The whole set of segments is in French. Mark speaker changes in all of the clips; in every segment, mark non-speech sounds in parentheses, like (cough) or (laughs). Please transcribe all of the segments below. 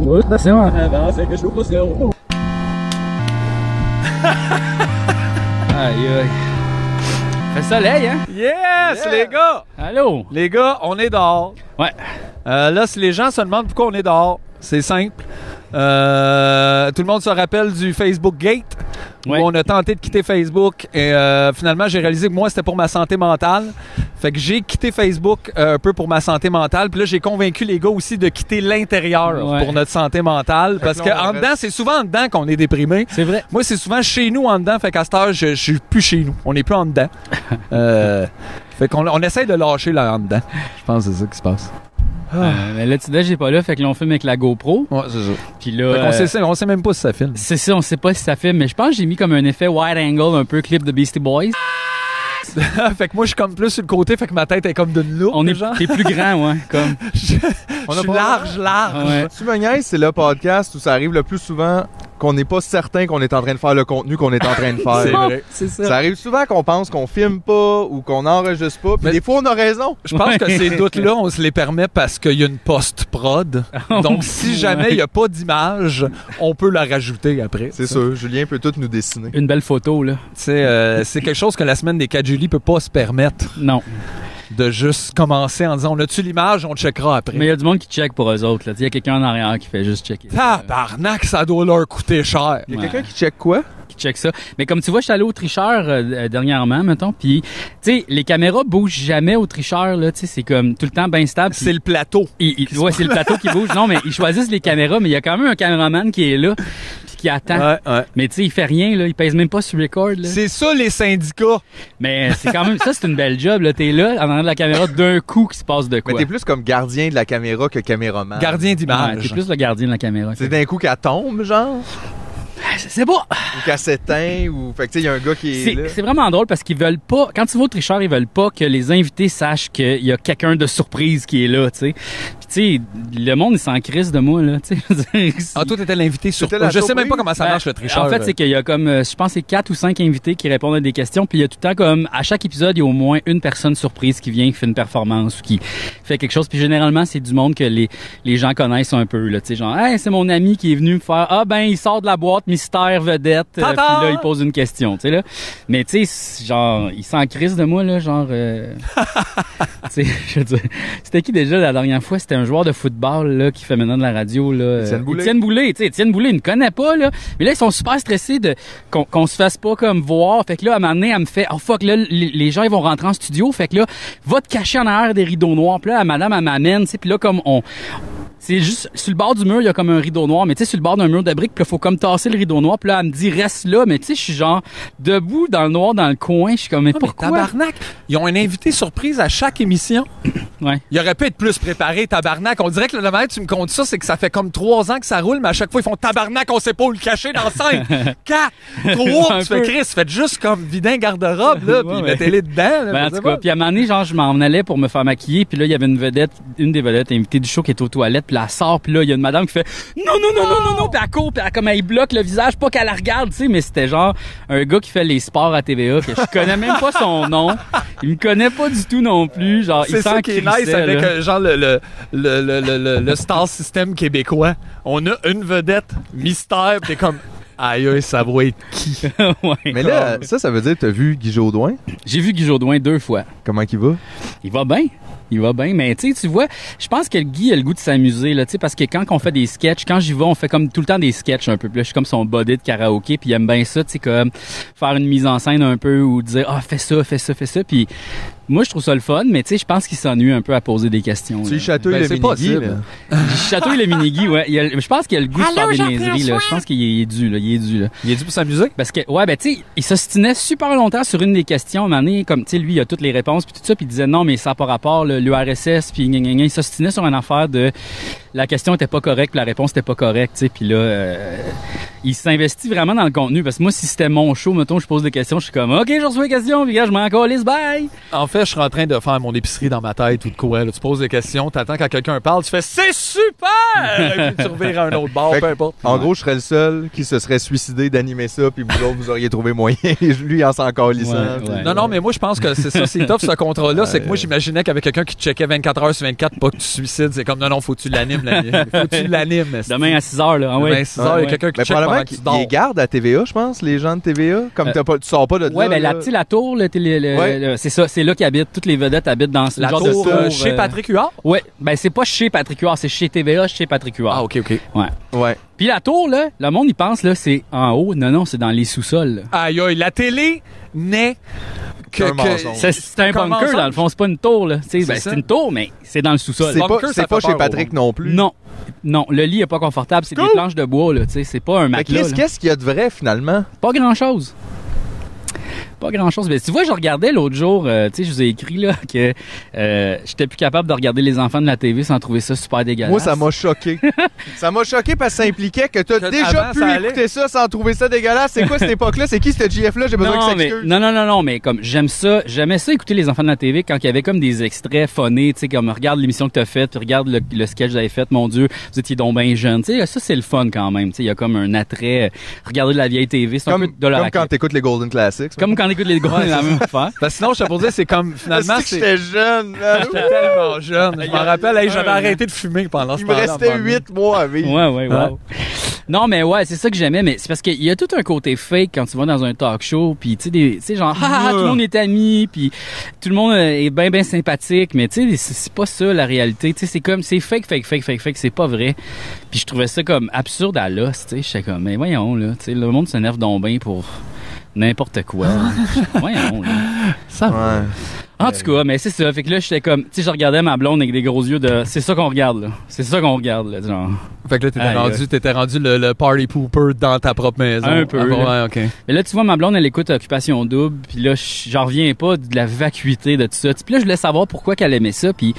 Speaker 1: Nossa senhora. Aïe aïe. Fait soleil, hein?
Speaker 2: Yes, les gars!
Speaker 1: Allô?
Speaker 2: Les gars, on est dehors.
Speaker 1: Ouais.
Speaker 2: Euh, là, si les gens se demandent pourquoi on est dehors, c'est simple. Euh, tout le monde se rappelle du Facebook Gate,
Speaker 1: Ouais.
Speaker 2: où on a tenté de quitter Facebook. Et euh, finalement, j'ai réalisé que moi, c'était pour ma santé mentale. Fait que j'ai quitté Facebook euh, un peu pour ma santé mentale. Puis là, j'ai convaincu les gars aussi de quitter l'intérieur
Speaker 1: Ouais.
Speaker 2: pour notre santé mentale. parce
Speaker 3: là,
Speaker 2: que
Speaker 3: on
Speaker 2: en
Speaker 3: reste-
Speaker 2: dedans, c'est souvent en dedans qu'on est déprimé.
Speaker 1: C'est vrai.
Speaker 2: Moi, c'est souvent chez nous en dedans. Fait qu'à cette heure, je, je suis plus chez nous. On n'est plus en dedans. Euh, fait qu'on on essaie de lâcher là en dedans. Je pense que c'est ça qui se passe.
Speaker 1: Euh, mais là, tu dis, j'ai pas là, fait que l'on filme avec la GoPro.
Speaker 2: Ouais, c'est ça.
Speaker 1: Puis là.
Speaker 2: Fait qu'on
Speaker 1: euh,
Speaker 2: sait, on sait même pas si ça filme.
Speaker 1: c'est ça, on sait pas si ça fait, mais je pense que j'ai mis comme un effet wide angle, un peu clip de Beastie Boys.
Speaker 2: fait que moi, je suis comme plus sur le côté, fait que ma tête est comme d'une loupe.
Speaker 1: On est, (laughs)
Speaker 2: genre.
Speaker 1: t'es plus grand, ouais, comme.
Speaker 2: Je,
Speaker 3: On a
Speaker 2: je suis
Speaker 3: pas-
Speaker 2: large, large.
Speaker 1: Ouais.
Speaker 3: Tu me niaises, c'est le podcast où ça arrive le plus souvent qu'on n'est pas certain qu'on est en train de faire le contenu qu'on est en train de faire.
Speaker 1: (laughs) C'est ça.
Speaker 3: Ça arrive souvent qu'on pense qu'on filme pas ou qu'on enregistre pas, puis
Speaker 2: Mais-
Speaker 3: des fois on a raison.
Speaker 2: Je pense que
Speaker 1: Ouais.
Speaker 2: ces doutes-là, on se les permet parce qu'il y a une post-prod. Donc, si jamais il n'y a pas d'image, on peut la rajouter après.
Speaker 3: C'est sûr, Julien peut tout nous dessiner.
Speaker 1: Une belle photo, là.
Speaker 2: Tu sais, euh, c'est quelque chose que la semaine des 4 juillet peut pas se permettre
Speaker 1: Non.
Speaker 2: de juste commencer en disant on a-tu l'image, on checkera après.
Speaker 1: Mais il y a du monde qui check pour eux autres, là. Il y a quelqu'un en arrière qui fait juste checker. ça, là,
Speaker 2: Tabarnak, ça doit leur coûter cher.
Speaker 3: Il y a
Speaker 1: Ouais.
Speaker 3: quelqu'un qui check quoi?
Speaker 1: qui check ça. Mais comme tu vois, je suis allé au tricheur euh, euh, dernièrement, mettons, puis, tu sais, les caméras bougent jamais au tricheur, là. Tu sais, c'est comme tout le temps bien stable. puis-
Speaker 2: C'est le plateau.
Speaker 1: Il- il- ouais, c'est le plateau qui bouge. Non, mais ils choisissent les caméras, mais il y a quand même un caméraman qui est là puis qui attend.
Speaker 2: ouais.
Speaker 1: Mais tu sais, il fait rien, là. Il pèse même pas sur record, là.
Speaker 2: C'est ça les syndicats.
Speaker 1: Mais euh, c'est quand même... Ça, c'est une belle job, là. T'es là, en arrière de la caméra, d'un coup, qui se passe de
Speaker 3: Mais
Speaker 1: quoi.
Speaker 3: t'es plus comme gardien de la caméra que caméraman.
Speaker 2: Gardien
Speaker 1: Ouais, t'es
Speaker 2: d'image.
Speaker 1: plus le gardien de la caméra. Ah,
Speaker 3: C'est d'un coup qu'elle tombe, genre,
Speaker 1: C'est c'est beau!
Speaker 3: ou qu'elle s'éteint, ou. Fait que tu sais, il y a un gars qui est, là.
Speaker 1: C'est c'est vraiment drôle parce qu'ils veulent pas... Quand tu vas au tricheur, ils veulent pas que les invités sachent qu'il y a quelqu'un de surprise qui est là, tu sais. Puis tu sais, le monde, il s'en crisse de moi, là, tu sais. (laughs)
Speaker 2: Ah, toi, t'étais l'invité sur.
Speaker 3: C'était la
Speaker 2: Je sais même
Speaker 3: surprise.
Speaker 2: pas comment ça
Speaker 1: Ben,
Speaker 2: marche le tricheur. Ah,
Speaker 1: En fait, c'est qu'il y a comme, euh, je pense, que c'est quatre ou cinq invités qui répondent à des questions, puis il y a tout le temps comme, à chaque épisode, il y a au moins une personne surprise qui vient, qui fait une performance ou qui fait quelque chose. Puis généralement, c'est du monde que les, les gens connaissent un peu, là, tu sais, genre, hey, c'est mon ami qui est venu me faire, ah ben, il sort de la boîte mystère vedette, Euh, puis
Speaker 2: Ta-ta!
Speaker 1: là, il pose une question, tu sais là. Mais tu sais, c'est genre, il s'en crisse de moi là, genre. euh, (laughs) tu sais, je veux dire, c'était qui déjà la dernière fois C'était un joueur de football là qui fait maintenant de la radio là. euh,
Speaker 3: Étienne Boulay.
Speaker 1: Étienne Boulay, tu sais, Étienne Boulay, il ne connaît pas là. Mais là, ils sont super stressés de qu'on qu'on se fasse pas comme voir. Fait que là, à un moment donné, elle me fait, oh fuck, là, l- les gens ils vont rentrer en studio. Fait que là, va te cacher en arrière des rideaux noirs. Puis là, la madame, elle m'amène, tu sais, puis là comme on c'est juste sur le bord du mur, il y a comme un rideau noir, mais tu sais sur le bord d'un mur de briques, puis là, faut comme tasser le rideau noir, puis là elle me dit reste là, mais tu sais je suis genre debout dans le noir dans le coin, je suis comme mais
Speaker 2: Ah, mais
Speaker 1: pourquoi
Speaker 2: tabarnak, ils ont un invité surprise à chaque émission.
Speaker 1: Ouais.
Speaker 2: Il aurait pu être plus préparé, tabarnak. On dirait que le moment tu me comptes ça, c'est que ça fait comme trois ans que ça roule, mais à chaque fois, ils font tabarnak, on sait pas où le cacher dans 5,
Speaker 1: (laughs)
Speaker 2: 4, 3.
Speaker 1: Un
Speaker 2: Tu fais
Speaker 1: peu.
Speaker 2: Chris, faites juste comme vider un garde-robe, là, puis
Speaker 1: (laughs) Ouais, ouais.
Speaker 2: mettez-les dedans. là,
Speaker 1: Ben, en
Speaker 2: je
Speaker 1: tout
Speaker 2: sais
Speaker 1: cas,
Speaker 2: pas.
Speaker 1: puis à un moment donné, genre, je m'en allais pour me faire maquiller, puis là, il y avait une vedette, une des vedettes invitée du show qui est aux toilettes, puis là, elle sort, puis là, il y a une madame qui fait « Non, non, non, non, non, non! » Puis elle court, puis elle, comme elle bloque le visage, pas qu'elle la regarde, tu sais, mais c'était genre un gars qui fait les sports à TVA, que je connais même pas son nom, il me connaît pas du tout non plus, genre, il
Speaker 2: C'est
Speaker 1: s'en
Speaker 2: ça qui est nice
Speaker 1: crissait,
Speaker 2: avec
Speaker 1: là.
Speaker 2: euh, genre le, le, le, le, le, le- le star system québécois. On a une vedette, mystère, pis t'es comme, aïe, aïe, ça va être qui?
Speaker 1: (laughs) Ouais.
Speaker 3: Mais là, ça, ça veut dire que t'as vu Guy Jodoin?
Speaker 1: J'ai vu Guy Jourdouin deux fois.
Speaker 3: Comment qu'il va?
Speaker 1: Il va bien. Il va bien, mais tu sais, tu vois, je pense que Guy a le goût de s'amuser, là, tu sais, parce que quand on fait des sketchs, quand j'y vais, on fait comme tout le temps des sketchs un peu. Puis là, je suis comme son body de karaoké, puis il aime bien ça, tu sais, comme faire une mise en scène un peu ou dire, ah, fais ça, fais ça, fais ça. Puis moi, je trouve ça le fun, mais tu sais, je pense qu'il s'ennuie un peu à poser des questions.
Speaker 3: Tu
Speaker 1: là.
Speaker 3: lui chatouilles
Speaker 2: Ben,
Speaker 3: le
Speaker 2: c'est
Speaker 3: mini-Guy,
Speaker 2: possible.
Speaker 3: là.
Speaker 1: Il chatouille le mini-Guy, ouais. Il a le- je pense qu'il a le goût de faire des niaiseries, là. Je pense qu'il est, il est dû, là. Il est dû, là.
Speaker 2: Il est dû pour s'amuser?
Speaker 1: Parce que, ouais, ben, tu sais, il s'ostinait super longtemps sur une des questions. À un moment donné, comme, tu sais, lui, il a toutes les réponses, puis tout ça, puis il disait non, mais ça n'a pas rapport, le- l'URSS, puis gna, gna, gna. il s'ostinait sur une affaire de la question était pas correcte, puis la réponse était pas correcte, tu sais, puis là, euh, il s'investit vraiment dans le contenu. Parce que moi, si c'était mon show, mettons, je pose des questions, je suis comme, OK, je reçois les questions, puis gars, je m'en calisse, bye!
Speaker 2: En fait, je suis en train de faire mon épicerie dans ma tête ou de quoi. là. Tu poses des questions, t'attends quand quelqu'un parle, tu fais c'est super! (laughs) Et puis tu reviens à un autre bar,
Speaker 3: Fait que-
Speaker 2: peu importe.
Speaker 3: En gros, je serais le seul qui se serait suicidé d'animer ça, puis vous autres, vous auriez trouvé moyen. (laughs) Lui, en s'en calissant.
Speaker 1: Ouais,
Speaker 3: puis-
Speaker 1: ouais.
Speaker 2: Non, non, mais moi, je pense que c'est ça, c'est tough ce contrat-là. C'est que moi, j'imaginais qu'avec quelqu'un qui te checkait 24 heures sur 24, pas que tu te suicides, c'est comme non, non, faut que tu l'animes, l'animes. Faut que tu l'animes. est-ce que-
Speaker 1: Demain à 6 heures, là. Ah, ouais.
Speaker 2: Demain, 6 heures, il y a quelqu'un qui
Speaker 3: Mais
Speaker 2: te check pendant
Speaker 3: probablement
Speaker 2: que tu
Speaker 3: qu'ils
Speaker 2: dors.
Speaker 3: les gardent à TVA, je pense, les gens de TVA. Comme
Speaker 1: Euh,
Speaker 3: t'as pas, tu sors pas de
Speaker 1: Ouais,
Speaker 3: là.
Speaker 1: ben la
Speaker 3: là.
Speaker 1: petite la tour, le télé- le-
Speaker 3: Ouais.
Speaker 1: le- c'est ça, c'est là qu'habitent toutes les vedettes habitent dans ce
Speaker 2: La
Speaker 1: genre
Speaker 2: tour,
Speaker 1: de
Speaker 2: euh,
Speaker 1: tour,
Speaker 2: chez
Speaker 1: euh,
Speaker 2: Patrick Huard?
Speaker 1: Ouais, ben c'est pas chez Patrick Huard, c'est chez TVA, chez Patrick Huard.
Speaker 2: Ah, OK, OK.
Speaker 1: Ouais.
Speaker 3: Ouais.
Speaker 1: Puis la tour là, le monde il pense là c'est en haut, non non, c'est dans les sous-sols. là.
Speaker 2: Aïe, aïe, la télé n'est que.
Speaker 3: C'est un
Speaker 2: que-
Speaker 3: mensonge.
Speaker 1: C'est c'est un
Speaker 2: Comme
Speaker 1: bunker
Speaker 2: ensemble.
Speaker 1: dans le fond, c'est pas une tour là, tu sais, ben,
Speaker 2: ça.
Speaker 1: c'est une tour mais c'est dans le sous-sol.
Speaker 3: C'est
Speaker 2: Bunker,
Speaker 3: pas,
Speaker 2: ça
Speaker 3: c'est
Speaker 2: fait
Speaker 3: pas
Speaker 2: peur
Speaker 3: chez
Speaker 2: au
Speaker 3: Patrick non plus.
Speaker 1: Non. Non, le lit est pas confortable, c'est des
Speaker 3: Cool.
Speaker 1: planches de bois là, tu sais, c'est pas un
Speaker 3: Mais
Speaker 1: matelas.
Speaker 3: qu'est-ce,
Speaker 1: là.
Speaker 3: qu'est-ce qu'il y a de vrai, finalement?
Speaker 1: Pas grand-chose. Pas grand-chose. Mais tu vois, je regardais l'autre jour, euh, tu sais, je vous ai écrit là que euh, j'étais plus capable de regarder les enfants de la TV sans trouver ça super dégueulasse.
Speaker 3: Moi, ça
Speaker 2: (laughs)
Speaker 3: m'a choqué. ça m'a choqué parce que ça impliquait que t'as
Speaker 2: Que
Speaker 3: déjà
Speaker 2: avant,
Speaker 3: pu
Speaker 2: ça allait.
Speaker 3: écouter ça sans trouver ça dégueulasse. C'est quoi cette époque-là? C'est qui ce GF-là? J'ai besoin
Speaker 1: non,
Speaker 3: que ça
Speaker 1: mais,
Speaker 3: excuse.
Speaker 1: non, non, non, non, mais comme j'aime ça, j'aimais ça écouter les enfants de la TV quand il y avait comme des extraits phonés, tu sais, comme regarde l'émission que t'as faite, puis regarde le, le sketch que j'avais fait, mon Dieu, vous étiez donc bien jeune, tu sais, ça c'est le fun quand même, tu sais, il y a comme un attrait, euh, regarder de la vieille TV, c'est un
Speaker 3: Comme,
Speaker 1: peu de la
Speaker 3: comme quand
Speaker 1: raquette.
Speaker 3: t'écoutes les Golden Classics.
Speaker 1: Comme quand on écoute les gros, c'est (laughs) la même affaire.
Speaker 2: Parce que Ben, sinon, je te pour dire, c'est comme finalement,
Speaker 3: Est-ce que
Speaker 2: c'est.
Speaker 3: j'étais jeune,
Speaker 1: (laughs)
Speaker 3: man?
Speaker 2: J'étais tellement jeune. Je m'en rappelle, hey, j'avais arrêté de fumer pendant ce
Speaker 3: Il me
Speaker 2: temps-là, à un
Speaker 3: restait
Speaker 2: moment donné.
Speaker 3: 8 mois à vivre.
Speaker 1: Ouais, ouais,
Speaker 2: Hein?
Speaker 1: wow. Non, mais ouais, c'est ça que j'aimais, mais c'est parce qu'il y a tout un côté fake quand tu vas dans un talk show, puis tu sais, des- tu sais, genre, ah, ah, tout le monde est ami, puis tout le monde euh, est bien, bien sympathique, mais tu sais, c'est- c'est pas ça la réalité, tu sais, c'est comme, c'est fake, fake, fake, fake, fake, c'est pas vrai. Puis je trouvais ça comme absurde à l'os, tu sais, j'étais comme, mais voyons, là, tu sais, le monde s'énerve donc bien pour n'importe quoi. voyons, là.
Speaker 2: Ça va.
Speaker 3: Ouais.
Speaker 1: En tout cas, mais c'est ça. Fait que là, j'étais comme, tu sais, je regardais ma blonde avec des gros yeux de, c'est ça qu'on regarde, là. C'est ça qu'on regarde, là, genre.
Speaker 2: Fait que là, t'étais
Speaker 1: Aïe,
Speaker 2: rendu, t'étais rendu le, le party pooper dans ta propre maison.
Speaker 1: Un peu,
Speaker 2: Ah, bon,
Speaker 1: là.
Speaker 2: ouais, OK.
Speaker 1: Mais là, tu vois, ma blonde, elle écoute Occupation Double, puis là, je- j'en reviens pas de la vacuité de tout ça. Puis là, je voulais savoir pourquoi qu'elle aimait ça, puis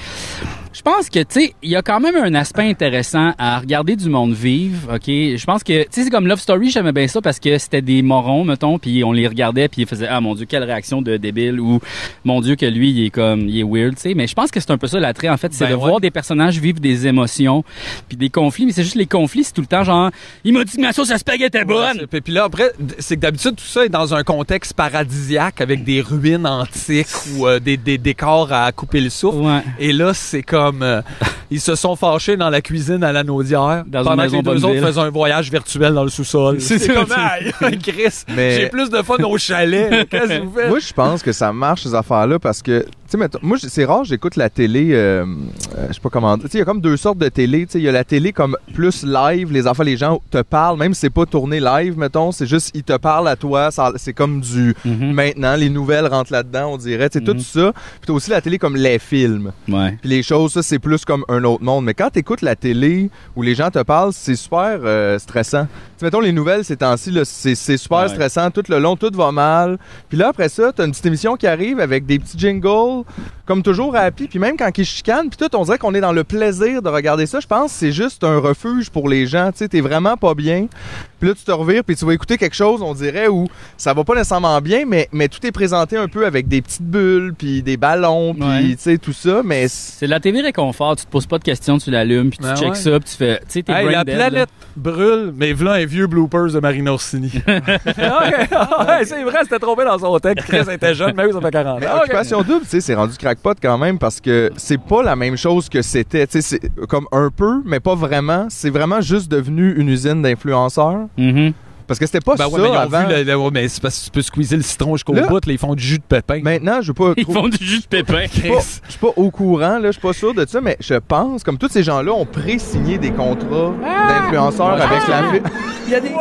Speaker 1: je pense que, tu sais, il y a quand même un aspect intéressant à regarder du monde vivre, OK? Je pense que, tu sais, c'est comme Love Story, j'aimais bien ça parce que c'était des morons, mettons, puis on les regardait, puis ils faisaient « Ah, mon Dieu, quelle réaction de débile » ou « Mon Dieu, que lui, il est comme, il est weird », tu sais. Mais je pense que c'est un peu ça l'attrait, en fait, c'est
Speaker 2: Ben
Speaker 1: de
Speaker 2: ouais.
Speaker 1: voir des personnages vivre des émotions puis des conflits, mais c'est juste les conflits, c'est tout le temps genre « Il m'a dit que ma sauce à spaghetti était bonne!
Speaker 2: Ouais, c'est- Puis là, après, d- c'est que d'habitude, tout ça est dans un contexte paradisiaque avec des ruines antiques ou euh, des, des décors à couper le souffle.
Speaker 1: Ouais.
Speaker 2: Et là, c'est comme (laughs) euh, ils se sont fâchés dans la cuisine à la Naudière
Speaker 1: Dans une
Speaker 2: pendant que
Speaker 1: maison
Speaker 2: les deux
Speaker 1: Bonneville.
Speaker 2: autres faisaient un voyage virtuel dans le sous-sol.
Speaker 1: C'est ça,
Speaker 2: comme
Speaker 1: c'est-
Speaker 2: aïe, (laughs) Chris,
Speaker 3: Mais-
Speaker 2: j'ai plus de fun au (laughs) chalet. Qu'est-ce que vous faites
Speaker 3: Moi, je pense que ça marche, ces affaires-là, parce que, tu sais, mettons- moi, j- c'est rare, j'écoute la télé, euh, euh, je sais pas comment dire. Tu sais, il y a comme deux sortes de télé. Tu sais, il y a la télé comme plus live, les affaires, les gens te parlent, même si c'est pas tourné live, mettons, c'est juste, ils te parlent à toi, ça- c'est comme du
Speaker 1: Mhm.
Speaker 3: maintenant, les nouvelles rentrent là-dedans, on dirait, tu sais,
Speaker 1: Mhm.
Speaker 3: tout ça. Puis t'as aussi la télé comme les films.
Speaker 1: Ouais.
Speaker 3: Puis les choses, ça, c'est plus comme un autre monde. Mais quand t'écoutes la télé où les gens te parlent, c'est super euh, stressant. Tu mettons les nouvelles ces temps-ci, là, c'est c'est super
Speaker 1: Ouais.
Speaker 3: stressant. Tout le long, tout va mal. Puis là, après ça, t'as une petite émission qui arrive avec des petits jingles, comme toujours happy. Puis même quand ils chicanent, puis tout, on dirait qu'on est dans le plaisir de regarder ça. Je pense que c'est juste un refuge pour les gens. Tu sais, t'es vraiment pas bien. Puis là, tu te revires, puis tu vas écouter quelque chose, on dirait, où ça va pas nécessairement bien, mais, mais tout est présenté un peu avec des petites bulles, puis des ballons, puis
Speaker 1: Ouais.
Speaker 3: tu sais, tout ça. Mais c'est-
Speaker 1: C'est de la TV réconfort, tu te poses pas de questions, tu l'allumes, puis tu
Speaker 2: Ben
Speaker 1: checks
Speaker 2: ouais.
Speaker 1: ça, puis tu fais, tu sais, t'es
Speaker 2: Hey,
Speaker 1: brain
Speaker 2: la
Speaker 1: dead,
Speaker 2: planète brûle, mais v'là un vieux bloopers de Marina (laughs) Orsini. Ok, Ah, ouais, c'est vrai, c'était trompé dans son texte. Chris était jeune, mais oui, ça fait 40
Speaker 3: Mais
Speaker 2: ans. Ok.
Speaker 3: Occupation double, tu sais, c'est rendu crackpot quand même parce que c'est pas la même chose que c'était. Tu sais, c'est comme un peu, mais pas vraiment. C'est vraiment juste devenu une usine d'influenceurs.
Speaker 1: là. Mhm.
Speaker 3: Parce que c'était pas
Speaker 2: Ben
Speaker 3: ça
Speaker 2: ouais, mais ils ont
Speaker 3: avant.
Speaker 2: vu le- le- ouais, mais c'est parce que tu peux squeezer le citron jusqu'au
Speaker 3: Là-
Speaker 2: bout, là, ben, ils font du jus de pépin.
Speaker 3: Maintenant, je
Speaker 2: (laughs)
Speaker 3: veux pas.
Speaker 1: (laughs) Ils
Speaker 3: trop-
Speaker 1: font du jus de pépin.
Speaker 3: Je suis pas- je suis pas au courant, là, je suis pas sûr de ça, mais je pense, comme tous ces gens-là ont pré-signé des contrats d'influenceurs
Speaker 2: Ouais, Ah!
Speaker 3: avec
Speaker 2: c'est
Speaker 3: la
Speaker 2: ça.
Speaker 3: fi-
Speaker 1: Il y a des
Speaker 2: gars,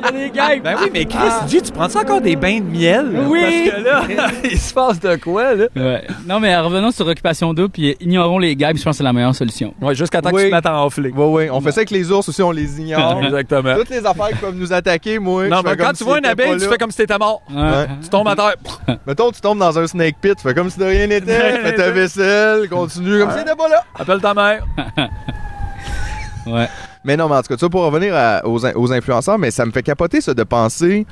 Speaker 1: il y a des gars.
Speaker 2: Ben oui, mais Chris, G, tu prends ça encore des bains de miel? là?
Speaker 1: Oui.
Speaker 2: Parce que là, (laughs) il se passe de quoi, là?
Speaker 1: Ouais. Non, mais revenons sur Occupation 2, puis ignorons les gars, puis je pense que c'est la meilleure solution.
Speaker 2: Ouais, jusqu'à temps que
Speaker 3: Oui.
Speaker 2: tu te mettes à enfler.
Speaker 3: Ouais, ouais, on fait ça avec les ours aussi, on les ignore.
Speaker 2: (laughs) Exactement.
Speaker 3: Toutes les affaires qui peuvent nous attaquer, moi.
Speaker 2: Non,
Speaker 3: je
Speaker 2: mais
Speaker 3: fais
Speaker 2: quand
Speaker 3: comme
Speaker 2: tu
Speaker 3: si
Speaker 2: vois une
Speaker 3: c'était pas
Speaker 2: abeille, tu
Speaker 3: là.
Speaker 2: fais comme si t'étais mort.
Speaker 1: Ouais.
Speaker 2: Tu tombes à terre.
Speaker 3: Mettons, tu tombes dans un snake pit, tu fais comme si de rien n'était, fais ta vaisselle, continue comme si c'était pas là.
Speaker 2: Appelle ta mère.
Speaker 1: Ouais.
Speaker 3: Mais non, mais en tout cas, ça pour revenir à- aux, in- aux influenceurs, mais ça me fait capoter ça de penser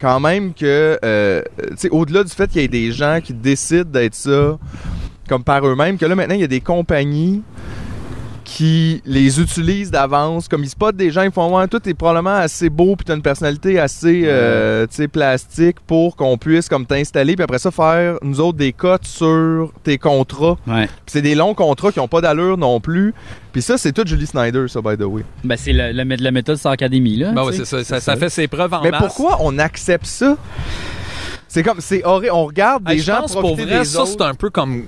Speaker 3: quand même que, euh, tu sais, au-delà du fait qu'il y ait des gens qui décident d'être ça comme par eux-mêmes, que là maintenant il y a des compagnies qui les utilisent d'avance, comme ils spotent des gens, ils font ouais, tout est probablement assez beau, puis t'as une personnalité assez, euh, tu sais, plastique pour qu'on puisse comme t'installer, puis après ça faire nous autres des cotes sur tes contrats.
Speaker 1: Ouais.
Speaker 3: Puis c'est des longs contrats qui ont pas d'allure non plus. Puis ça, c'est tout Julie Snyder, ça, by the way.
Speaker 1: Ben, c'est la, la, la méthode sans académie, là.
Speaker 2: Bah
Speaker 1: tu
Speaker 2: ouais,
Speaker 1: sais.
Speaker 2: c'est ça, ça, ça fait ses preuves en
Speaker 3: Mais
Speaker 2: masse.
Speaker 3: pourquoi on accepte ça? C'est comme, c'est horrible. On regarde des
Speaker 2: Hey, je
Speaker 3: gens
Speaker 2: pense pour
Speaker 3: profiter
Speaker 2: vrai,
Speaker 3: des
Speaker 2: ça
Speaker 3: autres.
Speaker 2: c'est un peu comme.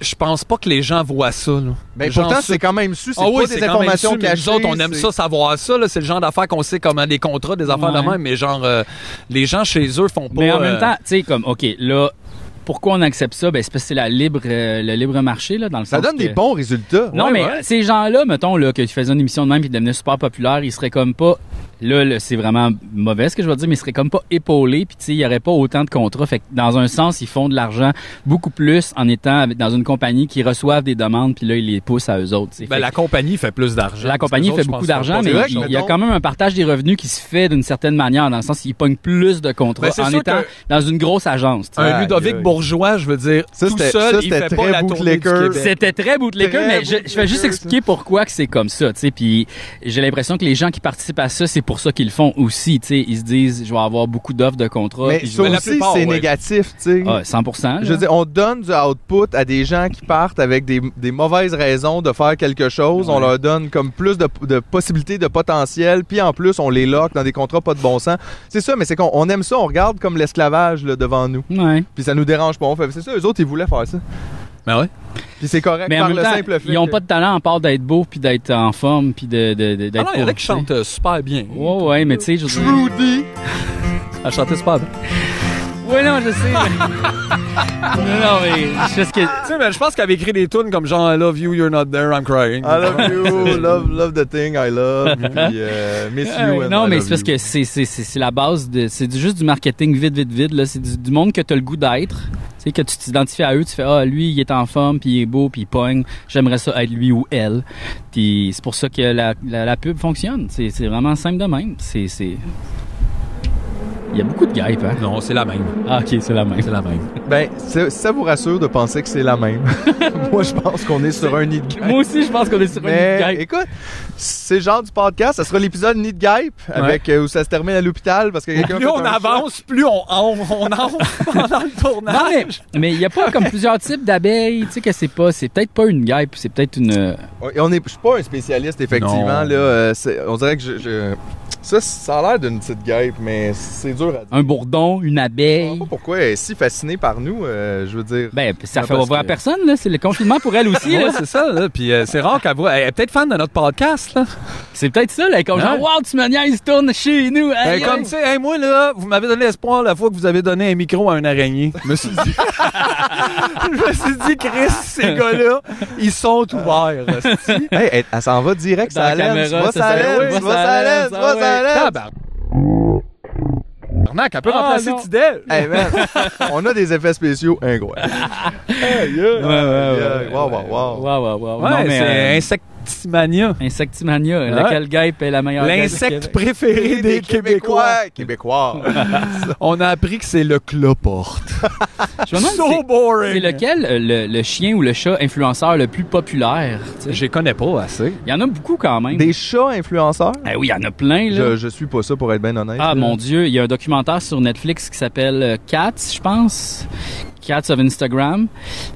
Speaker 2: Je pense pas que les gens voient ça. Là.
Speaker 3: Mais
Speaker 2: Les gens
Speaker 3: pourtant,
Speaker 2: se-
Speaker 3: c'est quand même su. C'est
Speaker 2: Ah
Speaker 3: pas
Speaker 2: oui, Ben,
Speaker 3: des
Speaker 2: c'est quand même
Speaker 3: informations
Speaker 2: su, mais
Speaker 3: cachées.
Speaker 2: Nous autres, on aime
Speaker 3: c'est-
Speaker 2: ça, savoir ça. là. C'est le genre d'affaires qu'on sait comment des contrats, des affaires
Speaker 1: Ouais.
Speaker 2: de même. Mais genre, euh, les gens chez eux font pas.
Speaker 1: Mais en
Speaker 2: euh,
Speaker 1: même temps, tu sais, comme, OK, là, pourquoi on accepte ça? Ben, c'est parce que c'est la libre, euh, le libre marché, là, dans le
Speaker 3: Ça
Speaker 1: sens
Speaker 3: donne des
Speaker 1: que-
Speaker 3: bons résultats.
Speaker 1: Non,
Speaker 2: Ouais,
Speaker 1: mais
Speaker 2: ouais.
Speaker 1: euh, ces gens-là, mettons, là, que tu faisais une émission de même et devenaient super populaires, ils seraient comme pas. Là, là, c'est vraiment mauvais ce que je veux dire, mais ils seraient comme pas épaulés, puis tu sais, il y aurait pas autant de contrats. Fait que dans un sens, ils font de l'argent beaucoup plus en étant avec- dans une compagnie qui reçoivent des demandes, puis là, ils les poussent à eux autres. tu sais.
Speaker 2: ben,
Speaker 1: Fait
Speaker 2: la compagnie fait plus d'argent.
Speaker 1: la compagnie
Speaker 2: Parce que
Speaker 1: fait
Speaker 2: les
Speaker 1: beaucoup
Speaker 2: autres, je pense,
Speaker 1: d'argent,
Speaker 2: font
Speaker 1: mais
Speaker 2: pas
Speaker 3: vrai,
Speaker 1: il
Speaker 2: d'argent.
Speaker 1: il y a
Speaker 3: mettons.
Speaker 1: quand même un partage des revenus qui se fait d'une certaine manière, dans le sens qu'ils pognent plus de contrats
Speaker 2: Ben, c'est
Speaker 1: en
Speaker 2: sûr
Speaker 1: étant
Speaker 2: que-
Speaker 1: dans une grosse agence. tu sais.
Speaker 2: Un
Speaker 3: Aïe,
Speaker 2: Ludovic
Speaker 3: aïe.
Speaker 2: Bourgeois, je veux dire,
Speaker 3: Ça,
Speaker 2: tout
Speaker 3: c'était-
Speaker 2: seul,
Speaker 3: ça,
Speaker 2: il
Speaker 3: c'était
Speaker 2: fait
Speaker 3: très
Speaker 2: pas la tournée du
Speaker 3: bootlegger.
Speaker 2: Québec.
Speaker 1: C'était très bootlegger,
Speaker 3: Très
Speaker 1: mais je, je vais
Speaker 3: bootlegger,
Speaker 1: juste
Speaker 3: ça.
Speaker 1: expliquer pourquoi que c'est comme ça, tu sais. Puis j'ai l'impression que les gens qui participent à ça, c'est pour ça qu'ils le font aussi, tu sais. Ils se disent, je vais avoir beaucoup d'offres de contrats.
Speaker 3: Mais
Speaker 1: puis je
Speaker 3: ça
Speaker 1: vais-
Speaker 2: la
Speaker 3: aussi,
Speaker 2: plupart,
Speaker 3: c'est
Speaker 2: ouais.
Speaker 3: négatif, tu sais.
Speaker 1: Ah, 100%.
Speaker 3: Je veux
Speaker 1: là.
Speaker 3: dire, on donne du output à des gens qui partent avec des, des mauvaises raisons de faire quelque chose. On
Speaker 1: Ouais.
Speaker 3: leur donne comme plus de, de possibilités, de potentiel. Puis en plus, on les lock dans des contrats pas de bon sens. C'est ça, mais c'est qu'on on aime ça. On regarde comme l'esclavage là, devant nous.
Speaker 1: Ouais.
Speaker 3: Puis ça nous dérange pas. On fait, c'est ça, eux autres, ils voulaient faire ça.
Speaker 2: Ben ouais.
Speaker 3: Puis c'est correct
Speaker 1: Mais en
Speaker 3: par
Speaker 1: même
Speaker 3: le
Speaker 1: temps,
Speaker 3: simple fait.
Speaker 1: ils ont
Speaker 3: que-
Speaker 1: pas de talent à part d'être beau puis d'être en forme puis de, de, de- d'être.
Speaker 2: Ah non, il y en
Speaker 1: beau,
Speaker 2: a qui
Speaker 1: tu sais.
Speaker 2: chantent euh, super bien.
Speaker 1: Ouais, ouais, mais tu sais, je veux dire-
Speaker 3: Trudy!
Speaker 2: Elle chantait super bien.
Speaker 1: Ouais, non, je sais. mais- non, non, mais je sais ce que.
Speaker 2: Tu sais, mais je pense qu'elle avait écrit des tunes comme genre I love you, you're not there, I'm crying.
Speaker 3: I (laughs) love you, love, love the thing
Speaker 1: (laughs)
Speaker 3: I love, puis euh, miss you.
Speaker 1: Euh,
Speaker 3: and
Speaker 1: non,
Speaker 3: I
Speaker 1: mais
Speaker 3: love
Speaker 1: c'est parce
Speaker 3: you.
Speaker 1: que c'est, c'est, c'est, c'est la base de. C'est du- juste du marketing vide, vite, vide. Là. C'est du, du monde que tu as le goût d'être. Tu sais, que tu t'identifies à eux, tu fais Ah, lui, il est en forme, puis il est beau, puis il pogne. J'aimerais ça être lui ou elle. Puis c'est pour ça que la, la, la pub fonctionne. C'est, c'est vraiment simple de même. C'est. c'est... Il y a beaucoup de hype, hein?
Speaker 2: Non, c'est la même.
Speaker 1: Ah, ok, c'est la même.
Speaker 2: C'est la même.
Speaker 3: Ben, ça, ça vous rassure de penser que c'est la même. (laughs) Moi, je pense qu'on est sur un nid de guêpe.
Speaker 1: Moi aussi, je pense qu'on est sur
Speaker 3: Mais
Speaker 1: une hype.
Speaker 3: écoute, c'est le genre du podcast, ça sera l'épisode nid de guêpe, avec, euh, où ça se termine à l'hôpital, parce que quelqu'un...
Speaker 2: Plus
Speaker 3: fait
Speaker 2: on
Speaker 3: un choc.
Speaker 2: avance, plus on on, on entre (laughs) pendant le tournage.
Speaker 1: Non, mais mais il y a pas comme plusieurs types d'abeilles, tu sais que c'est pas, c'est peut-être pas une guêpe, c'est peut-être une.
Speaker 3: Ouais, On est, je suis pas un spécialiste, effectivement.
Speaker 2: Non.
Speaker 3: Là, euh, c'est- on dirait que je... je- Ça, ça a l'air d'une petite guêpe, mais c'est dur à dire.
Speaker 1: un bourdon, une
Speaker 3: Je
Speaker 1: abeille.
Speaker 3: comprends pas pourquoi elle est si fascinée par nous, euh, je veux dire.
Speaker 1: Ben, ça
Speaker 3: Ouais,
Speaker 1: fait
Speaker 3: parce
Speaker 1: voir
Speaker 3: que-
Speaker 1: personne, là. C'est le confinement pour elle
Speaker 2: (laughs)
Speaker 1: aussi, là.
Speaker 2: Ouais, c'est ça, là. Puis euh, c'est rare qu'elle voit. Elle est peut-être fan de notre podcast, là.
Speaker 1: C'est peut-être ça, là. Comme genre,
Speaker 2: Ouais.
Speaker 1: wow, tu me niaises, tourne chez nous.
Speaker 2: Ben,
Speaker 1: aïe,
Speaker 2: comme,
Speaker 1: aïe.
Speaker 2: tu sais, hey, moi, là, vous m'avez donné espoir la fois que vous avez donné un micro à un araignée. Je me suis dit, (laughs) je me suis dit, Chris, (laughs) ces gars-là, ils sont ouverts. hostie.
Speaker 3: Hey, elle, elle s'en va direct,
Speaker 1: Dans
Speaker 3: ça
Speaker 1: la
Speaker 3: allait,
Speaker 1: caméra,
Speaker 3: ça
Speaker 1: ça s'allène,
Speaker 3: allait,
Speaker 1: ça
Speaker 3: ça
Speaker 1: s'allène,
Speaker 3: allait,
Speaker 1: ça
Speaker 3: ça
Speaker 1: ouais.
Speaker 3: allait.
Speaker 2: (laughs) Tabarnak, elle peut
Speaker 1: Ah,
Speaker 2: remplacer
Speaker 1: non.
Speaker 2: Tidel.
Speaker 3: Hey man, on a des effets spéciaux incroyables.
Speaker 1: (laughs)
Speaker 3: Hey, yeah,
Speaker 1: Ouais, ouais, ouais.
Speaker 3: yeah, wow, wow, wow.
Speaker 1: Wow, wow, wow.
Speaker 2: Ouais,
Speaker 1: non, mais.
Speaker 2: c'est
Speaker 1: euh,
Speaker 2: Insectimania.
Speaker 1: Insectimania. Laquelle guêpe est la meilleure guêpe du
Speaker 2: L'insecte
Speaker 1: Québec?
Speaker 2: préféré des Québécois.
Speaker 3: Québécois.
Speaker 2: On a appris que c'est le cloporte.
Speaker 1: Je me demande
Speaker 2: so
Speaker 1: c'est-
Speaker 2: boring.
Speaker 1: c'est lequel euh, le, le chien ou le chat influenceur le plus populaire? tu sais?
Speaker 2: Je les connais pas assez.
Speaker 1: Il y en a beaucoup quand
Speaker 2: Mmh.
Speaker 1: même.
Speaker 3: Des chats influenceurs?
Speaker 1: Eh oui, il y en a plein, là.
Speaker 3: Je, je suis pas ça pour être bien honnête.
Speaker 1: Ah mon dieu, il y a un documentaire sur Netflix qui s'appelle euh, Cats, je pense. Cats of Instagram.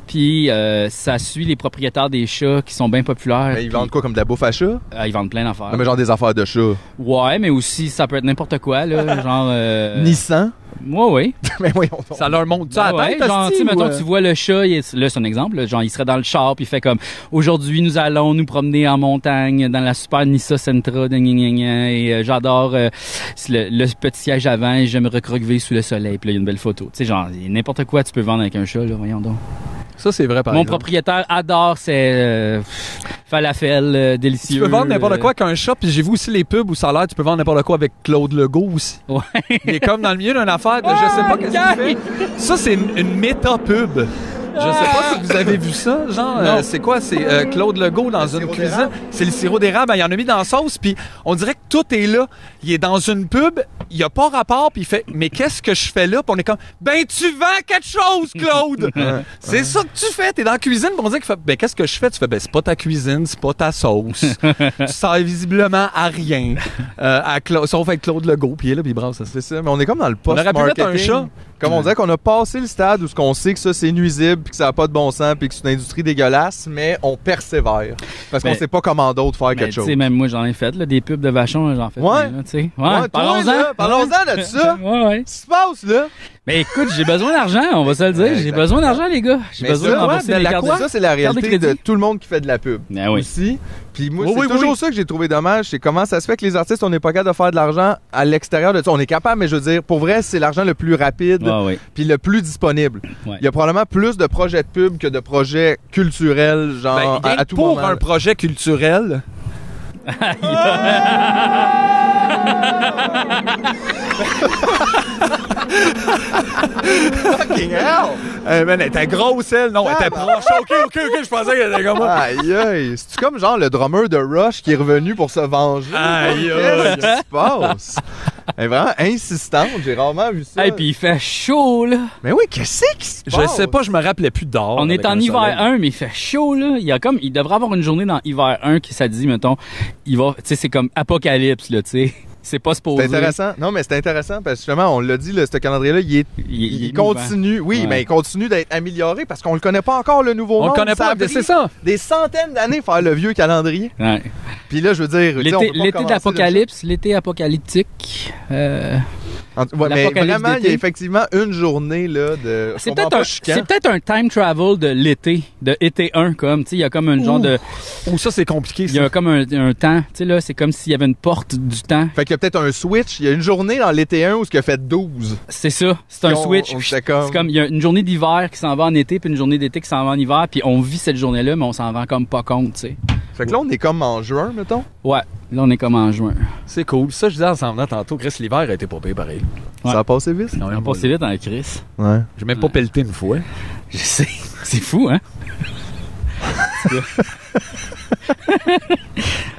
Speaker 1: Puis euh, ça suit les propriétaires des chats qui sont bien populaires.
Speaker 3: Mais Ben, ils
Speaker 1: Puis,
Speaker 3: vendent quoi comme de la bouffe à chat?
Speaker 1: euh, ils vendent plein d'affaires.
Speaker 3: Non, mais genre des affaires
Speaker 1: (laughs)
Speaker 3: de chat.
Speaker 1: Ouais, mais aussi ça peut être n'importe quoi
Speaker 2: (laughs)
Speaker 1: là, genre euh...
Speaker 3: Nissan?
Speaker 1: Ouais ouais.
Speaker 3: mais voyons donc.
Speaker 2: Ça leur monte tu à la
Speaker 1: Ouais,
Speaker 2: tête,
Speaker 1: genre tu
Speaker 2: hostie,
Speaker 1: sais,
Speaker 2: ou,
Speaker 1: mettons
Speaker 2: euh,
Speaker 1: tu vois le chat, il est- là c'est un exemple, là, genre il serait dans le char puis il fait comme aujourd'hui nous allons nous promener en montagne dans la super Nissa Sentra gna, gna, gna, gna, et euh, j'adore euh, c'est le, le petit siège avant, et je vais me recroqueviller sous le soleil puis là il y a une belle photo. Tu sais genre il y a n'importe quoi tu peux vendre avec un chat là, voyons donc.
Speaker 2: Ça, c'est vrai, par
Speaker 1: Mon
Speaker 2: exemple.
Speaker 1: propriétaire adore ses euh, falafels euh, délicieux.
Speaker 2: Tu peux vendre n'importe
Speaker 1: euh,
Speaker 2: quoi qu'un chat, puis j'ai vu aussi les pubs où ça a l'air, tu peux vendre n'importe quoi avec Claude Legault aussi.
Speaker 1: Ouais.
Speaker 2: Il est comme dans le milieu d'une affaire de je sais pas qu'est-ce qu'il fait. Ça, c'est une, une méta-pub. Je sais pas si vous avez vu ça, genre, euh, c'est quoi? C'est euh, Claude Legault dans une
Speaker 3: sirop
Speaker 2: cuisine.
Speaker 3: d'érable.
Speaker 2: C'est le sirop d'érable, il en a mis dans la sauce, puis on dirait que tout est là. Il est dans une pub, il a pas rapport, puis il fait « Mais qu'est-ce que je fais là? » Puis on est comme « Ben, tu vends quelque chose,
Speaker 3: (laughs)
Speaker 2: Claude! C'est ça que tu fais, t'es dans la cuisine, puis on dirait qu'il fait « Ben, qu'est-ce que je fais? » Tu fais « Ben, c'est pas ta cuisine, c'est pas ta
Speaker 3: (laughs)
Speaker 2: sauce. tu sers visiblement à rien. Euh, à Cla- Sauf avec Claude Legault, puis il est là, puis il brasse ça.
Speaker 3: C'est ça, mais on est comme dans le
Speaker 2: On aurait pu
Speaker 3: post-marketing.
Speaker 2: mettre un chat.
Speaker 3: Comme on dirait qu'on a passé le stade où ce qu'on sait que ça c'est nuisible, puis que ça n'a pas de bon sens, puis que c'est une industrie dégueulasse, mais on persévère parce qu'on
Speaker 1: Mais-
Speaker 3: sait pas comment d'autre faire
Speaker 1: Mais
Speaker 3: quelque
Speaker 1: Ben, tu
Speaker 3: chose.
Speaker 1: sais, même moi, j'en ai fait, là, des pubs de vachon, j'en fais.
Speaker 3: Ouais.
Speaker 1: plein, là, tu sais. Ouais,
Speaker 3: Ouais, toi, là,
Speaker 1: parlons-en.
Speaker 3: parlons-en de ça.
Speaker 1: (laughs)
Speaker 3: (laughs)
Speaker 1: Ouais, ouais.
Speaker 3: Qu'est-ce qui se passe là
Speaker 1: Mais écoute, j'ai besoin d'argent, on va se le dire. J'ai
Speaker 3: Exactement.
Speaker 1: besoin d'argent, les gars. J'ai
Speaker 3: Mais
Speaker 1: besoin
Speaker 3: ça, ouais,
Speaker 1: d'embrasser
Speaker 3: mais
Speaker 1: les
Speaker 3: la
Speaker 1: cartes.
Speaker 3: quoi? ça c'est la
Speaker 1: Carte de
Speaker 3: réalité de
Speaker 1: crédit.
Speaker 3: tout le monde qui fait de la pub.
Speaker 1: Ben oui.
Speaker 3: aussi. Puis moi,
Speaker 2: Oui,
Speaker 3: c'est
Speaker 2: oui,
Speaker 3: toujours
Speaker 2: oui.
Speaker 3: ça que j'ai trouvé dommage. C'est comment ça se fait que les artistes, on n'est pas capable de faire de l'argent à l'extérieur de ça. On est capable, mais je veux dire, pour vrai, c'est l'argent le plus rapide
Speaker 1: Ah oui.
Speaker 3: puis le plus disponible.
Speaker 1: Ouais.
Speaker 3: Il y a probablement plus de projets de pub que de projets culturels, genre,
Speaker 2: Ben,
Speaker 3: à, à tout
Speaker 2: pour
Speaker 3: moment.
Speaker 2: un projet culturel.
Speaker 3: Fucking hell!
Speaker 2: Eh ben, elle était grosse, elle. Non, elle
Speaker 3: Ah,
Speaker 2: était proche. OK, OK, OK, je pensais qu'elle était comme moi.
Speaker 3: Aïe, aïe. C'est-tu comme genre le drummer de Rush qui est revenu pour se venger?
Speaker 2: Aïe,
Speaker 3: Qu'est-ce qui se passe? Elle est vraiment insistante. J'ai rarement vu ça.
Speaker 1: Hey, puis il fait chaud, là.
Speaker 3: Mais oui, qu'est-ce qui se passe?
Speaker 2: Je sais pas, je me rappelais plus d'or.
Speaker 3: Oh, ben,
Speaker 1: On est en hiver 1, mais il fait chaud, là. Il y a comme, il devrait avoir une journée dans hiver 1 qui, ça dit, mettons, il va, tu sais, c'est comme apocalypse, là, tu sais. (laughs) C'est pas
Speaker 3: C'est
Speaker 1: supposé.
Speaker 3: intéressant. Non, mais c'est intéressant parce que justement, on l'a dit, là, ce calendrier-là, il, est-
Speaker 1: Il- il
Speaker 3: il
Speaker 1: est hein.
Speaker 3: continue. Oui,
Speaker 1: Ouais.
Speaker 3: mais il continue d'être amélioré parce qu'on le connaît pas encore, le nouveau
Speaker 2: On
Speaker 3: monde.
Speaker 2: le connaît
Speaker 3: a
Speaker 2: pas,
Speaker 3: pris
Speaker 2: c'est ça.
Speaker 3: Des centaines d'années faire le vieux calendrier.
Speaker 1: Ouais.
Speaker 3: Puis là, je veux dire, tu sais, on peut
Speaker 1: L'été
Speaker 3: pas
Speaker 1: l'été de
Speaker 3: commencer
Speaker 1: l'apocalypse, l'été apocalyptique. Euh,
Speaker 3: En tout- ouais, mais
Speaker 1: L'apocalypse
Speaker 3: vraiment, il y
Speaker 1: d'été.
Speaker 3: a effectivement une journée là, de.
Speaker 1: C'est
Speaker 3: on va
Speaker 1: peut-être
Speaker 3: pas
Speaker 1: un,
Speaker 3: chican.
Speaker 1: c'est peut-être un time travel de l'été, de été 1 comme, tu sais, il y a comme un genre
Speaker 2: Ouh.
Speaker 1: de
Speaker 2: Ou ça, c'est compliqué.
Speaker 1: il y
Speaker 2: ça.
Speaker 1: a comme un, un temps, tu sais là, c'est comme s'il y avait une porte du temps.
Speaker 3: Fait qu'il y a peut-être un switch. Il y a une journée dans l'été 1 où ce que fait 12.
Speaker 1: C'est ça, c'est un
Speaker 3: Puis on-
Speaker 1: switch.
Speaker 3: on
Speaker 1: Puis
Speaker 3: était comme-
Speaker 1: C'est comme il y a une journée d'hiver qui s'en va en été puis une journée d'été qui s'en va en hiver puis on vit cette journée-là mais on s'en rend comme pas compte, tu sais.
Speaker 3: Fait que là, on est comme en juin, mettons.
Speaker 1: Ouais, là on est comme en juin.
Speaker 2: C'est cool. Ça, je disais en s'en venant tantôt, Chris, l'hiver a été pas pire pareil.
Speaker 1: Ouais.
Speaker 3: Ça a passé vite.
Speaker 2: Non,
Speaker 1: On a passé vite en crise.
Speaker 3: Ouais.
Speaker 2: J'ai même pas pelleté une fois.
Speaker 1: Je sais, (laughs) c'est fou
Speaker 3: (laughs)
Speaker 1: hein.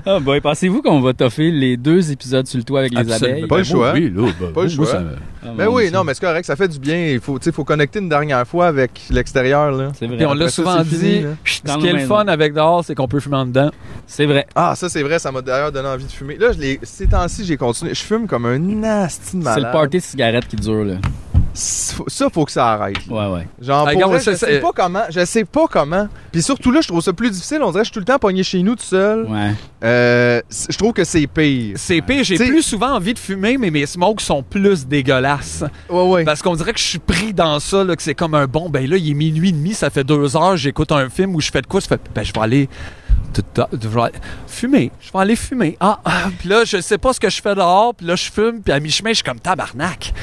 Speaker 1: Ah boy, pensez-vous qu'on va toffer les deux épisodes sur le toit avec les abeilles?
Speaker 3: pas. le choix.
Speaker 2: Oui, là, ben,
Speaker 3: Pas le
Speaker 2: moi,
Speaker 3: choix.
Speaker 2: ça me-
Speaker 1: Ah,
Speaker 3: Ben
Speaker 1: mon
Speaker 3: oui,
Speaker 1: Dieu.
Speaker 3: non, mais c'est correct. Ça fait du bien. Il faut, tu sais, faut connecter une dernière fois avec l'extérieur là.
Speaker 1: C'est vrai. hein?
Speaker 2: Puis on l'a
Speaker 3: Après ça,
Speaker 2: souvent
Speaker 3: c'est
Speaker 2: dit.
Speaker 3: fini, là.
Speaker 1: Chut, dans
Speaker 2: ce
Speaker 1: nos
Speaker 2: qui est le
Speaker 1: maisons.
Speaker 2: fun avec dehors, c'est qu'on peut fumer en dedans.
Speaker 1: C'est vrai.
Speaker 3: Ah, ça c'est vrai, ça m'a d'ailleurs donné envie de fumer. Là, je l'ai- ces temps-ci, j'ai continué. Je fume comme un nasty de
Speaker 1: C'est
Speaker 3: malade.
Speaker 1: le party de cigarettes qui dure, là.
Speaker 3: Ça, faut que ça arrête. là.
Speaker 1: Ouais, ouais.
Speaker 3: Genre,
Speaker 2: Ah,
Speaker 3: pour
Speaker 2: regarde,
Speaker 3: vrai,
Speaker 2: ça,
Speaker 3: je
Speaker 2: ça-
Speaker 3: sais pas comment. Je sais pas comment. Puis surtout là, je trouve ça plus difficile. On dirait que je suis tout le temps pogné chez nous tout seul.
Speaker 1: Ouais.
Speaker 3: Euh, c- je trouve que c'est pire.
Speaker 2: C'est pire, j'ai
Speaker 3: T'sais-
Speaker 2: plus souvent envie de fumer, mais mes smokes sont plus dégueulasses.
Speaker 3: Ouais, ouais.
Speaker 2: Parce qu'on dirait que je suis pris dans ça, là, que c'est comme un bon. Ben là, il est minuit et demi, ça fait deux heures, j'écoute un film où je fais de quoi, je fais. Ben, je vais aller. tout- tout- je vais aller Fumer, je vais aller fumer. Ah, ah, puis là, je sais pas ce que je fais dehors, puis là, je fume, puis à mi-chemin, je suis
Speaker 1: (laughs)
Speaker 2: comme tabarnak.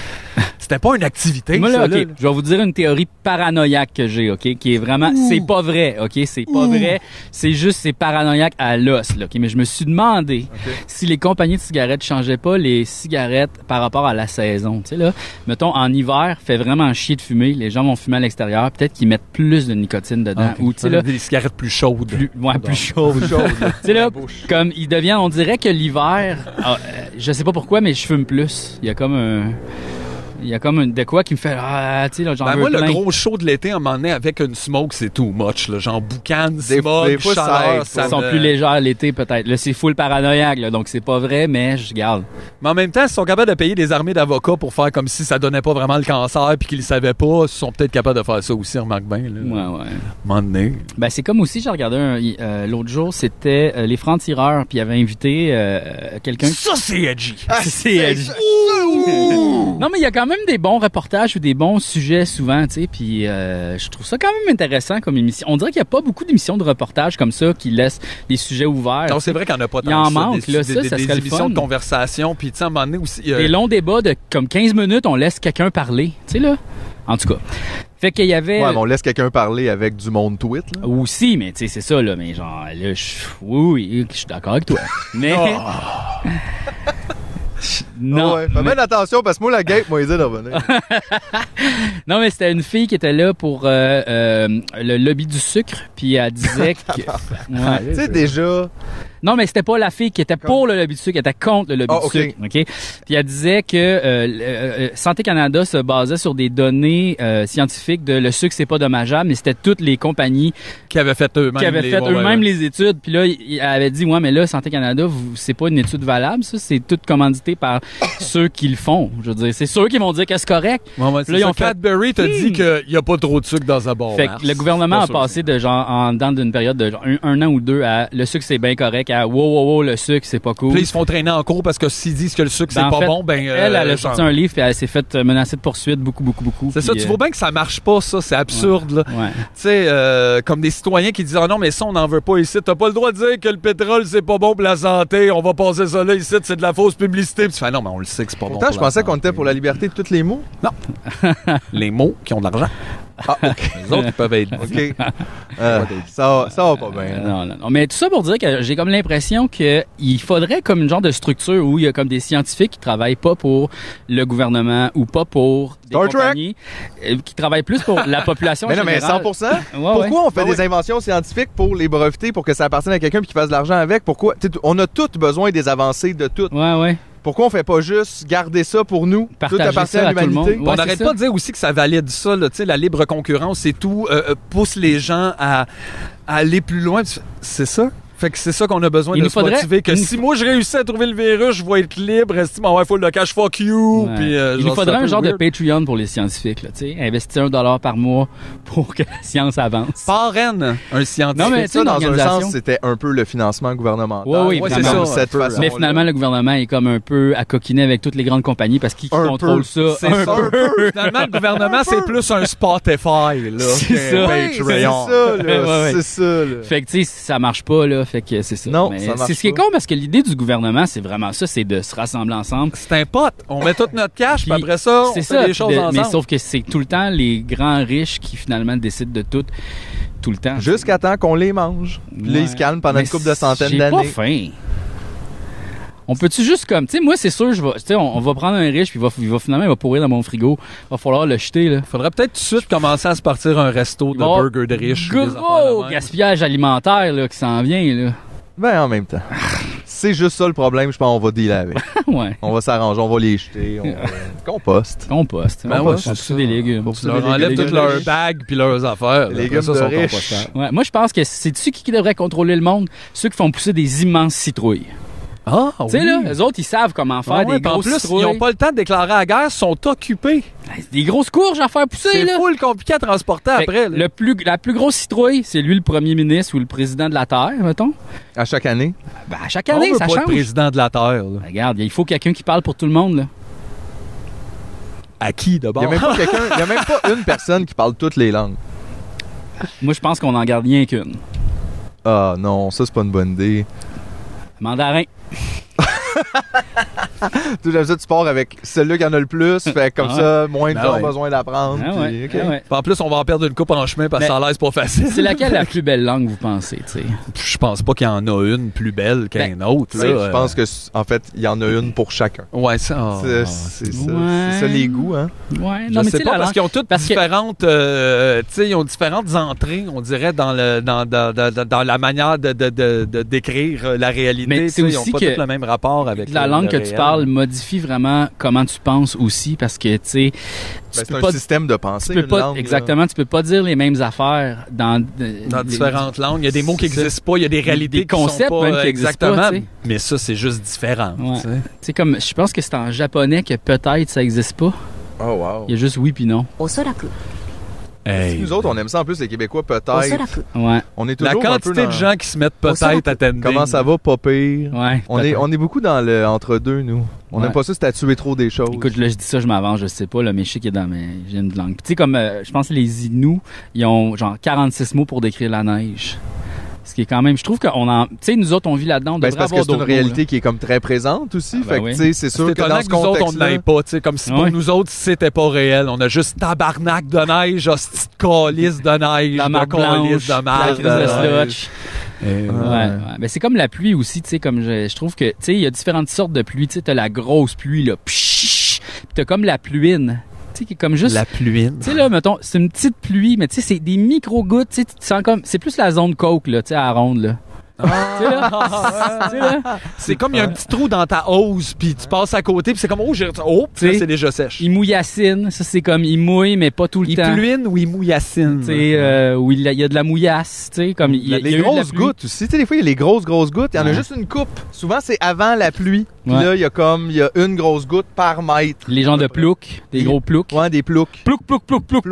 Speaker 2: C'était pas une activité,
Speaker 1: Moi, là,
Speaker 2: ça,
Speaker 1: OK,
Speaker 2: là. Ah,
Speaker 1: je vais vous dire une théorie paranoïaque que j'ai, OK, qui est vraiment... C'est pas vrai, OK? C'est pas vrai. C'est juste, c'est paranoïaque à l'os, là, OK? Mais je me suis demandé si les compagnies de cigarettes changeaient pas les cigarettes par rapport à la saison. Tu sais, là, mettons, en hiver, fait vraiment chier de fumer. Les gens vont fumer à l'extérieur. Peut-être qu'ils mettent plus de nicotine dedans.
Speaker 2: Ah,
Speaker 1: Ou, tu sais, là...
Speaker 2: des cigarettes plus chaudes.
Speaker 1: Plus, ouais, plus chaud.
Speaker 3: Trop
Speaker 1: (laughs)
Speaker 3: chaud, là.
Speaker 1: Tu sais là,
Speaker 3: bouche.
Speaker 1: comme il devient, on dirait que l'hiver, ah, euh, je sais pas pourquoi, mais je fume plus. Il y a comme un, il y a comme un, de quoi qui me fait, ah, tu sais là, j'en
Speaker 2: Ben,
Speaker 1: veux
Speaker 2: moi,
Speaker 1: plein.
Speaker 2: le gros show de l'été, à un moment donné, avec une smoke, c'est too much. Là. Genre boucan, smog,
Speaker 3: des fois, ça
Speaker 2: chaleur,
Speaker 3: aide,
Speaker 2: ça
Speaker 1: Ils sont
Speaker 2: me-
Speaker 1: plus légères l'été peut-être. Là, c'est full paranoïaque, là, donc c'est pas vrai, mais je garde.
Speaker 2: Mais en même temps, ils sont capables de payer des armées d'avocats pour faire comme si ça donnait pas vraiment le cancer puis qu'ils le savaient pas. Ils sont peut-être capables de faire ça aussi, remarque bien. Là.
Speaker 1: Ouais, ouais.
Speaker 2: À un moment donné.
Speaker 1: Ben c'est comme aussi, j'ai regardé un- euh, l'autre jour, c'était euh, les francs tireurs, puis il avait invité euh, quelqu'un.
Speaker 2: Ça, c'est edgy.
Speaker 1: (laughs) C'est- Non, mais il y a quand même des bons reportages ou des bons sujets souvent, tu sais. Puis euh, je trouve ça quand même intéressant comme émission. On dirait qu'il n'y a pas beaucoup d'émissions de reportages comme ça qui laissent les sujets ouverts.
Speaker 2: Non, c'est vrai qu'il n'y en a pas
Speaker 1: Il en
Speaker 2: tant que ça.
Speaker 1: manque,
Speaker 2: des,
Speaker 1: là,
Speaker 2: des-
Speaker 1: ça,
Speaker 2: des-
Speaker 1: ça
Speaker 2: des
Speaker 1: serait le
Speaker 2: émissions
Speaker 1: fun.
Speaker 2: de conversation, puis tu sais, à un moment donné aussi... euh,
Speaker 1: Des longs débats de comme 15 minutes, on laisse quelqu'un parler, tu sais là. En tout cas, fait qu'il y avait
Speaker 3: Ouais, mais on laisse quelqu'un parler avec du monde tweet. Là.
Speaker 1: aussi, mais tu sais c'est ça là, mais genre là, je- oui, oui, je suis d'accord avec toi, mais (laughs) Non.
Speaker 3: Ouais, fais
Speaker 1: mais-
Speaker 3: bien attention parce que moi, la gate m'a aidé
Speaker 1: (laughs)
Speaker 3: de revenir.
Speaker 1: Non, mais c'était une fille qui était là pour euh, euh, le lobby du sucre, puis elle
Speaker 2: (laughs)
Speaker 1: disait que... Ouais.
Speaker 3: tu sais, déjà.
Speaker 1: Non, mais c'était pas la fille qui était pour le lobby du sucre, elle était contre le lobby
Speaker 3: Ah,
Speaker 1: du
Speaker 3: ok.
Speaker 1: sucre. ok? Puis elle disait que euh, le- euh, Santé Canada se basait sur des données euh, scientifiques de le sucre, c'est pas dommageable, mais c'était toutes les compagnies
Speaker 2: Qui avaient fait eux-mêmes.
Speaker 1: qui avaient
Speaker 2: les-
Speaker 1: fait
Speaker 2: ouais, ouais,
Speaker 1: eux-mêmes
Speaker 2: ouais.
Speaker 1: les études. Puis là, il- il- elle avait dit, ouais, mais là, Santé Canada, vous- c'est pas une étude valable, ça, c'est tout commandité par ceux qui le font. Je veux dire, c'est ceux qui vont dire que c'est correct.
Speaker 2: Ouais, ouais, c'est
Speaker 1: Là, ils
Speaker 2: ça.
Speaker 1: ont fait- Hmm.
Speaker 2: Cadbury t'a dit qu'il n'y a pas trop de sucre dans un bon
Speaker 1: Fait que le gouvernement a passé de genre en dedans d'une période de genre un, un an ou deux à le sucre c'est bien correct à wow wow wow le sucre c'est pas cool.
Speaker 2: Puis là, ils se font traîner en cours parce que s'ils disent que le sucre,
Speaker 1: Ben, en
Speaker 2: c'est pas
Speaker 1: fait,
Speaker 2: bon, ben. euh,
Speaker 1: elle, elle a
Speaker 2: genre-
Speaker 1: sorti un livre et elle s'est faite menacer de poursuite beaucoup, beaucoup, beaucoup.
Speaker 2: C'est ça,
Speaker 1: puis,
Speaker 2: tu
Speaker 1: euh,
Speaker 2: vois bien que ça marche pas, ça. C'est absurde, là.
Speaker 1: Ouais.
Speaker 2: Tu sais, euh, comme des citoyens qui disent Ah non, mais ça, on n'en veut pas ici. T'as pas le droit de dire que le pétrole, c'est pas bon pour la santé. On va passer ça là ici, c'est de la fausse publicité. Puis tu fais Non, mais on le sait que c'est pas bon.
Speaker 3: Pourtant,
Speaker 2: pour
Speaker 3: je
Speaker 2: la
Speaker 3: pensais qu'on
Speaker 2: santé.
Speaker 3: était pour la liberté de tous
Speaker 1: (laughs)
Speaker 3: les mots.
Speaker 2: Les mots qui ont de l'argent.
Speaker 3: Ah, OK.
Speaker 2: (laughs) Les autres, ils peuvent être.
Speaker 3: OK. Euh, ça, va- ça va pas bien.
Speaker 1: Euh,
Speaker 3: hein.
Speaker 1: non, non, non. Mais tout ça pour dire que j'ai comme l'impression que il faudrait comme une genre de structure où il y a comme des scientifiques qui travaillent pas pour le gouvernement ou pas pour des
Speaker 3: Star Trek.
Speaker 1: compagnies, euh, qui travaillent plus pour la population. en
Speaker 3: (laughs) Mais non, mais
Speaker 1: général.
Speaker 3: 100 Pourquoi on fait
Speaker 1: Ah
Speaker 3: des inventions scientifiques pour les breveter, pour que ça appartienne à quelqu'un qui fasse de l'argent avec? Pourquoi? Tu sais, on a tous besoin des avancées de toutes.
Speaker 1: Ouais, ouais.
Speaker 3: Pourquoi on fait pas juste garder ça pour nous?
Speaker 1: Partager
Speaker 3: tout appartient
Speaker 1: ça
Speaker 3: à
Speaker 1: à tout le
Speaker 3: l'humanité.
Speaker 1: monde. Ouais,
Speaker 2: on
Speaker 1: c'est
Speaker 2: n'arrête
Speaker 1: ça.
Speaker 2: pas de dire aussi que ça valide ça, là, tu sais, la libre concurrence et tout, euh, euh, pousse les gens à, à aller plus loin. C'est ça? Fait que c'est ça qu'on a besoin
Speaker 1: Il
Speaker 2: de
Speaker 1: nous
Speaker 2: se
Speaker 1: faudrait
Speaker 2: motiver, que
Speaker 1: une-
Speaker 2: si moi je réussis à trouver le virus, je vais être libre, estime, ouais, faut le cash, fuck you,
Speaker 1: Ouais.
Speaker 2: puis euh,
Speaker 1: il
Speaker 2: genre,
Speaker 1: nous faudrait
Speaker 2: c'est
Speaker 1: un
Speaker 2: peu
Speaker 1: genre
Speaker 2: weird.
Speaker 1: de Patreon pour les scientifiques, là, tu sais, investir un dollar par mois pour que la science avance.
Speaker 2: Parraine, un scientifique.
Speaker 1: Non, mais
Speaker 3: Mais
Speaker 1: tu sais,
Speaker 3: ça, dans
Speaker 1: une
Speaker 3: un
Speaker 1: organisation-
Speaker 3: sens, c'était un peu le financement gouvernemental.
Speaker 1: Ouais, oui,
Speaker 2: Ouais,
Speaker 3: c'est
Speaker 2: c'est
Speaker 3: ça.
Speaker 2: ça,
Speaker 3: cette
Speaker 2: un peu, là.
Speaker 3: façon
Speaker 1: Mais finalement, le gouvernement est comme un peu à coquiner avec toutes les grandes compagnies parce qu'ils
Speaker 3: Un
Speaker 1: contrôlent
Speaker 3: peu.
Speaker 1: ça
Speaker 2: C'est
Speaker 1: un
Speaker 2: ça.
Speaker 1: peu.
Speaker 2: Finalement, le gouvernement, c'est plus un Spotify, là.
Speaker 1: C'est
Speaker 2: qu'un
Speaker 1: ça.
Speaker 3: Oui, c'est
Speaker 2: Patreon.
Speaker 3: ça, là.
Speaker 1: Ouais, ouais.
Speaker 3: C'est ça, là.
Speaker 1: Fait que, tu sais, ça marche pas, là. Fait que c'est ça.
Speaker 3: Non,
Speaker 1: Mais
Speaker 3: ça marche
Speaker 1: C'est ce qui est
Speaker 3: pas.
Speaker 1: con parce que l'idée du gouvernement, c'est vraiment ça, c'est de se rassembler ensemble.
Speaker 2: C'est un pote. On met tout notre cash, puis
Speaker 1: Puis,
Speaker 2: après ça, on
Speaker 1: C'est
Speaker 2: fait
Speaker 1: ça.
Speaker 2: des choses
Speaker 1: de-
Speaker 2: ensemble.
Speaker 1: mais sauf que c'est tout le temps les grands riches qui finalement décident de tout, tout le temps.
Speaker 3: Jusqu'à temps qu'on les mange. Puis là,
Speaker 1: Ouais.
Speaker 3: ils se calment pendant
Speaker 1: Mais
Speaker 3: une couple de centaines
Speaker 1: j'ai pas
Speaker 3: d'années.
Speaker 1: faim. On peut-tu juste comme, tu sais, moi c'est sûr, je vais, tu sais, on, on va prendre un riche puis il va, il va finalement il va pourrir dans mon frigo. Va falloir le jeter là.
Speaker 2: Faudrait peut-être tout de suite commencer à se partir un resto de
Speaker 1: Il va y avoir
Speaker 2: burger de riche. ou des affaires de
Speaker 1: Gros
Speaker 2: même.
Speaker 1: gaspillage alimentaire là qui s'en vient là. (laughs)
Speaker 3: Ben, en même temps. C'est juste ça le problème, je pense qu'on va dealer avec.
Speaker 1: ouais.
Speaker 3: On va s'arranger, on va les jeter, on
Speaker 2: (laughs)
Speaker 3: va- compost.
Speaker 1: Compost.
Speaker 2: Ben
Speaker 1: On va
Speaker 2: ouais,
Speaker 1: se
Speaker 2: c'est ça.
Speaker 1: des légumes.
Speaker 2: Tu leur enlèves toutes leurs bagues puis leurs affaires.
Speaker 3: Les
Speaker 2: Ben, Après ça,
Speaker 3: légumes de
Speaker 2: sont
Speaker 3: riches.
Speaker 2: compostables.
Speaker 1: Ouais, moi je pense que c'est ceux qui qui devraient contrôler le monde, ceux qui font pousser des immenses citrouilles.
Speaker 2: Ah, oui.
Speaker 1: Tu sais là, les autres ils savent comment faire
Speaker 2: Ah ouais,
Speaker 1: des
Speaker 2: puis en
Speaker 1: grosses
Speaker 2: plus,
Speaker 1: citrouilles,
Speaker 2: ils n'ont pas le temps de déclarer la guerre, ils sont occupés.
Speaker 1: des grosses courges à faire pousser
Speaker 2: C'est
Speaker 1: là.
Speaker 2: full compliqué à transporter
Speaker 1: Fait que
Speaker 2: après. là.
Speaker 1: le plus, la plus grosse citrouille, c'est lui le premier ministre ou le président de la Terre, mettons.
Speaker 3: À chaque année.
Speaker 1: Ben, à chaque
Speaker 2: On
Speaker 1: année,
Speaker 2: veut
Speaker 1: ça
Speaker 2: pas être
Speaker 1: change. Ben,
Speaker 2: président de la Terre. là.
Speaker 1: Regarde, il faut quelqu'un qui parle pour tout le monde. Là.
Speaker 2: À qui,
Speaker 3: Il
Speaker 2: d'abord?
Speaker 3: n'y a
Speaker 2: (laughs)
Speaker 3: même pas quelqu'un, il y a même pas une personne qui parle toutes les langues.
Speaker 1: Moi, je pense qu'on en garde rien qu'une.
Speaker 3: Ah non, ça c'est pas une bonne idée.
Speaker 1: Mandarin.
Speaker 3: Tu sais, ça, tu pars avec celui qui en a le plus, fait que comme
Speaker 1: Ah
Speaker 3: ça, moins de
Speaker 2: Ben
Speaker 3: temps
Speaker 2: ouais. Ben
Speaker 3: besoin d'apprendre.
Speaker 1: Ah ouais,
Speaker 3: puis, ok.
Speaker 1: ah ouais.
Speaker 2: Puis En plus, on va en perdre une coupe en chemin parce que
Speaker 1: Mais-
Speaker 2: ça a l'air c'est pas facile.
Speaker 1: C'est laquelle la plus belle langue, vous pensez, tu sais?
Speaker 2: (laughs) Je pense pas qu'il y en a une plus belle qu'un
Speaker 1: Ben,
Speaker 2: autre.
Speaker 3: Tu
Speaker 2: là.
Speaker 3: sais,
Speaker 2: Euh,
Speaker 3: je pense que c- en fait, il y en a une pour chacun.
Speaker 2: Ouais, ça. ah.
Speaker 3: C'est c'est ça,
Speaker 1: Ah, Ouais.
Speaker 3: c'est ça les goûts, hein?
Speaker 1: Ouais,
Speaker 2: Je
Speaker 1: non, mais tu
Speaker 2: sais
Speaker 1: sais,
Speaker 2: pas,
Speaker 1: la
Speaker 2: parce
Speaker 1: langue...
Speaker 2: qu'ils ont toutes
Speaker 1: parce que-
Speaker 2: différentes, euh, tu sais, ils ont différentes entrées, on dirait, dans, le, dans, dans, dans, dans la manière de, de, de, de- d'écrire euh, la réalité.
Speaker 1: Mais
Speaker 2: tu
Speaker 1: c'est
Speaker 2: sais, ils ont
Speaker 1: aussi
Speaker 2: pas
Speaker 1: que
Speaker 2: tout le même rapport avec
Speaker 1: La
Speaker 2: le-
Speaker 1: langue
Speaker 2: le
Speaker 1: que tu
Speaker 2: réel.
Speaker 1: parles modifie vraiment comment tu penses aussi, parce que, tu sais, tu
Speaker 3: Ben, c'est
Speaker 1: peux
Speaker 3: un
Speaker 1: pas...
Speaker 3: système de
Speaker 1: Tu
Speaker 3: pensée.
Speaker 1: peux
Speaker 3: une
Speaker 1: pas,
Speaker 3: langue, là.
Speaker 1: exactement, tu peux pas dire les mêmes affaires dans, euh,
Speaker 2: Dans
Speaker 1: les-
Speaker 2: différentes langues, il y a des mots qui
Speaker 1: C'est ça.
Speaker 2: n'existent pas, il y a des réalités qui
Speaker 1: concepts
Speaker 2: sont pas
Speaker 1: même qui
Speaker 2: euh,
Speaker 1: existent pas,
Speaker 2: exactement.
Speaker 1: tu sais.
Speaker 2: mais ça, c'est juste différent.
Speaker 1: Ouais.
Speaker 2: tu sais.
Speaker 1: Tu sais, comme, je pense que c'est en japonais que peut-être ça existe pas.
Speaker 3: Oh wow.
Speaker 1: Il y a juste oui puis non.
Speaker 4: おそらく
Speaker 2: Hey.
Speaker 3: Nous autres, on aime ça en plus, les Québécois,
Speaker 4: おそら
Speaker 3: peut-être.
Speaker 4: く
Speaker 1: Ouais,
Speaker 3: On est
Speaker 2: La
Speaker 3: toujours un peu
Speaker 2: quantité
Speaker 3: dans-
Speaker 2: de gens qui se mettent
Speaker 4: sent-
Speaker 2: peut-être à tending.
Speaker 3: Comment ça va, pas pire?
Speaker 1: ouais.
Speaker 3: On est, on est beaucoup dans le entre-deux, nous. On
Speaker 1: Ouais.
Speaker 3: n'aime pas ça statuer trop des choses.
Speaker 1: Écoute, là, je dis ça, je m'avance, je sais pas, là, mais je sais qu'il y a dans mes... J'ai une langue. Puis Tu sais, comme, euh, je pense que les Inuits, ils ont genre 46 mots pour décrire la neige. Ce qui est quand même... Je trouve qu'on en... Tu sais, nous autres, on vit là-dedans, on
Speaker 3: Ben, c'est
Speaker 1: devrait
Speaker 3: parce que
Speaker 1: avoir
Speaker 3: c'est une
Speaker 1: d'autres
Speaker 3: réalité qui est comme très présente aussi.
Speaker 1: Ah, ben
Speaker 3: fait que,
Speaker 1: oui.
Speaker 3: tu sais, c'est sûr
Speaker 2: C'est
Speaker 3: que dans
Speaker 2: étonnant
Speaker 3: ce
Speaker 2: que nous autres, on
Speaker 3: contexte
Speaker 2: ne l'aille pas, tu sais, comme si
Speaker 1: Ouais.
Speaker 2: pour nous autres, c'était pas réel. On a juste tabarnak de neige, hostie de calice de neige,
Speaker 1: La
Speaker 2: de
Speaker 1: marque blanche,
Speaker 2: calice de
Speaker 1: la
Speaker 2: marde
Speaker 1: crise
Speaker 2: de
Speaker 1: de
Speaker 2: neige.
Speaker 1: slotch. Euh, ouais, ouais. Mais c'est comme la pluie aussi, tu sais, comme je, je trouve que, tu sais, il y a différentes sortes de pluie. Tu sais, t'as la grosse pluie, là, pshhh, pis t'as comme la pluine, tu sais, qui est comme juste...
Speaker 2: La pluine.
Speaker 1: Tu sais, là, mettons, c'est une petite pluie, mais tu sais, c'est des micro-gouttes, tu sais, tu te sens comme... C'est plus la zone coke, là, tu sais, à la ronde, là. Tu sais, là, tu sais, là,
Speaker 2: C'est comme il y a un petit trou dans ta hose, puis tu passes à côté, puis c'est comme, oh, j'ai... Oh, puis là,
Speaker 1: T'sais,
Speaker 2: c'est déjà sèche.
Speaker 1: il mouillassine, ça c'est comme, il mouille, mais pas tout le
Speaker 2: Il
Speaker 1: temps.
Speaker 2: pluine ou il mouillassine?
Speaker 1: Tu sais, euh, où il y a- il y a de la mouillasse, tu sais, comme... Il, y a-
Speaker 3: Les
Speaker 1: il y a eu de la
Speaker 3: grosses
Speaker 1: pluie.
Speaker 3: gouttes aussi. Tu sais, des fois, il y a les grosses, grosses gouttes. Il y en a
Speaker 1: Ouais.
Speaker 3: juste une coupe. Souvent, c'est avant la pluie. Puis
Speaker 1: Ouais.
Speaker 3: là, il y a comme, il y a une grosse goutte par mètre.
Speaker 1: Les gens de plouc, des
Speaker 3: Il-
Speaker 1: gros ploucs.
Speaker 3: Ouais, des ploucs.
Speaker 1: Plouc, plouc, plouc, plouc, plouc.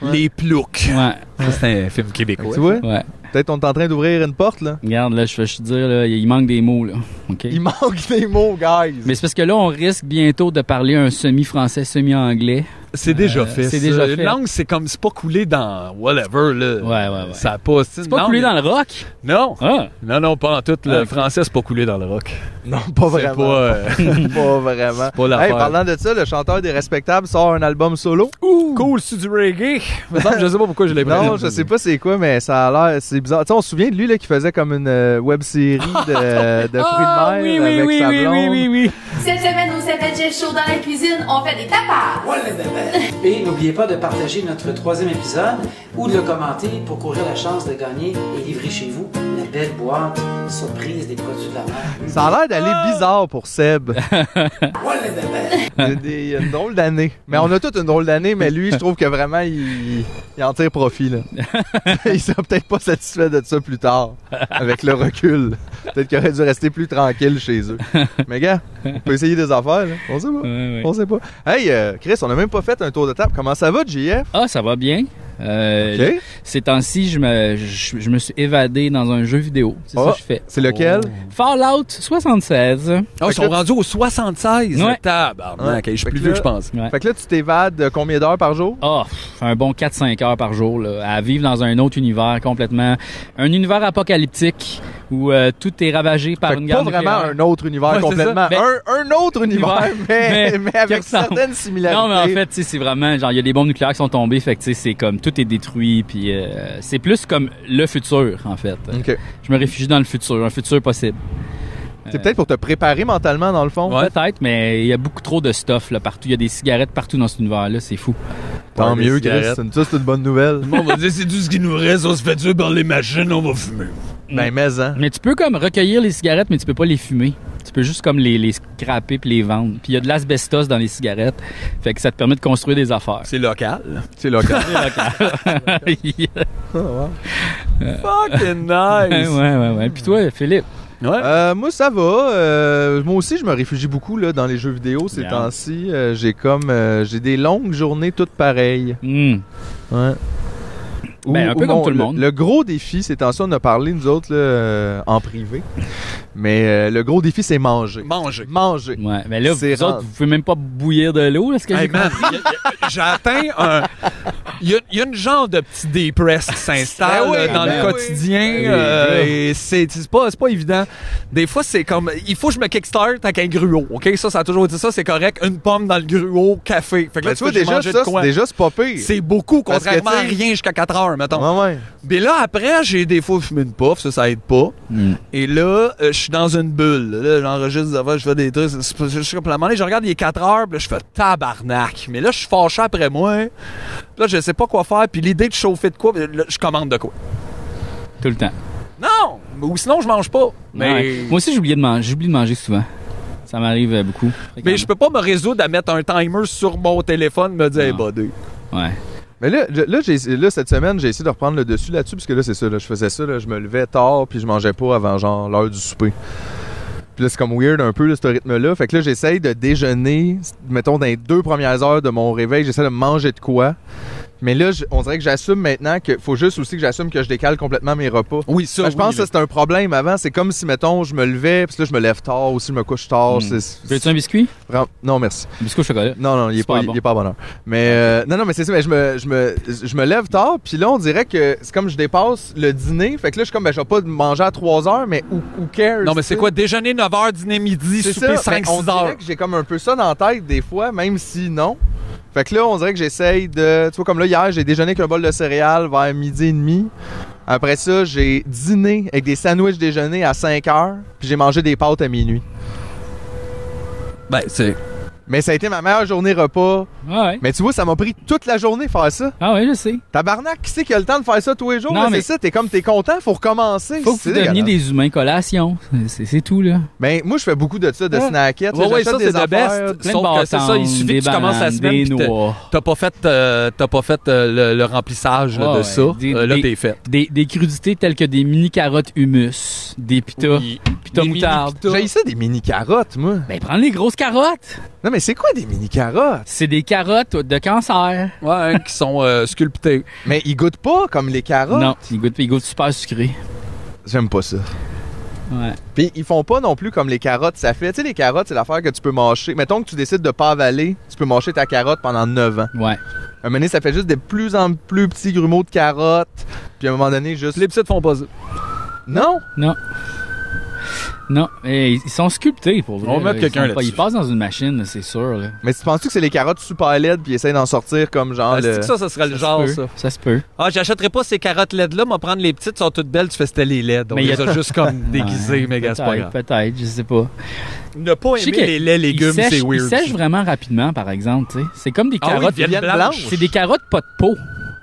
Speaker 3: Plouc.
Speaker 2: Les ploucs.
Speaker 1: Ouais,
Speaker 2: Ça, C'est un film québécois.
Speaker 3: Tu vois?
Speaker 1: ouais.
Speaker 3: Peut-être on est en train d'ouvrir une porte, là.
Speaker 1: Regarde, là, je vais te dire, là, il manque des mots, là. OK?
Speaker 3: Il manque (laughs) des mots, guys.
Speaker 1: Mais c'est parce que là, on risque bientôt de parler un semi-français, semi-anglais.
Speaker 2: C'est déjà fait.
Speaker 1: c'est
Speaker 2: ça.
Speaker 1: déjà
Speaker 2: Une
Speaker 1: fait.
Speaker 2: langue, c'est comme, c'est pas coulé dans whatever, là.
Speaker 1: Ouais, ouais, ouais.
Speaker 2: Ça a pas. C'est
Speaker 1: C'est pas coulé dans le rock?
Speaker 2: Non.
Speaker 1: Ah!
Speaker 2: Non, non, pas en tout.
Speaker 1: Ah,
Speaker 2: Le
Speaker 1: ok.
Speaker 2: français, c'est pas coulé dans le rock.
Speaker 3: Non, pas
Speaker 2: C'est
Speaker 3: vraiment.
Speaker 2: pas. euh,
Speaker 3: (laughs) Pas vraiment.
Speaker 2: pas l'affaire.
Speaker 3: Hey, parlant de ça, le chanteur des Respectables sort un album solo.
Speaker 2: (laughs) Cool, c'est du reggae. Il me semble, je sais pas pourquoi je l'ai pris.
Speaker 3: Non, je sais pas c'est quoi, mais ça a l'air, c'est bizarre. Tu sais, on se souvient de lui, là, qui faisait comme une euh, web
Speaker 1: (laughs)
Speaker 3: série de, de fruits de
Speaker 1: Ah,
Speaker 3: mer
Speaker 1: oui, oui,
Speaker 3: avec
Speaker 1: oui,
Speaker 3: sa
Speaker 1: oui,
Speaker 3: blonde.
Speaker 1: oui, oui, oui.
Speaker 4: Cette semaine au Saint-Adjet Show dans la cuisine, on fait des tapas.
Speaker 5: Et n'oubliez pas de partager notre troisième épisode ou de le commenter pour courir la chance de gagner et livrer chez vous la belle boîte surprise des produits de la mer.
Speaker 3: Ça a l'air
Speaker 1: Ah.
Speaker 3: d'aller bizarre
Speaker 1: (laughs)
Speaker 3: pour Seb. Il
Speaker 1: Hein.
Speaker 3: y a des- il y a une drôle d'année. Mais on a toute une drôle d'année, mais lui, je trouve que vraiment, il, il en tire profit.
Speaker 1: (laughs)
Speaker 3: Là. il sera peut-être pas satisfait de ça plus tard, avec le recul. Peut-être qu'il aurait dû rester plus tranquille chez eux. Mais gars, on peut essayer des affaires. Là. On sait pas.
Speaker 1: Ouais, ouais.
Speaker 3: On sait pas. Hey, euh, Chris, on a même pas fait un tour de table. Comment ça va, JF?
Speaker 1: Ah, ça va bien. Euh,
Speaker 3: Ok.
Speaker 1: Ces temps-ci, je me, je, je me suis évadé dans un jeu vidéo. C'est
Speaker 3: Ah.
Speaker 1: ça que je fais.
Speaker 3: C'est lequel?
Speaker 1: Oh. Fallout 76.
Speaker 2: Ah, ils sont rendus au 76.
Speaker 1: Ouais.
Speaker 2: Tabarnak,
Speaker 3: Ouais.
Speaker 2: je suis
Speaker 3: Fait
Speaker 2: plus
Speaker 3: que
Speaker 2: vieux
Speaker 3: là-
Speaker 2: que je pense.
Speaker 1: Ouais.
Speaker 3: Fait que là, tu t'évades de combien d'heures par jour?
Speaker 1: Ah, pff, un bon 4-5 heures par jour là, à vivre dans un autre univers complètement. Un univers apocalyptique où euh, tout est ravagé par
Speaker 3: Fait
Speaker 1: une
Speaker 3: que
Speaker 1: guerre
Speaker 3: pas vraiment
Speaker 1: nucléaire.
Speaker 3: un autre univers
Speaker 2: Ouais, c'est
Speaker 3: complètement.
Speaker 1: ça.
Speaker 3: un, un
Speaker 1: (laughs)
Speaker 3: autre univers, mais,
Speaker 1: mais-
Speaker 3: mais,
Speaker 1: quelque
Speaker 3: avec
Speaker 1: sorte.
Speaker 3: certaines similarités.
Speaker 1: Non, mais en fait, tu sais, c'est vraiment genre il y a des bombes nucléaires qui sont tombées, fait que tu sais, c'est comme tout est détruit, puis euh, c'est plus comme le futur en fait.
Speaker 3: OK.
Speaker 1: Je me réfugie dans le futur, un futur possible.
Speaker 3: C'est peut-être pour te préparer mentalement, dans le fond.
Speaker 2: Ouais.
Speaker 1: Peut-être, mais il y a beaucoup trop de stuff là partout. Il y a des cigarettes partout dans cet univers-là, c'est fou.
Speaker 3: Tant
Speaker 2: Ouais,
Speaker 3: mieux,
Speaker 2: des
Speaker 3: Chris.
Speaker 2: cigarettes.
Speaker 3: C'est une- Ça, c'est une bonne nouvelle.
Speaker 2: on va dire, c'est tout ce qui nous reste. On se fait tuer par les machines, on va fumer.
Speaker 1: Mm.
Speaker 3: ben, mais, hein.
Speaker 1: Mais tu peux comme recueillir les cigarettes, mais tu peux pas les fumer. Tu peux juste comme les, les scraper puis les vendre. Puis il y a de l'asbestos dans les cigarettes, fait que ça te permet de construire des affaires.
Speaker 2: (laughs) C'est local.
Speaker 1: (laughs)
Speaker 3: C'est local.
Speaker 1: ouais,
Speaker 2: Fucking
Speaker 1: ouais,
Speaker 2: nice.
Speaker 1: ouais, ouais. Puis toi, Philippe.
Speaker 2: (laughs) Ouais.
Speaker 3: Euh, moi, ça va. Euh, moi aussi, je me réfugie beaucoup là, dans les jeux vidéo ces
Speaker 1: Bien.
Speaker 3: temps-ci. Euh, j'ai comme. euh, j'ai des longues journées toutes pareilles.
Speaker 1: Hmm.
Speaker 3: Ouais.
Speaker 1: Ben, un peu comme tout le monde.
Speaker 3: Le, gros défi, c'est en ça, on a parlé, nous autres, là, euh, en privé. Mais euh, le gros défi, c'est manger.
Speaker 2: Manger.
Speaker 3: Manger.
Speaker 1: Ouais, mais là, vous
Speaker 3: C'est
Speaker 1: autres,
Speaker 3: rare.
Speaker 1: vous pouvez même pas bouillir de l'eau, est-ce que
Speaker 2: Hey,
Speaker 1: j'ai
Speaker 2: man, y a- y a- j'ai atteint un. Il y, a- il y a une genre de petit dépress qui s'installe
Speaker 3: Ben oui,
Speaker 2: là, dans
Speaker 3: ben
Speaker 2: le
Speaker 3: oui.
Speaker 2: quotidien.
Speaker 3: Ben oui,
Speaker 2: euh,
Speaker 3: ben oui.
Speaker 2: et c'est c'est pas, c'est pas évident. Des fois, c'est comme. Il faut que je me kickstart avec un gruau. OK? Ça, ça a toujours été ça. C'est correct. Une pomme dans le gruau, café. Fait que là,
Speaker 3: Mais
Speaker 2: tu
Speaker 3: Ben, tu
Speaker 2: peux
Speaker 3: vois, déjà,
Speaker 2: manger
Speaker 3: ça,
Speaker 2: de quoi?
Speaker 3: c'est- déjà, c'est pas pire.
Speaker 2: C'est beaucoup,
Speaker 3: Parce que,
Speaker 2: contrairement à
Speaker 3: tu sais-
Speaker 2: rien jusqu'à 4 heures, mettons.
Speaker 3: Ouais, ouais.
Speaker 2: Mais Ben là, après, j'ai des fois fumé une puff, ça, ça aide pas.
Speaker 1: Mm.
Speaker 2: Et là, euh, je suis dans une bulle. Là, j'enregistre des affaires, je fais des trucs. C'est pas- Je suis comme, à un moment donné, je regarde, il est 4 heures, puis là, je fais tabarnak. Mais là, je suis fâché après moi. Puis Là, je sais pas quoi faire. Puis l'idée de chauffer de quoi, puis là, je commande de quoi.
Speaker 1: tout le temps?
Speaker 2: Non! Ou sinon, je mange pas. Mais,
Speaker 1: Ouais. Moi aussi, j'oublie de manger, j'oublie de manger souvent. Ça m'arrive euh, beaucoup.
Speaker 2: mais je peux pas me résoudre à mettre un timer sur mon téléphone, me dire, hey,
Speaker 1: Non.
Speaker 2: buddy.
Speaker 1: Ouais.
Speaker 3: Mais là, je- là, j'ai, là, cette semaine, j'ai essayé de reprendre le dessus là-dessus, parce que là, c'est ça, là, je faisais ça, là, je me levais tard, puis je mangeais pas avant genre l'heure du souper. Puis là, c'est comme weird un peu, là, ce rythme-là. Fait que là, j'essaye de déjeuner, mettons, dans les deux premières heures de mon réveil, j'essaie de manger de quoi. Mais là, je- on dirait que j'assume maintenant que faut juste aussi que j'assume que je décale complètement mes repas.
Speaker 2: Oui, ça.
Speaker 3: Ben, je
Speaker 2: oui,
Speaker 3: pense
Speaker 2: là.
Speaker 3: que c'est un problème avant. C'est comme si, mettons, je me levais, puis là, je me lève tard, ou si je me couche tard.
Speaker 2: Hmm.
Speaker 1: Mm.
Speaker 3: Oh, c'est-
Speaker 1: Veux-tu un biscuit?
Speaker 3: Vraiment- Non, merci.
Speaker 1: Un biscuit au chocolat.
Speaker 3: Non, non, il
Speaker 1: C'est
Speaker 3: est
Speaker 1: pas
Speaker 3: pas, il-
Speaker 1: bon.
Speaker 3: il est pas à bonheur. Mais euh, non, non, mais c'est ça. Mais je me, je me, je me lève tard, puis là, on dirait que c'est comme je dépasse le dîner. Fait que là, je suis comme, ben, je vais pas manger à 3 heures, mais who, who cares?
Speaker 2: Non, mais c'est quoi? Déjeuner 9 h, dîner midi,
Speaker 3: C'est
Speaker 2: souper
Speaker 3: ça.
Speaker 2: 5-6
Speaker 3: ben, on
Speaker 2: heures.
Speaker 3: dirait que j'ai comme un peu ça dans la tête des fois, même si non. Fait que là, on dirait que j'essaye de. Tu vois, comme là, hier, j'ai déjeuné avec un bol de céréales vers midi et demi. Après ça, j'ai dîné avec des sandwichs déjeuner à 5 heures, puis j'ai mangé des pâtes à minuit.
Speaker 2: Ben, c'est.
Speaker 3: Mais ça a été ma meilleure journée repas.
Speaker 1: Ah ouais.
Speaker 3: Mais tu vois, ça m'a pris toute la journée faire ça.
Speaker 1: Ah ouais, je sais.
Speaker 3: Tabarnak, qui c'est qui a le temps de faire ça tous les jours?
Speaker 1: Non,
Speaker 3: là?
Speaker 1: mais-
Speaker 3: C'est ça, t'es comme, t'es content, faut recommencer.
Speaker 1: Faut que
Speaker 3: C'est
Speaker 1: vous deveniez
Speaker 3: dégueulasse.
Speaker 1: des humains collation. C'est c'est tout, là.
Speaker 3: Ben, moi, je fais beaucoup de ça, de
Speaker 1: Ouais.
Speaker 3: snackettes.
Speaker 2: Ouais,
Speaker 3: là,
Speaker 2: ouais,
Speaker 3: j'achète
Speaker 2: ça,
Speaker 3: des
Speaker 2: c'est de
Speaker 3: affaires.
Speaker 2: best.
Speaker 1: Plein
Speaker 2: Sauf
Speaker 1: de
Speaker 2: que c'est ça, il suffit
Speaker 1: des
Speaker 2: que tu commences la
Speaker 1: bananes,
Speaker 2: semaine
Speaker 1: des
Speaker 2: puis t'es-
Speaker 1: noix.
Speaker 2: T'as pas fait, euh, t'as pas fait euh, le, le remplissage là,
Speaker 1: Ouais,
Speaker 2: de
Speaker 1: ouais.
Speaker 2: ça.
Speaker 1: Des-
Speaker 2: Euh, là,
Speaker 1: des-
Speaker 2: t'es fait.
Speaker 1: Des, des crudités telles que des mini carottes humus, des pitas,
Speaker 2: Oui.
Speaker 1: pitas
Speaker 2: Des
Speaker 1: moutarde.
Speaker 2: mini
Speaker 3: J'ai ça des mini carottes, moi.
Speaker 1: Ben prends les grosses carottes.
Speaker 3: Non, mais c'est quoi des mini carottes?
Speaker 1: C'est des carottes de cancer.
Speaker 2: pitas, Ouais, qui sont euh, sculptés.
Speaker 3: Mais ils goûtent pas comme les carottes.
Speaker 1: Non, ils goûtent, ils goûtent super sucrés.
Speaker 3: J'aime pas ça.
Speaker 1: Ouais.
Speaker 3: Puis ils font pas non plus comme les carottes, ça fait. Tu sais, les carottes, c'est l'affaire que tu peux mâcher. Mettons que tu décides de pas avaler, tu peux mâcher ta carotte pendant 9 ans.
Speaker 1: Ouais.
Speaker 3: À un moment donné, ça fait juste de plus en plus petits grumeaux de carottes. Puis à un moment donné, juste.
Speaker 2: Les petites font pas ça.
Speaker 3: Non!
Speaker 1: Non, mais ils ils sont sculptés pour vrai.
Speaker 2: On va mettre
Speaker 1: là. Ils
Speaker 2: quelqu'un
Speaker 1: sont pas-
Speaker 2: là-dessus.
Speaker 1: Ils passent dans une machine, là, c'est sûr. Là.
Speaker 3: Mais tu penses-tu que c'est les carottes super laides puis ils essayent d'en sortir comme genre.
Speaker 2: Ah, c'est
Speaker 3: le-
Speaker 2: que Ça, ça serait le genre,
Speaker 1: se
Speaker 2: ça.
Speaker 1: peut, se peut.
Speaker 2: Ah, j'achèterais pas ces carottes LED-là, m'en prendre les petites, sont toutes belles, tu fais c'était les LED. On
Speaker 1: Mais il y a-
Speaker 2: les a juste comme déguisées,
Speaker 1: Ouais,
Speaker 2: mais gars, c'est pas
Speaker 1: Peut-être,
Speaker 2: grave.
Speaker 1: peut-être, je sais pas.
Speaker 2: Ne pas
Speaker 1: Je sais
Speaker 2: aimer
Speaker 1: que
Speaker 2: les laits légumes,
Speaker 1: ils sèchent,
Speaker 2: c'est
Speaker 1: Ils
Speaker 2: weird.
Speaker 1: sèchent vraiment rapidement, par exemple. tu sais. C'est comme des
Speaker 2: Ah oui,
Speaker 1: carottes.
Speaker 2: viennent
Speaker 3: viennent
Speaker 2: blanches.
Speaker 1: c'est des carottes pas de peau.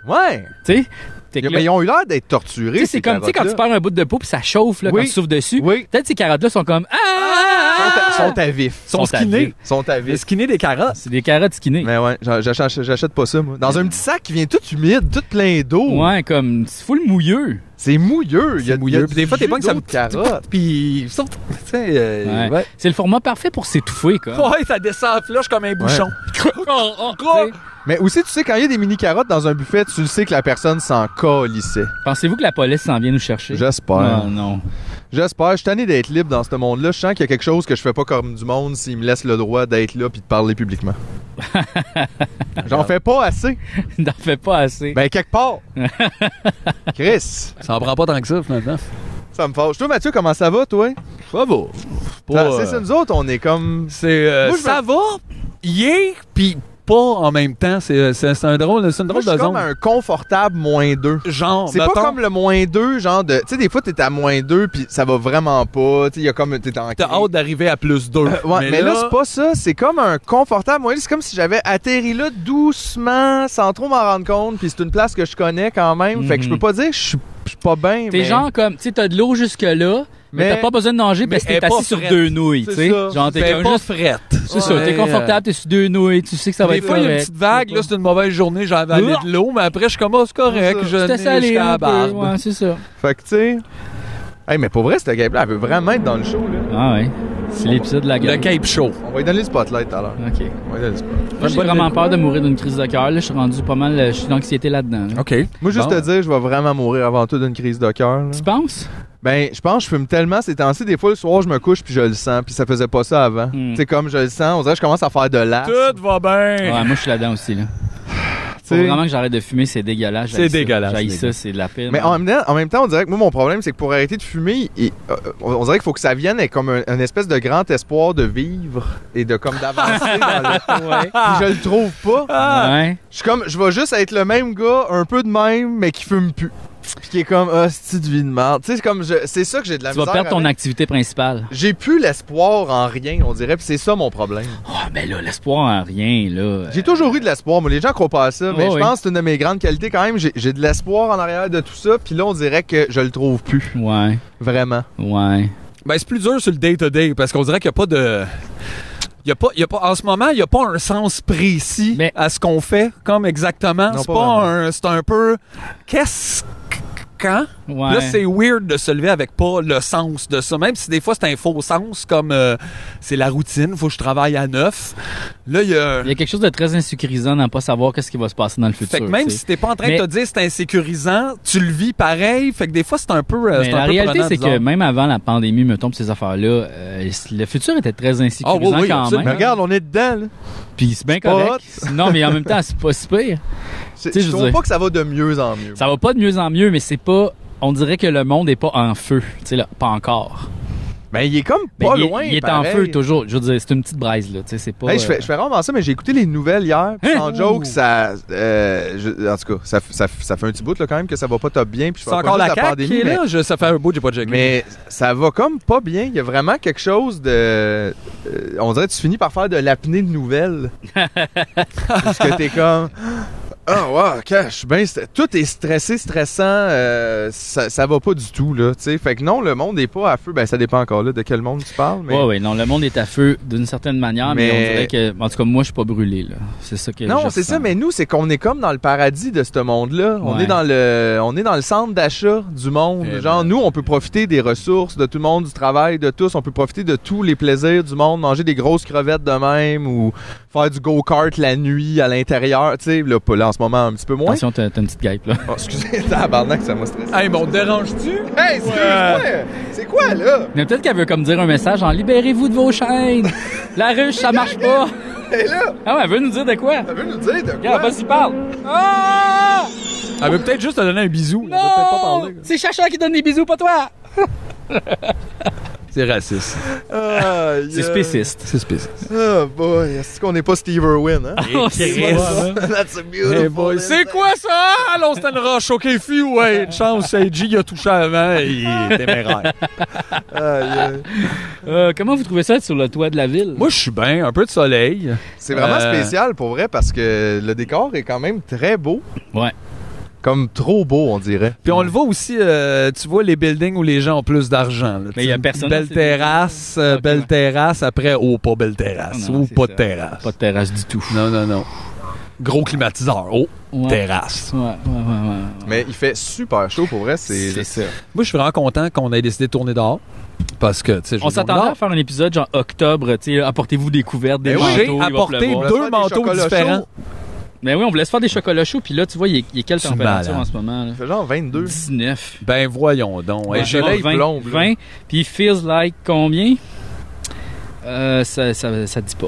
Speaker 3: Ouais!
Speaker 1: Tu sais. Fait que
Speaker 3: Mais
Speaker 1: là-
Speaker 3: ils ont eu l'air d'être
Speaker 1: Tu
Speaker 3: torturés.
Speaker 1: sais, c'est
Speaker 3: ces
Speaker 1: comme tu sais, quand tu
Speaker 3: carottes-là.
Speaker 1: perds un bout de peau puis ça chauffe là,
Speaker 3: Oui.
Speaker 1: quand tu souffles dessus.
Speaker 3: Oui.
Speaker 1: Peut-être ces carottes-là sont comme ah,
Speaker 3: Sont
Speaker 1: ah,
Speaker 3: à,
Speaker 1: ah,
Speaker 3: sont à vif.
Speaker 2: Sont
Speaker 1: sont à
Speaker 2: skinnées.
Speaker 1: vif.
Speaker 3: Sont à
Speaker 2: Les
Speaker 3: vif.
Speaker 2: skinnées des carottes.
Speaker 1: C'est des carottes skinnées.
Speaker 3: Mais ouais, j'a- j'achète j'achète pas ça, moi. Dans un petit sac qui vient tout humide, tout plein d'eau.
Speaker 1: Ouais, comme c'est full mouilleux.
Speaker 3: C'est mouilleux. Il y a,
Speaker 2: C'est mouilleux.
Speaker 3: il y a
Speaker 2: Puis
Speaker 3: du
Speaker 2: des fois, t'es
Speaker 3: jus
Speaker 2: pas que ça
Speaker 3: d'eau
Speaker 2: me
Speaker 3: de carotte.
Speaker 2: Puis, sauf, (laughs) tu sais, euh,
Speaker 1: Ouais.
Speaker 2: ouais.
Speaker 1: C'est le format parfait pour s'étouffer comme.
Speaker 2: Ouais, ça descend flush comme un bouchon.
Speaker 1: Tu sais,
Speaker 3: Mais aussi, tu sais, quand il y a des mini carottes dans un buffet, tu le sais que la personne s'en calissait.
Speaker 1: Pensez-vous que la police s'en vient nous chercher
Speaker 3: J'espère.
Speaker 1: Ah non. (laughs)
Speaker 3: J'espère. Je suis tanné d'être libre dans ce monde-là. Je sens qu'il y a quelque chose que je fais pas comme du monde s'il me laisse le droit d'être là puis de parler publiquement. J'en fais pas assez.
Speaker 1: N'en fais pas assez.
Speaker 3: (laughs) Ben, quelque part. Chris,
Speaker 2: Ça en prend pas tant que ça, finalement.
Speaker 3: ça me fâche. Toi, Mathieu, comment ça va, toi?
Speaker 2: Bravo.
Speaker 3: Ça- C'est
Speaker 2: euh,
Speaker 3: ça, nous autres, on est comme...
Speaker 2: C'est euh,
Speaker 3: Moi, je
Speaker 2: ça va, yeah, puis pas en même temps. C'est euh, c'est- c'est un drôle, c'est une
Speaker 3: Moi,
Speaker 2: drôle
Speaker 3: je
Speaker 2: de
Speaker 3: suis
Speaker 2: zone.
Speaker 3: comme un confortable moins deux.
Speaker 2: Genre,
Speaker 3: C'est pas
Speaker 2: mettons,
Speaker 3: comme le moins 2, genre de. Tu sais, des fois, t'es à moins 2 puis ça va vraiment pas. Tu sais, il y a comme. T'es en.
Speaker 2: t'as hâte d'arriver à plus 2.
Speaker 3: Euh, ouais, mais, là, c'est pas ça. C'est comme un confortable moins deux. C'est comme si j'avais atterri là doucement, sans trop m'en rendre compte. Puis c'est une place que je connais quand même. Fait que je peux
Speaker 1: Mhm.
Speaker 3: pas dire que je suis je suis pas bien.
Speaker 1: T'es
Speaker 3: mais-
Speaker 1: genre comme, tu sais, t'as de l'eau jusque-là, mais,
Speaker 3: Mais-
Speaker 1: t'as pas besoin de nager parce que
Speaker 2: mais
Speaker 1: t'es
Speaker 2: elle est
Speaker 1: assis
Speaker 2: pas
Speaker 1: sur
Speaker 2: frette.
Speaker 1: deux nouilles, tu
Speaker 3: C'est
Speaker 1: sais.
Speaker 3: ça.
Speaker 1: Genre, t'es
Speaker 2: T'es
Speaker 1: comme
Speaker 2: ben, pas
Speaker 1: juste,
Speaker 2: frette.
Speaker 1: c'est ça, t'es
Speaker 2: Ouais,
Speaker 1: confortable, t'es sur deux nouilles, tu sais que ça va
Speaker 2: Des
Speaker 1: être
Speaker 2: fois, il y a une
Speaker 1: correct.
Speaker 2: petite vague, là, c'est une mauvaise journée, j'ai avalé
Speaker 1: Ah!
Speaker 2: de l'eau, mais après, je suis comme, ah, c'est correct,
Speaker 3: C'est ça.
Speaker 2: je
Speaker 1: C'était
Speaker 2: n'ai
Speaker 1: salé
Speaker 2: jusqu'à la
Speaker 1: un peu,
Speaker 2: barbe.
Speaker 1: ouais, c'est ça.
Speaker 3: Fait que, tu sais. Hey, mais pour vrai, cette game-là, elle veut vraiment être dans le show, là.
Speaker 1: Ah ouais. C'est l'épisode de la
Speaker 2: Le
Speaker 1: gueule.
Speaker 2: Cape Show.
Speaker 3: On va lui donner le spotlight tout à l'heure.
Speaker 1: OK.
Speaker 3: On va lui donner le spotlight.
Speaker 1: Moi, j'ai vraiment peur de mourir d'une crise de cœur. là. Je suis rendu pas mal. euh, Je suis d'anxiété là-dedans. là.
Speaker 2: OK.
Speaker 3: Moi, juste
Speaker 2: Bon.
Speaker 3: te dire, je vais vraiment mourir avant tout d'une crise de cœur. là.
Speaker 1: Tu penses?
Speaker 3: Ben, je pense que je fume tellement ces temps-ci, des fois le soir, je me couche puis je le sens, puis ça faisait pas ça avant.
Speaker 1: Hmm.
Speaker 3: Tu sais, comme je le sens, on dirait que je commence à faire de l'as.
Speaker 2: Tout va
Speaker 1: Ouais,
Speaker 2: bien.
Speaker 1: moi, je suis là-dedans aussi. Là. Faut
Speaker 3: sais.
Speaker 1: vraiment que j'arrête de fumer, c'est dégueulasse.
Speaker 2: C'est dégueulasse,
Speaker 1: J'aille
Speaker 2: les
Speaker 1: ça,
Speaker 2: gars.
Speaker 1: c'est de la peine.
Speaker 3: Mais en même, temps, en même temps, on dirait que moi, mon problème, c'est que pour arrêter de fumer, il- euh, on on dirait qu'il faut que ça vienne avec comme un, un espèce de grand espoir de vivre et de comme
Speaker 1: (laughs)
Speaker 3: d'avancer dans le...
Speaker 1: ouais.
Speaker 3: Puis je le trouve pas.
Speaker 1: Ah! Ouais.
Speaker 3: Je suis comme, je vais juste être le même gars, un peu de même, mais qui fume plus. Puis qui est comme, ah, c'est de vie de merde. Tu sais, c'est comme, je- c'est ça que j'ai de la
Speaker 1: Tu vas
Speaker 3: misère
Speaker 1: perdre ton
Speaker 3: avec.
Speaker 1: activité principale.
Speaker 3: J'ai plus l'espoir en rien, on dirait, puis c'est ça mon problème.
Speaker 1: Oh, ben là, l'espoir en rien, là.
Speaker 3: J'ai toujours eu de l'espoir, moi. Les gens croient pas à ça, mais
Speaker 1: Ouais,
Speaker 3: je
Speaker 1: ouais.
Speaker 3: pense que c'est une de mes grandes qualités quand même. J'ai j'ai de l'espoir en arrière de tout ça, puis là, on dirait que je le trouve plus.
Speaker 1: Ouais.
Speaker 3: Vraiment.
Speaker 1: Ouais.
Speaker 2: Ben, c'est plus dur sur le day-to-day, parce qu'on dirait qu'il n'y a pas de... Il y a pas, il y a pas, en ce moment, il n'y a pas un sens précis
Speaker 1: Mais-
Speaker 2: à ce qu'on fait, comme exactement.
Speaker 3: Non,
Speaker 2: C'est
Speaker 3: pas
Speaker 2: pas,
Speaker 3: vraiment.
Speaker 2: un, c'est un peu, qu'est-ce, que- quand?
Speaker 1: Ouais.
Speaker 2: Là, c'est weird de se lever avec pas le sens de ça. Même si des fois, c'est un faux sens, comme euh, c'est la routine, faut que je travaille à neuf. Là, il y a...
Speaker 1: Il y a quelque chose de très insécurisant dans pas savoir qu'est-ce qui va se passer dans le futur.
Speaker 2: Fait que même
Speaker 1: tu sais.
Speaker 2: si t'es pas en train
Speaker 1: Mais-
Speaker 2: de te dire c'est insécurisant, tu le vis pareil. Fait que des fois, c'est un peu. euh,
Speaker 1: Mais
Speaker 2: c'est un
Speaker 1: la
Speaker 2: peu
Speaker 1: réalité,
Speaker 2: prenant,
Speaker 1: c'est
Speaker 2: disons.
Speaker 1: que même avant la pandémie, mettons, pis ces affaires-là, euh, le futur était très insécurisant
Speaker 2: Ah, oui, oui,
Speaker 1: quand
Speaker 2: absolument.
Speaker 3: Mais
Speaker 1: même.
Speaker 3: regarde, on est dedans, là.
Speaker 1: Puis c'est bien
Speaker 3: pas
Speaker 1: correct. Non, mais en même temps, c'est pas si pire.
Speaker 3: C'est-
Speaker 1: Tu sais,
Speaker 3: Je
Speaker 1: je veux
Speaker 3: trouve
Speaker 1: dire-
Speaker 3: pas que ça va de mieux en mieux.
Speaker 1: Ça va pas de mieux en mieux, mais c'est pas. On dirait que le monde est pas en feu. Tu sais, là, pas encore.
Speaker 3: Ben, il est comme
Speaker 1: Ben,
Speaker 3: pas
Speaker 1: il est-
Speaker 3: loin.
Speaker 1: Il est
Speaker 3: pareil.
Speaker 1: en feu toujours. Je veux dire, c'est une petite braise, là. Tu sais, c'est pas.
Speaker 3: Hey, je, fais, je fais rarement ça, mais j'ai écouté les nouvelles hier. puis
Speaker 1: Hein?
Speaker 3: Sans joke, ça. euh, je- en tout cas, ça, f- ça, f- ça fait un petit bout là, quand même que ça va pas top bien. Puis je
Speaker 2: C'est
Speaker 3: parle pas
Speaker 2: encore la
Speaker 3: juste de
Speaker 2: CAQ qui est
Speaker 3: mais-
Speaker 2: là. Je- ça fait un bout, j'ai pas de jogging.
Speaker 3: Mais ça va comme pas bien. Il y a vraiment quelque chose de. euh, on dirait que tu finis par faire de l'apnée de nouvelles. Parce que t'es comme. Ah, wow, ok, je suis bien. stre- Tout est stressé, stressant. euh, ça, ça va pas du tout, là. tu sais. Fait que non, le monde est pas à feu. Ben, ça dépend encore, là, de quel monde tu parles. Mais...
Speaker 1: euh, Ouais, ouais, non, le monde est à feu d'une certaine manière, mais...
Speaker 3: Mais-
Speaker 1: on dirait que, en tout cas, moi, je suis pas brûlé, là. C'est ça que
Speaker 3: Non,
Speaker 1: je
Speaker 3: c'est ça,
Speaker 1: ressens.
Speaker 3: mais nous, c'est qu'on est comme dans le paradis de ce monde-là. On
Speaker 1: Ouais.
Speaker 3: est dans le on est dans le centre d'achat du monde.
Speaker 2: Eh
Speaker 3: Genre, nous, on peut profiter des ressources de tout le monde, du travail, de tous. On peut profiter de tous les plaisirs du monde, manger des grosses crevettes de même ou faire du go-kart la nuit à l'intérieur. Tu sais, là, pas- là, en ce moment, un petit peu moins.
Speaker 1: Attention, t'as t'as une petite guêpe, là. (laughs)
Speaker 3: Oh, excusez, (laughs) tabarnak, ça m'a stressé.
Speaker 2: Hey, mais on te dérange-tu?
Speaker 3: Hey, excuse-moi! C'est quoi, là?
Speaker 1: Mais peut-être qu'elle veut comme dire un message en libérez-vous de vos chaînes. La ruche, ça marche
Speaker 3: (laughs)
Speaker 1: pas.
Speaker 3: Hé, là,
Speaker 1: Ah ouais, elle veut nous dire de quoi?
Speaker 3: ça veut nous dire de
Speaker 1: Regarde,
Speaker 3: quoi?
Speaker 1: vas-y, parle. Ah!
Speaker 2: Elle veut peut-être juste te donner un bisou. Elle veut peut-être pas
Speaker 1: Non!
Speaker 2: parler.
Speaker 1: C'est Chacha qui donne des bisous, pas toi!
Speaker 2: C'est raciste.
Speaker 3: Aïe,
Speaker 1: C'est
Speaker 3: aïe.
Speaker 1: spéciste.
Speaker 2: C'est spéciste.
Speaker 3: Oh boy, est-ce qu'on n'est pas Steve Irwin, hein?
Speaker 1: Oh,
Speaker 3: That's a beautiful
Speaker 2: Hey Eh, boy, c'est
Speaker 3: insect.
Speaker 2: quoi ça? Allons, c'est une roche. OK, fille, ouais. Une chance, AJ a touché avant. Il
Speaker 1: (laughs)
Speaker 2: est téméraire.
Speaker 3: Aïe, aïe.
Speaker 1: Euh, comment vous trouvez ça être sur le toit de la ville?
Speaker 2: Moi, je suis bien. Un peu de soleil.
Speaker 3: C'est vraiment
Speaker 2: Euh,
Speaker 3: spécial pour vrai parce que le décor est quand même très beau.
Speaker 1: Ouais.
Speaker 3: Comme trop beau, on dirait.
Speaker 2: Puis on le voit aussi, euh, tu vois les buildings où les gens ont plus d'argent. là.
Speaker 1: Mais il y a
Speaker 2: Tu-
Speaker 1: personne dans
Speaker 2: Belle
Speaker 1: ces
Speaker 2: terrasse, euh,
Speaker 1: Ok,
Speaker 2: belle
Speaker 1: ouais. Ah
Speaker 2: terrasse, après, oh, pas belle terrasse,
Speaker 1: Non, non,
Speaker 2: ou
Speaker 1: c'est
Speaker 2: pas
Speaker 1: ça.
Speaker 2: de terrasse.
Speaker 1: Pas de terrasse du tout.
Speaker 2: Non, non, non. Gros climatiseur, oh,
Speaker 1: Ouais.
Speaker 2: terrasse.
Speaker 1: Ouais, ouais, ouais, ouais.
Speaker 3: Mais il fait super chaud pour vrai. C'est
Speaker 1: C'est ça.
Speaker 2: Moi, je suis vraiment content qu'on ait décidé de tourner dehors. Parce que, tu sais, je
Speaker 1: On
Speaker 2: veux dire,
Speaker 1: s'attendait à faire un épisode genre octobre, tu sais, apportez-vous des couvertes, des
Speaker 3: Ben oui, ben.
Speaker 1: manteaux, il
Speaker 2: J'ai
Speaker 1: va
Speaker 2: apporté
Speaker 1: pleuvoir.
Speaker 3: On va se
Speaker 2: deux
Speaker 3: faire des
Speaker 2: manteaux
Speaker 3: chocolats
Speaker 2: différents.
Speaker 3: chauds.
Speaker 1: Mais oui, on voulait se faire des chocolats chauds, puis là, tu vois, il est, il est quelle
Speaker 2: C'est
Speaker 1: température
Speaker 2: malade.
Speaker 1: en ce moment? Là?
Speaker 3: Il fait genre 22.
Speaker 1: 19.
Speaker 2: Ben voyons donc.
Speaker 1: Ouais,
Speaker 2: Hey, je-
Speaker 3: le soleil
Speaker 1: 20,
Speaker 3: plombe, là.
Speaker 1: 20, puis feels like combien? Euh, ça, ça, ça dit pas.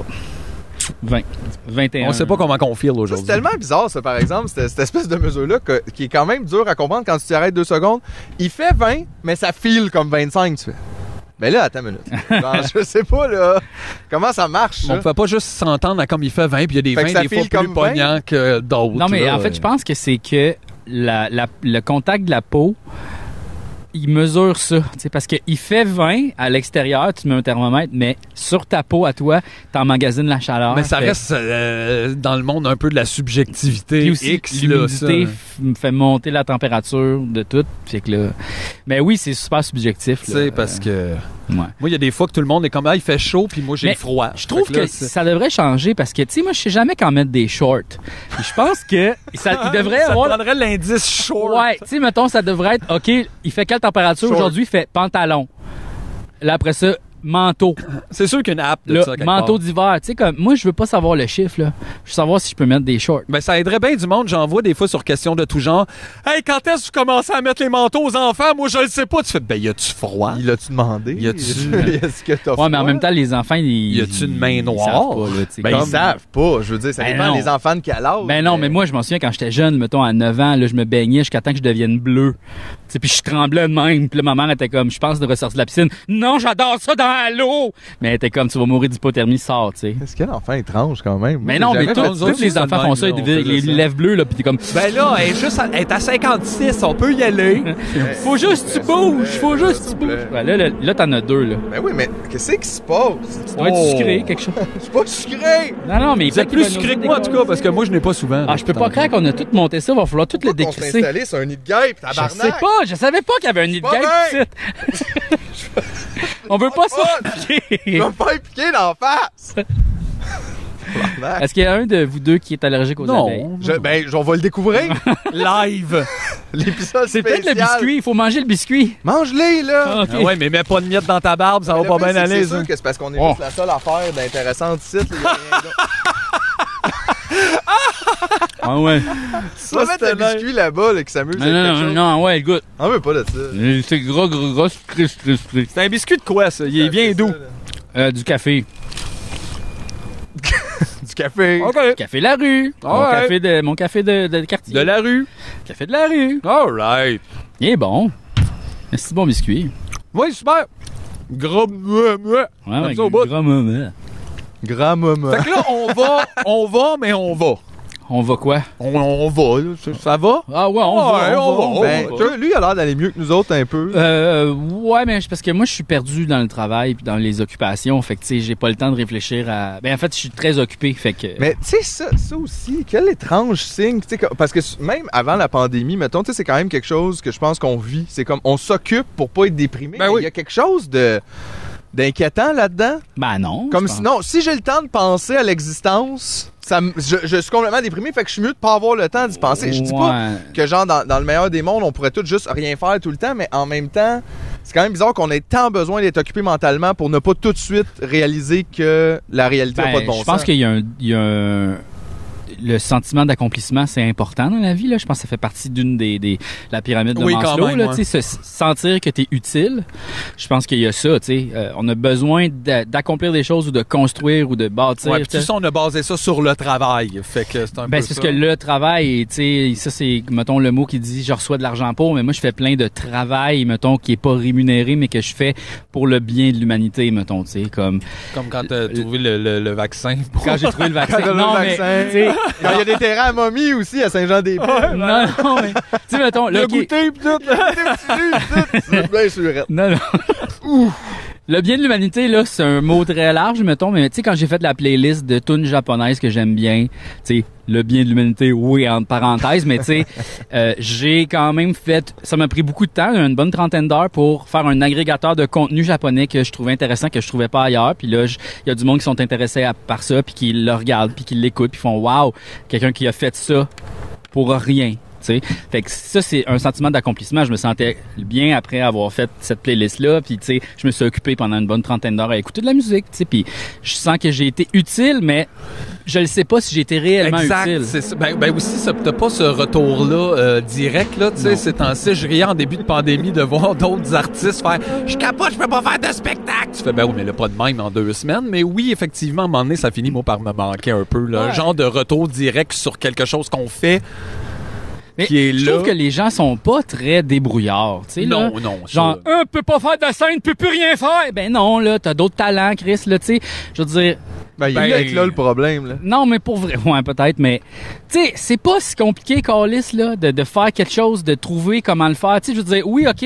Speaker 1: 20. 21.
Speaker 2: on sait pas comment qu'on file
Speaker 3: Ça, C'est
Speaker 2: aujourd'hui.
Speaker 3: tellement bizarre, ça, par exemple, cette, cette espèce de mesure-là que- qui est quand même dure à comprendre quand tu t'y arrêtes deux secondes. Il fait 20, mais ça file comme 25, tu fais. Mais là, attends une
Speaker 1: (laughs)
Speaker 3: minute. Genre, je sais pas, là, comment ça marche.
Speaker 2: On
Speaker 3: ça.
Speaker 2: pouvait pas juste s'entendre à comme il fait 20 puis il y a des
Speaker 3: Fait que
Speaker 2: 20
Speaker 3: ça
Speaker 2: des
Speaker 3: file
Speaker 2: fois
Speaker 3: comme
Speaker 2: plus
Speaker 3: 20.
Speaker 2: pognants que d'autres.
Speaker 1: Non, mais
Speaker 2: là.
Speaker 1: en fait, je pense que c'est que la- la- le contact de la peau, il mesure ça. tu sais, Parce qu'il fait 20 à l'extérieur, tu mets un thermomètre, mais sur ta peau à toi, t'emmagasines la chaleur.
Speaker 2: Mais ça
Speaker 1: Fait-
Speaker 2: reste euh, dans le monde un peu de la subjectivité.
Speaker 1: Puis aussi,
Speaker 2: X, là, ça. hein.
Speaker 1: l'humidité f- fait monter la température de tout. Fait que là... Mais oui, c'est super subjectif.
Speaker 2: Tu
Speaker 1: là.
Speaker 2: sais, parce que.
Speaker 1: Ouais.
Speaker 2: Euh, Moi, il y a des fois que tout le monde est comme Ah, il fait chaud, puis moi, j'ai
Speaker 1: Mais
Speaker 2: froid.
Speaker 1: Je trouve
Speaker 2: Fait là,
Speaker 1: que
Speaker 2: c'est-
Speaker 1: ça devrait changer parce que, tu sais, moi, je sais jamais quand mettre des shorts. Puis je pense
Speaker 2: (laughs)
Speaker 1: que ça, il devrait
Speaker 2: ça
Speaker 1: avoir...
Speaker 2: prendrait l'indice short.
Speaker 1: Ouais, tu sais, mettons, ça devrait être, OK, il fait quelle température
Speaker 3: Short.
Speaker 1: aujourd'hui? Il fait pantalon. Là, après ça, manteau.
Speaker 2: C'est sûr qu'une app de
Speaker 1: Là,
Speaker 2: ça. quelque
Speaker 1: manteau
Speaker 2: part.
Speaker 1: d'hiver. Tu sais, comme, moi, je veux pas savoir le chiffre, là. Je veux savoir si je peux mettre des shorts.
Speaker 2: Ben, ça aiderait bien du monde. J'en vois des fois sur questions de tout genre. Hey, quand est-ce que vous commencez à mettre les manteaux aux enfants? Moi, je le sais pas. Tu fais, ben, y a-tu froid?
Speaker 3: Il l'a-tu demandé?
Speaker 2: Y a-tu-
Speaker 3: (laughs) Est-ce que t'as
Speaker 1: Ouais, mais en
Speaker 3: froid?
Speaker 1: même temps, les enfants, ils.
Speaker 2: Y a-tu une main
Speaker 1: ils
Speaker 2: noire?
Speaker 1: savent pas, là, tu sais,
Speaker 3: Ben,
Speaker 1: comme-
Speaker 3: ils savent pas. Je veux dire, ça
Speaker 1: Ben
Speaker 3: dépend
Speaker 1: non.
Speaker 3: des enfants de quel âge.
Speaker 1: Ben non, mais moi, je m'en souviens quand j'étais jeune, mettons à 9 ans, là, je me baignais jusqu'à temps que je devienne bleu. Tu sais, puis je tremblais de même. Puis là, ma mère était comme, je pense de ressortir de la piscine. Non, j'adore ça dans l'eau! Mais elle était comme, tu vas mourir d'hypothermie, sors, tu sais.
Speaker 3: Est-ce quel enfant étrange quand même?
Speaker 1: Mais
Speaker 3: Moi,
Speaker 1: non,
Speaker 3: j'ai
Speaker 1: mais
Speaker 3: jamais
Speaker 1: tous
Speaker 3: fait
Speaker 2: nous autres,
Speaker 1: tous les
Speaker 2: c'est
Speaker 1: enfants
Speaker 2: de
Speaker 1: font
Speaker 2: même,
Speaker 1: ça,
Speaker 2: là,
Speaker 1: ils
Speaker 2: on
Speaker 1: deviennent-
Speaker 2: faisait
Speaker 1: les
Speaker 2: ça.
Speaker 1: lèvres bleues, là, puis t'es comme,
Speaker 2: Ben là, elle est juste à, elle est à 56, on peut
Speaker 1: (laughs)
Speaker 2: y aller.
Speaker 1: Ben, faut juste que tu bouges, faut juste que tu bouges. Ouais, là, là, là, t'en as deux, là.
Speaker 3: Ben oui, mais qu'est-ce qui se passe?
Speaker 1: Ça doit être
Speaker 2: Oh.
Speaker 1: sucré, quelque chose.
Speaker 3: Je suis pas sucré!
Speaker 1: Non, non, mais
Speaker 2: Vous êtes plus sucré que moi, en tout cas, parce que moi, je n'ai pas souvent.
Speaker 1: Ah, je peux pas croire qu'on a tout monté ça, va falloir tout le
Speaker 3: On s'est
Speaker 1: décrisser.
Speaker 3: installé sur un nid de guêpe,
Speaker 1: Je
Speaker 3: tabarnak!
Speaker 1: sais pas, je savais pas qu'il y avait un nid de
Speaker 3: pas
Speaker 1: guêpe ici. (laughs) On veut pas
Speaker 3: Tu
Speaker 1: se
Speaker 3: vas me faire piquer d'en
Speaker 1: (laughs)
Speaker 3: face! Tabarnak.
Speaker 1: Est-ce qu'il y a un de vous deux qui est allergique aux abeilles?
Speaker 2: Non.
Speaker 3: Je- ben, on va le
Speaker 1: (laughs)
Speaker 3: découvrir!
Speaker 2: (laughs) Live.
Speaker 1: Ah
Speaker 3: L'épisode
Speaker 1: C'est
Speaker 3: spécial!
Speaker 1: peut-être le biscuit, il faut manger le biscuit.
Speaker 3: Mange-les, là!
Speaker 1: Ah, ok.
Speaker 2: Ah ouais, mais mets pas de miettes dans ta barbe, ça va
Speaker 3: Le
Speaker 2: pas
Speaker 3: pire,
Speaker 2: bien
Speaker 3: c'est que
Speaker 2: aller.
Speaker 3: C'est
Speaker 2: ça.
Speaker 3: sûr que c'est parce qu'on est
Speaker 1: Oh.
Speaker 3: juste la seule affaire d'intéressante ici. là, y a
Speaker 1: (laughs)
Speaker 3: rien d'autre.
Speaker 1: Ah ouais.
Speaker 3: Tu vas mettre le
Speaker 2: c'était
Speaker 3: biscuit là-bas là, qui s'amuse
Speaker 1: Non,
Speaker 3: avec quelque
Speaker 1: non, non,
Speaker 3: chose.
Speaker 1: non, ouais, goûte.
Speaker 3: On veut pas de ça.
Speaker 1: C'est gros, gros, gros, sucré, sucré, sucré.
Speaker 2: C'est un biscuit de quoi, ça? Il vient d'où?
Speaker 1: Euh, du café.
Speaker 3: Du café.
Speaker 2: OK.
Speaker 1: Café de la rue. Mon
Speaker 2: Euh. Ouais.
Speaker 1: café de, mon café de, de quartier.
Speaker 2: De la rue.
Speaker 1: Café de la rue.
Speaker 2: All right.
Speaker 1: Il est bon. C'est bon biscuit.
Speaker 2: Oui, super. Gros mouah, mouah.
Speaker 1: Ouais,
Speaker 2: Comme
Speaker 1: ouais,
Speaker 2: ça, au bout.
Speaker 1: grand moment.
Speaker 3: Grand moment.
Speaker 2: Fait que là, on va, on va, mais on va.
Speaker 1: On va quoi?
Speaker 2: On, on va, là. Ça- ça va?
Speaker 1: Ah ouais, on
Speaker 2: Ouais,
Speaker 1: va, on, va,
Speaker 2: on va,
Speaker 1: on
Speaker 3: Ben,
Speaker 1: va.
Speaker 3: tu vois, lui, il a l'air d'aller mieux que nous autres un peu.
Speaker 1: Euh, ouais, mais je- parce que moi, je suis perdu dans le travail puis dans les occupations. Fait que, tu sais, j'ai pas le temps de réfléchir à. Ben, en fait, je suis très occupé. Fait que.
Speaker 3: Mais tu sais, ça, ça aussi, quel étrange signe. tu sais, que- Parce que s- même avant la pandémie, mettons, tu sais, c'est quand même quelque chose que je pense qu'on vit. C'est comme on s'occupe pour pas être déprimé.
Speaker 2: Ben
Speaker 3: mais
Speaker 2: oui.
Speaker 3: Il y a quelque chose de d'inquiétant là-dedans.
Speaker 1: Ben, non.
Speaker 3: Comme
Speaker 1: je pense.
Speaker 3: sinon, si j'ai le temps de penser à l'existence, ça, me- je, je suis complètement déprimé. Fait que je suis mieux de pas avoir le temps d'y penser. Je dis pas
Speaker 1: Ouais.
Speaker 3: que genre dans, dans le meilleur des mondes, on pourrait tout juste rien faire tout le temps, mais en même temps, c'est quand même bizarre qu'on ait tant besoin d'être occupé mentalement pour ne pas tout de suite réaliser que la réalité n'a
Speaker 1: Ben,
Speaker 3: pas de bon
Speaker 1: je pense
Speaker 3: sens.
Speaker 1: qu'il y a un. il y a un- Le sentiment d'accomplissement, c'est important dans la vie. Là. Je pense que ça fait partie d'une des, des la pyramide de
Speaker 2: Oui, quand
Speaker 1: Maslow.
Speaker 2: même,
Speaker 1: là,
Speaker 2: ouais.
Speaker 1: tu sais, se sentir que tu es utile, je pense qu'il y a ça. tu sais. Euh, on a besoin d'a- d'accomplir des choses ou de construire ou de bâtir.
Speaker 2: Ouais, puis
Speaker 1: tu sais.
Speaker 2: tout ça, on a basé ça sur le travail. Fait que c'est un
Speaker 1: Ben,
Speaker 2: peu
Speaker 1: c'est parce
Speaker 2: ça.
Speaker 1: que le travail, tu sais, ça c'est, mettons, le mot qui dit je reçois de l'argent pour, mais moi je fais plein de travail, mettons, qui est pas rémunéré, mais que je fais pour le bien de l'humanité, mettons, tu sais, comme
Speaker 2: Comme quand t'as trouvé le, le- le vaccin. pour-
Speaker 1: quand j'ai trouvé le vaccin.
Speaker 3: Quand t'as le
Speaker 1: non, mais,
Speaker 3: vaccin.
Speaker 1: tu sais,
Speaker 3: Quand il y a des terrains à momie aussi à Saint-Jean-des-Bois.
Speaker 1: non, non, mais, tu sais, mettons, là,
Speaker 2: Le
Speaker 1: qui-
Speaker 2: goûter, pis tout.
Speaker 3: (laughs) Bien sûr.
Speaker 2: (laughs)
Speaker 1: Non, non. Le bien de l'humanité, là, c'est un mot très large, mettons, mais tu sais, quand j'ai fait la playlist de tunes japonaises que j'aime bien, tu sais, le bien de l'humanité, oui, entre parenthèses, mais tu
Speaker 2: (laughs)
Speaker 1: sais, euh, j'ai quand même fait, ça m'a pris beaucoup de temps, une bonne trentaine d'heures pour faire un agrégateur de contenu japonais que je trouvais intéressant, que je trouvais pas ailleurs, puis là, je- il y a du monde qui sont intéressés à- par ça, puis qui le regardent, puis qui l'écoutent, puis font « Wow, quelqu'un qui a fait ça pour rien », tu sais. Fait que ça, c'est un sentiment d'accomplissement. Je me sentais bien après avoir fait cette playlist-là. Puis, tu sais, je me suis occupé pendant une bonne trentaine d'heures à écouter de la musique, tu sais. Puis, je sens que j'ai été utile, mais je ne sais pas si j'ai été réellement
Speaker 2: Exact,
Speaker 1: utile.
Speaker 2: c'est ça. Ben, ben aussi, ça- t'as pas ce retour-là euh, direct, là, tu sais,
Speaker 1: Non.
Speaker 2: ces temps-ci, je riais en début de pandémie de voir d'autres artistes faire « Je capote, je peux pas faire de spectacle! » Tu fais « Ben oui, mais là, pas de même en deux semaines. » Mais oui, effectivement, à un moment donné, ça finit, moi, par me manquer un peu, là.
Speaker 1: Ouais.
Speaker 2: genre de retour direct sur quelque chose qu'on fait.
Speaker 1: Mais
Speaker 2: qui est
Speaker 1: je
Speaker 2: là.
Speaker 1: trouve que les gens sont pas très débrouillards, tu sais. là.
Speaker 2: Non, non, ça-
Speaker 1: Genre, un peut pas faire de scène, peut plus rien faire. Ben non, là, t'as d'autres talents, Chris, là, tu sais. Je veux dire,
Speaker 3: Ben, il
Speaker 2: Ben,
Speaker 3: est peut-être là le problème. Là.
Speaker 1: Non, mais pour vrai, (laughs) ouais, peut-être, mais tu sais, c'est pas si compliqué, Calis, là, de, de faire quelque chose, de trouver comment le faire. Tu sais, je veux dire, oui, ok,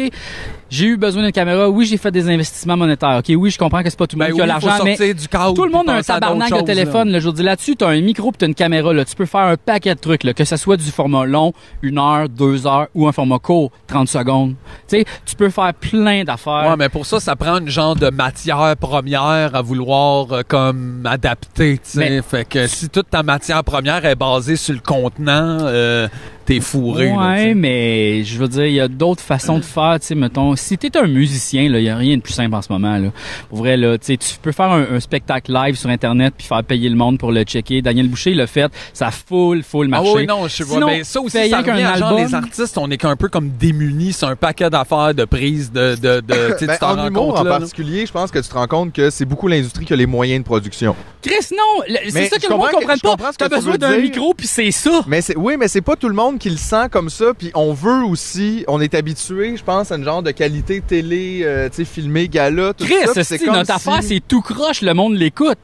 Speaker 1: j'ai eu besoin d'une caméra, oui, j'ai fait des investissements monétaires, ok, oui, je comprends que c'est pas tout le
Speaker 2: Ben
Speaker 1: monde
Speaker 2: oui,
Speaker 1: qui a
Speaker 2: faut
Speaker 1: l'argent,
Speaker 2: sortir
Speaker 1: mais
Speaker 2: du cadre,
Speaker 1: tout le monde
Speaker 2: puis
Speaker 1: a un
Speaker 2: penser à d'autres
Speaker 1: tabarnak
Speaker 2: choses,
Speaker 1: de téléphone. Là. Je veux dire, là-dessus, t'as un micro puis t'as une caméra. Là. Tu peux faire un paquet de trucs, là, que ce soit du format long, une heure, deux heures, ou un format court, 30 secondes. Tu sais, tu peux faire plein d'affaires.
Speaker 2: Ouais, mais pour ça, ça prend une genre de matière première à vouloir euh, comme adapter, tu sais.
Speaker 1: Mais-
Speaker 2: Fait que si toute ta matière première est basée sur le contenant, euh, t'es fourré. là, tu sais.
Speaker 1: Ouais, mais je veux dire, il y a d'autres façons de faire, tu sais, mettons, si t'es un musicien, là, il y a rien de plus simple en ce moment, là. Pour vrai, là, tu sais, tu peux faire un, un spectacle live sur Internet puis faire payer le monde pour le checker. Daniel Boucher l'a fait, ça a full, full
Speaker 2: Ah
Speaker 1: marché.
Speaker 2: oui, non, je vois.
Speaker 1: Sinon,
Speaker 2: Mais ça aussi,
Speaker 1: payer
Speaker 2: ça
Speaker 1: avec
Speaker 2: revient
Speaker 1: un
Speaker 2: à genre,
Speaker 1: album.
Speaker 2: les artistes, on est qu'un peu comme démunis sur un paquet d'affaires, de prises, de...
Speaker 3: (coughs)
Speaker 2: de, de tu sais,
Speaker 3: Ben,
Speaker 2: tu t'en
Speaker 3: en
Speaker 2: rends
Speaker 3: humour
Speaker 2: compte,
Speaker 3: en
Speaker 2: là, là.
Speaker 3: particulier, je pense que tu te rends compte que c'est beaucoup l'industrie qui a les moyens de production.
Speaker 1: Chris, non, le-
Speaker 3: Mais
Speaker 1: c'est ça que
Speaker 3: je
Speaker 1: le monde
Speaker 3: comprends que-
Speaker 1: comprenne
Speaker 3: je comprends
Speaker 1: pas.
Speaker 3: ce que
Speaker 1: T'as
Speaker 3: tu
Speaker 1: besoin
Speaker 3: veux
Speaker 1: d'un
Speaker 3: dire.
Speaker 1: micro puis c'est ça.
Speaker 3: Mais c'est oui, mais c'est pas tout le monde qui le sent comme ça. Puis on veut aussi, on est habitué, je pense, à une genre de qualité télé, euh, tu sais, filmé, gala, tout
Speaker 1: Chris,
Speaker 3: ça. puis
Speaker 1: c'est notre
Speaker 3: si-
Speaker 1: affaire, c'est tout croche, le monde l'écoute.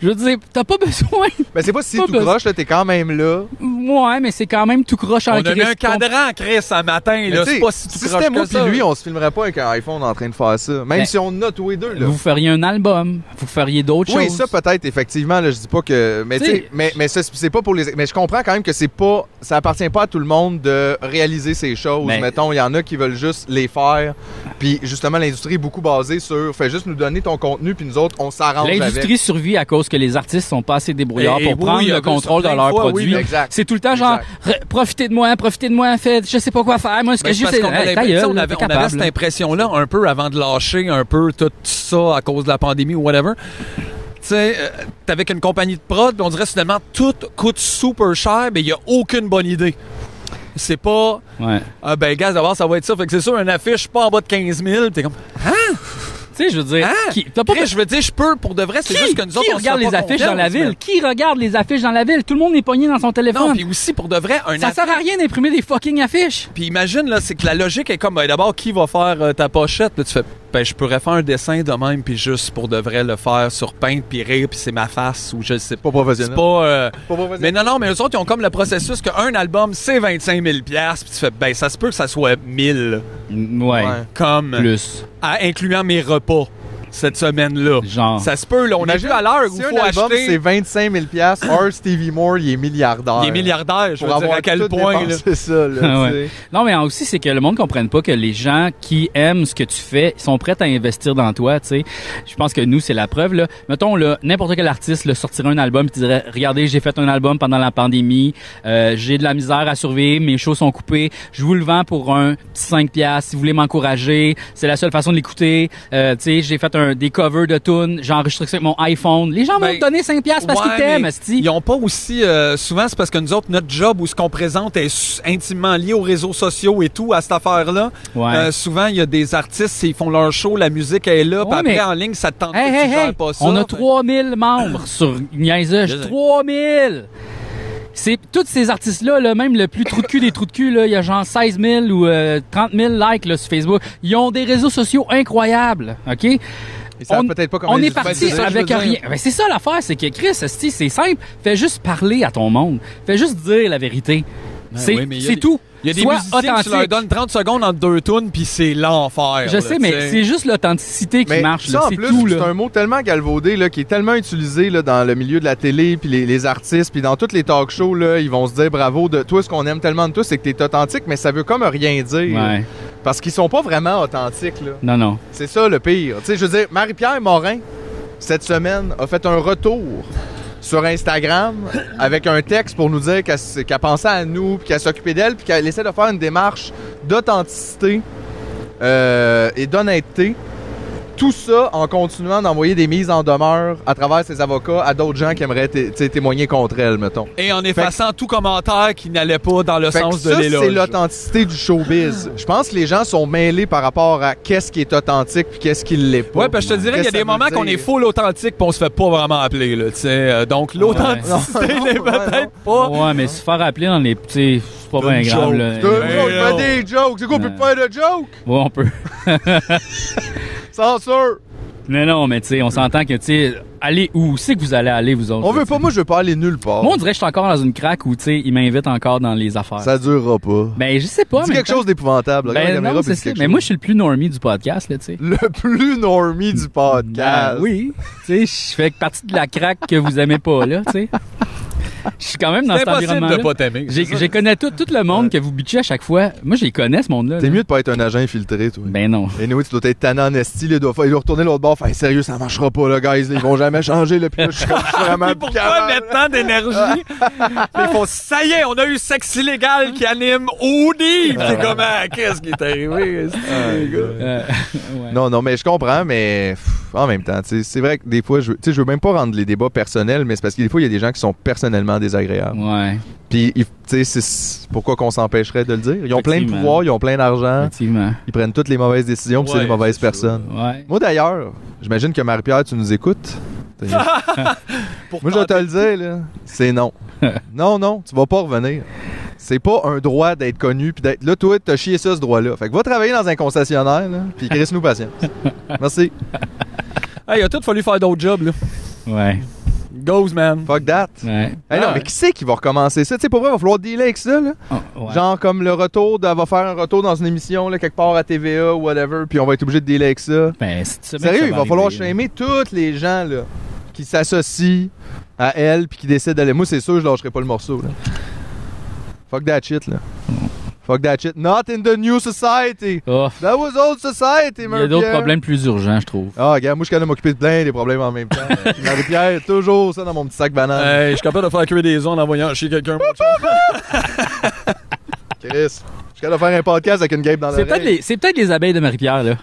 Speaker 1: Je veux dire, t'as pas (laughs) besoin.
Speaker 3: Ben, c'est pas si
Speaker 1: pas
Speaker 3: tout
Speaker 1: besoin.
Speaker 3: croche, là, t'es quand même là.
Speaker 1: Ouais, mais c'est quand même tout croche en
Speaker 2: On a
Speaker 1: Chris,
Speaker 2: mis un
Speaker 1: tu comprends-
Speaker 2: cadran, Chris, un matin.
Speaker 3: Mais
Speaker 2: là.
Speaker 3: tu sais,
Speaker 2: C'est pas si tout croche
Speaker 3: c'était moi
Speaker 2: que ça.
Speaker 3: puis lui, on se filmerait pas avec un iPhone en train de faire ça. Même
Speaker 1: Ben,
Speaker 3: si on a tous les deux, là.
Speaker 1: Vous feriez un album, vous feriez d'autres
Speaker 3: Oui,
Speaker 1: choses.
Speaker 3: ça peut-être effectivement là, je dis pas que mais tu
Speaker 1: T'sais-
Speaker 3: sais, mais mais ça, c'est pas pour les mais je comprends quand même que c'est pas ça appartient pas à tout le monde de réaliser ces choses.
Speaker 1: Ben-
Speaker 3: Mettons, il y en a qui veulent juste les faire. Puis justement l'industrie est beaucoup basée sur fais juste nous donner ton contenu puis nous autres on s'arrange avec.
Speaker 1: L'industrie survit à cause que les artistes sont pas assez débrouillards
Speaker 2: Et-
Speaker 1: pour
Speaker 2: et Eh oui,
Speaker 1: prendre
Speaker 2: il y a
Speaker 1: le
Speaker 2: deux-
Speaker 1: contrôle de
Speaker 2: plein de
Speaker 1: leurs
Speaker 2: fois, oui,
Speaker 1: produits.
Speaker 2: mais
Speaker 3: exact.
Speaker 1: c'est tout le temps genre Re- profitez de moi, profitez de moi, faites je sais pas quoi faire, moi ce que
Speaker 2: Ben,
Speaker 1: j'ai
Speaker 2: c'est
Speaker 1: c'est
Speaker 2: parce qu'on a
Speaker 1: Hey, ta
Speaker 2: l'impression-
Speaker 1: gueule,
Speaker 2: on avait,
Speaker 1: t'es
Speaker 2: on avait
Speaker 1: capable.
Speaker 2: cette impression-là un peu avant de lâcher un peu tout ça à cause de la pandémie ou whatever. Tu sais, euh, t'es avec une compagnie de prod, puis on dirait soudainement tout coûte super cher, mais il n'y a aucune bonne idée. C'est pas,
Speaker 1: Ouais.
Speaker 2: ah ben gaz d'abord ça va être ça, fait que c'est sûr, une affiche pas en bas de 15 000, t'es comme,
Speaker 1: Tu sais je veux dire
Speaker 2: Hein?
Speaker 1: qui Hein? t'as pas
Speaker 2: Chris, je veux dire, je peux pour de vrai, c'est
Speaker 1: qui,
Speaker 2: juste que nous
Speaker 1: qui
Speaker 2: autres, on se
Speaker 1: regarde
Speaker 2: fait
Speaker 1: les
Speaker 2: pas
Speaker 1: affiches dans la
Speaker 2: confiance,
Speaker 1: ville Qui regarde les affiches dans la ville Tout le monde est pogné dans son
Speaker 2: mais- Non,
Speaker 1: téléphone.
Speaker 2: puis aussi pour de vrai, un
Speaker 1: ça
Speaker 2: app-
Speaker 1: sert à rien d'imprimer des fucking affiches.
Speaker 2: Puis imagine, là, c'est que la logique est comme, ben, d'abord, qui va faire euh, ta pochette? Là, tu fais, ben, je pourrais faire un dessin de même, puis juste pour de vrai le faire sur peinte, puis rire, puis c'est ma face, ou je sais pas.
Speaker 3: Pas
Speaker 2: C'est
Speaker 3: professionnel.
Speaker 2: pas. euh,
Speaker 3: Pas professionnel.
Speaker 2: Mais non, non, mais eux autres, ils ont comme le processus qu'un album, c'est 25 000 puis tu fais, ben, ça se peut que ça soit 1000,
Speaker 1: Ouais.
Speaker 3: Ouais.
Speaker 2: comme,
Speaker 1: Plus.
Speaker 2: à- incluant mes repas, cette semaine-là.
Speaker 1: Genre.
Speaker 2: Ça se peut, là, on a vu à l'heure où
Speaker 3: si
Speaker 2: il
Speaker 3: un
Speaker 2: faut
Speaker 3: album, c'est
Speaker 2: acheter
Speaker 3: 25 000 piastres, or Stevie Moore, il est milliardaire.
Speaker 2: des milliardaires, je
Speaker 3: Pour
Speaker 2: veux dire,
Speaker 3: avoir
Speaker 2: à quel
Speaker 3: tout
Speaker 2: point, là.
Speaker 3: dépensé ça, là,
Speaker 1: Ah
Speaker 3: tu
Speaker 1: ouais.
Speaker 3: sais.
Speaker 1: Non, mais aussi, c'est que le monde ne comprenne pas que les gens qui aiment ce que tu fais sont prêts à investir dans toi, tu sais. Je pense que nous, c'est la preuve, là. Mettons, là, n'importe quel artiste là, sortirait un album et dirait, regardez, j'ai fait un album pendant la pandémie, euh, j'ai de la misère à survivre, mes shows sont coupés, je vous le vends pour un petit 5 piastres, si vous voulez m'encourager, c'est la seule façon de l'écouter. Euh, tu sais, j'ai fait un, des covers de tunes, j'ai enregistré ça avec mon iPhone. Les gens vont
Speaker 2: Ben,
Speaker 1: me donner 5 piastres parce
Speaker 2: Ouais,
Speaker 1: qu'ils t'aiment,
Speaker 2: mais
Speaker 1: esti.
Speaker 2: Ils ont pas aussi. euh, souvent, c'est parce que nous autres, notre job ou ce qu'on présente est su- intimement lié aux réseaux sociaux et tout, à cette affaire-là.
Speaker 1: Ouais.
Speaker 2: Euh, souvent, il y a des artistes, ils font leur show, la musique elle est là,
Speaker 1: Ouais,
Speaker 2: puis après,
Speaker 1: mais-
Speaker 2: en ligne, ça te tente
Speaker 1: Hey,
Speaker 2: pas, tu
Speaker 1: hey,
Speaker 2: gères
Speaker 1: hey!
Speaker 2: pas ça.
Speaker 1: on a
Speaker 2: mais-
Speaker 1: 3000
Speaker 2: (coughs)
Speaker 1: membres sur Niaisage.
Speaker 2: Désolé.
Speaker 1: 3000! C'est, tous ces artistes-là, là, même le plus trou de cul des trous de cul, là, il y a genre 16 000 ou euh, 30 000 likes là, sur Facebook. Ils ont des réseaux sociaux incroyables, OK?
Speaker 3: Ils savent peut-être pas comment
Speaker 1: on est
Speaker 3: les utiliser.
Speaker 1: parti
Speaker 3: C'est ça que je veux
Speaker 1: avec
Speaker 3: dire.
Speaker 1: rien. Ben, c'est ça l'affaire, c'est que Chris, esti, c'est simple. Fais juste parler à ton monde. Fais juste dire la vérité. c'est
Speaker 2: Ben oui, mais il y a
Speaker 1: c'est
Speaker 2: des-
Speaker 1: tout.
Speaker 2: Il y a des
Speaker 1: Sois
Speaker 2: musiciens, tu leur
Speaker 1: authentique.
Speaker 2: donnes 30 secondes entre deux tunes, puis c'est l'enfer.
Speaker 1: Je
Speaker 2: là,
Speaker 1: sais,
Speaker 2: tu
Speaker 1: mais c'est juste l'authenticité qui
Speaker 3: Mais
Speaker 1: marche.
Speaker 3: ça,
Speaker 1: là,
Speaker 3: en
Speaker 1: c'est
Speaker 3: plus,
Speaker 1: tout.
Speaker 3: c'est
Speaker 1: là.
Speaker 3: un mot tellement galvaudé là, qui est tellement utilisé là, dans le milieu de la télé, puis les, les artistes, puis dans toutes les talk shows, là, ils vont se dire bravo de toi. Ce qu'on aime tellement de toi, c'est que t'es authentique, mais ça veut comme rien dire.
Speaker 1: Ouais.
Speaker 3: Parce qu'ils sont pas vraiment authentiques. Là.
Speaker 1: Non, non.
Speaker 3: C'est ça le pire. Tu sais, je veux dire, Marie-Pierre Morin, cette semaine, a fait un retour sur Instagram avec un texte pour nous dire qu'elle, s- qu'elle pensait à nous, puis qu'elle s'occupait d'elle, puis qu'elle essaie de faire une démarche d'authenticité euh, et d'honnêteté. Tout ça en continuant d'envoyer des mises en demeure à travers ses avocats à d'autres gens qui aimeraient té- tu sais, témoigner contre elle, mettons.
Speaker 2: Et en effaçant tout commentaire qui n'allait pas dans le
Speaker 3: Fait que
Speaker 2: sens de
Speaker 3: ça, c'est
Speaker 2: l'éloge.
Speaker 3: l'authenticité du showbiz. Je pense que les gens sont mêlés par rapport à qu'est-ce qui est authentique puis qu'est-ce qui l'est pas.
Speaker 2: Ouais, parce que je te dirais, il y
Speaker 3: Qu'est-ce
Speaker 2: a
Speaker 3: que ça
Speaker 2: des
Speaker 3: veut
Speaker 2: moments qu'on
Speaker 3: dire?
Speaker 2: est full authentique puis on se fait pas vraiment appeler, là, tu sais. Euh, donc,
Speaker 3: (laughs)
Speaker 2: l'authenticité
Speaker 3: Non,
Speaker 2: n'est
Speaker 3: non, ouais,
Speaker 2: peut-être pas...
Speaker 1: Ouais, mais se faire appeler dans les petits, c'est pas bien
Speaker 2: Une
Speaker 1: grave.
Speaker 2: joke.
Speaker 1: Là.
Speaker 3: Deux
Speaker 1: Ouais,
Speaker 3: fois, on
Speaker 2: non.
Speaker 3: fait des jokes. C'est quoi, on peut
Speaker 1: Non.
Speaker 3: pas faire de jokes?
Speaker 1: on peut.
Speaker 3: Censure.
Speaker 1: Non, non, mais tu sais, on s'entend que, tu sais, allez où? C'est que vous allez aller, vous autres?
Speaker 3: On
Speaker 1: là,
Speaker 3: veut
Speaker 1: tu sais?
Speaker 3: pas, moi, je veux pas aller nulle part.
Speaker 1: Moi, on dirait que je suis encore dans une craque où, tu sais, ils m'invitent encore dans les affaires.
Speaker 3: Ça durera pas.
Speaker 1: Ben, je sais pas,
Speaker 3: Dis
Speaker 1: mais.
Speaker 3: quelque chose d'épouvantable. Regarde la
Speaker 1: Ben,
Speaker 3: caméra,
Speaker 1: non,
Speaker 3: puis
Speaker 1: c'est
Speaker 3: dis
Speaker 1: ça.
Speaker 3: quelque
Speaker 1: Mais
Speaker 3: chose.
Speaker 1: moi, je suis le plus normie du podcast, là, tu sais.
Speaker 3: Le plus normie du podcast.
Speaker 1: Ben, oui. Tu sais, je fais partie de la craque que vous aimez pas, là, tu sais. Je suis quand même dans
Speaker 2: C'est
Speaker 1: cet
Speaker 2: impossible de
Speaker 1: environnement-là.
Speaker 2: pas t'aimer.
Speaker 1: J'ai- J'ai connais tout, tout le monde que vous bitchez à chaque fois. Moi, je les connais, ce monde-là.
Speaker 3: T'es
Speaker 1: là.
Speaker 3: mieux de pas être un agent infiltré, toi.
Speaker 1: Ben, non.
Speaker 3: Et anyway, tu dois être tannant en esti, là, il doit, fa- il doit retourner l'autre bord, faire sérieux, ça marchera pas, là, guys, là, ils vont jamais changer, là, puis là,
Speaker 1: (laughs)
Speaker 3: je suis comme, je suis vraiment
Speaker 2: Mais pourquoi mettre tant d'énergie? Mais faut, ça y est, on a eu Sexe Illégal qui anime Audi! C'est comment? Qu'est-ce qui est arrivé? c'est-tu, les gars?
Speaker 1: Euh, (laughs) ouais.
Speaker 3: Non, non, mais je comprends, mais pff, en même temps, tu sais, c'est vrai que des fois, je veux, tu sais, je veux même pas rendre les débats personnels, mais c'est parce que des fois, il y a des gens qui sont personnellement désagréables.
Speaker 1: Ouais,
Speaker 3: Puis, ils- tu sais, c'est- c'est pourquoi qu'on s'empêcherait de le dire. Ils ont plein de
Speaker 1: Effectivement.
Speaker 3: pouvoir, ils ont plein d'argent,
Speaker 1: effectivement.
Speaker 3: ils prennent toutes les mauvaises décisions, puis c'est
Speaker 2: Ouais,
Speaker 3: les mauvaises
Speaker 2: c'est
Speaker 3: personnes.
Speaker 1: Ouais.
Speaker 3: Moi d'ailleurs, j'imagine que Marie-Pierre, tu nous
Speaker 2: (laughs)
Speaker 3: écoutes. T'as-
Speaker 2: Pour
Speaker 3: Moi, je vais te le dire, là,
Speaker 2: (laughs)
Speaker 3: c'est non. non, non, tu vas pas revenir. C'est pas un droit d'être connu puis d'être là, toi, t'as chié ça, ce droit-là. Fait que va travailler dans un concessionnaire, là, puis crisse-nous patience.
Speaker 2: (laughs)
Speaker 3: Merci.
Speaker 2: Hey, il a tout fallu faire d'autres jobs, là.
Speaker 1: Ouais.
Speaker 2: Goes, man.
Speaker 3: Fuck that.
Speaker 1: Ouais.
Speaker 3: Hey, non,
Speaker 2: Ah.
Speaker 3: mais qui c'est qui va recommencer ça? Tu sais, pour vrai, il va falloir dealer avec ça, là.
Speaker 1: Oh, ouais.
Speaker 3: Genre comme le retour, de, va faire un retour dans une émission, là, quelque part à TVA ou whatever, puis on va être obligé de dealer avec ça.
Speaker 1: Ben, c'est ça, mec, ça
Speaker 3: Sérieux, il va
Speaker 1: arriver, hein.
Speaker 3: falloir
Speaker 1: là.
Speaker 3: shamer toutes les gens, là, qui s'associent à elle, puis qui décident d'aller. Moi, c'est sûr, je lâcherai pas le morceau, là. Fuck that shit, là. Fuck that shit. Not in the new society.
Speaker 1: Oh,
Speaker 3: That was old society,
Speaker 1: il y a d'autres problèmes plus urgents, je trouve.
Speaker 3: Ah, regarde, moi, je suis capable de m'occuper de plein des problèmes en même
Speaker 1: (laughs)
Speaker 3: temps. Marie-Pierre, toujours ça dans mon petit sac banane.
Speaker 2: Hey, je suis capable de faire cuire des ondes en voyant chez quelqu'un.
Speaker 3: Chris. Je suis capable de faire un podcast avec une game dans la
Speaker 1: C'est peut-être les, c'est peut-être les abeilles de Marie-Pierre, là.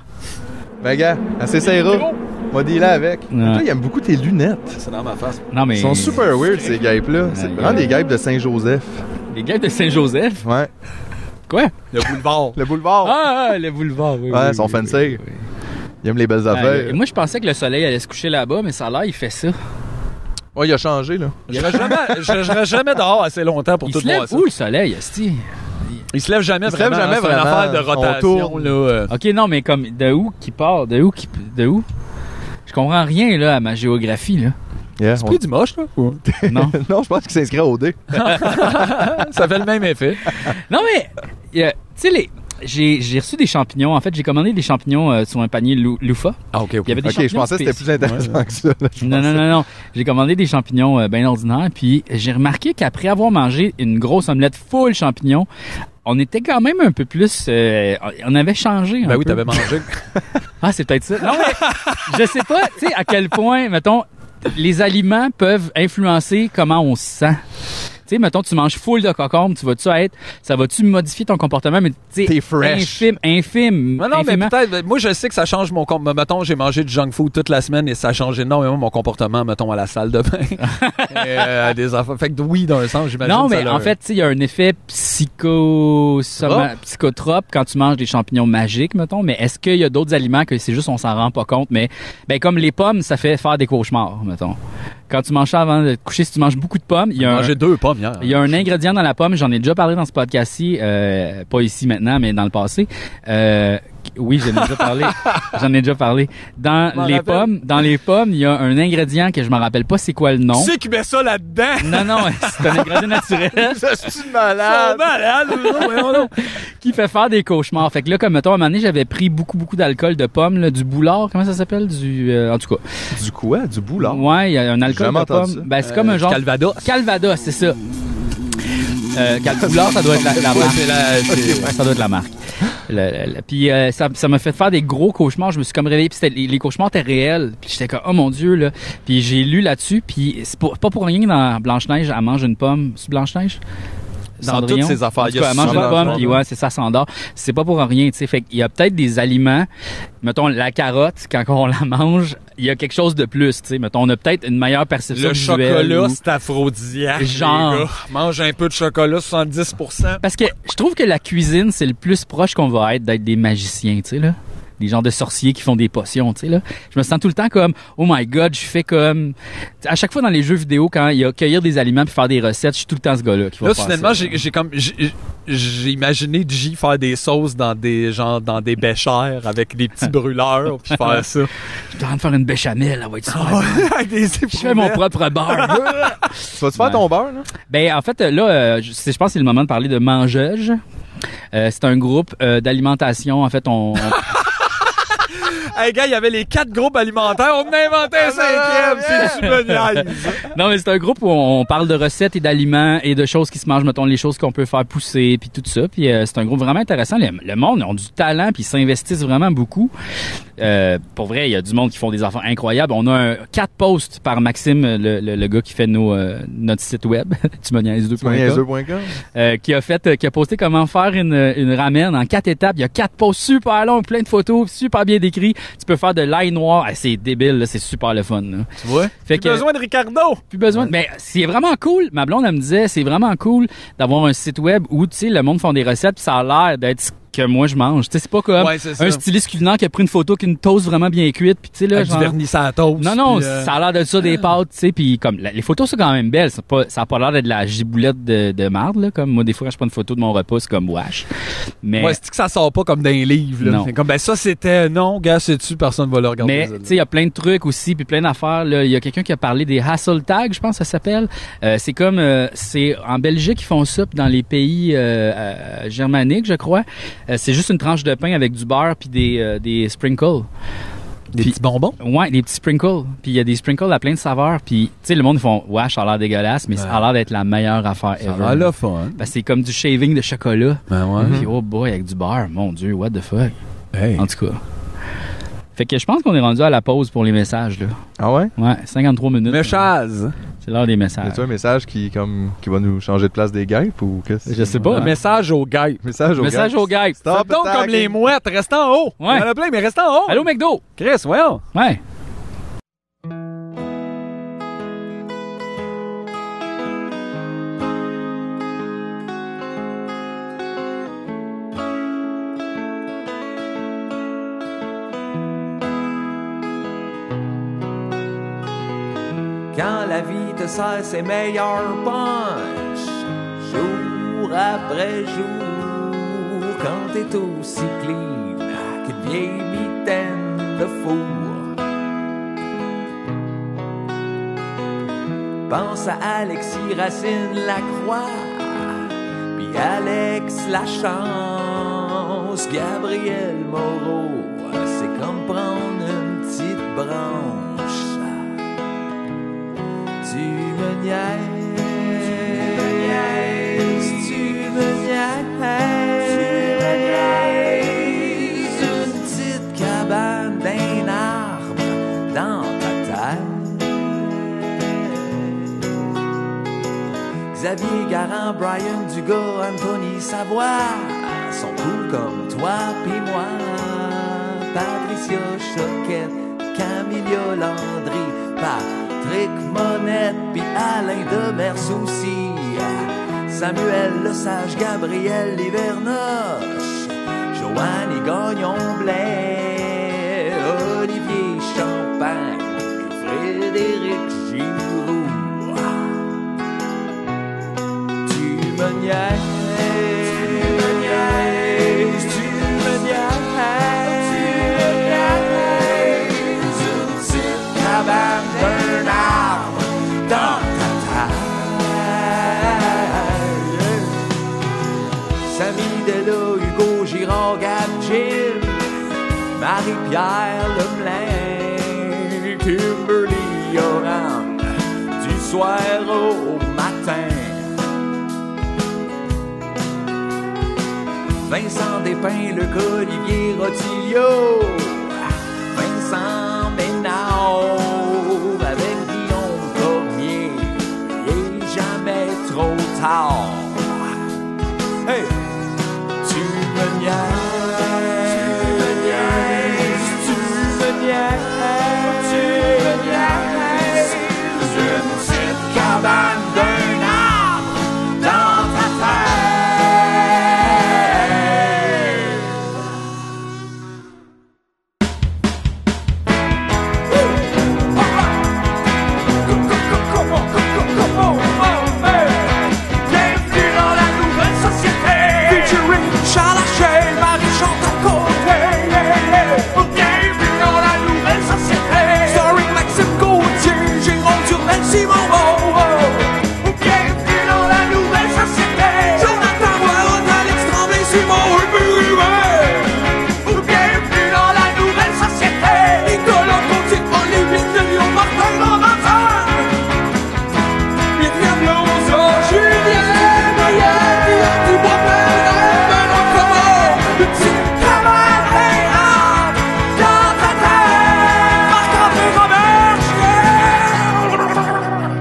Speaker 3: Ben, gars, elle s'essayera. M'a dit là avec.
Speaker 1: Ouais.
Speaker 3: Toi, il aime beaucoup tes lunettes.
Speaker 2: C'est dans ma face.
Speaker 1: Non, mais.
Speaker 3: Ils sont super weird, ces guêpes-là.
Speaker 1: Ouais,
Speaker 3: C'est vraiment des guêpes de Saint-Joseph.
Speaker 1: Les gars de Saint-Joseph.
Speaker 3: Ouais.
Speaker 1: Quoi?
Speaker 2: Le boulevard.
Speaker 3: Le boulevard.
Speaker 1: Ah, ah, le boulevard, oui.
Speaker 3: Ouais,
Speaker 1: oui,
Speaker 3: ils sont
Speaker 1: oui,
Speaker 3: fancy.
Speaker 1: oui, oui.
Speaker 3: Il aime les belles
Speaker 1: Ah,
Speaker 3: affaires.
Speaker 1: moi, je pensais que le soleil allait se coucher là-bas, mais ça a l'air, il fait ça.
Speaker 3: Ouais, il a changé, là.
Speaker 2: Je ne jamais, je logerai jamais dehors assez longtemps pour
Speaker 1: il
Speaker 2: tout
Speaker 1: se lève
Speaker 2: voir ça.
Speaker 1: où, le soleil, Esti?
Speaker 2: Il se lève jamais
Speaker 3: Il se lève
Speaker 2: vraiment.
Speaker 3: jamais
Speaker 2: hein, c'est
Speaker 3: vraiment.
Speaker 2: une affaire de
Speaker 3: On
Speaker 2: rotation.
Speaker 3: tourne.
Speaker 2: là, euh.
Speaker 1: OK, non, mais comme de où qui part, de où qui de où Je comprends rien là à ma géographie là.
Speaker 3: Yeah,
Speaker 2: C'est
Speaker 3: on-
Speaker 2: plus du moche, là. ou-
Speaker 3: (laughs)
Speaker 1: Non. (laughs)
Speaker 3: non, je pense qu'il s'inscrit au dé.
Speaker 2: ça fait le même effet.
Speaker 1: non mais euh, tu sais les j'ai j'ai reçu des champignons. En fait, j'ai commandé des champignons euh, sur un panier lou- Loufa.
Speaker 2: Ah, ok, ok.
Speaker 1: Il y avait des
Speaker 3: Ok, je
Speaker 1: champignons
Speaker 3: pensais que c'était
Speaker 1: spéciaux.
Speaker 3: plus intéressant que ça. là, je
Speaker 1: Non, non,
Speaker 3: pensais.
Speaker 1: non, non. J'ai commandé des champignons euh, bien ordinaires, puis j'ai remarqué qu'après avoir mangé une grosse omelette full champignons, on était quand même un peu plus... euh, on avait changé un
Speaker 2: Ben oui,
Speaker 1: peu.
Speaker 2: t'avais mangé.
Speaker 1: Ah, c'est peut-être ça. Non, mais je sais pas, tu sais, à quel point, mettons, les aliments peuvent influencer comment on se sent. Tu sais, mettons, tu manges full de concombre, tu vas-tu être... Ça va-tu modifier ton comportement, mais tu sais...
Speaker 3: T'es fresh.
Speaker 1: Infime, infime,
Speaker 2: Mais non, mais
Speaker 1: infiniment.
Speaker 2: peut-être. ben, Moi, je sais que ça change mon comportement. Mettons, j'ai mangé du junk food toute la semaine et ça change énormément mon comportement, mettons, à la salle de
Speaker 1: (laughs)
Speaker 2: bain. Et, euh, des affaires. Fait que oui, d'un sens, j'imagine.
Speaker 1: Non,
Speaker 2: que ça
Speaker 1: mais
Speaker 2: leur-
Speaker 1: en fait, tu sais, il y a un effet psycho... soma- psychotrope quand tu manges des champignons magiques, mettons. Mais est-ce qu'il y a d'autres aliments que c'est juste on s'en rend pas compte? Mais ben comme les pommes, ça fait faire des cauchemars, mettons. Quand tu manges ça avant de te coucher, si tu manges beaucoup de pommes, il y
Speaker 2: J'ai
Speaker 1: a un...
Speaker 2: mangé deux pommes hier.
Speaker 1: Il y a un ingrédient dans la pomme, j'en ai déjà parlé dans ce podcast-ci, euh, pas ici maintenant, mais dans le passé. Euh, oui, j'en ai déjà
Speaker 2: (laughs)
Speaker 1: parlé. j'en ai déjà parlé. Dans
Speaker 2: M'en
Speaker 1: les
Speaker 2: rappelle.
Speaker 1: pommes, dans les pommes, il y a un ingrédient que je me rappelle pas c'est quoi le nom.
Speaker 2: Qui c'est qui met ça (laughs) là-dedans?
Speaker 1: Non, non, c'est un ingrédient
Speaker 2: (laughs)
Speaker 1: naturel (laughs)
Speaker 3: Ça, c'est une
Speaker 2: Ah,
Speaker 3: malade.
Speaker 2: malade! (laughs) non, voyons donc.
Speaker 1: qui fait faire des cauchemars. Fait que là, comme mettons, à un moment donné, j'avais pris beaucoup, beaucoup d'alcool de pomme, là, du boulard, comment ça s'appelle? Du, euh, en tout cas.
Speaker 3: Du quoi? Du boulard?
Speaker 1: Ouais, il y a un alcool
Speaker 3: Jamais
Speaker 1: de pomme.
Speaker 3: entendu ça.
Speaker 1: Ben, c'est comme un genre...
Speaker 2: Euh, Calvados.
Speaker 1: Calvada, c'est ça. Euh, Cal- Boulard, ça doit être la, la marque. Ça doit être la marque. Le- le- le- Puis euh, ça, ça m'a fait faire des gros cauchemars. Je me suis comme réveillé, puis c'était- les, les cauchemars étaient réels. Puis j'étais comme, oh mon Dieu, là. Puis j'ai lu là-dessus, puis c'est pas, pas pour rien que dans Blanche-Neige, elle mange une pomme. C'est Blanche-Neige?
Speaker 2: Dans
Speaker 1: Cendrillon?
Speaker 2: toutes ces affaires,
Speaker 1: En
Speaker 2: il
Speaker 1: tout
Speaker 2: y a
Speaker 1: cas, elle mange une
Speaker 2: sûrement
Speaker 1: pomme,
Speaker 2: ça.
Speaker 1: puis ouais, c'est ça, s'endort. C'est pas pour rien, tu sais. Fait qu'il y a peut-être des aliments, mettons la carotte, quand on la mange, il y a quelque chose de plus, tu sais. Mettons, on a peut-être une meilleure perception
Speaker 2: Le
Speaker 1: visuelle
Speaker 2: chocolat,
Speaker 1: ou-
Speaker 2: c'est aphrodisiaque.
Speaker 1: Genre.
Speaker 2: les gars. Mange un peu de chocolat, 70%.
Speaker 1: Parce que je trouve que la cuisine, c'est le plus proche qu'on va être d'être des magiciens, tu sais, là. Des gens de sorciers qui font des potions, tu sais, là. Je me sens tout le temps comme, oh my god, je fais comme. À chaque fois dans les jeux vidéo, quand il y a cueillir des aliments puis faire des recettes, je suis tout le temps ce gars-là qui va
Speaker 2: Là,
Speaker 1: faire
Speaker 2: finalement,
Speaker 1: ça.
Speaker 2: j'ai j'ai comme j'ai- j'ai imaginé J faire des sauces dans des genre dans des béchères avec
Speaker 1: (laughs)
Speaker 2: des petits brûleurs puis faire ça.
Speaker 1: Je suis en train de faire une béchamel, elle va être
Speaker 2: Ah
Speaker 1: super bonne.
Speaker 2: (laughs) Avec des
Speaker 1: Je fais mon propre beurre.
Speaker 2: (laughs)
Speaker 3: Tu vas-tu faire ton beurre, là?
Speaker 1: ben, en fait, là, euh, je c'est- je pense que c'est le moment de parler de mangeage. Euh, c'est un groupe euh, d'alimentation. En fait, on- on
Speaker 2: Hey gars, il y avait les quatre groupes alimentaires, on en
Speaker 1: Ah,
Speaker 2: inventait un cinquième, c'est tu me
Speaker 1: (laughs)
Speaker 2: niaises.
Speaker 1: Non, mais c'est un groupe où on parle de recettes et d'aliments et de choses qui se mangent, mettons les choses qu'on peut faire pousser, puis tout ça. Puis euh, c'est un groupe vraiment intéressant. Le, le monde ont du talent, puis ils s'investissent vraiment beaucoup. Euh, pour vrai, il y a du monde qui font des affaires incroyables. On a un, quatre posts par Maxime, le, le- le gars qui fait nos, euh, notre site web, (laughs) tu me niaises deux
Speaker 3: Tu m'as
Speaker 1: point
Speaker 3: mis à
Speaker 1: com.
Speaker 3: yeux.com?
Speaker 1: Euh, qui a fait, euh, qui a posté comment faire une, une ramen en quatre étapes. Il y a quatre posts super longs, plein de photos, super bien décrits. Tu peux faire de l'ail noir. Ah, c'est débile, là, c'est super le fun. là.
Speaker 2: Tu vois
Speaker 1: Fait
Speaker 2: Plus besoin de Ricardo.
Speaker 1: plus besoin. de- Mais c'est vraiment cool. Ma blonde, elle me disait, c'est vraiment cool d'avoir un site web où, tu sais, le monde font des recettes puis ça a l'air d'être ce que moi je mange. Tu sais, c'est pas comme
Speaker 2: Ouais, c'est ça.
Speaker 1: un styliste culinaire qui a pris une photo qu'une toast vraiment bien cuite puis tu sais, là,
Speaker 2: Avec du
Speaker 1: genre-
Speaker 2: vernis à la toast.
Speaker 1: Non, non,
Speaker 2: puis, euh,
Speaker 1: ça a l'air de ça, des pâtes, tu sais, puis comme, la- les photos sont quand même belles, c'est pas, ça a pas l'air d'être de la giboulette de, de marde, là, comme moi, des fois, quand je prends une photo de mon repas, c'est comme wesh. Mais,
Speaker 2: Ouais, c'est que ça sort pas comme dans les livres. Là.
Speaker 1: Non.
Speaker 2: C'est Comme, ben ça, c'était... Non, gars, c'est-tu, personne va le regarder.
Speaker 1: Mais
Speaker 2: ça, là.
Speaker 1: tu sais, il y a plein de trucs aussi, puis plein d'affaires. là. Il y a quelqu'un qui a parlé des Hasseltag, je pense que ça s'appelle. Euh, c'est comme, euh, c'est en Belgique ils font ça, puis dans les pays euh, euh, germaniques, je crois. Euh, c'est juste une tranche de pain avec du beurre puis des, euh, des sprinkles.
Speaker 2: Des
Speaker 1: puis-
Speaker 2: petits bonbons.
Speaker 1: Ouais, des petits sprinkles. Puis il y a des sprinkles à plein de saveurs. Puis tu sais, le monde ils font, ouais, ça a l'air dégueulasse, mais ça a l'air d'être la meilleure affaire
Speaker 2: Ça
Speaker 1: ever.
Speaker 2: a l'air fun.
Speaker 1: Parce que c'est comme du shaving de chocolat.
Speaker 2: Ben ouais.
Speaker 1: Puis oh boy, avec du beurre, mon dieu, what the fuck.
Speaker 2: Hey.
Speaker 1: En tout cas. Fait que je pense qu'on est rendu à la pause pour les messages, là.
Speaker 3: Ah ouais?
Speaker 1: Ouais, 53 minutes.
Speaker 2: Mais Chaz,
Speaker 1: C'est l'heure des
Speaker 3: Y
Speaker 1: messages.
Speaker 3: tu un message qui, comme, qui va nous changer de place des guêpes ou qu'est-ce?
Speaker 1: Je sais
Speaker 2: un
Speaker 1: pas. hein.
Speaker 2: message au gars.
Speaker 3: Message au
Speaker 1: Message
Speaker 3: gars.
Speaker 1: aux gars.
Speaker 3: Stop
Speaker 2: Faites donc
Speaker 3: attacking.
Speaker 2: comme les mouettes, restez en haut.
Speaker 1: Ouais.
Speaker 2: Il y en a plein, mais restez en haut.
Speaker 1: Allô, McDo?
Speaker 2: Chris, voyons.
Speaker 1: Ouais.
Speaker 6: Quand la vie te sert ses meilleurs punch, jour après jour. quand t'es aussi clean qu'une vieille mitaine de four. Pense à Alexis Racine Lacroix, puis Alex Lachance, Gabriel Moreau, c'est comme prendre une petite branche. Tu me niaises, tu me niaises, tu me niaises, une petite cabane d'un arbre dans ta tête. Xavier Garant, Brian Dugas, Anthony Savoie sont cool comme toi pis moi. Patricia Choquette, Camilla Landry, Patrick Monette pis Alain Demers aussi. Samuel Lesage, Gabriel Livernoche, Joanne Gagnon-Blais, Olivier Champagne, Frédéric Giroux. Tu me niaises, tu me niaises, une petite cabane d'un arbre dans ta taille. Samy Della, Hugo Girard, Gab Jim, Marie-Pierre Lemelin, Kimberly Oran, du soir au matin. Vincent Despins, le Olivier Rotilio, Vincent Ménard, avec Guillaume Cormier, il est jamais trop tard. Hey, tu me niaises, tu me niaises, tu me niaises, une petite cabane d'un arbre dans ta terre. Bienvenue dans la nouvelle société Featuring Charles Hachel, Marie-Chantal Côté Bienvenue dans la nouvelle société Starring Maxime Gauthier, Jérôme Turmel, Simon Rowe Bienvenue dans la nouvelle société Jonathan Roy, Alex Tremblay, Simon Hubert Bienvenue dans la nouvelle société Nicolas Gauthier, Olivier de Lyon, Martin Laurent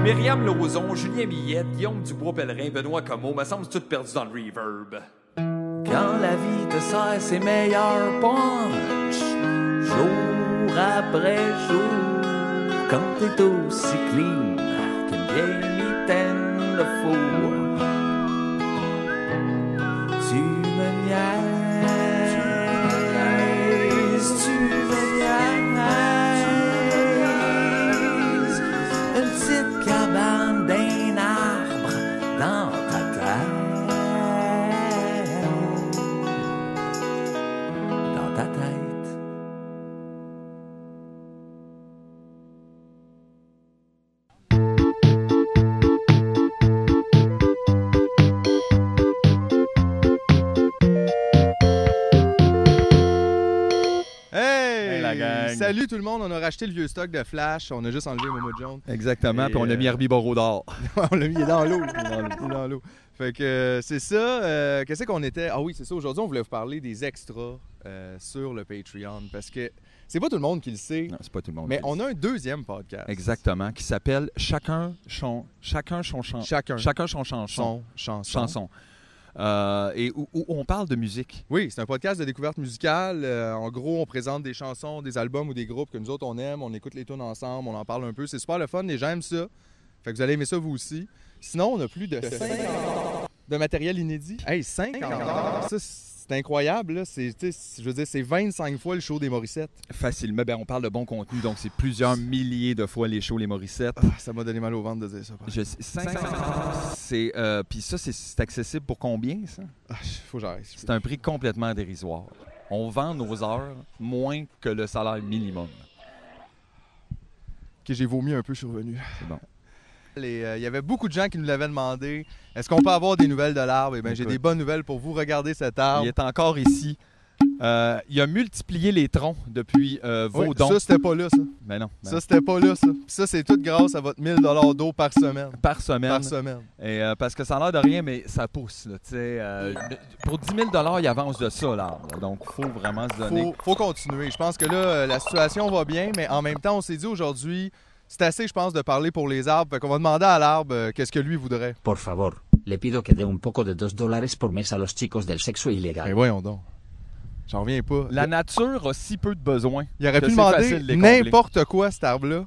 Speaker 2: Myriam Lauzon, Julien Millette, Guillaume Dubois-Pellerin, Benoît Comeau, me semble tout perdu dans le reverb.
Speaker 6: Quand la vie te sert ses meilleurs punch, jour après jour, quand t'es aussi clean qu'une vieille mitaine de four, tu me niaises, tu me niaises, une petite cabane d'un arbre dans ta tête, dans ta tête.
Speaker 3: Hey!
Speaker 2: Hey, la gang.
Speaker 3: Salut tout le monde, on a racheté le vieux stock de Flash, on a juste enlevé Momo Jones.
Speaker 2: Exactement,
Speaker 3: puis on a mis
Speaker 2: Herbie Borodor.
Speaker 3: (laughs) on l'a mis il est dans l'eau. (laughs) Il est dans l'eau, il est dans l'eau. Fait que euh, c'est ça. euh, Qu'est-ce qu'on était? Ah oui, c'est ça. Aujourd'hui, on voulait vous parler des extras euh, sur le Patreon parce que c'est pas tout le monde qui le sait,
Speaker 2: Non, c'est pas tout le monde.
Speaker 3: mais
Speaker 2: qui le
Speaker 3: on a un deuxième podcast.
Speaker 2: sait. Exactement, qui s'appelle Chacun son chacun son chan-
Speaker 3: Chacun.
Speaker 2: Chacun son chanson.
Speaker 3: Son, chanson.
Speaker 2: Chanson. Euh, et où, où on parle de musique.
Speaker 3: Oui, c'est un podcast de découverte musicale. Euh, en gros, on présente des chansons, des albums ou des groupes que nous autres on aime. On écoute les tunes ensemble, on en parle un peu. C'est super le fun. Les gens aiment ça. Fait que vous allez aimer ça vous aussi. Sinon, on a plus de 50. de matériel inédit. Hey, 50 Ça, c'est incroyable. là. C'est, tu sais, je veux dire, c'est 25 fois le show des Morissettes.
Speaker 2: Facilement. Ben, on parle de bon contenu, donc c'est plusieurs milliers de fois les shows, les Morissettes.
Speaker 3: Ah, ça m'a donné mal au ventre de dire ça. par
Speaker 2: Je sais- 500. C'est. euh, Puis ça, c'est- c'est accessible pour combien, ça?
Speaker 3: Ah, faut que j'arrête.
Speaker 2: C'est un prix complètement dérisoire. On vend nos heures moins que le salaire minimum.
Speaker 3: que j'ai vomi un peu survenu.
Speaker 2: C'est bon.
Speaker 3: euh, Il y avait beaucoup de gens qui nous l'avaient demandé. Est-ce qu'on peut avoir des nouvelles de l'arbre? Eh bien, j'ai
Speaker 2: Écoute.
Speaker 3: des bonnes nouvelles pour vous. Regardez cet arbre.
Speaker 2: Il est encore ici. Euh, il a multiplié les troncs depuis euh,
Speaker 3: Oui,
Speaker 2: Vaudon. Ben.
Speaker 3: ça, c'était pas là, ça.
Speaker 2: Mais non. mais non.
Speaker 3: Ça, c'était pas là, ça. Puis ça, c'est tout grâce à votre 1000 d'eau par semaine.
Speaker 2: par semaine.
Speaker 3: Par semaine.
Speaker 2: Et, euh, parce que ça a l'air de rien, mais ça pousse. là, tu sais, euh, pour 10 000 il avance de ça, l'arbre. Donc, il faut vraiment se donner.
Speaker 3: Faut, faut continuer. Je pense que là, euh, la situation va bien, mais en même temps, on s'est dit aujourd'hui, c'est assez, je pense, de parler pour les arbres. Fait qu'on va demander à l'arbre euh, qu'est-ce que lui voudrait.
Speaker 5: Por favor, le pido que dé un poco de 2 dólares por mes a los chicos del sexo
Speaker 3: Ben
Speaker 5: ilegal.
Speaker 3: voyons donc. J'en reviens pas.
Speaker 2: La nature a si peu de besoins.
Speaker 3: Il aurait
Speaker 2: que
Speaker 3: pu
Speaker 2: c'est
Speaker 3: demander
Speaker 2: facile de les combler.
Speaker 3: n'importe quoi, cet arbre-là,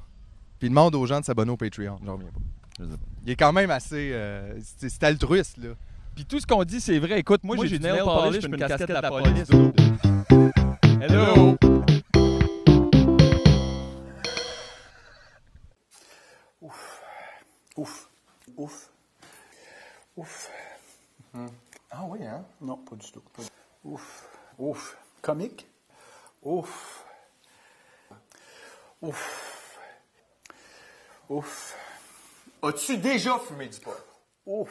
Speaker 3: puis il demande aux gens de s'abonner au Patreon. J'en reviens pas.
Speaker 2: Je sais pas.
Speaker 3: Il est quand même assez. euh, c'est c'est altruiste, là.
Speaker 2: Puis tout ce qu'on dit, c'est vrai. Écoute, moi, j'ai du nail polish, puis une casquette de la police. Hello!
Speaker 7: Ouf. Ouf. Ouf. Ah oui, hein? Non, pas du tout. Pas du- Ouf. Ouf. Comique? Ouf. Ouf. Ouf. As-tu déjà fumé du pot? Ouf.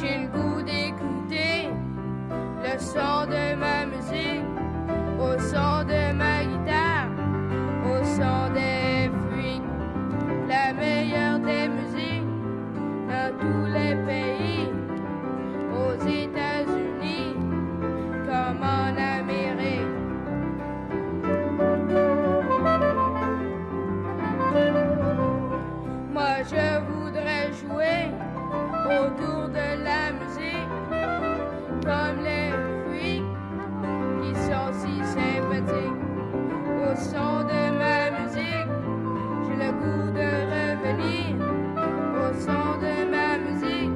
Speaker 8: J'ai le goût d'écouter le son de ma musique, au son de ma guitare, au son des fruits. La meilleure des musiques dans tous les pays, aux États-Unis comme en Amérique. Moi je voudrais jouer autour de la musique, comme les fruits qui sont si sympathiques. Au son de ma musique, j'ai le goût de revenir. Au son de ma musique,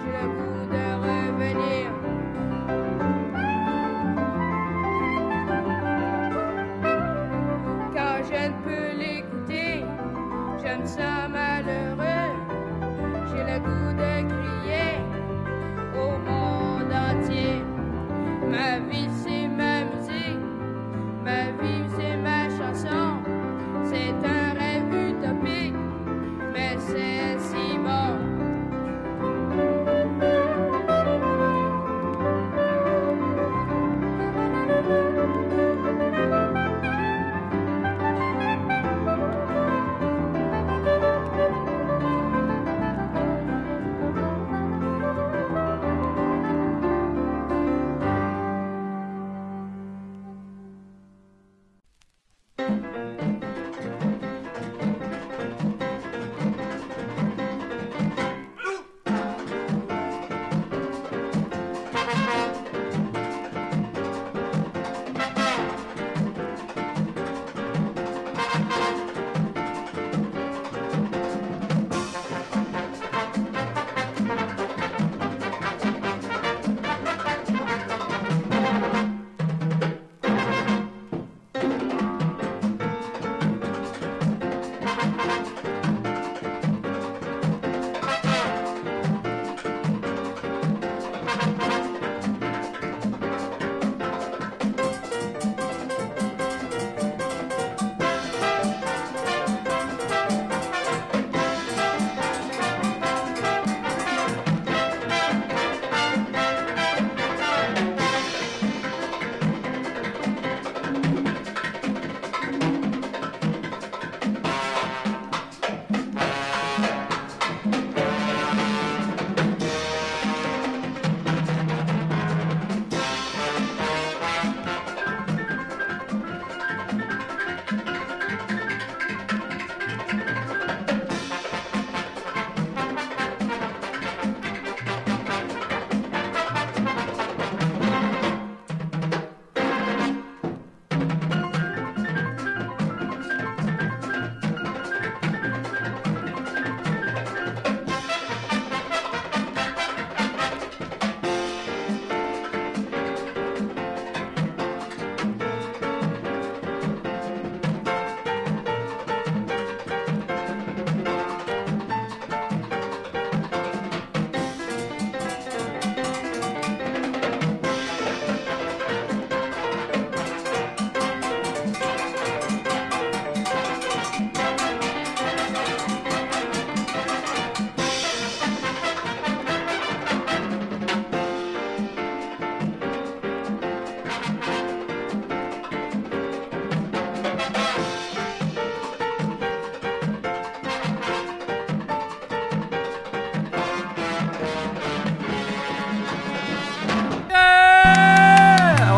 Speaker 8: j'ai le goût de revenir. Quand je ne peux l'écouter, je me sens malheureux. J'ai le goût de crier au monde entier. Ma vie, c'est ma musique. Ma vie, c'est ma chanson. C'est un rêve utopique, mais c'est si bon.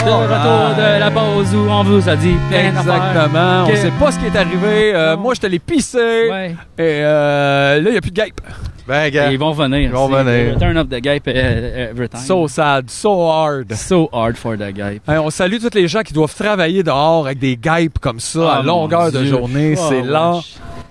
Speaker 1: retour de la pause où on vous a dit plein d'affaires.
Speaker 2: Exactement.
Speaker 1: Que-
Speaker 2: On sait pas ce qui est arrivé. Euh, moi, je te l'ai pissé.
Speaker 1: Ouais.
Speaker 2: Et euh, là, il n'y a plus de gape.
Speaker 3: Ben, gars.
Speaker 1: Et ils vont venir.
Speaker 3: Ils vont
Speaker 1: C'est
Speaker 3: venir.
Speaker 1: Return of the Gape euh, every time.
Speaker 2: So sad, so hard.
Speaker 1: So hard for the Gape.
Speaker 2: Hey, on salue tous les gens qui doivent travailler dehors avec des guipes comme ça
Speaker 1: Oh,
Speaker 2: à
Speaker 1: mon
Speaker 2: longueur de
Speaker 1: Dieu.
Speaker 2: journée.
Speaker 1: Oh,
Speaker 2: c'est
Speaker 1: wesh.
Speaker 2: lent.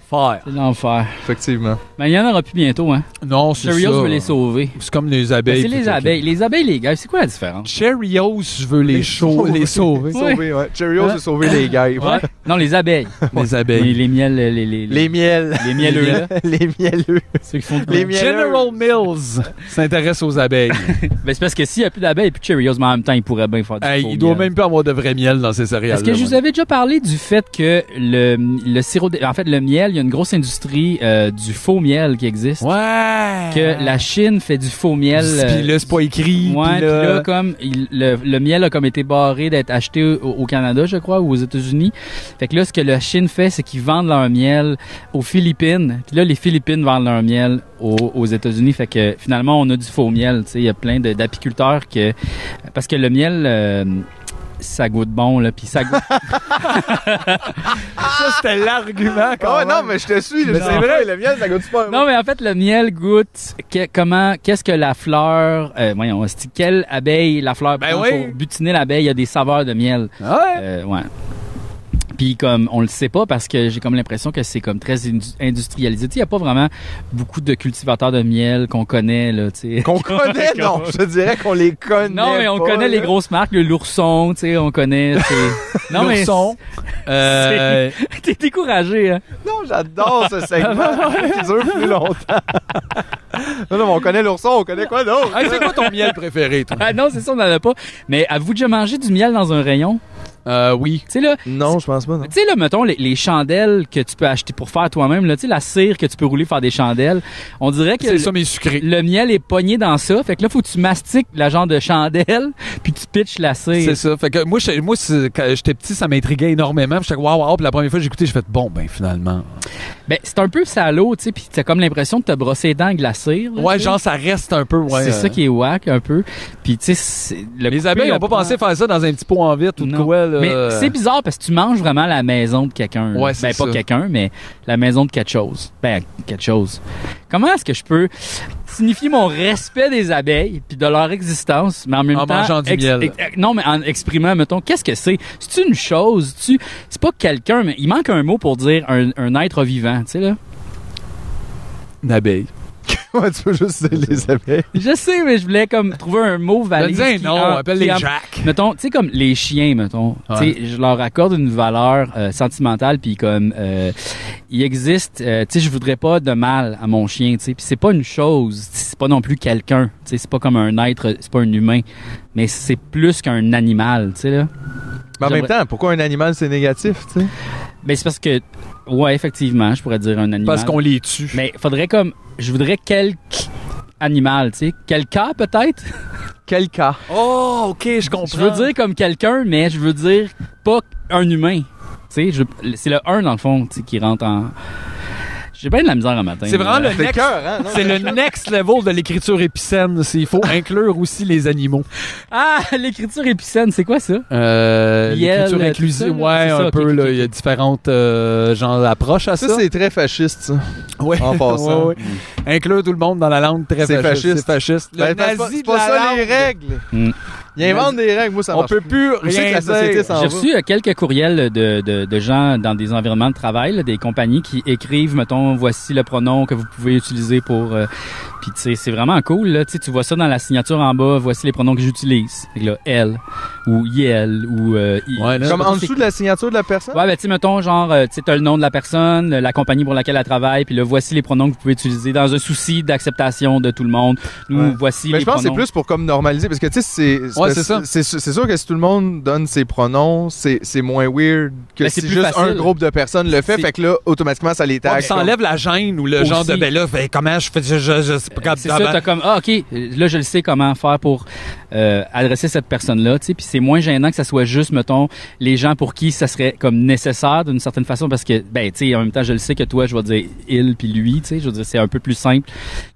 Speaker 2: Faire.
Speaker 1: C'est l'enfer.
Speaker 3: Effectivement.
Speaker 1: Mais il y en aura plus bientôt, hein.
Speaker 2: Non, c'est ça.
Speaker 1: Cheerios veut les sauver.
Speaker 2: C'est comme les
Speaker 1: Ben,
Speaker 2: abeilles.
Speaker 1: c'est les
Speaker 2: tout-
Speaker 1: abeilles. Les abeilles, les gars, c'est quoi la différence?
Speaker 2: Cheerios, je veux les, chauds, les sauver.
Speaker 1: Ouais.
Speaker 3: Sauver, ouais. Cheerios
Speaker 1: Ouais.
Speaker 3: a sauvé les gays.
Speaker 1: Non, les abeilles.
Speaker 2: (laughs) les
Speaker 1: Les,
Speaker 2: abeilles.
Speaker 1: les miels, les, les, les,
Speaker 3: Les miels.
Speaker 1: les mielleux, là.
Speaker 3: les mielleux.
Speaker 1: Ceux qui font de
Speaker 3: Les mielleux.
Speaker 2: General Mills (laughs) s'intéresse aux abeilles.
Speaker 1: Ben, c'est parce que s'il n'y a plus d'abeilles et plus de Cheerios, mais en même temps, ils pourraient bien faire du
Speaker 2: (laughs) Hey,
Speaker 1: faux
Speaker 2: il doit
Speaker 1: miel.
Speaker 2: même pas avoir de vrai miel dans ces céréales.
Speaker 1: Est-ce que je vous avais déjà parlé du fait que le, le sirop, de- en fait, le miel, il y a une grosse industrie euh, du faux miel qui existe.
Speaker 2: Ouais.
Speaker 1: Que la Chine fait du faux miel.
Speaker 2: Puis
Speaker 1: euh,
Speaker 2: là, c'est pas écrit.
Speaker 1: Ouais,
Speaker 2: puis
Speaker 1: puis
Speaker 2: là-
Speaker 1: là, comme il- le, le miel a comme été barré d'être acheté au, au Canada, je crois, ou aux États-Unis. Fait que là, ce que la Chine fait, c'est qu'ils vendent leur miel aux Philippines. Puis là, les Philippines vendent leur miel aux, aux États-Unis. Fait que finalement, on a du faux miel. Tu sais, il y a plein de- d'apiculteurs que parce que le miel. euh, ça goûte bon là puis ça goûte
Speaker 2: (laughs) Ça, c'était l'argument quand
Speaker 3: Ah ouais,
Speaker 2: même.
Speaker 3: non, mais je te suis. là,
Speaker 1: Mais
Speaker 3: C'est
Speaker 1: non.
Speaker 3: vrai, le miel, ça goûte super bon.
Speaker 1: non mais en fait le miel goûte que- comment qu'est-ce que la fleur euh, voyons c'est- quelle abeille la fleur
Speaker 2: Ben
Speaker 1: prend
Speaker 2: oui.
Speaker 1: pour butiner l'abeille il y a des saveurs de miel
Speaker 2: Ouais.
Speaker 1: Euh, ouais. Puis comme on le sait pas parce que j'ai comme l'impression que c'est comme très indu- industrialisé. Tu sais, il y a pas vraiment beaucoup de cultivateurs de miel qu'on connaît là, tu sais.
Speaker 3: Qu'on connaît, non. Je te dirais qu'on les connaît.
Speaker 1: Non, mais on
Speaker 3: pas,
Speaker 1: connaît
Speaker 3: là.
Speaker 1: les grosses marques, le l'ourson, tu sais, on connaît.
Speaker 2: (laughs)
Speaker 1: c'est- non mais
Speaker 2: L'ourson. (laughs) Euh,
Speaker 1: (laughs) t'es découragé. Hein?
Speaker 3: Non, j'adore ce segment qui dure plus longtemps. non, non, mais on connaît l'ourson, on connaît quoi d'autre?
Speaker 2: hey, c'est quoi ton miel préféré, toi?
Speaker 1: Ah non, c'est ça, on n'en a pas. Mais avez-vous déjà mangé du miel dans un rayon
Speaker 2: Euh, oui.
Speaker 1: Tu sais là,
Speaker 3: Non, je pense pas, non.
Speaker 1: tu sais là, mettons les, les chandelles que tu peux acheter pour faire toi-même là, tu sais la cire que tu peux rouler pour faire des chandelles. On dirait que
Speaker 2: C'est ça, mais sucré.
Speaker 1: le miel est pogné dans ça. Fait que là, faut que tu mastiques la genre de chandelle, (laughs) puis tu pitches la
Speaker 2: C'est
Speaker 1: cire.
Speaker 2: ça. Fait que moi, je- moi c'est- quand j'étais petit, ça m'intriguait énormément. Puis J'étais comme, waouh, waouh. Puis la première fois que j'ai écouté, j'ai fait, bon, ben finalement.
Speaker 1: Ben, c'est un peu salaud, tu sais, puis t'as comme l'impression de te brosser les dents avec de la cire.
Speaker 3: Mhm.
Speaker 1: là,
Speaker 2: Ouais,
Speaker 1: tu sais.
Speaker 2: genre, ça reste un peu, ouais.
Speaker 1: c'est
Speaker 2: euh,
Speaker 1: ça qui est whack, un peu. Puis, tu sais, c'est- le
Speaker 2: Les
Speaker 1: couper,
Speaker 2: abeilles
Speaker 1: le
Speaker 2: ont pas
Speaker 1: prend-
Speaker 2: pensé faire ça dans un petit pot en vitre ou de
Speaker 1: Non.
Speaker 2: quoi, là.
Speaker 1: Mais c'est bizarre parce que tu manges vraiment la maison de quelqu'un. là.
Speaker 2: euh. Ouais, c'est
Speaker 1: ben, pas
Speaker 2: ça.
Speaker 1: quelqu'un, mais la maison de quelque chose. Ben, quelque chose. Comment est-ce que je peux signifier mon respect des abeilles puis de leur existence, mais en même
Speaker 2: En
Speaker 1: temps.
Speaker 2: mangeant du miel.
Speaker 1: non, mais en exprimant, mettons, qu'est-ce que c'est? C'est une chose, tu. C'est pas quelqu'un, mais il manque un mot pour dire un, un être vivant, tu sais, là.
Speaker 2: une abeille.
Speaker 3: (laughs) Ouais, tu veux juste les abeilles.
Speaker 1: Je sais, mais je voulais comme trouver un mot valide.
Speaker 2: Ben,
Speaker 1: qui
Speaker 2: dis, non,
Speaker 1: en-
Speaker 2: appelle-les
Speaker 1: qui en-
Speaker 2: Jack.
Speaker 1: Mettons, tu sais, comme les chiens, mettons, tu
Speaker 2: Ouais.
Speaker 1: sais, je leur accorde une valeur euh, sentimentale, puis comme, euh, il existe, euh, tu sais, je voudrais pas de mal à mon chien, tu sais, puis c'est pas une chose, c'est pas non plus quelqu'un, tu sais, c'est pas comme un être, c'est pas un humain, mais c'est plus qu'un animal, tu sais, là.
Speaker 3: Mais en même
Speaker 1: J'aimerais-
Speaker 3: temps, pourquoi un animal, c'est négatif, tu sais?
Speaker 1: Mais c'est parce que, ouais, effectivement, je pourrais dire un animal.
Speaker 2: Parce qu'on les tue.
Speaker 1: Mais faudrait comme, je voudrais quelque animal, tu sais, quelqu'un peut-être?
Speaker 3: Quel cas?
Speaker 2: Oh, ok, je comprends.
Speaker 1: Je veux dire comme quelqu'un, mais je veux dire pas un humain. Tu sais, je- c'est le 1 dans le fond tu sais, qui rentre en. J'ai bien de la misère un matin.
Speaker 2: C'est vraiment
Speaker 1: là.
Speaker 2: le
Speaker 3: C'est
Speaker 2: next
Speaker 3: cœur, hein? Non?
Speaker 2: C'est le next level de l'écriture épicène. c'est- Il (laughs) faut inclure aussi les animaux.
Speaker 1: Ah, (laughs) l'écriture épicène, c'est quoi ça?
Speaker 2: Euh,
Speaker 1: Yel,
Speaker 2: l'écriture
Speaker 1: tout ça,
Speaker 2: inclusive,
Speaker 1: là,
Speaker 2: ouais,
Speaker 1: c'est
Speaker 2: un
Speaker 1: ça, ok,
Speaker 2: peu.
Speaker 1: ok,
Speaker 2: là,
Speaker 1: ok.
Speaker 2: Il y a différentes euh, genres d'approches à ça.
Speaker 3: Ça, c'est très fasciste, ça.
Speaker 2: (laughs) Ouais.
Speaker 3: en passant.
Speaker 2: Ouais,
Speaker 3: Ben,
Speaker 2: ouais. Inclure tout le monde dans la langue très
Speaker 3: C'est
Speaker 2: fasciste.
Speaker 3: fasciste.
Speaker 2: C'est fasciste. Le
Speaker 3: Ben, c'est pas-
Speaker 2: nazi
Speaker 3: c'est
Speaker 2: de
Speaker 3: pas
Speaker 2: la
Speaker 3: ça
Speaker 2: langue.
Speaker 3: les règles.
Speaker 1: Hmm.
Speaker 3: Ils inventent des règles, moi, ça
Speaker 2: On
Speaker 3: marche.
Speaker 2: peut plus
Speaker 3: Où c'est que
Speaker 2: rien
Speaker 3: la société
Speaker 2: dire.
Speaker 3: s'en
Speaker 1: J'ai
Speaker 3: va?
Speaker 1: reçu euh, quelques courriels de, de, de gens dans des environnements de travail, là, des compagnies qui écrivent, mettons, voici le pronom que vous pouvez utiliser pour... euh, Puis, tu sais, c'est vraiment cool, là. Tu sais, tu vois ça dans la signature en bas, voici les pronoms que j'utilise. Fait que là, elle, ou yel, ou... euh, i.
Speaker 2: Ouais, là.
Speaker 3: Comme en dessous de la signature de la personne?
Speaker 1: Ouais, ben, tu sais, mettons, genre, euh, tu sais, t'as le nom de la personne, euh, la compagnie pour laquelle elle travaille, puis là, voici les pronoms que vous pouvez utiliser dans un souci d'acceptation de tout le monde. Nous,
Speaker 3: Ouais.
Speaker 1: voici
Speaker 3: Mais
Speaker 1: les
Speaker 3: je pense que c'est
Speaker 1: pronoms.
Speaker 3: plus pour comme normaliser parce que tu sais c'est c'est-
Speaker 2: Ouais,
Speaker 3: parce-
Speaker 2: c'est ça.
Speaker 3: c'est sûr- c'est sûr que si tout le monde donne ses pronoms, c'est c'est moins weird que
Speaker 1: Ben, c'est
Speaker 3: si
Speaker 1: plus
Speaker 3: juste un
Speaker 1: facile.
Speaker 3: groupe de personnes le fait
Speaker 1: C'est-
Speaker 3: fait que là automatiquement ça les
Speaker 2: Ouais,
Speaker 3: tag.
Speaker 2: puis ça enlève la gêne ou le
Speaker 1: Aussi.
Speaker 2: genre de ben là, ben, comment je fais je, je, je- c'est pas
Speaker 1: C'est ça, t'as comme, ah, OK, euh, là, je le sais comment faire pour euh, adresser cette personne-là, tu sais, puis c'est moins gênant que ça soit juste, mettons, les gens pour qui ça serait comme nécessaire d'une certaine façon, parce que, ben, tu sais, en même temps, je le sais que toi, je vais dire il puis lui, tu sais, je veux dire, c'est un peu plus simple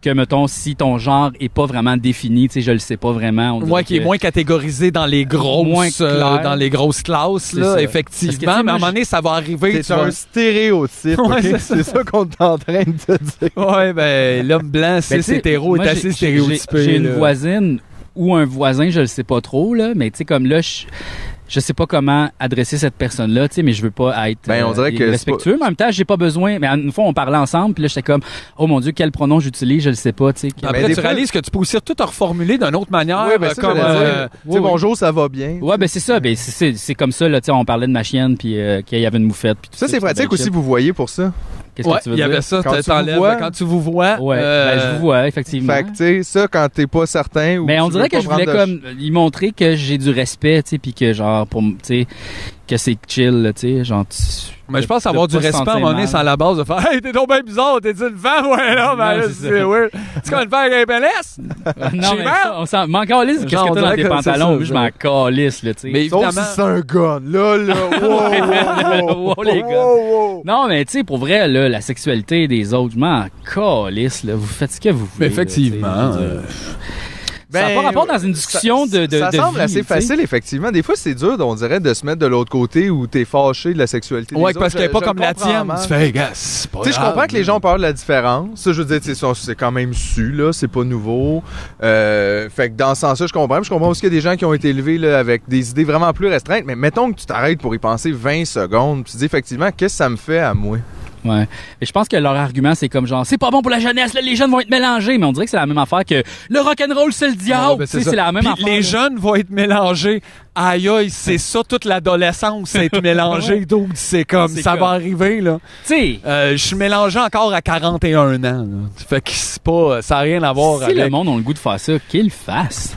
Speaker 1: que, mettons, si ton genre est pas vraiment défini, tu sais, je le sais pas vraiment. on
Speaker 2: Moi
Speaker 1: dirait
Speaker 2: qui est
Speaker 1: que-
Speaker 2: moins catégorisé dans les grosses,
Speaker 1: Moins clair.
Speaker 2: euh, dans les grosses classes,
Speaker 1: C'est
Speaker 2: là,
Speaker 1: ça. Parce que, tu
Speaker 2: effectivement.
Speaker 1: sais,
Speaker 2: mais à
Speaker 1: moi,
Speaker 2: un moment donné, ça va arriver.
Speaker 3: C'est un stéréotype,
Speaker 2: Ouais,
Speaker 3: ok?
Speaker 2: c'est ça.
Speaker 3: c'est ça qu'on est en train de te dire.
Speaker 2: Oui, ben, l'homme blanc, c'est
Speaker 1: Ben, tu sais,
Speaker 2: hétéro,
Speaker 1: moi,
Speaker 2: est
Speaker 1: j'ai-
Speaker 2: assez
Speaker 1: j'ai-
Speaker 2: stéréotypé.
Speaker 1: J'ai une
Speaker 2: là.
Speaker 1: voisine ou un voisin, je le sais pas trop, là, mais tu sais, comme là, je, je sais pas comment adresser cette personne-là, tu sais, mais je veux pas être
Speaker 3: Ben, on dirait que c'est
Speaker 1: respectueux, mais en même temps, j'ai pas besoin. Mais une fois, on parlait ensemble, puis là, j'étais comme, oh mon Dieu, quel pronom j'utilise, je le sais pas, tu sais. que-
Speaker 3: Ben,
Speaker 2: Après,
Speaker 3: des
Speaker 2: tu
Speaker 3: fois-
Speaker 2: réalises que tu peux aussi tout te reformuler d'une autre manière.
Speaker 3: Ouais, ben,
Speaker 2: euh,
Speaker 3: ça,
Speaker 2: comme,
Speaker 3: j'allais dire.
Speaker 2: euh,
Speaker 3: Tu sais, bonjour, ça va bien.
Speaker 1: Ouais, ben c'est ça, ben c'est- c'est c'est comme ça, là, tu sais, on parlait de ma chienne, puis euh, qu'il y avait une moufette, puis tout
Speaker 3: Ça, c'est
Speaker 1: puis
Speaker 3: pratique
Speaker 1: ben,
Speaker 3: aussi, vous voyez pour ça.
Speaker 1: Qu'est-ce
Speaker 2: ouais,
Speaker 1: que tu veux
Speaker 2: il y
Speaker 1: dire?
Speaker 2: avait ça,
Speaker 3: Quand
Speaker 2: t'en-
Speaker 3: tu vous
Speaker 2: t'enlèves,
Speaker 3: vois-
Speaker 2: quand tu vous vois.
Speaker 1: Ouais, ben,
Speaker 2: euh,
Speaker 1: je vous vois, effectivement.
Speaker 3: Fait que, tu sais, ça, quand t'es pas certain ou
Speaker 1: Mais Ben, on
Speaker 3: tu
Speaker 1: dirait
Speaker 3: veux
Speaker 1: que
Speaker 3: pas
Speaker 1: je voulais
Speaker 3: prendre de-
Speaker 1: comme lui montrer que j'ai du respect, tu sais, puis que genre pour m- tu sais que c'est chill, là, tu sais, genre. tu-
Speaker 2: Mais je
Speaker 1: de-
Speaker 2: pense
Speaker 1: de
Speaker 2: avoir du
Speaker 1: pas se
Speaker 2: respect à un
Speaker 1: sentir
Speaker 2: moment donné
Speaker 1: mal.
Speaker 2: sans la base de faire Hey, t'es donc bien bizarre, t'es une femme, (laughs) ouais, là, ben
Speaker 1: Non,
Speaker 2: là,
Speaker 1: c'est
Speaker 2: c'est
Speaker 1: ça.
Speaker 2: weird. Tu connais une femme avec un LS?
Speaker 1: non,
Speaker 2: J'ai
Speaker 1: mais
Speaker 2: mal.
Speaker 1: ça, on s'en m'en calisse qu'est-ce
Speaker 2: Genre,
Speaker 1: que
Speaker 2: on
Speaker 1: t'as dans
Speaker 2: dirait
Speaker 1: tes
Speaker 2: que c'est
Speaker 1: pantalons,
Speaker 2: ça,
Speaker 1: Moi, je
Speaker 2: genre.
Speaker 1: m'en calisse, là, tu sais. (laughs)
Speaker 2: Mais
Speaker 3: Sauf si
Speaker 2: évidemment.
Speaker 3: c'est un gun. Là, là, wow, wow, wow,
Speaker 1: Wow, Oh, les
Speaker 3: oh,
Speaker 1: gars.
Speaker 3: wow, wow.
Speaker 1: Non, mais tu sais, pour vrai, là, la sexualité des autres, je m'en calisse, là. Vous faites ce que vous voulez. là,
Speaker 2: Effectivement,
Speaker 1: tu sais, je veux
Speaker 2: euh,
Speaker 1: dire.
Speaker 2: Ben,
Speaker 1: ça n'a pas rapport dans une discussion
Speaker 3: ça-
Speaker 1: de, de.
Speaker 3: Ça
Speaker 1: de
Speaker 3: semble
Speaker 1: vie,
Speaker 3: assez
Speaker 1: tu sais.
Speaker 3: facile, effectivement. Des fois, c'est dur, on dirait, de se mettre de l'autre côté où t'es fâché de la sexualité. des
Speaker 2: Ouais,
Speaker 3: autres.
Speaker 2: parce qu'elle
Speaker 3: Je-
Speaker 2: est pas
Speaker 3: je
Speaker 2: comme la
Speaker 3: comprends
Speaker 2: tienne.
Speaker 3: mal.
Speaker 2: Tu fais, hey, gars, c'est pas
Speaker 3: Tu sais, je
Speaker 2: grave,
Speaker 3: comprends que les
Speaker 2: là.
Speaker 3: gens ont peur de la différence. Ça, je veux dire, tu sais, ça, c'est quand même su, là, c'est pas nouveau. Euh, fait que dans ce sens-là, je comprends. Puis Je comprends aussi qu'il y a des gens qui ont été élevés là, avec des idées vraiment plus restreintes. Mais mettons que tu t'arrêtes pour y penser 20 secondes, puis tu te dis effectivement, qu'est-ce que ça me fait à moi?
Speaker 1: Ouais. Mais je pense que leur argument, c'est comme genre, c'est pas bon pour la jeunesse, là, les jeunes vont être mélangés. Mais on dirait que c'est la même affaire que le rock'n'roll, c'est le diable.
Speaker 2: Ouais, ben,
Speaker 1: Tu sais, c'est la même
Speaker 2: Puis
Speaker 1: affaire.
Speaker 2: Les
Speaker 1: là.
Speaker 2: jeunes vont être mélangés. Aïe, aïe, c'est ça toute l'adolescence, être mélangé. Donc, c'est comme,
Speaker 1: C'est
Speaker 2: ça
Speaker 1: comme-
Speaker 2: va arriver, là.
Speaker 1: Tu sais,
Speaker 2: Euh, je suis mélangé encore à 41 ans. là. Fait que c'est pas, ça n'a rien à voir
Speaker 1: si
Speaker 2: avec.
Speaker 1: le monde a le goût de faire ça, qu'ils le fassent.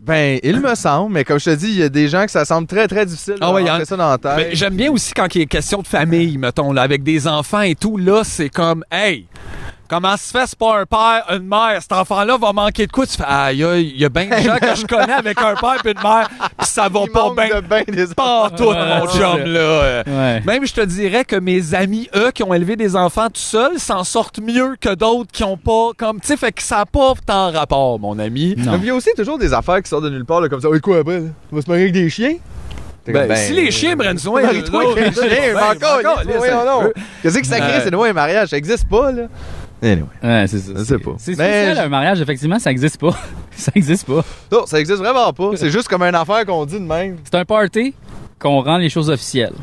Speaker 3: Ben, il me semble, mais comme je te dis, il y a des gens que ça semble très, très difficile de
Speaker 2: Ah ouais,
Speaker 3: rentrer
Speaker 2: il y en-
Speaker 3: ça dans la tête.
Speaker 2: Mais J'aime bien aussi quand il est question de famille, mettons, là, avec des enfants et tout. Là, c'est comme, hey, comment se fait, c'est pas un père, une mère. Cet enfant-là va manquer de quoi? Tu fais, aïe, aïe, il y a bien des gens que je connais avec un père et une mère, puis ça va
Speaker 3: Il
Speaker 2: pas
Speaker 3: manque
Speaker 2: bien.
Speaker 3: de ben des
Speaker 2: Pas en tout,
Speaker 1: Ouais,
Speaker 2: mon
Speaker 1: c'est
Speaker 2: chum,
Speaker 1: ça.
Speaker 2: là. Euh,
Speaker 1: Ouais.
Speaker 2: Même, je te dirais que mes amis, eux, qui ont élevé des enfants tout seuls, s'en sortent mieux que d'autres qui ont pas, comme, tu sais, fait que ça n'a pas tant rapport, mon ami.
Speaker 1: Non.
Speaker 3: Mais Il y a aussi toujours des affaires qui sortent de nulle part, là, comme ça. Oui, quoi, après? là? On va se marier avec des chiens? T'es
Speaker 2: Ben,
Speaker 3: comme,
Speaker 2: si les chiens prennent soin,
Speaker 3: Marie-toi
Speaker 2: de
Speaker 3: avec
Speaker 2: l'autre,
Speaker 3: un chien,
Speaker 2: ben,
Speaker 3: mais encore,
Speaker 2: encore,
Speaker 3: yes,
Speaker 2: laisse
Speaker 3: voyons
Speaker 2: un
Speaker 3: donc.
Speaker 2: peu.
Speaker 3: Qu'est-ce que ça crée?
Speaker 2: Euh,
Speaker 3: C'est loin un mariage, ça existe pas, là. Anyway.
Speaker 1: Ouais, c'est ça.
Speaker 3: Je sais
Speaker 1: C'est-
Speaker 3: pas.
Speaker 1: C'est
Speaker 3: Mais
Speaker 1: spécial,
Speaker 3: je-
Speaker 1: un mariage, effectivement, ça existe pas. (laughs) ça existe pas.
Speaker 3: Non, ça existe vraiment pas. C'est juste comme une affaire qu'on dit de même.
Speaker 1: C'est un party qu'on rend les choses officielles.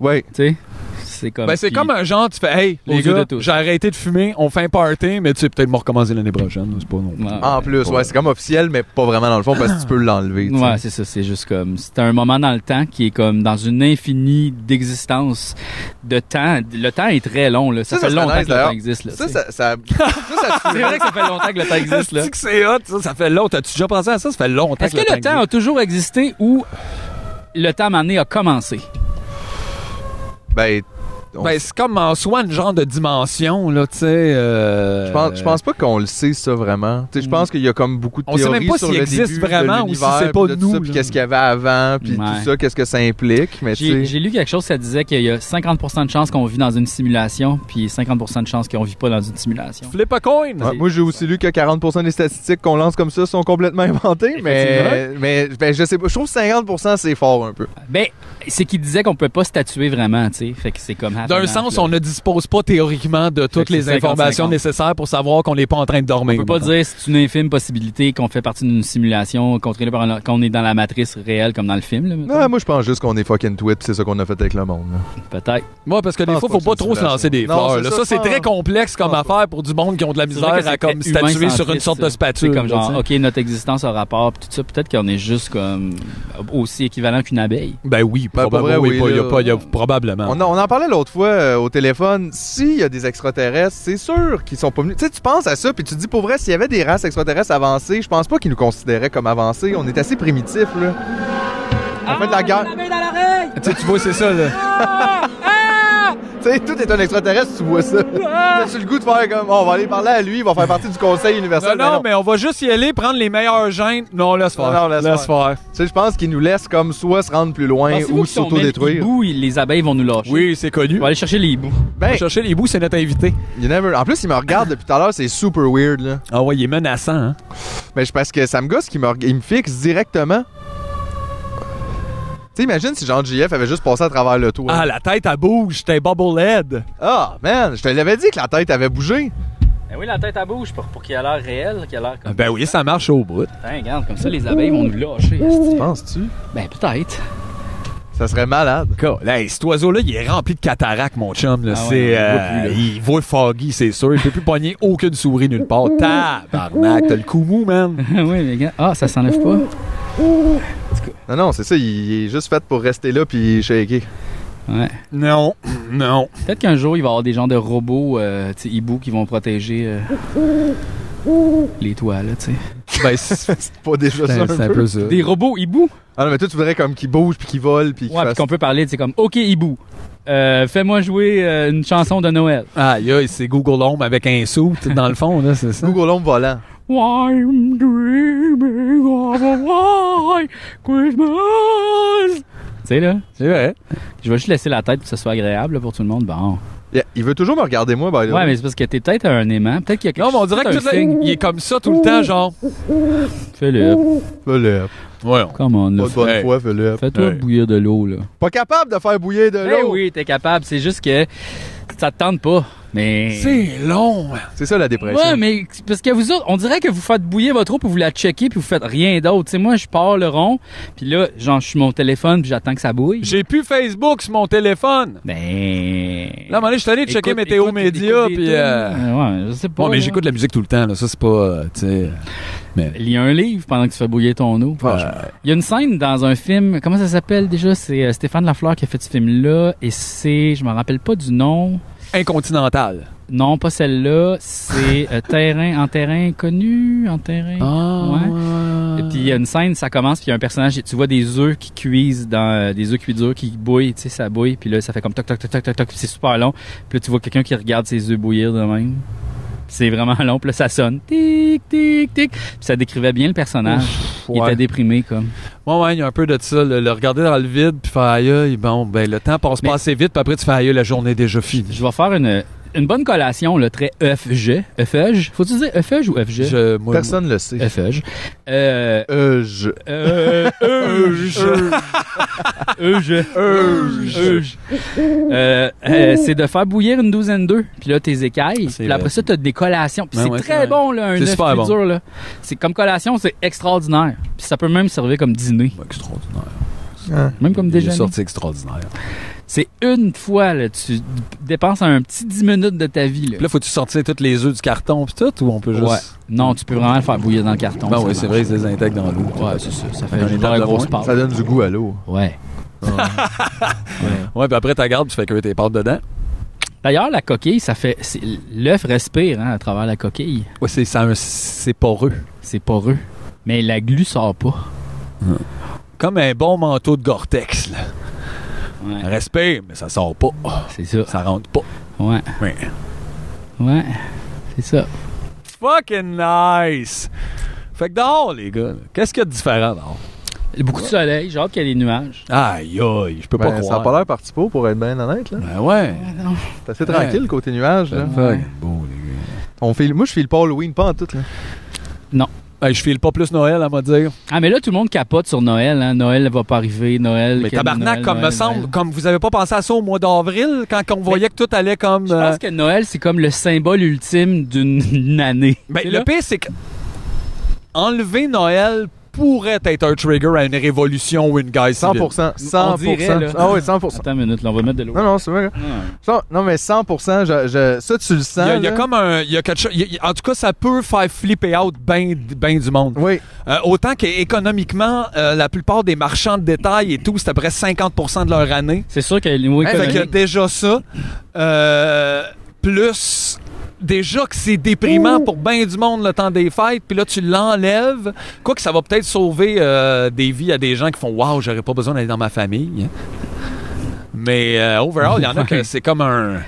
Speaker 3: Ouais.
Speaker 1: Tu sais, c'est comme.
Speaker 2: Ben, c'est
Speaker 1: puis-
Speaker 2: comme un genre, tu fais, hey,
Speaker 1: Aux
Speaker 2: les
Speaker 1: yeux de
Speaker 2: gars,
Speaker 1: tous.
Speaker 2: j'ai arrêté de fumer, on fait un party, mais tu sais, peut-être me recommencer l'année prochaine, c'est pas non plus.
Speaker 1: Ouais.
Speaker 3: En plus, ouais, c'est comme officiel, mais pas vraiment dans le fond parce que tu peux l'enlever. tu sais.
Speaker 1: Ouais, c'est ça. C'est juste comme. C'est un moment dans le temps qui est comme dans une infinie d'existence de temps. Le temps est très long, là. Ça,
Speaker 3: Ça, ça
Speaker 1: fait
Speaker 3: serait
Speaker 1: longtemps
Speaker 3: nice,
Speaker 1: que le temps
Speaker 3: d'ailleurs.
Speaker 1: existe, là.
Speaker 3: Ça,
Speaker 1: tu sais.
Speaker 3: ça, ça, ça, ça te
Speaker 1: C'est vrai que ça fait longtemps que le temps existe, là.
Speaker 2: (laughs) Est-ce que c'est hot, ça, ça fait longtemps. T'as-tu déjà pensé à ça? Ça fait longtemps.
Speaker 1: Est-ce que le temps a toujours existé ou le temps à un moment donné, a commencé?
Speaker 3: Ben, on-
Speaker 2: Ben, c'est comme en soi une genre de dimension, là, tu sais. euh,
Speaker 3: je pense, je pense pas qu'on le sait, ça, vraiment. Tu sais, je pense qu'il y a comme beaucoup de
Speaker 2: On sait
Speaker 3: théories
Speaker 2: même pas
Speaker 3: sur
Speaker 2: s'il
Speaker 3: le
Speaker 2: existe
Speaker 3: début
Speaker 2: vraiment
Speaker 3: de
Speaker 2: ou si
Speaker 3: l'univers,
Speaker 2: c'est pas
Speaker 3: puis de tout
Speaker 2: nous,
Speaker 3: ça, puis
Speaker 2: là.
Speaker 3: qu'est-ce qu'il y avait avant, puis
Speaker 1: Ouais.
Speaker 3: tout ça, qu'est-ce que ça implique, mais tu
Speaker 1: J'ai
Speaker 3: sais...
Speaker 1: j'ai lu quelque chose, ça disait qu'il y a 50% de chances qu'on vit dans une simulation, puis 50% de chances qu'on vit pas dans une simulation.
Speaker 2: Flip a coin!
Speaker 3: Ouais, moi, j'ai aussi lu que 40% des statistiques qu'on lance comme ça sont complètement inventées, mais, mais ben, je sais pas. Je trouve que 50% c'est fort un peu.
Speaker 1: Ben, c'est qu'il disait qu'on peut pas statuer vraiment, tu sais. Fait que c'est comme half
Speaker 2: D'un
Speaker 1: and
Speaker 2: sens,
Speaker 1: half,
Speaker 2: on ne dispose pas théoriquement de toutes
Speaker 1: que
Speaker 2: les
Speaker 1: c'est 50-50.
Speaker 2: informations nécessaires pour savoir qu'on n'est pas en train de dormir.
Speaker 1: On peut pas dire c'est une infime possibilité qu'on fait partie d'une simulation contrôlée par un- qu'on est dans la matrice réelle comme dans le film là, mettons.
Speaker 3: Non, moi, je pense juste qu'on est fucking tweet, pis c'est ça qu'on a fait avec le monde. là.
Speaker 1: peut-être.
Speaker 2: Moi, parce que des
Speaker 3: pense
Speaker 2: fois,
Speaker 3: pas
Speaker 2: faut
Speaker 3: que
Speaker 2: pas
Speaker 3: c'est une
Speaker 2: trop se lancer des
Speaker 3: simulation. Non,
Speaker 2: fleurs. là.
Speaker 3: c'est ça,
Speaker 2: Ça, Ah.
Speaker 3: je
Speaker 2: c'est
Speaker 3: pense-
Speaker 2: très complexe comme
Speaker 3: pense
Speaker 2: affaire pour du monde qui ont de la
Speaker 1: C'est vrai
Speaker 2: misère
Speaker 1: que
Speaker 2: à
Speaker 1: c'est
Speaker 2: comme
Speaker 1: très humain
Speaker 2: statuer sur une
Speaker 1: centriste,
Speaker 2: sorte de
Speaker 1: ça.
Speaker 2: spatule.
Speaker 1: C'est comme
Speaker 2: là,
Speaker 1: genre
Speaker 2: tu sais.
Speaker 1: OK, notre existence a rapport puis tout ça, peut-être qu'on est juste comme aussi équivalent qu'une abeille.
Speaker 2: Ben oui,
Speaker 3: Ben, pour vrai,
Speaker 2: probablement. oui,
Speaker 3: oui,
Speaker 2: pas- y a
Speaker 3: là.
Speaker 2: pas- y a probablement.
Speaker 3: On, a- on en parlait l'autre fois euh, au téléphone. S'il y a des extraterrestres, c'est sûr qu'ils sont pas venus. Tu sais, tu penses à ça, puis tu te dis, pour vrai, s'il y avait des races extraterrestres avancées, je pense pas qu'ils nous considéraient comme avancés. On est assez primitifs, là.
Speaker 2: Ah,
Speaker 3: On fait de la guerre.
Speaker 2: Tu sais, tu vois, c'est ça, là.
Speaker 3: Tu sais, tu sais, tout est un extraterrestre, tu vois ça.
Speaker 2: Ah.
Speaker 3: T'as-tu le goût de faire comme, oh, on va aller parler à lui, il va faire partie du conseil
Speaker 2: Non,
Speaker 3: universel.
Speaker 2: non, mais on va juste y aller, prendre les meilleurs gènes. Non, laisse faire.
Speaker 3: Non, non, laisse
Speaker 2: faire.
Speaker 3: Tu sais, je pense qu'il nous laisse comme soit se rendre plus loin
Speaker 1: Pensez-vous
Speaker 3: Ben, ou
Speaker 1: que si on met
Speaker 3: s'autodétruire.
Speaker 1: le hibou, il- les abeilles vont nous lâcher.
Speaker 2: Oui, c'est connu.
Speaker 1: On va aller chercher les hiboux.
Speaker 3: Ben,
Speaker 2: Chercher les bouts, c'est notre invité.
Speaker 3: you never- En plus, il me regarde depuis tout à l'heure, c'est super weird, là.
Speaker 2: Ah ouais, il est menaçant, hein?
Speaker 3: Mais c'est parce que ça me gosse qu'il me, reg- il me fixe directement. Tu sais, imagine si Jean JF avait juste passé à travers le toit.
Speaker 2: Ah, la tête, elle bouge, t'es bobblehead.
Speaker 3: Ah, man, je te l'avais dit que la tête avait bougé.
Speaker 1: Ben oui, la tête à bouche pour, pour qu'il ait l'air réel, qu'il ait l'air comme.
Speaker 2: Ben oui, ça marche au bout.
Speaker 1: Putain, regarde, comme ça, les abeilles vont nous lâcher. esti.
Speaker 3: Penses-tu?
Speaker 1: Ben peut-être. (laughs)
Speaker 3: Ça serait malade.
Speaker 2: Cool. Hey, cet oiseau-là, il est rempli de cataractes, mon chum. là.
Speaker 1: Ah ouais,
Speaker 2: c'est,
Speaker 1: on le voit
Speaker 2: euh,
Speaker 1: plus, là.
Speaker 2: il voit Foggy, c'est sûr. Il peut plus pogner aucune souris nulle part. Tabarnak, t'as le coup mou, man.
Speaker 1: oui, mais regarde. Ah, ça s'enlève pas.
Speaker 3: Non, non, c'est ça, il est juste fait pour rester là puis shaker. (laughs)
Speaker 1: Ouais.
Speaker 2: Non, non.
Speaker 1: Peut-être qu'un jour, il va y avoir des gens de robots, euh, tu sais, hiboux, qui vont protéger euh, les toits, là, tu sais.
Speaker 3: Ben, c'est pas déjà ça un peu.
Speaker 2: ça.
Speaker 1: Des robots hiboux?
Speaker 3: Ah non, mais toi, tu voudrais comme qu'il bouge puis qu'il vole puis qu'il
Speaker 1: Ouais, puis
Speaker 3: fasse...
Speaker 1: qu'on peut parler, tu sais, comme, OK, hibou, euh, fais-moi jouer euh, une chanson de Noël.
Speaker 2: Aïe, aïe, c'est Google Home avec un sou, dans le fond, là, c'est ça.
Speaker 3: Google Home volant.
Speaker 1: I'm dreaming of a white Christmas. Tu sais, là,
Speaker 2: C'est vrai.
Speaker 1: je vais juste laisser la tête pour que ce soit agréable là, pour tout le monde. Bon.
Speaker 3: Yeah, il veut toujours me regarder, moi, by the way.
Speaker 1: Ouais, mais c'est parce que t'es peut-être un aimant. Peut-être qu'il y a quelque
Speaker 2: Non, mais on dirait que
Speaker 1: peut-être
Speaker 2: tout
Speaker 1: un
Speaker 2: le-
Speaker 1: signe.
Speaker 2: il est comme ça tout le temps, genre.
Speaker 1: Philippe,
Speaker 3: Philippe,
Speaker 2: Ouais.
Speaker 1: come on, là.
Speaker 3: pas de bonne
Speaker 2: Hey.
Speaker 3: foi, Philippe.
Speaker 1: Fais-toi
Speaker 2: Ouais.
Speaker 1: bouillir de l'eau, là.
Speaker 3: Pas capable de faire bouillir de l'eau.
Speaker 1: Ben oui, t'es capable. C'est juste que ça te tente pas. Mais.
Speaker 2: C'est long. hein.
Speaker 3: C'est ça, la dépression.
Speaker 1: Ouais, mais c'est parce que vous autres, on dirait que vous faites bouillir votre eau puis vous la checkez puis vous faites rien d'autre. Tu sais, moi, je pars le rond puis là, genre, je suis mon téléphone puis j'attends que ça bouille.
Speaker 2: J'ai plus Facebook sur mon téléphone.
Speaker 1: Ben.
Speaker 2: Là, à un moment donné, je suis allé checker
Speaker 1: Écoute-
Speaker 2: Météo
Speaker 1: écoute-
Speaker 2: Média,
Speaker 1: écoute des
Speaker 2: puis...
Speaker 1: tunes.
Speaker 2: euh,
Speaker 1: Euh, Ouais, je sais pas.
Speaker 2: Bon, mais
Speaker 1: là.
Speaker 2: j'écoute la musique tout le temps, là. Ça, c'est pas... euh, tu sais...
Speaker 1: Il y a un livre pendant que tu fais bouillir ton eau.
Speaker 2: franchement.
Speaker 1: Il y a une scène dans un film, comment ça s'appelle déjà? C'est euh, Stéphane Lafleur qui a fait ce film-là et c'est, je me rappelle pas du nom.
Speaker 2: Incontinental.
Speaker 1: Non, pas celle-là. C'est euh, terrain en terrain connu, en terrain.
Speaker 2: Ah.
Speaker 1: ouais. Et puis il
Speaker 2: euh,
Speaker 1: y a une scène, ça commence, puis il y a un personnage, tu vois des œufs qui cuisent dans euh, des œufs cuits durs qui bouillent, tu sais, ça bouille, puis là ça fait comme toc toc toc toc toc toc, puis c'est super long. Puis là tu vois quelqu'un qui regarde ses œufs bouillir de même. Puis C'est vraiment (laughs) long, puis là ça sonne tic tic tic. Puis ça décrivait bien le personnage. Il
Speaker 2: ouais.
Speaker 1: était déprimé comme.
Speaker 2: Ouais, ouais, il y a un peu de ça, le, le regarder dans le vide, puis faire aïe, aïe, bon, ben le temps passe
Speaker 1: Mais-
Speaker 2: pas assez vite, puis après tu fais aïe, aïe, la journée est déjà finie.
Speaker 1: Je vais faire une une bonne collation E le trait œuf-je, œuf-je. Faut-tu dire œuf-je ou œuf-je?
Speaker 2: Je, moi,
Speaker 3: Personne le sait.
Speaker 1: Œuf-je. Euh,
Speaker 3: Euh, je...
Speaker 1: Euh, euge.
Speaker 2: E
Speaker 1: Euge. Euge. E Euh, euh, c'est de faire bouillir une douzaine d'œufs, puis là tes écailles,
Speaker 2: Ah, C'est
Speaker 1: puis après
Speaker 2: vrai.
Speaker 1: ça t'as des collations, puis
Speaker 2: Ouais,
Speaker 1: c'est
Speaker 2: ouais,
Speaker 1: très
Speaker 2: c'est vrai.
Speaker 1: bon là, un
Speaker 2: C'est
Speaker 1: œuf
Speaker 2: super
Speaker 1: plus
Speaker 2: bon.
Speaker 1: dur là. C'est comme collation, c'est extraordinaire. Puis ça peut même servir comme dîner,
Speaker 2: moi, extraordinaire.
Speaker 1: même comme
Speaker 2: Déjà.
Speaker 1: déjeuner.
Speaker 2: sorti extraordinaire.
Speaker 1: C'est une fois là, tu dépenses un petit 10 minutes de ta vie là.
Speaker 2: Puis là, faut-tu sortir tous les œufs du carton, puis tout, ou on peut juste.
Speaker 1: Ouais. Non, tu peux vraiment le faire bouillir dans le carton.
Speaker 2: Ben
Speaker 1: ça
Speaker 2: oui, c'est
Speaker 1: marche.
Speaker 2: vrai, ils les intègrent dans l'eau.
Speaker 1: Ouais, c'est ça. Ça fait
Speaker 2: Dans les
Speaker 1: une
Speaker 2: tables de
Speaker 1: grosse
Speaker 2: moins,
Speaker 1: part.
Speaker 3: Ça donne du goût à l'eau.
Speaker 1: Ouais.
Speaker 2: Ouais, puis après, t'as garde, tu fais que tes pâtes dedans.
Speaker 1: D'ailleurs, la coquille, ça fait. c'est- L'œuf respire hein, à travers la coquille.
Speaker 2: Ouais, c'est, ça, c'est poreux.
Speaker 1: C'est poreux. Mais la glu sort pas.
Speaker 2: Comme un bon manteau de Gore-Tex, là.
Speaker 1: Ouais.
Speaker 2: Respire, mais ça sort pas.
Speaker 1: C'est ça.
Speaker 2: Ça rentre pas.
Speaker 1: Ouais.
Speaker 2: Ouais.
Speaker 1: Ouais. C'est ça.
Speaker 2: Fucking nice! Fait que dehors, les gars, là, qu'est-ce qu'il y a de différent dehors?
Speaker 1: Il y a Beaucoup de soleil. J'ai hâte qu'il y ait des nuages.
Speaker 2: Aïe, aïe, je peux pas
Speaker 3: Ben, ça
Speaker 2: croire.
Speaker 3: a pas l'air parti pour, pour être bien honnête. là.
Speaker 2: Ben ouais.
Speaker 3: C'est assez tranquille, côté nuages. Là.
Speaker 2: Fuck. Beau, les gars.
Speaker 3: On fait, moi, je file pas Halloween, pas en tout. Là.
Speaker 2: Hey, je file pas plus Noël, à me dire.
Speaker 1: Ah, mais là, tout le monde capote sur Noël. Hein. Noël va pas arriver. Noël.
Speaker 2: Mais
Speaker 1: quel
Speaker 2: tabarnak,
Speaker 1: Noël,
Speaker 2: comme me
Speaker 1: Noël,
Speaker 2: semble,
Speaker 1: Noël.
Speaker 2: comme vous avez pas pensé à ça au mois d'avril, quand on voyait que tout allait comme.
Speaker 1: Je
Speaker 2: euh,
Speaker 1: pense que Noël, c'est comme le symbole ultime d'une (laughs) année.
Speaker 2: ben,
Speaker 1: C'est
Speaker 2: le
Speaker 1: là.
Speaker 2: pire, c'est que. Enlever Noël pourrait être un trigger à une révolution ou une guy civile.
Speaker 3: 100%. 100%.
Speaker 1: On dirait, là.
Speaker 3: ah oui, 100%.
Speaker 1: Attends une minute, là, on va mettre de l'eau.
Speaker 3: Non, non, c'est vrai. hein. Ça, non, mais 100%, je, je- ça, tu le sens.
Speaker 2: Il y a, il y a
Speaker 3: là.
Speaker 2: comme un. il y a quelque chose- il y a- en tout cas, ça peut faire flipper out ben, ben du monde.
Speaker 3: Oui,
Speaker 2: Euh, autant qu'économiquement, euh, la plupart des marchands de détail et tout, c'est à peu près 50 de leur année.
Speaker 1: C'est sûr que les mots
Speaker 2: Fait qu'il y a
Speaker 1: économiques.
Speaker 2: déjà ça. Euh, plus, déjà que c'est déprimant pour bien du monde le temps des fêtes, puis là, tu l'enlèves. Quoi que ça va peut-être sauver euh, des vies à des gens qui font « Wow, j'aurais pas besoin d'aller dans ma famille. » Mais euh, overall, il y en a que c'est comme un.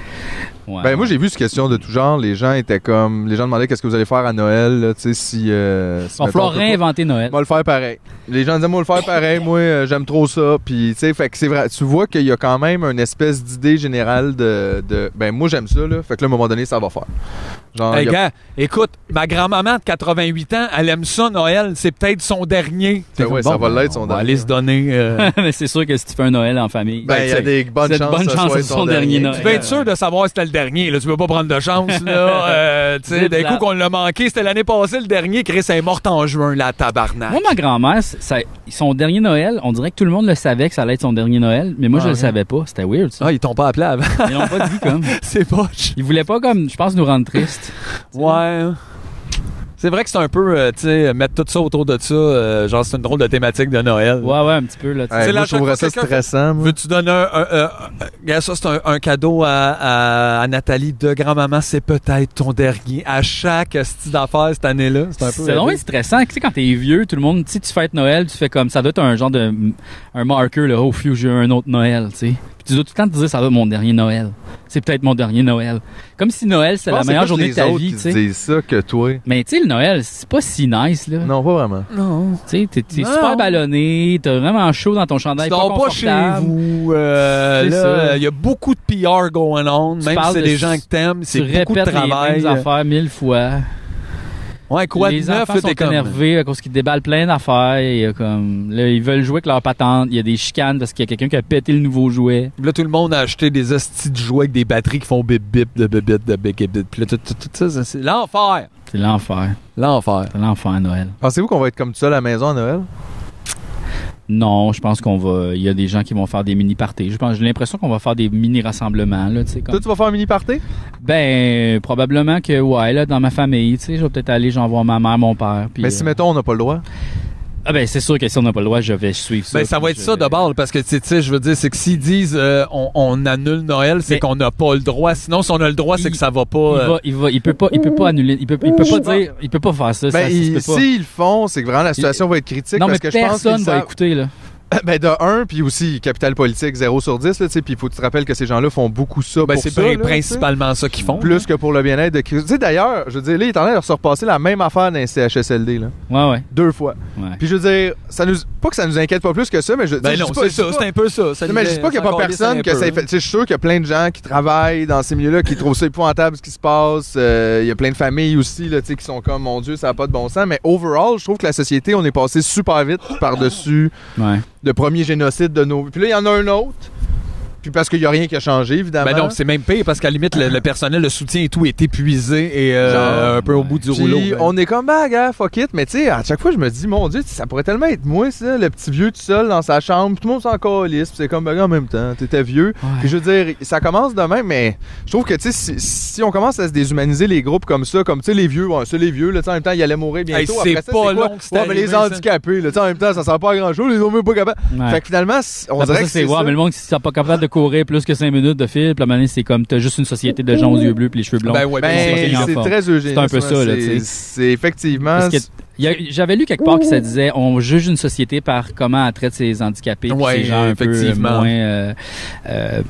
Speaker 2: Ah.
Speaker 3: ben moi j'ai vu ces questions de tout genre, les gens étaient comme les gens demandaient qu'est-ce que vous allez faire à Noël, là, tu sais si euh, si,
Speaker 1: On va falloir
Speaker 3: mettons, on peut pas-
Speaker 1: réinventer Noël.
Speaker 3: Moi le faire pareil. Les gens disaient moi le faire pareil, moi euh, j'aime trop ça puis tu sais fait que c'est vrai, tu vois qu'il y a quand même une espèce d'idée générale de, de- ben moi j'aime ça là, fait que là à un moment donné ça va faire. Genre
Speaker 2: Hey,
Speaker 3: il y a-
Speaker 2: gars, écoute, ma grand-maman de 88 ans, elle aime ça, Noël. C'est peut-être son dernier.
Speaker 3: Ben ouais, ça va l'être, son
Speaker 2: On
Speaker 3: hein.
Speaker 2: va aller se donner. euh,
Speaker 1: (laughs) Mais c'est sûr que si tu fais un Noël en famille,
Speaker 3: Ben, il y a
Speaker 1: c'est-
Speaker 3: des bonnes
Speaker 1: c'est de
Speaker 3: chances
Speaker 1: bonnes
Speaker 3: que ce
Speaker 1: chances
Speaker 3: soit
Speaker 1: que ce soit son
Speaker 3: son
Speaker 1: dernier
Speaker 3: dernier.
Speaker 1: Noël.
Speaker 2: Tu peux être sûr de savoir si c'était le dernier. Là. Tu veux pas prendre de chance. (laughs) Là. Euh, tu sais,
Speaker 1: C'est
Speaker 2: D'un
Speaker 1: plate.
Speaker 2: coup qu'on l'a manqué, c'était l'année passée, le dernier. Chris est morte en juin, la tabarnak.
Speaker 1: Moi, ma grand-mère, c'est- ça- son dernier Noël, on dirait que tout le monde le savait que ça allait être son dernier Noël, mais moi,
Speaker 2: Ah,
Speaker 1: je le
Speaker 2: ouais.
Speaker 1: savais pas. C'était weird,
Speaker 3: (laughs)
Speaker 1: ça.
Speaker 2: Ah, ils t'ont pas appelé avant. (laughs)
Speaker 1: Ils l'ont pas dit comme.
Speaker 2: c'est poche.
Speaker 1: Ils voulaient pas, comme, je pense, nous rendre tristes.
Speaker 2: Ouais. C'est vrai que c'est un peu, euh, tu sais, mettre tout ça autour de ça, euh, genre c'est une drôle de thématique de Noël.
Speaker 1: Ouais, ouais, un petit peu, là. tu sais.
Speaker 3: Hey,
Speaker 2: c'est la
Speaker 3: moi, je trouverais
Speaker 2: chaque fois
Speaker 3: ça
Speaker 2: que quelqu'un
Speaker 3: stressant. moi.
Speaker 2: Veux-tu donner un... un- un- un- Regarde, ça, c'est un, un cadeau à, à- à Nathalie de grand-maman. C'est peut-être ton dernier à chaque euh, style d'affaires cette année-là. C'est un peu...
Speaker 1: C'est vraiment stressant. Tu sais, quand t'es vieux, tout le monde, si tu fêtes Noël, tu fais comme ça, doit être un genre de. un marqueur, là. Oh, phew, j'ai eu un autre Noël, tu sais. Puis tu dois tout le temps te dire, ça doit être mon dernier Noël. C'est peut-être mon dernier Noël. Comme si Noël,
Speaker 3: Je
Speaker 1: c'était
Speaker 3: pense
Speaker 1: la
Speaker 3: que c'est
Speaker 1: meilleure
Speaker 3: plus
Speaker 1: journée
Speaker 3: les
Speaker 1: de ta
Speaker 3: autres
Speaker 1: vie,
Speaker 3: qui
Speaker 1: tu
Speaker 3: se
Speaker 1: sais.
Speaker 3: disent ça que toi.
Speaker 1: Mais tu sais, le Noël, c'est pas si nice, là.
Speaker 3: Non, pas vraiment.
Speaker 2: Non.
Speaker 1: Tu sais, t'es t'es
Speaker 2: Non.
Speaker 1: super ballonné, t'as vraiment chaud dans ton
Speaker 2: Tu
Speaker 1: chandail.
Speaker 2: dors pas chez
Speaker 1: confortable.
Speaker 2: vous. euh,
Speaker 1: C'est
Speaker 2: là,
Speaker 1: ça.
Speaker 2: il y a beaucoup de PR going on.
Speaker 1: Tu
Speaker 2: Même si
Speaker 1: parles
Speaker 2: c'est
Speaker 1: de-
Speaker 2: des gens que t'aimes,
Speaker 1: Tu
Speaker 2: c'est beaucoup de
Speaker 1: répètes
Speaker 2: travail.
Speaker 1: les mêmes affaires mille fois.
Speaker 2: Ouais, quoi
Speaker 1: les
Speaker 2: de neuf,
Speaker 1: enfants
Speaker 2: là,
Speaker 1: sont
Speaker 2: t'es comme...
Speaker 1: énervés à cause qu'ils déballent plein d'affaires. et, euh, comme, là, ils veulent jouer avec leur patente. Il y a des chicanes parce qu'il y a quelqu'un qui a pété le nouveau jouet.
Speaker 2: Là, tout le monde a acheté des hosties de jouets avec des batteries qui font bip bip, de bip bip, de bip bip. Puis là, tout, tout- tout ça, ça, c'est l'enfer.
Speaker 1: C'est l'enfer.
Speaker 2: L'enfer.
Speaker 1: C'est l'enfer à Noël.
Speaker 3: Pensez-vous qu'on va être comme tout seul à la maison à Noël?
Speaker 1: Non, je pense qu'on va. Il y a des gens qui vont faire des mini parties. Je pense, j'ai l'impression qu'on va faire des mini rassemblements là, tu sais. comme-
Speaker 3: Toi, tu vas faire un mini party?
Speaker 1: Ben, euh, probablement que ouais là, dans ma famille, tu sais, je vais peut-être aller, j'en voir ma mère, mon père. puis,
Speaker 3: Mais
Speaker 1: euh,
Speaker 3: si, mettons, on n'a pas le droit.
Speaker 1: ah ben, c'est sûr que si on n'a pas le droit, je vais suivre ça.
Speaker 2: Ben, ça
Speaker 1: puis
Speaker 2: va être
Speaker 1: je-
Speaker 2: ça de base, parce que, tu sais, tu sais, je veux dire, c'est que s'ils disent euh, on, on annule Noël, c'est
Speaker 1: Mais-
Speaker 2: qu'on n'a pas le droit. Sinon, si on a le droit, c'est
Speaker 1: Il-
Speaker 2: que ça va pas.
Speaker 1: Il
Speaker 2: euh,
Speaker 1: va, il va, il peut pas, il peut pas annuler, il peut, il peut pas dire, il peut pas faire ça. ça,
Speaker 3: Ben,
Speaker 1: ça se
Speaker 3: ils-
Speaker 1: peut pas.
Speaker 3: s'ils le font, c'est que vraiment la situation va être critique
Speaker 1: Non, mais
Speaker 3: parce que je pense
Speaker 1: personne
Speaker 3: qu'ils
Speaker 1: va
Speaker 3: savent-
Speaker 1: écouter, là.
Speaker 3: (laughs) Ben, de un, puis aussi capital politique 0 sur 10, là, tu sais, puis il faut que tu te rappelles que ces gens-là font beaucoup ça
Speaker 2: ben,
Speaker 3: pour
Speaker 2: c'est
Speaker 3: ça,
Speaker 2: prin-
Speaker 3: là,
Speaker 2: principalement ça qu'ils
Speaker 3: tu
Speaker 2: font.
Speaker 3: sais. Plus que pour le bien-être de... Tu sais, d'ailleurs, je veux dire, là, il est en train de se repasser la même affaire dans les CHSLD, là.
Speaker 1: Ouais, ouais.
Speaker 3: Deux fois.
Speaker 1: ouais.
Speaker 3: Puis je veux dire, ça nous... Pas que ça nous inquiète pas plus que ça, mais je... tu sais,
Speaker 2: Ben
Speaker 3: je
Speaker 2: non,
Speaker 3: dis pas-
Speaker 2: c'est
Speaker 3: je dis
Speaker 2: ça,
Speaker 3: pas-
Speaker 2: c'est un peu ça. ça
Speaker 3: Non, mais je dis pas qu'il n'y a pas
Speaker 2: encore
Speaker 3: personne
Speaker 2: un
Speaker 3: que
Speaker 2: peu,
Speaker 3: ça fait.
Speaker 2: hein.
Speaker 3: tu sais, Je suis sûr qu'il y a plein de gens qui travaillent dans ces milieux-là, qui trouvent ça épouvantable ce qui se passe. Euh, Il y a plein de familles aussi là, tu sais, qui sont comme, mon Dieu, ça n'a pas de bon sens. Mais overall, je trouve que la société, on est passé super vite par-dessus
Speaker 1: Ouais.
Speaker 3: le premier génocide de nos. Puis là, il y en a un autre. Puis parce qu'il n'y a rien qui a changé, évidemment.
Speaker 2: Ben non, c'est même pire parce qu'à la limite, le, le personnel, le soutien et tout est épuisé et euh,
Speaker 3: Genre,
Speaker 2: un peu au bout du
Speaker 3: Puis
Speaker 2: rouleau.
Speaker 3: on est comme bah gars, fuck it, mais tu sais, à chaque fois je me dis mon dieu, ça pourrait tellement être moi ça, le petit vieux tout seul dans sa chambre, tout le monde s'en calisse, puis c'est comme ben gars, en même temps, t'étais vieux. Puis je veux dire, ça commence demain, mais je trouve que tu sais, si, si on commence à se déshumaniser les groupes comme ça, comme tu sais les vieux, ouais, c'est les vieux, là, tu sais, en même temps ils allaient mourir bientôt.
Speaker 2: Hey, c'est
Speaker 3: Après
Speaker 2: pas
Speaker 3: ça, c'est quoi?
Speaker 2: long que c'est
Speaker 3: Ouais, mais
Speaker 2: arrivé,
Speaker 3: les
Speaker 2: ça.
Speaker 3: handicapés, là, tu sais, en même temps ça sert pas à grand chose, les hommes pas capables.
Speaker 1: Ouais.
Speaker 3: Fait que finalement, c- on
Speaker 1: Après
Speaker 3: dirait
Speaker 1: ça,
Speaker 3: que
Speaker 1: c'est
Speaker 3: c'est
Speaker 1: ouais,
Speaker 3: ça.
Speaker 1: mais le monde qui sont pas capable de courir plus que 5 minutes de fil, puis la manière c'est comme t'as juste une société de gens aux yeux bleus puis les cheveux blonds.
Speaker 2: Ben ouais,
Speaker 3: Ben,
Speaker 1: c'est- c'est en
Speaker 3: c'est
Speaker 1: forme.
Speaker 3: très eugéniste.
Speaker 1: C'est un peu ça,
Speaker 3: ouais,
Speaker 1: là, tu
Speaker 3: c'est-
Speaker 1: sais.
Speaker 3: C'est effectivement.
Speaker 1: Parce que il y a- j'avais lu quelque part que ça disait on juge une société par comment elle traite ses handicapés, puis
Speaker 2: Ouais,
Speaker 1: ses gens un peu, euh,
Speaker 2: effectivement.
Speaker 1: moins euh, euh,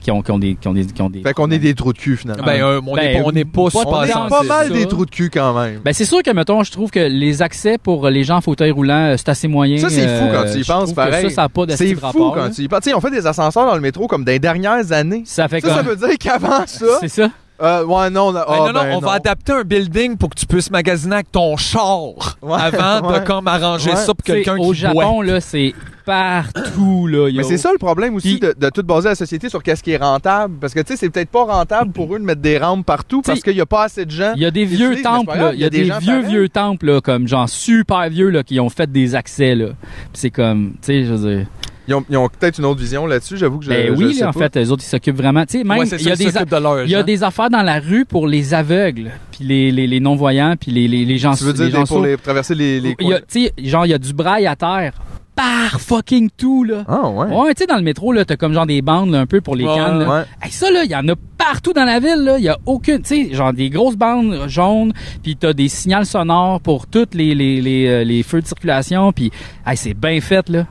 Speaker 1: qui ont qui ont des qui ont des qui ont des
Speaker 3: Fait qu'on est des trous de cul finalement.
Speaker 2: Ben, euh, on
Speaker 1: Ben,
Speaker 2: est- on n'est pas Ben,
Speaker 1: on
Speaker 2: super
Speaker 1: est
Speaker 2: sensible.
Speaker 3: pas mal
Speaker 1: ça.
Speaker 3: des trous de cul quand même.
Speaker 1: Ben c'est sûr que mettons, je trouve que les accès pour les gens en fauteuil roulant, euh, c'est assez moyen.
Speaker 3: Ça, c'est fou
Speaker 1: euh,
Speaker 3: quand tu y
Speaker 1: je
Speaker 3: penses,
Speaker 1: trouve que
Speaker 3: pareil.
Speaker 1: Ça, ça a pas de
Speaker 3: c'est
Speaker 1: style
Speaker 3: fou
Speaker 1: rapport,
Speaker 3: quand
Speaker 1: là.
Speaker 3: tu y penses. Tu sais, on fait des ascenseurs dans le métro comme dans les dernières années.
Speaker 1: Ça fait
Speaker 3: Ça, ça
Speaker 1: comme
Speaker 3: veut dire
Speaker 1: (laughs)
Speaker 3: qu'avant ça,
Speaker 1: c'est ça.
Speaker 3: euh, ouais, non, on
Speaker 2: Ben
Speaker 3: a- ah,
Speaker 2: non, non,
Speaker 3: ben
Speaker 2: on va adapter un building pour que tu puisses magasiner avec ton char
Speaker 3: Ouais,
Speaker 2: avant de
Speaker 3: ouais.
Speaker 2: comme arranger
Speaker 3: Ouais.
Speaker 2: ça pour
Speaker 1: Tu sais,
Speaker 2: quelqu'un qui
Speaker 1: au
Speaker 2: boit.
Speaker 1: Japon là, c'est partout là. yo.
Speaker 3: Mais c'est ça le problème aussi
Speaker 1: Puis-
Speaker 3: de, de tout baser la société sur qu'est-ce qui est rentable. Parce que tu sais, c'est peut-être pas rentable pour eux de mettre des rampes
Speaker 1: Tu
Speaker 3: partout
Speaker 1: sais,
Speaker 3: parce qu'il n'y a pas assez de gens.
Speaker 1: Il y a des
Speaker 3: Ils
Speaker 1: vieux
Speaker 3: utilisent, mais c'est
Speaker 1: temples,
Speaker 3: pas
Speaker 1: là.
Speaker 3: grave,
Speaker 1: il y a des,
Speaker 3: gens
Speaker 1: vieux
Speaker 3: pareils.
Speaker 1: vieux temples là, comme genre super vieux là, qui ont fait des accès là. Puis c'est comme, tu sais, je veux dire.
Speaker 3: Ils ont, ils ont peut-être une autre vision là-dessus, j'avoue que je.
Speaker 1: ben
Speaker 3: je
Speaker 1: oui,
Speaker 3: sais
Speaker 1: là, en
Speaker 3: pas.
Speaker 1: fait, les autres ils s'occupent vraiment. Tu sais, même
Speaker 2: Ouais, c'est
Speaker 1: il
Speaker 2: ça,
Speaker 1: y a
Speaker 2: ils
Speaker 1: des a-
Speaker 2: s'occupent de leur
Speaker 1: il y a
Speaker 2: gens.
Speaker 1: des affaires dans la rue pour les aveugles, puis les, les, les non-voyants, puis les, les, les gens
Speaker 3: Tu veux
Speaker 1: les
Speaker 3: dire
Speaker 1: gens
Speaker 3: des- pour
Speaker 1: sourds.
Speaker 3: les, traverser les. les
Speaker 1: Il y a- tu sais, genre il y a du braille à terre par fucking tout là.
Speaker 3: Ah ouais.
Speaker 1: Ouais, tu sais, dans le métro, là, t'as comme genre des bandes, là, un peu pour les
Speaker 2: Ouais,
Speaker 1: cannes, là.
Speaker 3: ouais.
Speaker 1: Hey, ça, là, il y en a partout dans la ville, là. Il y a aucune, tu sais, genre des grosses bandes jaunes, puis t'as des signaux sonores pour toutes les, les, les, euh, les feux de circulation, puis hey, c'est bien fait, là.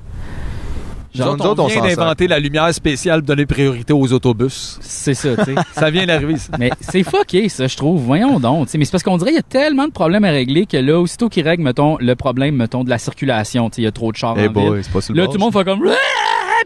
Speaker 2: Genre, nous autres, on vient d'inventer la lumière spéciale pour donner priorité aux autobus.
Speaker 1: C'est ça, tu sais.
Speaker 2: (laughs) ça vient d'arriver, ça.
Speaker 1: Mais c'est fucké, ça, je trouve. Voyons donc. tu sais. Mais c'est parce qu'on dirait qu'il y a tellement de problèmes à régler que là, aussitôt qu'ils règlent, mettons, le problème, mettons, de la circulation, tu sais, il y a trop de chars
Speaker 3: Eh
Speaker 1: en
Speaker 3: boy,
Speaker 1: ville.
Speaker 3: c'est pas sur le
Speaker 1: Là,
Speaker 3: bord,
Speaker 1: tout le monde fait comme... Ah!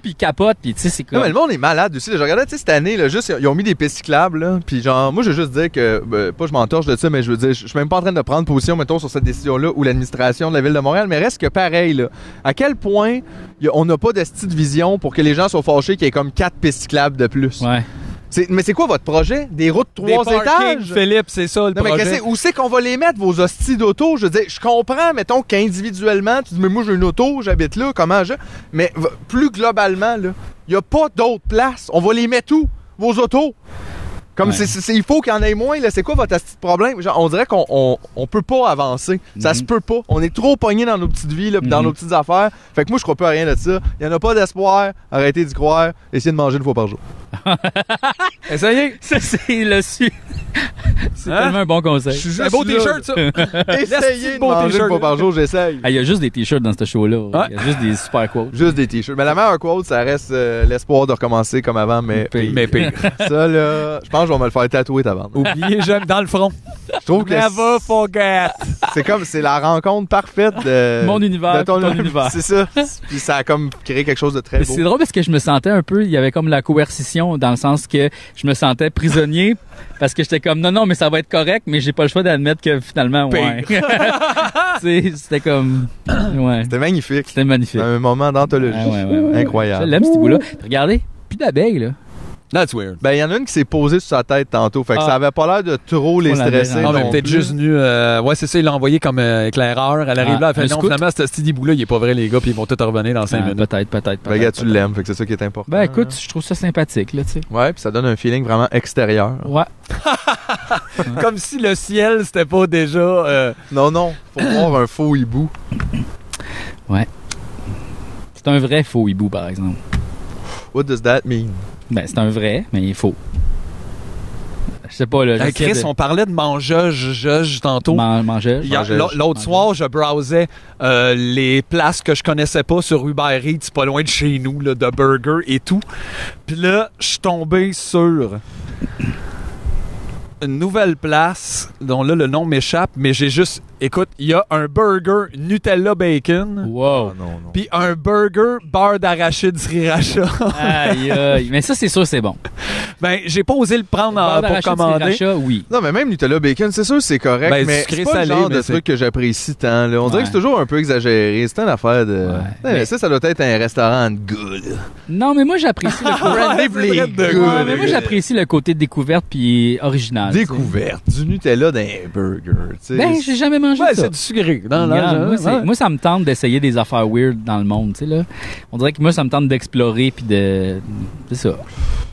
Speaker 1: Puis capote, puis tu sais, c'est
Speaker 3: Non, mais
Speaker 1: comme...
Speaker 3: le monde est malade aussi. là. Je regardais, tu sais, cette année, là, juste, ils ont mis des pistes cyclables, là. Puis genre, moi, je veux juste dire que, ben, pas je m'entorche de ça, mais je veux dire, je je suis même pas en train de prendre position, mettons, sur cette décision-là ou l'administration de la Ville de Montréal, mais reste que pareil, là. À quel point y a- on n'a pas de style de vision pour que les gens soient fâchés qu'il y ait comme quatre pistes cyclables de plus?
Speaker 1: Ouais.
Speaker 3: C'est- Mais c'est quoi votre projet? Des routes
Speaker 2: Des
Speaker 3: trois
Speaker 2: parkings,
Speaker 3: étages?
Speaker 2: Philippe, c'est ça le
Speaker 3: Non, mais
Speaker 2: projet.
Speaker 3: qu'est-ce que c'est- où c'est qu'on va les mettre, vos hosties d'auto? Je veux dire, je comprends, mettons, qu'individuellement, tu dis, mais moi, j'ai une auto, j'habite là, comment je. Mais v- plus globalement, là, il n'y a pas d'autre place. On va les mettre où, vos autos? Comme
Speaker 1: Ouais.
Speaker 3: c'est, c'est- c'est- il faut qu'il y en ait moins, là. C'est quoi votre hostie de problème? Genre, on dirait qu'on on, on peut pas avancer. Ça se peut pas. On est trop pogné dans nos petites vies, là, pis dans nos petites affaires. Fait que moi, je crois plus à rien de ça. Il n'y en a pas d'espoir. Arrêtez d'y croire. Essayez de manger une fois par jour.
Speaker 2: Essayez.
Speaker 1: (laughs) Ça, c'est le su... c'est
Speaker 2: Hein?
Speaker 1: tellement un bon conseil.
Speaker 2: Je suis juste un beau
Speaker 3: là.
Speaker 2: t-shirt, ça.
Speaker 3: (laughs) Essayez de
Speaker 2: beau
Speaker 3: manger une
Speaker 2: t-shirt.
Speaker 3: fois par jour. J'essaye.
Speaker 1: Ah, il y a juste des t-shirts dans ce show-là.
Speaker 2: Ouais.
Speaker 1: Il y a juste des super quotes.
Speaker 3: Juste des t-shirts. Mais la meilleure quote, ça reste euh, l'espoir de recommencer comme avant, (laughs) mais, pire.
Speaker 2: Mais pire.
Speaker 3: (laughs) ça, là, je pense que je vais me le faire tatouer, ta bande.
Speaker 2: Oubliez jamais dans le front.
Speaker 3: Je trouve que
Speaker 2: Never
Speaker 3: c'est-
Speaker 2: forget.
Speaker 3: c'est comme, c'est la rencontre parfaite de...
Speaker 1: (laughs) Mon univers, puis ton univers.
Speaker 3: C'est ça. Puis ça a comme créé quelque chose de très
Speaker 1: Mais
Speaker 3: beau.
Speaker 1: C'est drôle parce que je me sentais un peu, il y avait comme la coercition dans le sens que je me sentais prisonnier parce que j'étais comme non non mais ça va être correct mais j'ai pas le choix d'admettre que finalement ouais. (laughs) Tu sais, c'était comme ouais,
Speaker 3: C'était magnifique.
Speaker 1: c'était magnifique.
Speaker 3: Un moment d'anthologie.
Speaker 1: Ah ouais, ouais, ouais. Je
Speaker 3: Incroyable.
Speaker 1: l'aime ce petit bout là. Regardez, plus d'abeilles là.
Speaker 2: That's weird.
Speaker 3: Ben, il y en a une qui s'est posée sur sa tête tantôt. Fait que
Speaker 1: Ah.
Speaker 3: ça avait pas l'air de trop les
Speaker 1: la Ah,
Speaker 3: stresser.
Speaker 1: verra.
Speaker 2: Non,
Speaker 3: Non,
Speaker 2: mais peut-être
Speaker 3: plus.
Speaker 2: juste nu. euh, ouais, c'est ça, il l'a envoyé comme euh, éclaireur. Elle arrive
Speaker 1: Ah,
Speaker 2: là, elle
Speaker 1: un
Speaker 2: fait non,
Speaker 1: scout.
Speaker 2: finalement, ce petit bout là il est pas vrai, les gars, puis ils vont tout revenir dans 5
Speaker 1: Ah,
Speaker 2: minutes.
Speaker 1: peut-être peut-être.
Speaker 3: Ben, gars,
Speaker 1: peut-être,
Speaker 3: tu
Speaker 1: peut-être.
Speaker 3: l'aimes. Fait que c'est ça qui est important.
Speaker 1: Ben écoute, je trouve ça sympathique là, tu sais.
Speaker 3: Ouais, puis ça donne un feeling vraiment extérieur.
Speaker 1: Ouais.
Speaker 2: (laughs) Comme si le ciel, c'était pas déjà. euh,
Speaker 3: Non, non. Faut voir un faux hibou.
Speaker 1: C'est un vrai faux hibou par exemple.
Speaker 3: What does that mean?
Speaker 1: Ben c'est un vrai mais il est faux. Je sais pas là,
Speaker 2: Hey,
Speaker 1: j'essaie
Speaker 2: Chris,
Speaker 1: de
Speaker 2: on parlait de mangeage juge tantôt.
Speaker 1: man- manger.
Speaker 2: Hier-
Speaker 3: Mangeage.
Speaker 2: l'au- L'autre
Speaker 1: Mangeage.
Speaker 2: soir, je browsais euh, les places que je connaissais pas sur Uber Eats, pas loin de chez nous, là, de burgers et tout. Puis là, je suis tombé sur une nouvelle place dont là le nom m'échappe, mais j'ai juste, écoute, il y a un burger Nutella bacon,
Speaker 1: Wow.
Speaker 3: non, non.
Speaker 2: puis un burger beurre d'arachide sriracha. (laughs)
Speaker 1: Aïe, aïe. Mais ça, c'est sûr, c'est bon.
Speaker 2: ben, j'ai pas osé le prendre en-
Speaker 1: Beurre
Speaker 2: pour
Speaker 1: d'arachide,
Speaker 2: commander. (laughs)
Speaker 1: sriracha, oui.
Speaker 3: Non, mais même Nutella Bacon, c'est sûr, c'est correct,
Speaker 2: Ben,
Speaker 3: mais
Speaker 2: sucré,
Speaker 3: c'est pas le
Speaker 2: salé,
Speaker 3: genre
Speaker 2: mais
Speaker 3: de
Speaker 2: c'est-
Speaker 3: truc que j'apprécie tant. Là. On dirait
Speaker 1: Ouais.
Speaker 3: que c'est toujours un peu exagéré. C'est une affaire de...
Speaker 1: Ouais,
Speaker 3: Non, mais
Speaker 1: mais-
Speaker 3: Ça, ça doit être un restaurant de good.
Speaker 1: Non, mais moi, j'apprécie
Speaker 2: (laughs)
Speaker 1: le côté...
Speaker 2: vrai de
Speaker 3: Good.
Speaker 1: Ouais, mais moi, j'apprécie le côté découverte puis original. Ah, tu sais.
Speaker 3: Découverte du Nutella d'un burger. tu sais.
Speaker 1: Ben, j'ai jamais mangé
Speaker 2: Ouais,
Speaker 1: ça.
Speaker 2: c'est du sucré. Dans
Speaker 1: Regarde,
Speaker 2: la-
Speaker 1: moi, c'est-
Speaker 2: ouais.
Speaker 1: moi, ça me tente d'essayer des affaires weird dans le monde, tu sais, là. On dirait que moi, ça me tente d'explorer puis de... C'est ça.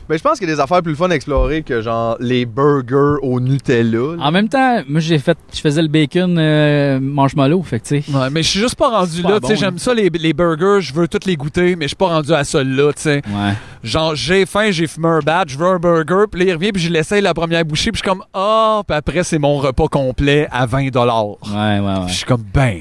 Speaker 3: Ben, je pense qu'il y a des affaires plus fun à explorer que genre les burgers au Nutella. là.
Speaker 1: En même temps, moi, j'ai fait... Je faisais le bacon euh, marshmallow, fait que, tu sais...
Speaker 2: Ouais, mais je suis juste pas rendu
Speaker 1: pas
Speaker 2: là. tu sais,
Speaker 1: bon,
Speaker 2: j'aime
Speaker 1: hein.
Speaker 2: ça, les, les burgers, je veux toutes les goûter, mais je suis pas rendu à celle-là, tu sais.
Speaker 1: Ouais.
Speaker 2: Genre, j'ai faim, j'ai fumé un bat, je veux un burger, puis là, il revient, puis je l'essaye la première bouchée, puis je suis comme, ah, puis après, c'est mon repas complet à 20
Speaker 1: Ouais, ouais, ouais.
Speaker 2: Je suis comme, ben.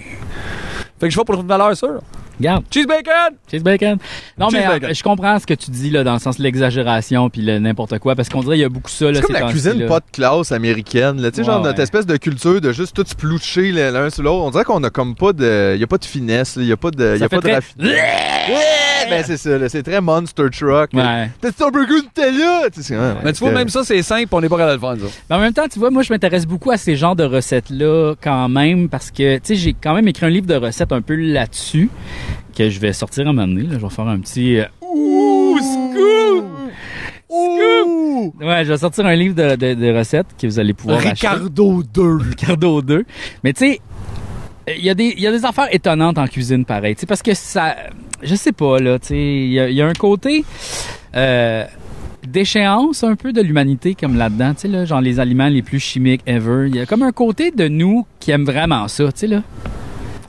Speaker 2: Fait que je vais pour une valeur sûre.
Speaker 1: Regarde,
Speaker 2: Cheese bacon!
Speaker 1: cheese bacon. Non,
Speaker 2: Cheese
Speaker 1: mais euh,
Speaker 2: bacon.
Speaker 1: je comprends ce que tu dis, là, dans le sens de l'exagération puis le n'importe quoi, parce qu'on dirait qu'il y a beaucoup ça, là,
Speaker 3: C'est comme
Speaker 1: ces
Speaker 3: la
Speaker 1: temps-ci,
Speaker 3: cuisine
Speaker 1: là.
Speaker 3: pas de classe américaine. là. Tu sais,
Speaker 1: Ouais,
Speaker 3: genre
Speaker 1: ouais.
Speaker 3: notre espèce de culture de juste tout sploucher l'un sur l'autre. On dirait qu'on a comme pas de. Il a pas de finesse, il a pas de. Il
Speaker 1: Ça
Speaker 3: a
Speaker 1: fait
Speaker 3: pas de
Speaker 1: très-
Speaker 3: raffi- Ouais, ben c'est ça, là. c'est très Monster Truck.
Speaker 1: Ouais.
Speaker 3: T'as-tu ton burger Nutella? Tu sais, ouais, ouais,
Speaker 2: Mais tu vois,
Speaker 3: c'est-
Speaker 2: même ça, c'est simple, on n'est pas capable de le faire, ça.
Speaker 1: Mais en même temps, tu vois, moi, je m'intéresse beaucoup à ces genres de recettes-là quand même parce que, tu sais, j'ai quand même écrit un livre de recettes un peu là-dessus que je vais sortir à un moment donné. Là. Je vais faire un petit... euh, Ouh, scoop!
Speaker 2: Ouh!
Speaker 1: Ouais, je vais sortir un livre de, de- de recettes que vous allez pouvoir acheter.
Speaker 2: Ricardo 2.
Speaker 1: Ricardo 2. Mais tu sais, il y, a des- il y a des affaires étonnantes en cuisine, pareil. Tu sais, parce que ça... Je sais pas, là, tu sais, il y, a- il y a un côté... euh, déchéance un peu de l'humanité comme là-dedans, tu sais là, genre les aliments les plus chimiques ever. Il y a comme un côté de nous qui aime vraiment ça, tu sais là.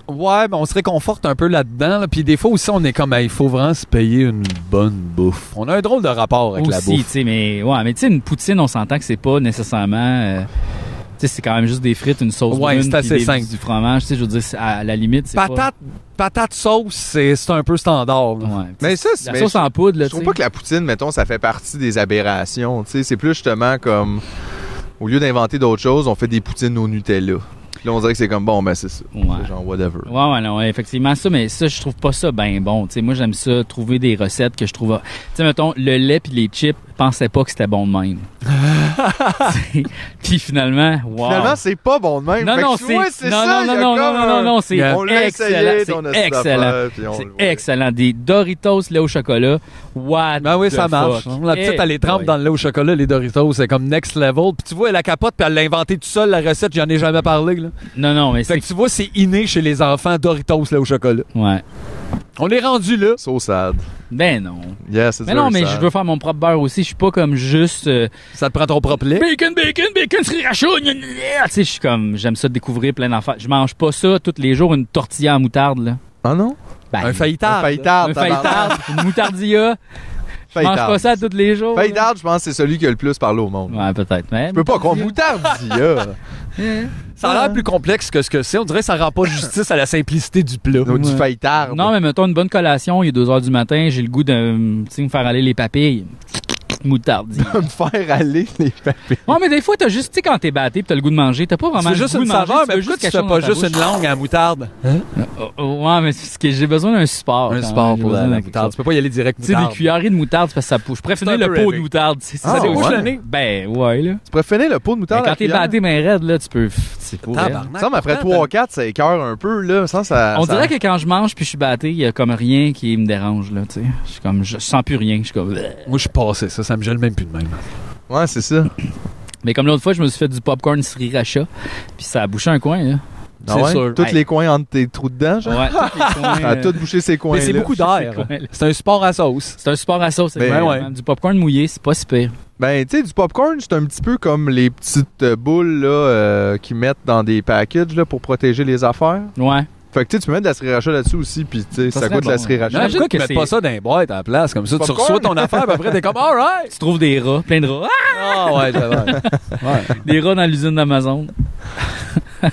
Speaker 2: Ouais, mais on se réconforte un peu là-dedans. là. Puis des fois aussi, on est comme, Hey, il faut vraiment se payer une bonne bouffe. On a un drôle de rapport avec la
Speaker 1: Aussi, tu
Speaker 2: bouffe.
Speaker 1: sais, mais ouais, mais tu sais une poutine, on s'entend que c'est pas nécessairement euh, Tu sais, c'est quand même juste des frites, une sauce
Speaker 2: Ouais,
Speaker 1: brune,
Speaker 2: c'est
Speaker 1: puis
Speaker 2: assez
Speaker 1: des-
Speaker 2: simple.
Speaker 1: du fromage. Tu sais, je veux dire, c'est- à, à la limite, c'est
Speaker 2: Patate, patate sauce, c'est c'est un peu standard. là.
Speaker 3: Mais ça, c'est-
Speaker 1: La
Speaker 3: mais
Speaker 1: sauce
Speaker 3: je-
Speaker 1: en poudre, là,
Speaker 3: Je trouve
Speaker 1: tu
Speaker 3: pas
Speaker 1: sais.
Speaker 3: que la poutine, mettons, ça fait partie des aberrations. Tu sais, c'est plus justement comme. Au lieu d'inventer d'autres choses, on fait des poutines au Nutella. Puis là, on dirait que c'est comme bon, ben c'est ça. C'est genre whatever.
Speaker 1: Ouais, ouais, non, ouais, effectivement, ça, mais ça, je trouve pas ça ben bon. Tu sais, moi, j'aime ça, trouver des recettes que je trouve. Tu sais, mettons, le lait puis les chips, je pensais pas que c'était bon de même.
Speaker 2: (laughs)
Speaker 1: (laughs) Tu sais, puis finalement, wow.
Speaker 3: Finalement, c'est pas bon de même.
Speaker 1: Non,
Speaker 3: Fait que
Speaker 1: non,
Speaker 3: tu vois, c'est
Speaker 1: c'est. Non, non,
Speaker 3: ça, il y a
Speaker 1: non, non,
Speaker 3: comme
Speaker 1: non, non,
Speaker 3: un-
Speaker 1: non, c'est
Speaker 3: On l'a essayé,
Speaker 1: excellent.
Speaker 3: on a
Speaker 1: C'est
Speaker 3: cette affaire,
Speaker 1: excellent.
Speaker 3: puis on le
Speaker 1: C'est excellent. Des Doritos lait au chocolat. What?
Speaker 2: Ben oui,
Speaker 1: the
Speaker 2: ça marche.
Speaker 1: fuck?
Speaker 2: La petite,
Speaker 1: Eh,
Speaker 2: elle les trempe
Speaker 1: boy.
Speaker 2: dans le lait au chocolat, les Doritos, c'est comme next level. Puis tu vois, elle la capote, puis elle l'a inventé tout seul, la recette, j'en ai jamais parlé. Là.
Speaker 1: Non, non, mais
Speaker 2: Fait que tu vois, c'est inné chez les enfants, Doritos, lait au chocolat.
Speaker 1: Ouais.
Speaker 2: On est rendu là.
Speaker 3: Saussade.
Speaker 1: Ben non.
Speaker 3: Yeah, c'est
Speaker 1: Mais non, mais je veux
Speaker 3: veux
Speaker 1: faire mon propre beurre aussi. Je suis pas comme juste. euh,
Speaker 2: Ça te prend ton propre lait.
Speaker 1: Bacon, bacon, bacon, sriracha, gna, gna, gna. Tu sais, je suis comme, j'aime ça découvrir plein d'affaires. Je mange pas ça tous les jours, une tortilla à moutarde, là.
Speaker 3: Ah non?
Speaker 1: Ben,
Speaker 2: Un faillitard.
Speaker 3: Faillitarde.
Speaker 1: un faillitarde, une
Speaker 2: (laughs)
Speaker 1: moutardilla. Je mange pas ça tous les jours.
Speaker 3: Faillitarde, je pense que c'est celui qui a le plus parlé au monde.
Speaker 1: Ouais, peut-être, mais.
Speaker 3: Je peux pas croire. Moutardia.
Speaker 2: Ça a l'air plus complexe que ce que c'est. On dirait que ça rend pas justice à la simplicité du plat.
Speaker 3: Non, Du faillitarde.
Speaker 1: Non, mais mettons une bonne collation, il est 2 heures du matin, j'ai le goût de, tu sais, me faire aller les papilles.
Speaker 2: (laughs)
Speaker 1: Moutardilla.
Speaker 3: me faire aller (laughs) les papiers.
Speaker 1: Ouais, mais des fois, t'as juste, tu sais, quand t'es batté pis t'as le goût de manger, t'as pas
Speaker 2: Tu
Speaker 1: vraiment
Speaker 2: veux
Speaker 1: le
Speaker 2: juste
Speaker 1: goût
Speaker 2: une
Speaker 1: de manger,
Speaker 2: saveur,
Speaker 1: tu
Speaker 2: mais
Speaker 1: veux
Speaker 2: pourquoi
Speaker 1: juste
Speaker 2: tu
Speaker 1: quelque
Speaker 2: fais
Speaker 1: chose
Speaker 2: pas
Speaker 1: dans ta
Speaker 2: juste une
Speaker 1: bouche.
Speaker 2: langue à la moutarde?
Speaker 1: Oh, oh, ouais, mais c'est parce que j'ai besoin d'un support.
Speaker 2: Un
Speaker 1: quand
Speaker 2: sport
Speaker 1: même,
Speaker 2: pour
Speaker 1: j'ai besoin
Speaker 2: la, la
Speaker 1: d'un
Speaker 2: moutarde. Tu peux pas y aller direct
Speaker 1: Tu sais, des
Speaker 2: moutarde.
Speaker 1: cuillerées de moutarde, c'est parce que ça pousse. Je préfère
Speaker 2: C'est un
Speaker 1: finir le
Speaker 2: peu
Speaker 1: pot de
Speaker 2: heavy.
Speaker 1: moutarde. c'est- c'est
Speaker 3: Ah,
Speaker 1: ça,
Speaker 3: ouais?
Speaker 1: ouais.
Speaker 2: le nez?
Speaker 1: Ben, ouais, là.
Speaker 3: Tu préférais le pot de
Speaker 1: Mais
Speaker 3: moutarde à
Speaker 1: quand
Speaker 3: la
Speaker 1: t'es
Speaker 3: cuillère?
Speaker 1: bandé main raide, là, tu peux. pff, C'est pour elle.
Speaker 2: Tabarnak.
Speaker 3: Il me semble après 3-4, ça écœure un peu, là. Ça, ça,
Speaker 1: On
Speaker 3: ça-
Speaker 1: dirait que quand je mange puis je suis batté, il y a comme rien qui me dérange, là, tu sais. Je suis comme, je sens plus rien. Je suis comme. bleh.
Speaker 2: Moi, je suis passé ça. Ça me gèle même plus de même.
Speaker 3: Ouais, c'est ça.
Speaker 1: Mais comme l'autre fois, je me suis fait du popcorn sriracha, puis ça a bouché un coin, là.
Speaker 3: Ah
Speaker 1: C'est
Speaker 3: ouais?
Speaker 1: sûr.
Speaker 3: Tous
Speaker 1: Hey.
Speaker 3: les coins entre tes trous dedans, genre.
Speaker 1: Ouais, (laughs) tous les coins,
Speaker 3: Ça a
Speaker 1: euh,
Speaker 3: tout bouché ces coins-là.
Speaker 2: Mais c'est beaucoup
Speaker 1: c'est
Speaker 2: d'air.
Speaker 3: (laughs)
Speaker 1: quoi, là.
Speaker 2: C'est un sport à sauce.
Speaker 1: C'est un sport à sauce,
Speaker 3: Ben,
Speaker 1: exactement.
Speaker 2: ouais.
Speaker 1: Du popcorn mouillé, c'est pas si pire.
Speaker 3: Ben, tu sais, du popcorn, c'est un petit peu comme les petites euh, boules, là, euh, qu'ils mettent dans des packages, là, pour protéger les affaires.
Speaker 1: Ouais.
Speaker 3: Fait que, tu sais, tu peux mettre de la sriracha là-dessus aussi, puis, tu sais,
Speaker 1: Ça
Speaker 3: ça,
Speaker 1: serait
Speaker 3: goûte
Speaker 1: bon,
Speaker 3: la
Speaker 1: ouais.
Speaker 3: sriracha.
Speaker 1: Non,
Speaker 2: Imagine
Speaker 1: Imagine
Speaker 2: que tu
Speaker 1: que
Speaker 2: mets
Speaker 1: c'est-
Speaker 2: pas ça dans les boîtes à la place, comme ça, tu
Speaker 3: Popcorn.
Speaker 2: reçois ton affaire, puis après, t'es comme, alright!
Speaker 1: Tu trouves des rats, plein de rats. (laughs) Ah!
Speaker 2: Ah ouais, c'est (laughs) vrai. Ouais.
Speaker 1: Des rats dans l'usine d'Amazon.
Speaker 3: Euh,
Speaker 1: Ben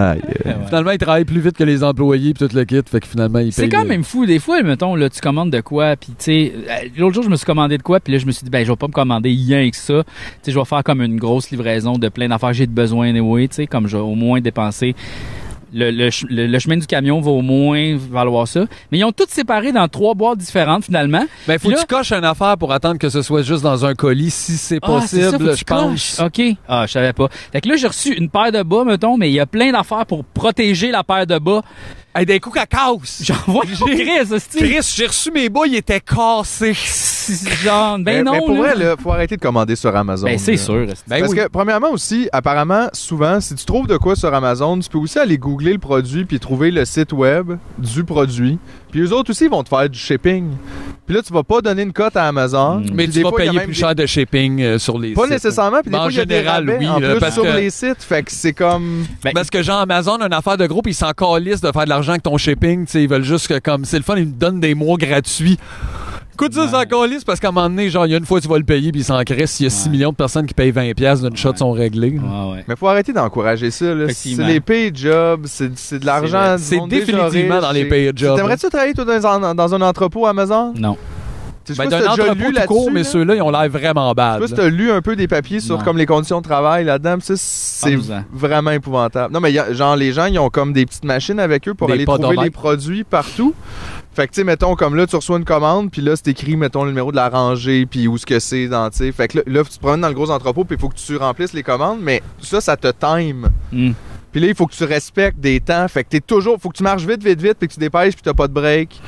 Speaker 3: Aïe, euh,
Speaker 1: Ouais.
Speaker 2: Finalement, ils travaillent plus vite que les employés, puis tout le kit, fait que finalement, ils
Speaker 1: C'est
Speaker 2: payent.
Speaker 1: quand
Speaker 2: le-
Speaker 1: même fou. Des fois, mettons, là, tu commandes de quoi, puis tu sais, euh, l'autre jour, je me suis commandé de quoi, puis là, je me suis dit, ben, je vais pas me commander rien que ça. Tu sais, je vais faire comme une grosse livraison de plein d'affaires que j'ai de besoin, anyway, tu sais, comme je vais au moins dépenser. Le, le, ch- le- le chemin du camion va au moins valoir ça. Mais ils ont toutes séparé dans trois boîtes différentes, finalement.
Speaker 2: Ben, faut
Speaker 1: Puis
Speaker 2: que
Speaker 1: là-
Speaker 2: tu coches une affaire pour attendre que ce soit juste dans un colis, si c'est
Speaker 1: Ah, c'est ça, faut
Speaker 2: possible,
Speaker 1: que
Speaker 2: je
Speaker 1: tu
Speaker 2: pense.
Speaker 1: coches. OK. Ah, je savais pas. Fait que là, j'ai reçu une paire de bas, mettons, mais il y a plein d'affaires pour protéger la paire de bas. (laughs)
Speaker 2: Hey, d'un coup, qu'elle casse!
Speaker 1: J'envoie Chris, hostie.
Speaker 2: Chris, j'ai reçu mes bas, ils étaient cassés.
Speaker 1: Genre,
Speaker 3: mais-
Speaker 1: ben non,
Speaker 3: mais pour
Speaker 1: là.
Speaker 3: vrai, là, faut arrêter de commander sur Amazon.
Speaker 1: Ben,
Speaker 3: là.
Speaker 1: c'est sûr. hostie.
Speaker 2: Ben
Speaker 3: Parce
Speaker 2: oui.
Speaker 3: que, premièrement aussi, apparemment, souvent, si tu trouves de quoi sur Amazon, tu peux aussi aller googler le produit puis trouver le site web du produit. Puis eux autres aussi, ils vont te faire du shipping. Puis là, tu vas pas donner une cote à Amazon.
Speaker 1: Mm.
Speaker 2: Mais
Speaker 3: Puis
Speaker 2: tu
Speaker 3: des
Speaker 2: vas
Speaker 3: fois, il y a
Speaker 2: payer
Speaker 3: même
Speaker 2: plus
Speaker 3: des-
Speaker 2: cher de shipping euh, sur les
Speaker 3: Pas
Speaker 2: sites.
Speaker 3: nécessairement, puis des
Speaker 2: Ben, en
Speaker 3: fois, il y a des
Speaker 2: général,
Speaker 3: rabais
Speaker 2: oui,
Speaker 3: en
Speaker 2: là,
Speaker 3: plus
Speaker 2: parce
Speaker 3: sur
Speaker 2: que-
Speaker 3: les sites. Fait que c'est comme...
Speaker 2: Parce que genre Amazon a une affaire de groupe, ils s'en calissent de faire de l'argent avec ton shipping, tu sais, ils veulent juste que comme c'est le fun, ils me donnent des mois gratuits. Écoute ça, ils s'en calissent parce qu'à un moment donné, genre, il y a une fois tu vas le payer, puis ils s'en crissent. Il y a 6
Speaker 1: Ouais.
Speaker 2: millions de personnes qui payent 20$ d'une shot
Speaker 1: Ouais.
Speaker 2: sont réglées.
Speaker 1: Ah ouais.
Speaker 3: Mais faut arrêter d'encourager ça. là. C'est
Speaker 1: Effectivement.
Speaker 3: les paid jobs, c'est c'est de
Speaker 1: vrai.
Speaker 3: l'argent. du
Speaker 2: C'est
Speaker 3: monde déjà
Speaker 2: définitivement
Speaker 3: riche,
Speaker 2: dans les
Speaker 3: c'est-
Speaker 2: paid jobs.
Speaker 3: T'aimerais-tu travailler toi, dans, un- dans un entrepôt Amazon?
Speaker 1: Non.
Speaker 3: Je sais
Speaker 2: Ben,
Speaker 3: pas si
Speaker 2: d'un
Speaker 3: t'as déjà
Speaker 2: entrepôt
Speaker 3: lu
Speaker 2: tout court,
Speaker 3: là-dessus,
Speaker 2: mais
Speaker 3: là.
Speaker 2: ceux-là, ils ont l'air vraiment bad.
Speaker 3: Je sais pas si t'as lu un peu des papiers sur
Speaker 1: Non.
Speaker 3: comme les conditions de travail là-dedans, puis ça, c'est
Speaker 1: Parle-nous-en.
Speaker 3: vraiment épouvantable. Non, mais y a- genre, les gens, ils ont comme des petites machines avec eux pour
Speaker 2: Des
Speaker 3: aller
Speaker 2: potes
Speaker 3: trouver
Speaker 2: au
Speaker 3: les
Speaker 2: maître.
Speaker 3: produits partout. Fait que, tu sais, mettons, comme là, tu reçois une commande, puis là, c'est écrit, mettons, le numéro de la rangée, puis où ce que c'est dans, tu sais. Fait que là, là, tu te promènes dans le gros entrepôt, puis il faut que tu remplisses les commandes, mais ça, ça te time.
Speaker 1: Hmm.
Speaker 3: Puis là, il faut que tu respectes des temps. Fait que t'es toujours, faut que tu marches vite, vite, vite, puis que tu dépêches, puis t'as pas de break.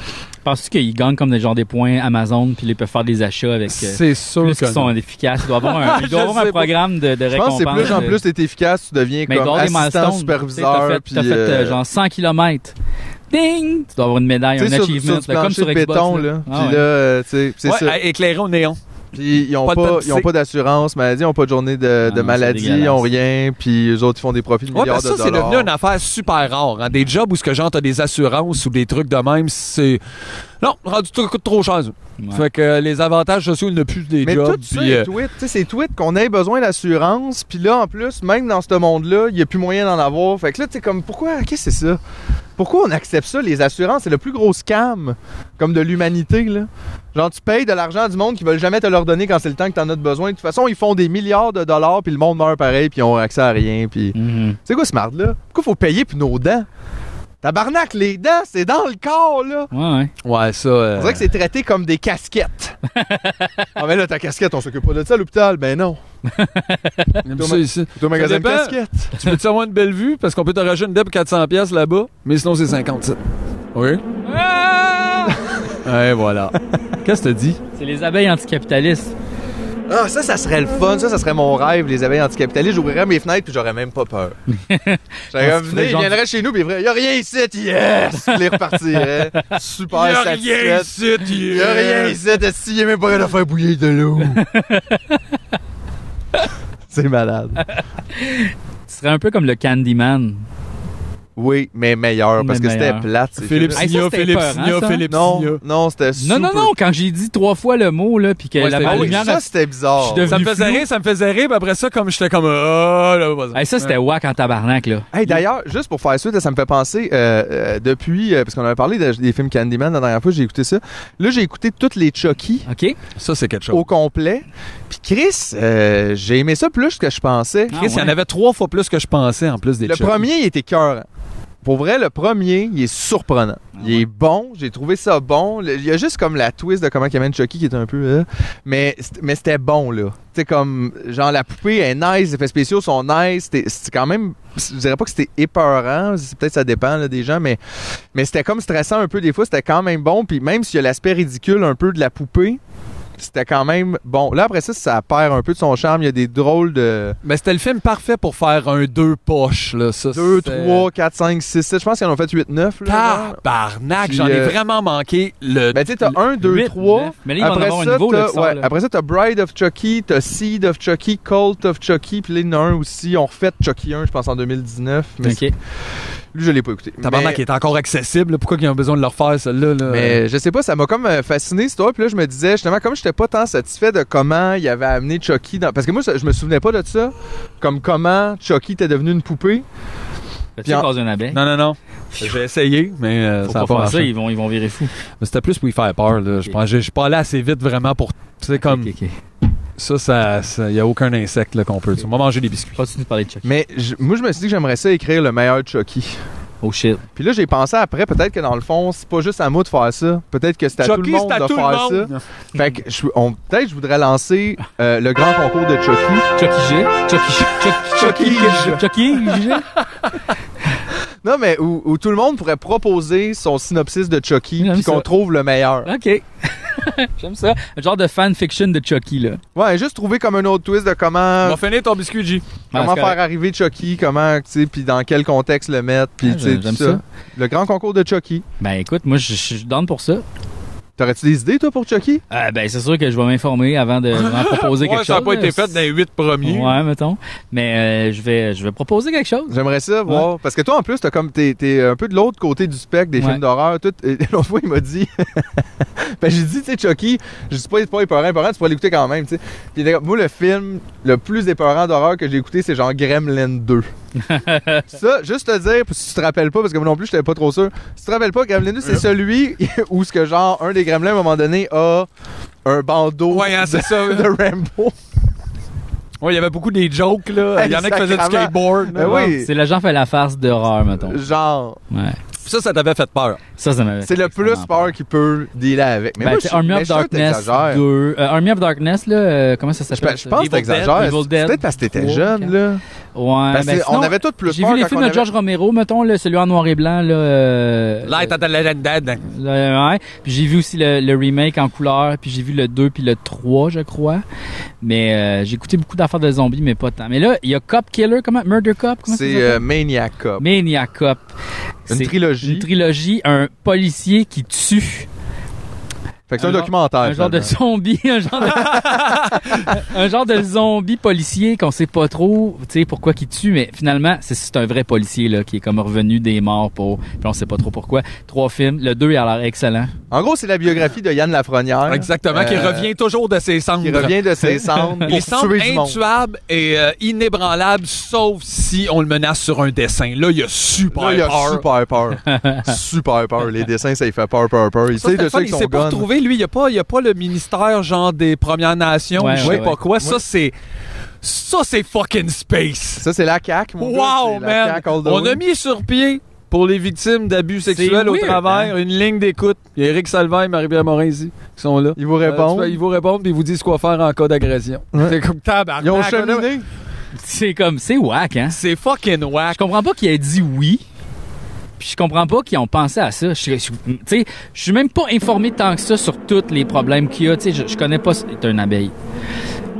Speaker 1: Penses-tu qu'ils gagnent comme des genre des points Amazon puis là, ils peuvent faire des achats avec euh,
Speaker 2: C'est sûr
Speaker 1: plus
Speaker 2: que
Speaker 1: qu'ils sont efficaces. Il doit avoir
Speaker 3: (laughs)
Speaker 1: un, il doit
Speaker 2: Je
Speaker 1: avoir un
Speaker 2: sais pas.
Speaker 1: programme de, de
Speaker 3: Je
Speaker 1: récompense.
Speaker 3: pense que c'est plus en
Speaker 1: euh,
Speaker 3: plus t'es efficace, tu deviens
Speaker 1: mais il doit
Speaker 3: comme
Speaker 1: avoir des
Speaker 3: assistant
Speaker 1: milestones. Tu sais,
Speaker 3: superviseur.
Speaker 1: T'as fait, t'as
Speaker 3: puis,
Speaker 1: fait euh,
Speaker 3: euh,
Speaker 1: genre 100 km. Ding! Tu dois avoir une médaille,
Speaker 3: Tu
Speaker 1: un
Speaker 3: sais, sur,
Speaker 1: achievement,
Speaker 3: sur du
Speaker 1: là, comme
Speaker 3: plancher
Speaker 1: sur
Speaker 3: de
Speaker 1: Xbox.
Speaker 3: béton,
Speaker 1: là.
Speaker 3: là.
Speaker 1: Ah
Speaker 3: Puis
Speaker 1: ouais.
Speaker 3: là, euh, tu sais, c'est
Speaker 2: Ouais,
Speaker 3: ça.
Speaker 2: à- éclairé au néon.
Speaker 3: Puis ils ont
Speaker 2: pas
Speaker 3: pas,
Speaker 2: de
Speaker 3: ils ont
Speaker 2: taxi.
Speaker 3: pas d'assurance maladie, ils ont pas de journée de,
Speaker 1: Ah
Speaker 3: de
Speaker 1: non,
Speaker 3: maladie,
Speaker 1: c'est
Speaker 3: ils
Speaker 1: dégueulasse.
Speaker 3: ont rien. Puis eux autres, ils font des profits de
Speaker 2: Ouais,
Speaker 3: milliards
Speaker 2: parce
Speaker 3: de
Speaker 2: que ça,
Speaker 3: dollars.
Speaker 2: c'est devenu une affaire super rare. hein. Des jobs où ce que genre, t'as des assurances ou des trucs de même, c'est. Non, rendu tout coûte trop cher. ça. Fait que euh, les avantages sociaux, il n'a plus des
Speaker 3: Mais
Speaker 2: jobs.
Speaker 3: tout ça
Speaker 2: puis,
Speaker 3: est
Speaker 2: euh,
Speaker 3: tweet. Tu sais, c'est tweet qu'on ait besoin d'assurance. Puis là, en plus, même dans ce monde-là, il n'y a plus moyen d'en avoir. Fait que là, tu sais, comme, pourquoi, qu'est-ce que c'est ça? Pourquoi on accepte ça, les assurances? C'est le plus gros scam, comme de l'humanité, là. Genre, tu payes de l'argent à du monde qui veulent jamais te leur donner quand c'est le temps que t'en as de besoin. De toute façon, ils font des milliards de dollars, puis le monde meurt pareil, puis ils ont accès à rien, puis...
Speaker 1: Mhm.
Speaker 3: C'est quoi ce marde-là? Pourquoi faut payer pour nos dents? Tabarnak, les dents, c'est dans le corps, là!
Speaker 1: Ouais,
Speaker 2: ouais. ça. euh,
Speaker 3: On dirait que c'est traité comme des casquettes. ah, mais là, ta casquette, on s'occupe pas de ça à l'hôpital. Ben non.
Speaker 2: même
Speaker 3: T'es au
Speaker 2: ça
Speaker 3: ma-
Speaker 2: ici.
Speaker 3: t'es au magasin
Speaker 2: Ça
Speaker 3: de
Speaker 2: dépend.
Speaker 3: casquettes.
Speaker 2: Tu veux-tu avoir une belle vue? Parce qu'on peut te racheter une dette pour 400$ piastres là-bas, mais sinon c'est 57. Oui? Ouais, voilà. Qu'est-ce que t'as dit?
Speaker 1: C'est les abeilles anticapitalistes.
Speaker 3: Ah, ça, ça serait le fun. Ça, ça serait mon rêve, les abeilles anticapitalistes. J'ouvrirais mes fenêtres puis j'aurais même pas peur. J'aurais
Speaker 1: Parce
Speaker 3: comme,
Speaker 1: que
Speaker 3: venez,
Speaker 1: les
Speaker 3: ils
Speaker 1: gens-
Speaker 3: viendraient chez nous puis il y a rien ici, yes! (laughs) Puis ils repartiraient.
Speaker 2: Ah,
Speaker 3: Super satisfaits. Il y a rien ici, si il est même pas rien à faire bouillir de l'eau. c'est malade.
Speaker 1: Ce serait un peu comme le Candyman.
Speaker 3: Oui, mais meilleur, parce
Speaker 1: Mais
Speaker 3: que c'était
Speaker 1: meilleur.
Speaker 3: plate. ces
Speaker 2: Philippe
Speaker 3: films-là.
Speaker 1: Hey, ça,
Speaker 2: Signa,
Speaker 1: c'était
Speaker 2: Philippe
Speaker 1: épeurant,
Speaker 2: Signa,
Speaker 1: ça.
Speaker 2: Philippe
Speaker 3: Non,
Speaker 2: Signa.
Speaker 3: non, c'était
Speaker 1: Non, non,
Speaker 3: super-
Speaker 1: non, quand j'ai dit trois fois le mot, là, puis que
Speaker 2: Ouais,
Speaker 1: la
Speaker 2: c'était-
Speaker 3: Ah oui,
Speaker 1: lumière...
Speaker 3: ça, c'était bizarre.
Speaker 1: Je suis
Speaker 2: Ça
Speaker 1: devenu
Speaker 2: me faisait
Speaker 1: flou.
Speaker 2: rire, ça me faisait rire, puis après ça, comme j'étais comme. Ah, là, vas-y.
Speaker 1: Hey, ça, c'était whack en tabarnak, là.
Speaker 3: Hey, d'ailleurs, juste pour faire suite, ça me fait penser, euh, euh, depuis, euh, parce qu'on avait parlé de- des films Candyman la dernière fois, j'ai écouté ça. Là, j'ai écouté toutes les Chucky
Speaker 1: OK?
Speaker 2: Ça, c'est quelque chose.
Speaker 3: au complet. Puis Chris, euh, j'ai aimé ça plus que je pensais.
Speaker 1: Ah,
Speaker 2: Chris, il y en
Speaker 1: ouais.
Speaker 2: avait trois fois plus que je pensais en plus des
Speaker 3: Le
Speaker 2: Chucky.
Speaker 3: premier, il était cœur. Pour vrai, le premier, il est surprenant. il est bon, j'ai trouvé ça bon. Le- Il y a juste comme la twist de comment Kevin Chucky qui est un peu. euh, mais c't- mais c'était bon, là. Tu sais, comme, genre, la poupée est nice, les effets spéciaux sont nice. C'était- C'était quand même. Je dirais pas que c'était épeurant, c'est- peut-être ça dépend là, des gens, mais, mais c'était comme stressant un peu des fois, c'était quand même bon. Puis même s'il y a l'aspect ridicule un peu de la poupée, c'était quand même bon. Là, après ça, ça perd un peu de son charme. Il y a des drôles de.
Speaker 2: Mais c'était le film parfait pour faire un deux poches, là. Ça,
Speaker 3: 2,
Speaker 2: c'était-
Speaker 3: 3, 4, 5, 6, 7. Je pense qu'ils en ont fait 8, 9. Là,
Speaker 2: Tabarnak,
Speaker 3: Puis,
Speaker 2: j'en ai
Speaker 3: euh,
Speaker 2: vraiment manqué le.
Speaker 3: ben, tu sais, t'as 1, 2,
Speaker 1: Huit,
Speaker 3: 3.
Speaker 1: neuf. Mais là, il va en avoir un nouveau, là, qui sort, là.
Speaker 3: après ça, t'as Bride of Chucky, t'as Seed of Chucky, Cult of Chucky, puis là, il y en a un aussi. On refait Chucky 1, je pense, en 2019. Mais
Speaker 1: OK.
Speaker 3: c'est- lui, je l'ai pas écouté.
Speaker 2: Tabarnak
Speaker 3: mais,
Speaker 2: il est encore accessible. là. Pourquoi ils ont besoin de le refaire, celle-là? Là?
Speaker 3: mais je sais pas, ça m'a comme euh, fasciné, cette histoire. Puis là, je me disais, justement, comme j'étais pas tant satisfait de comment il avait amené Chucky dans. Parce que moi, ça- je me souvenais pas de ça. Comme comment Chucky était devenu une poupée.
Speaker 1: Fais-tu
Speaker 3: Puis en-
Speaker 1: dans une abeille?
Speaker 2: Non, non, non. J'ai essayé, mais euh,
Speaker 1: Faut
Speaker 2: ça n'a
Speaker 1: pas
Speaker 2: pas
Speaker 1: faire ça,
Speaker 2: marché.
Speaker 1: ils vont, ils vont virer fou.
Speaker 2: Mais c'était plus pour y faire peur. Là. Je
Speaker 1: Ok.
Speaker 2: pense que je suis pas allé assez vite vraiment pour. Tu sais, comme
Speaker 1: OK, OK.
Speaker 2: ça, ça, il n'y a aucun insecte là, qu'on peut. On va manger des biscuits.
Speaker 1: Continue de parler de Chucky.
Speaker 3: Mais je- moi, je me suis dit que j'aimerais ça écrire le meilleur Chucky.
Speaker 1: Oh shit.
Speaker 3: Puis là, j'ai pensé après, peut-être que dans le fond, c'est pas juste à moi de faire ça. Peut-être que c'est à tout le
Speaker 2: Chucky,
Speaker 3: monde
Speaker 2: c'est
Speaker 3: de
Speaker 2: à tout
Speaker 3: faire
Speaker 2: le monde.
Speaker 3: ça. Fait que je- on- peut-être que je voudrais lancer euh, le grand concours de Chucky.
Speaker 1: Chucky E. G. Chucky G.
Speaker 2: E.
Speaker 1: Chucky G. E. Chucky G.
Speaker 3: Non, mais où, où tout le monde pourrait proposer son synopsis de Chucky,
Speaker 1: J'aime
Speaker 3: puis qu'on
Speaker 1: ça.
Speaker 3: trouve le meilleur.
Speaker 1: OK. (laughs) J'aime ça. Un genre de fanfiction de Chucky, là.
Speaker 3: Ouais, juste trouver comme un autre twist de
Speaker 2: On
Speaker 3: comment
Speaker 2: va finir ton biscuit, G.
Speaker 3: comment
Speaker 1: c'est
Speaker 3: faire
Speaker 1: correct.
Speaker 3: arriver Chucky, comment tu sais, puis dans quel contexte le mettre, puis
Speaker 1: Ah,
Speaker 3: tu sais
Speaker 1: j'aime
Speaker 3: tout ça.
Speaker 1: ça.
Speaker 3: Le grand concours de Chucky.
Speaker 1: Ben écoute, moi, je je suis down pour ça.
Speaker 3: T'aurais-tu des idées toi pour Chucky
Speaker 1: Euh, ben c'est sûr que je vais m'informer avant
Speaker 2: (laughs)
Speaker 1: de m'en proposer quelque
Speaker 2: Ouais,
Speaker 1: chose.
Speaker 2: ça n'a pas
Speaker 1: là.
Speaker 2: été fait dans les huit premiers.
Speaker 1: Ouais, mettons. Mais euh, je vais je vais proposer quelque chose.
Speaker 3: J'aimerais ça voir. Parce que toi, en plus, t'as comme t'es, t'es un peu de l'autre côté du spectre des
Speaker 1: Ouais.
Speaker 3: films d'horreur. Tout. Et (laughs) l'autre fois, il m'a dit. ben, j'ai dit, tu sais, Chucky, je sais pas, c'est pas épeurant, épeurant, tu pourrais l'écouter quand même, tu sais. Puis il était comme, moi, le film le plus épeurant d'horreur que j'ai écouté, c'est genre Gremlin
Speaker 2: (laughs)
Speaker 3: 2. ça, juste te dire, si tu te rappelles pas, parce que moi non plus, j'étais pas trop sûr. Si tu te rappelles pas, Gremlin 2, c'est celui (laughs) où ce que genre, un des gremlins, à un moment donné, a un bandeau
Speaker 2: Ouais, hein, c'est ça.
Speaker 3: (laughs) de Rambo.
Speaker 2: Ouais, il y avait beaucoup des jokes, là. Il y en a qui faisaient du
Speaker 3: Sacrement.
Speaker 2: skateboard.
Speaker 3: Ben
Speaker 2: là.
Speaker 3: oui,
Speaker 1: C'est l'agent fait la farce d'horreur, mettons.
Speaker 3: genre.
Speaker 1: Ouais.
Speaker 2: Ça, ça t'avait fait peur.
Speaker 3: Euh,
Speaker 1: Ça, ça m'avait.
Speaker 3: C'est
Speaker 1: fait
Speaker 3: le plus
Speaker 1: extrêmement
Speaker 3: peur qu'il peut dealer avec. Mais
Speaker 1: Ben,
Speaker 3: moi,
Speaker 1: t'sais,
Speaker 3: je-
Speaker 1: Army
Speaker 3: mais
Speaker 1: of
Speaker 3: je suis sûr que
Speaker 1: Darkness
Speaker 3: t'exagères.
Speaker 1: 2. euh, Army of Darkness, là, euh, comment ça s'appelle?
Speaker 3: Je, je pense que
Speaker 1: ça?
Speaker 3: t'exagères.
Speaker 1: Evil
Speaker 3: C'est
Speaker 1: Dead.
Speaker 3: Peut-être parce que t'étais
Speaker 1: Trois,
Speaker 3: jeune,
Speaker 1: quatre.
Speaker 3: là.
Speaker 1: Ouais,
Speaker 3: Parce
Speaker 1: ben,
Speaker 3: que
Speaker 1: sinon,
Speaker 3: on avait tous plus
Speaker 1: J'ai
Speaker 3: peur
Speaker 1: vu les
Speaker 3: quand
Speaker 1: films
Speaker 3: on
Speaker 1: de
Speaker 3: avait-
Speaker 1: George Romero, mettons, là, celui en noir et blanc, là. euh,
Speaker 2: Light at the Legend Dead.
Speaker 1: Euh, ouais. Puis j'ai vu aussi le, le remake en couleur, puis j'ai vu le 2 puis le 3, je crois. Mais euh, j'ai écouté beaucoup d'affaires de zombies, mais pas tant. Mais là, il y a Cop Killer, comment Murder Cop, comment ça
Speaker 3: C'est
Speaker 1: s'appelle?
Speaker 3: euh, Maniac Cop.
Speaker 1: Maniac Cop.
Speaker 3: Une
Speaker 1: C'est
Speaker 3: trilogie.
Speaker 1: une trilogie, un policier qui tue.
Speaker 3: Fait que c'est un,
Speaker 1: genre-
Speaker 3: documentaire.
Speaker 1: Un genre de
Speaker 3: finalement.
Speaker 1: zombie, un genre de, un genre de zombie policier qu'on sait pas trop, tu sais, pourquoi qui tue, mais finalement, c'est, c'est un vrai policier, là, qui est comme revenu des morts pour, puis on sait pas trop pourquoi. Trois films. Le deux, il a l'air excellent. (laughs)
Speaker 3: En gros, c'est la biographie de Yann Lafrenière.
Speaker 2: Exactement, qui
Speaker 3: Euh,
Speaker 2: revient toujours de ses cendres.
Speaker 3: qui revient de
Speaker 1: (laughs)
Speaker 3: ses cendres
Speaker 2: Il
Speaker 3: pour
Speaker 2: semble
Speaker 3: tuer du monde.
Speaker 2: intuable et euh, inébranlable, sauf si on le menace sur un dessin. Là, il a super
Speaker 3: Là, il a
Speaker 2: peur.
Speaker 3: super peur.
Speaker 1: (laughs)
Speaker 3: super peur. Les dessins, ça lui fait peur, peur, peur. Il
Speaker 2: Ça,
Speaker 3: sait
Speaker 2: c'est
Speaker 3: de
Speaker 2: le fun,
Speaker 3: ceux qui
Speaker 2: il
Speaker 3: sont
Speaker 2: s'est pas
Speaker 3: guns.
Speaker 2: retrouvé, lui, il n'y a, pas- il y a pas le ministère genre des Premières Nations,
Speaker 1: Ouais,
Speaker 2: ou je sais
Speaker 1: ouais,
Speaker 2: pas
Speaker 1: ouais.
Speaker 2: quoi. Ça, c'est ça c'est fucking space.
Speaker 3: Ça, c'est la CAQ, mon gars.
Speaker 2: Wow,
Speaker 3: C'est la
Speaker 2: man!
Speaker 3: CAQ all the
Speaker 2: On
Speaker 3: way.
Speaker 2: a mis sur pied pour les victimes d'abus
Speaker 1: C'est
Speaker 2: sexuels au
Speaker 1: weird,
Speaker 2: travers
Speaker 3: hein?
Speaker 2: une ligne d'écoute. Il y a Eric Salvaire et Marie-Pierre Morin ici qui sont là.
Speaker 3: Ils vous
Speaker 2: Euh,
Speaker 1: Ben,
Speaker 3: répondent.
Speaker 2: tu vois, ils vous répondent et ils vous disent quoi faire en cas d'agression.
Speaker 3: Ouais.
Speaker 2: C'est comme tabarnak.
Speaker 3: Ils ont
Speaker 2: là.
Speaker 3: cheminé.
Speaker 1: C'est comme, c'est whack, hein.
Speaker 2: C'est fucking
Speaker 1: Je
Speaker 2: whack.
Speaker 1: comprends pas qu'il ait dit oui. Puis je comprends pas qu'ils ont pensé à ça. Je, je- tu sais, je suis même pas informé tant que ça sur tous les problèmes qu'il y a. Tu sais, je, je connais pas. C'est un abeille.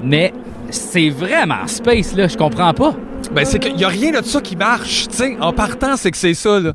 Speaker 1: Mais c'est vraiment space là. Je comprends pas.
Speaker 2: Ben, c'est qu'il y a rien de ça qui marche. Tu sais, en partant, c'est que c'est ça, là.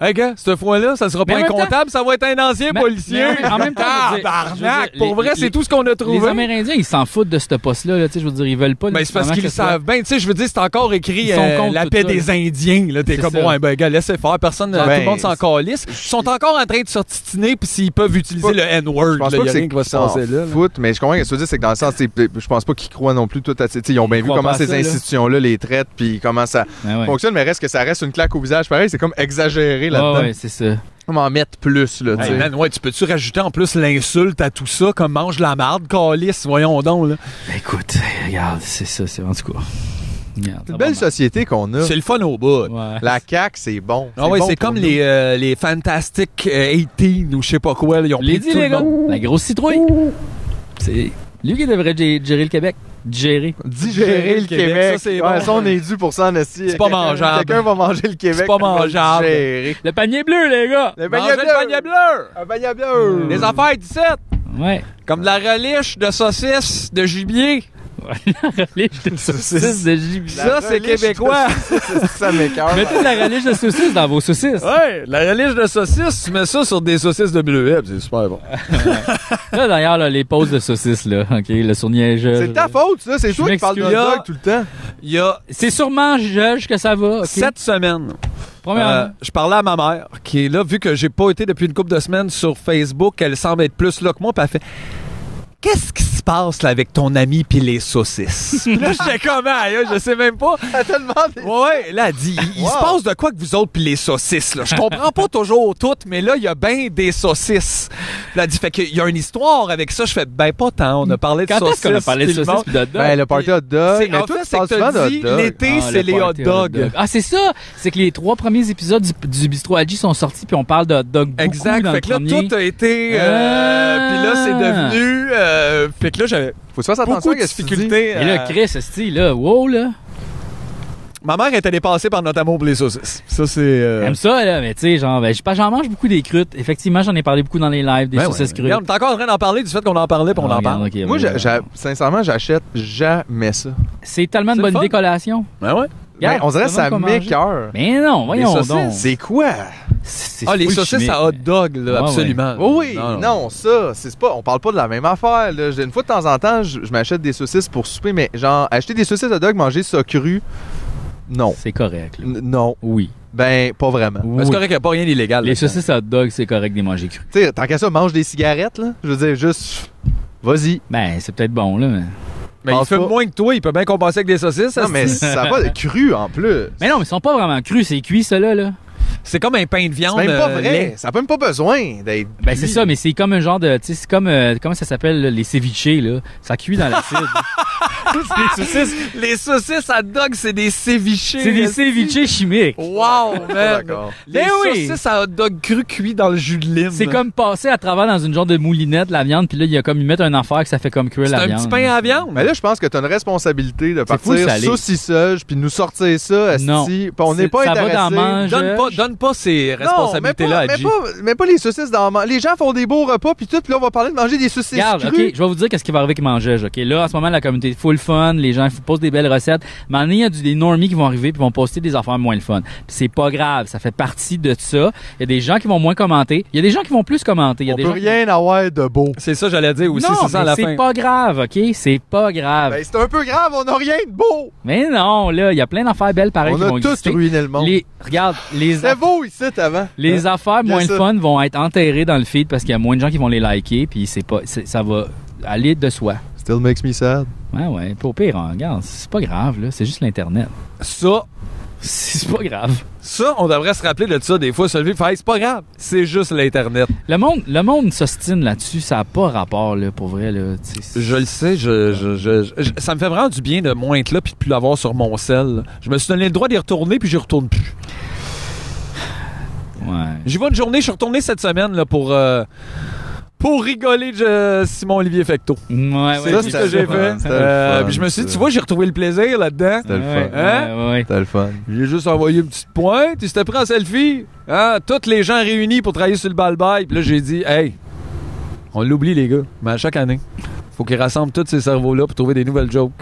Speaker 2: Hey, gars, cette fois-là, ça sera pas
Speaker 1: Mais
Speaker 2: un
Speaker 1: en même
Speaker 2: comptable, ça va être un ancien
Speaker 1: Mais-
Speaker 2: policier.
Speaker 1: mais en même temps, je veux dire-
Speaker 2: Tabarnak!
Speaker 1: je veux dire,
Speaker 2: Pour
Speaker 1: les-
Speaker 2: vrai,
Speaker 1: les-
Speaker 2: c'est tout ce qu'on a
Speaker 1: Les
Speaker 2: trouvé.
Speaker 1: Amérindiens, ils s'en foutent de ce poste-là. là. Tu sais, je veux dire, ils veulent pas.
Speaker 2: Ben, c'est parce
Speaker 1: nécessairement
Speaker 2: qu'ils
Speaker 1: que
Speaker 2: le
Speaker 1: ce soit-
Speaker 2: savent bien. Tu sais, je veux dire, c'est encore écrit
Speaker 1: Ils sont
Speaker 2: euh,
Speaker 1: contre
Speaker 2: la
Speaker 1: tout
Speaker 2: paix
Speaker 1: ça,
Speaker 2: des
Speaker 1: là.
Speaker 2: Indiens. Là, t'es
Speaker 1: C'est
Speaker 2: comme,
Speaker 1: ça.
Speaker 2: ouais, ben, gars, laissez faire. Personne,
Speaker 3: Ben,
Speaker 2: tout le monde s'en calisse. Ils sont encore en train de se titiner, puis s'ils peuvent utiliser
Speaker 3: Pas-
Speaker 2: le N-word.
Speaker 3: Je pense
Speaker 2: là, y
Speaker 3: pas que
Speaker 2: a
Speaker 3: c'est
Speaker 2: rien qui va se
Speaker 3: qu'ils s'en
Speaker 2: passer là. là.
Speaker 3: foutent, mais je comprends ce que tu veux dire, c'est que dans le sens, tu sais, je pense pas qu'ils croient non plus tout à tu sais, Ils ont bien vu
Speaker 1: croient
Speaker 3: comment
Speaker 1: pas à
Speaker 3: ces
Speaker 1: ça, là.
Speaker 3: institutions-là les traitent, puis comment ça
Speaker 1: Ben ouais.
Speaker 3: fonctionne, mais reste que ça reste une claque au visage. Pareil, c'est comme exagéré
Speaker 1: Ah
Speaker 3: là-dedans.
Speaker 1: ouais, c'est ça.
Speaker 3: On m'en mettre plus, là, tu
Speaker 2: Hey,
Speaker 3: sais.
Speaker 2: man, ouais, tu peux-tu rajouter en plus l'insulte à tout ça, comme mange la marde, calisse, voyons donc. Là.
Speaker 1: Ben, écoute, regarde, c'est ça. C'est en tout cas. Regarde,
Speaker 3: C'est
Speaker 1: ça
Speaker 3: une
Speaker 1: va
Speaker 3: belle société qu'on a.
Speaker 2: C'est le fun au bout.
Speaker 1: mal. Ouais.
Speaker 3: La CAQ, c'est bon.
Speaker 2: Ah ouais,
Speaker 3: bon
Speaker 2: c'est
Speaker 3: pour
Speaker 2: comme
Speaker 3: nous.
Speaker 2: les, euh, les Fantastic euh, 18 ou je sais pas quoi. là, Ils ont
Speaker 1: Les
Speaker 2: pris
Speaker 1: dit,
Speaker 2: tout
Speaker 1: les
Speaker 2: le
Speaker 1: gars.
Speaker 2: monde.
Speaker 1: La grosse citrouille. C'est lui qui devrait gé- gérer le Québec. Gérer.
Speaker 3: Digérer le Québec.
Speaker 2: ça, c'est
Speaker 3: Ouais,
Speaker 2: bon.
Speaker 3: ça, on est dû pour ça en esti.
Speaker 2: C'est pas
Speaker 3: Quelqu'un-
Speaker 2: mangeable.
Speaker 3: Quelqu'un va manger le Québec.
Speaker 2: C'est pas
Speaker 3: puis on va le
Speaker 2: mangeable.
Speaker 3: digérer.
Speaker 1: Le panier bleu, les gars.
Speaker 3: Le
Speaker 2: Mangez
Speaker 3: panier
Speaker 2: le panier
Speaker 3: bleu.
Speaker 2: bleu!
Speaker 3: Un panier bleu.
Speaker 2: Les affaires 17!
Speaker 1: Ouais.
Speaker 2: Comme de la reliche de saucisse, de gibier.
Speaker 1: (laughs)
Speaker 2: (laughs)
Speaker 1: relish de saucisse de gibier.
Speaker 2: Ça, c'est
Speaker 3: reliche de
Speaker 2: québécois.
Speaker 3: ça m'écoeure.
Speaker 1: Mettez de la relish de saucisse dans vos saucisses.
Speaker 2: Ouais, la relish de saucisse, tu mets ça sur des saucisses de bleuet, pis c'est super bon.
Speaker 1: Là, d'ailleurs, là, les pauses de saucisses, là, OK, le surniège.
Speaker 3: C'est ta faute, ça. C'est
Speaker 1: Je
Speaker 3: toi qui parles de
Speaker 1: m'excuse.
Speaker 3: dog tout le temps.
Speaker 2: Il y a
Speaker 1: C'est sûrement juge que ça va, OK?
Speaker 2: sept semaines, euh,
Speaker 1: Premièrement.
Speaker 2: je parlais à ma mère, qui est là, vu que j'ai pas été depuis une couple de semaines sur Facebook, elle semble être plus là que moi, pis elle fait Qu'est-ce qui se passe là avec ton ami pis les saucisses? Pis là, j'étais comment, je sais même pas.
Speaker 3: Elle te demande des-
Speaker 2: Ouais, là, elle dit, il, il
Speaker 3: Wow.
Speaker 2: se passe de quoi que vous autres puis les saucisses, là. Je comprends pas toujours tout, mais là, il y a bien des saucisses. Là, elle dit, fait qu'il y a une histoire avec ça. Je fais, ben, pas tant. On a parlé de
Speaker 1: Quand
Speaker 2: saucisses.
Speaker 1: est-ce qu'on a parlé de
Speaker 2: puis le
Speaker 1: saucisses
Speaker 2: monde-
Speaker 1: pis de dog?
Speaker 3: Ben, le party hot dog.
Speaker 2: C'est-
Speaker 3: Mais
Speaker 2: en
Speaker 3: toi,
Speaker 2: fait,
Speaker 3: tu
Speaker 2: c'est
Speaker 3: parles
Speaker 2: que
Speaker 3: souvent de
Speaker 2: t'as dit,
Speaker 3: hot dog.
Speaker 2: l'été,
Speaker 1: Ah,
Speaker 2: c'est
Speaker 1: le
Speaker 2: les hot
Speaker 1: party
Speaker 2: dogs.
Speaker 1: Ah, c'est ça! C'est que les trois premiers épisodes du, du Bistro Adji sont sortis, puis on parle de hot dog beaucoup
Speaker 2: Exact.
Speaker 1: dans
Speaker 2: Fait
Speaker 1: le
Speaker 2: que là,
Speaker 1: premier.
Speaker 2: tout a été,
Speaker 1: Ah.
Speaker 2: euh, puis là, c'est devenu, euh, fait que là, j'avais
Speaker 3: Faut se faire attention
Speaker 2: beaucoup
Speaker 3: à
Speaker 2: de
Speaker 3: ce que tu dis.
Speaker 2: difficultés.
Speaker 1: Et là,
Speaker 2: à-
Speaker 1: Chris, style là, wow, là,
Speaker 2: Ma mère était dépassée par notre amour pour les saucisses. Ça, c'est, euh,
Speaker 1: j'aime ça, là, mais tu sais, genre, ben, je sais pas, j'en mange beaucoup des crutes. Effectivement, j'en ai parlé beaucoup dans les lives, des
Speaker 2: ben ouais.
Speaker 1: saucisses crutes.
Speaker 2: Regarde, on est encore en train d'en parler du fait qu'on en parlait puis on
Speaker 1: Ah,
Speaker 2: en
Speaker 1: regarde,
Speaker 2: parle.
Speaker 1: ok,
Speaker 3: Moi,
Speaker 1: ben,
Speaker 3: j'a-
Speaker 2: euh,
Speaker 3: j'a- sincèrement, j'achète jamais ça.
Speaker 1: C'est tellement
Speaker 2: C'est
Speaker 1: de
Speaker 2: le
Speaker 1: bonnes
Speaker 2: fun.
Speaker 1: décollations.
Speaker 2: Ben ouais.
Speaker 1: Regarde,
Speaker 3: Ben, on dirait que ça
Speaker 1: comment qu'on mangeait.
Speaker 3: m'écoeure.
Speaker 1: Mais non,
Speaker 3: Les
Speaker 1: voyons donc.
Speaker 3: saucisses, c'est quoi?
Speaker 1: C'est- c'est
Speaker 2: Ah, les
Speaker 1: full
Speaker 2: saucisses
Speaker 1: chimique.
Speaker 2: à hot dog, là,
Speaker 1: Ouais,
Speaker 2: absolument.
Speaker 3: Oh oui, non, ça, c'est pas, on parle pas de la même affaire. Là. J'ai- Une fois de temps en temps, je, je m'achète des saucisses pour souper, mais genre, acheter des saucisses hot dog, manger ça cru, non.
Speaker 1: C'est correct, là.
Speaker 3: N- non,
Speaker 1: Oui.
Speaker 3: ben, pas vraiment.
Speaker 2: Ben, C'est
Speaker 1: Oui.
Speaker 2: correct, il n'y a pas rien d'illégal.
Speaker 1: Les
Speaker 2: là-dedans.
Speaker 1: saucisses à hot dog, c'est correct des manger cru.
Speaker 3: Tu sais, tant qu'à ça, mange des cigarettes, là. Je veux dire, juste, vas-y.
Speaker 1: Ben, c'est peut-être bon, là. Mais...
Speaker 2: Mais il
Speaker 3: pense
Speaker 2: fait
Speaker 3: pas.
Speaker 2: moins que toi, il peut bien compenser avec des saucisses.
Speaker 3: Non,
Speaker 2: asti.
Speaker 3: mais ça va de cru en plus.
Speaker 1: mais non, mais ils sont pas vraiment crus, c'est cuit, ceux-là, là.
Speaker 2: C'est comme un pain de
Speaker 3: C'est
Speaker 2: viande.
Speaker 3: même pas
Speaker 2: euh,
Speaker 3: vrai.
Speaker 2: lait.
Speaker 3: Ça n'a même pas besoin d'être.
Speaker 1: Ben, c'est ça, mais c'est comme un genre de. Tu sais, c'est comme. euh, comment ça s'appelle, là, les ceviches, là? Ça cuit dans
Speaker 2: (laughs)
Speaker 1: l'acide. les saucisses.
Speaker 2: Les saucisses à dog, c'est des sévichés.
Speaker 1: C'est des ceviches chimiques.
Speaker 2: Wow, man.
Speaker 3: d'accord.
Speaker 2: Les
Speaker 1: Ben oui.
Speaker 2: saucisses à hot dog cru cuit dans le jus de lime.
Speaker 1: C'est comme passer à travers dans une genre de moulinette la viande, puis là, il y a comme. Ils mettent un affaire que ça fait comme cuire
Speaker 2: C'est
Speaker 1: la
Speaker 2: un
Speaker 1: viande.
Speaker 2: petit pain à la viande.
Speaker 3: Mais là, je pense que tu as une responsabilité de
Speaker 1: full
Speaker 3: partir
Speaker 1: salé.
Speaker 3: saucisseuse puis nous sortir ça, esti.
Speaker 1: Non.
Speaker 3: Puis on
Speaker 1: C'est-
Speaker 3: n'est pas
Speaker 1: ça va
Speaker 3: intéressé.
Speaker 1: dans mange.
Speaker 2: donne, pas, donne pas ces
Speaker 3: Non, mais
Speaker 2: responsabilités-là
Speaker 3: pas,
Speaker 2: à
Speaker 3: mais,
Speaker 2: G.
Speaker 3: pas, mais pas les saucisses dans man- Les gens font des beaux repas puis tout, puis là on va parler de manger des saucisses
Speaker 1: Regarde,
Speaker 3: crues.
Speaker 1: ok, je vais vous dire qu'est-ce qui va arriver avec Mangeage, ok? Là, en ce moment, la communauté full full fun, les gens ils postent des belles recettes. Mais à un moment donné, il y a du- des normies qui vont arriver puis vont poster des affaires moins le fun. Puis c'est pas grave, ça fait partie de ça. Il y a des gens qui vont moins commenter, il y a des gens qui vont plus commenter, il y a
Speaker 3: On
Speaker 1: des
Speaker 3: peut
Speaker 1: gens qui-
Speaker 3: rien avoir de beau.
Speaker 2: C'est ça, j'allais dire aussi,
Speaker 1: Non,
Speaker 2: c'est ça à
Speaker 1: mais
Speaker 2: la
Speaker 1: c'est
Speaker 2: fin.
Speaker 1: pas grave, OK? C'est pas grave.
Speaker 3: Ben, c'est un peu grave, on n'a rien de beau.
Speaker 1: Mais non, là, il y a plein d'affaires belles pareilles
Speaker 3: On
Speaker 1: qui
Speaker 3: a
Speaker 1: vont
Speaker 3: tous
Speaker 1: exister.
Speaker 3: ruiné le monde.
Speaker 1: Les, regarde, les,
Speaker 3: C'était beau ici avant.
Speaker 1: les
Speaker 3: Hein?
Speaker 1: affaires
Speaker 3: Bien
Speaker 1: moins le
Speaker 3: sûr.
Speaker 1: fun vont être enterrées dans le feed parce qu'il y a moins de gens qui vont les liker, puis c'est pas, c'est- ça va aller de soi.
Speaker 3: Still makes me sad.
Speaker 1: Ouais, ouais. Puis au pire, hein, regarde, c'est pas grave, là. C'est juste l'Internet. (laughs)
Speaker 2: Ça,
Speaker 1: C'est pas grave.
Speaker 2: ça, on devrait se rappeler de ça des fois, se lever, faire, Hey, c'est pas grave, c'est juste l'Internet.
Speaker 1: Le monde, le monde s'ostine là-dessus. Ça n'a pas rapport, là, pour vrai, là. Tu sais,
Speaker 2: Je le sais, je, je- je- je- ça me fait vraiment du bien de moins être là puis de plus l'avoir sur mon sel. Je me suis donné le droit d'y retourner puis j'y retourne plus.
Speaker 1: Ouais.
Speaker 2: J'y vais une journée, je suis retourné cette semaine là, pour, euh, pour rigoler de euh, Simon-Olivier Fecteau.
Speaker 1: Ouais,
Speaker 2: C'est
Speaker 1: ouais,
Speaker 3: ça,
Speaker 2: tout ce
Speaker 1: c'est-
Speaker 2: que j'ai
Speaker 3: le fun.
Speaker 2: fait.
Speaker 3: C'était le
Speaker 2: Euh,
Speaker 3: fun,
Speaker 2: puis je me suis dit,
Speaker 3: ça.
Speaker 2: tu vois, j'ai retrouvé le plaisir là-dedans.
Speaker 3: C'était le
Speaker 1: Ouais,
Speaker 3: fun.
Speaker 2: Hein?
Speaker 1: ouais, ouais.
Speaker 3: C'était le fun.
Speaker 2: J'ai juste envoyé une petite pointe, il s'était pris en selfie. Hein? Toutes les gens réunis pour travailler sur le bal bail. Puis là, j'ai dit, hey, on l'oublie, les gars, mais à chaque année, faut qu'ils rassemblent tous ces cerveaux-là pour trouver des nouvelles jokes.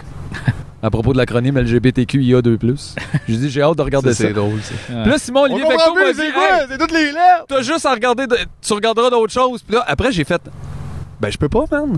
Speaker 2: À propos de l'acronyme LGBTQIA2+. J'ai dit, j'ai hâte de regarder
Speaker 3: Ça,
Speaker 2: ça.
Speaker 3: c'est drôle, ça.
Speaker 2: Puis là, Simon
Speaker 3: On
Speaker 2: Olivier
Speaker 3: comprend
Speaker 2: Fecteau m'a
Speaker 3: plus,
Speaker 2: dit,
Speaker 3: c'est
Speaker 2: hey,
Speaker 3: quoi? C'est toutes les lettres.
Speaker 2: t'as juste à regarder, de- tu regarderas d'autres choses. Puis là, après, j'ai fait, ben, je peux pas, man.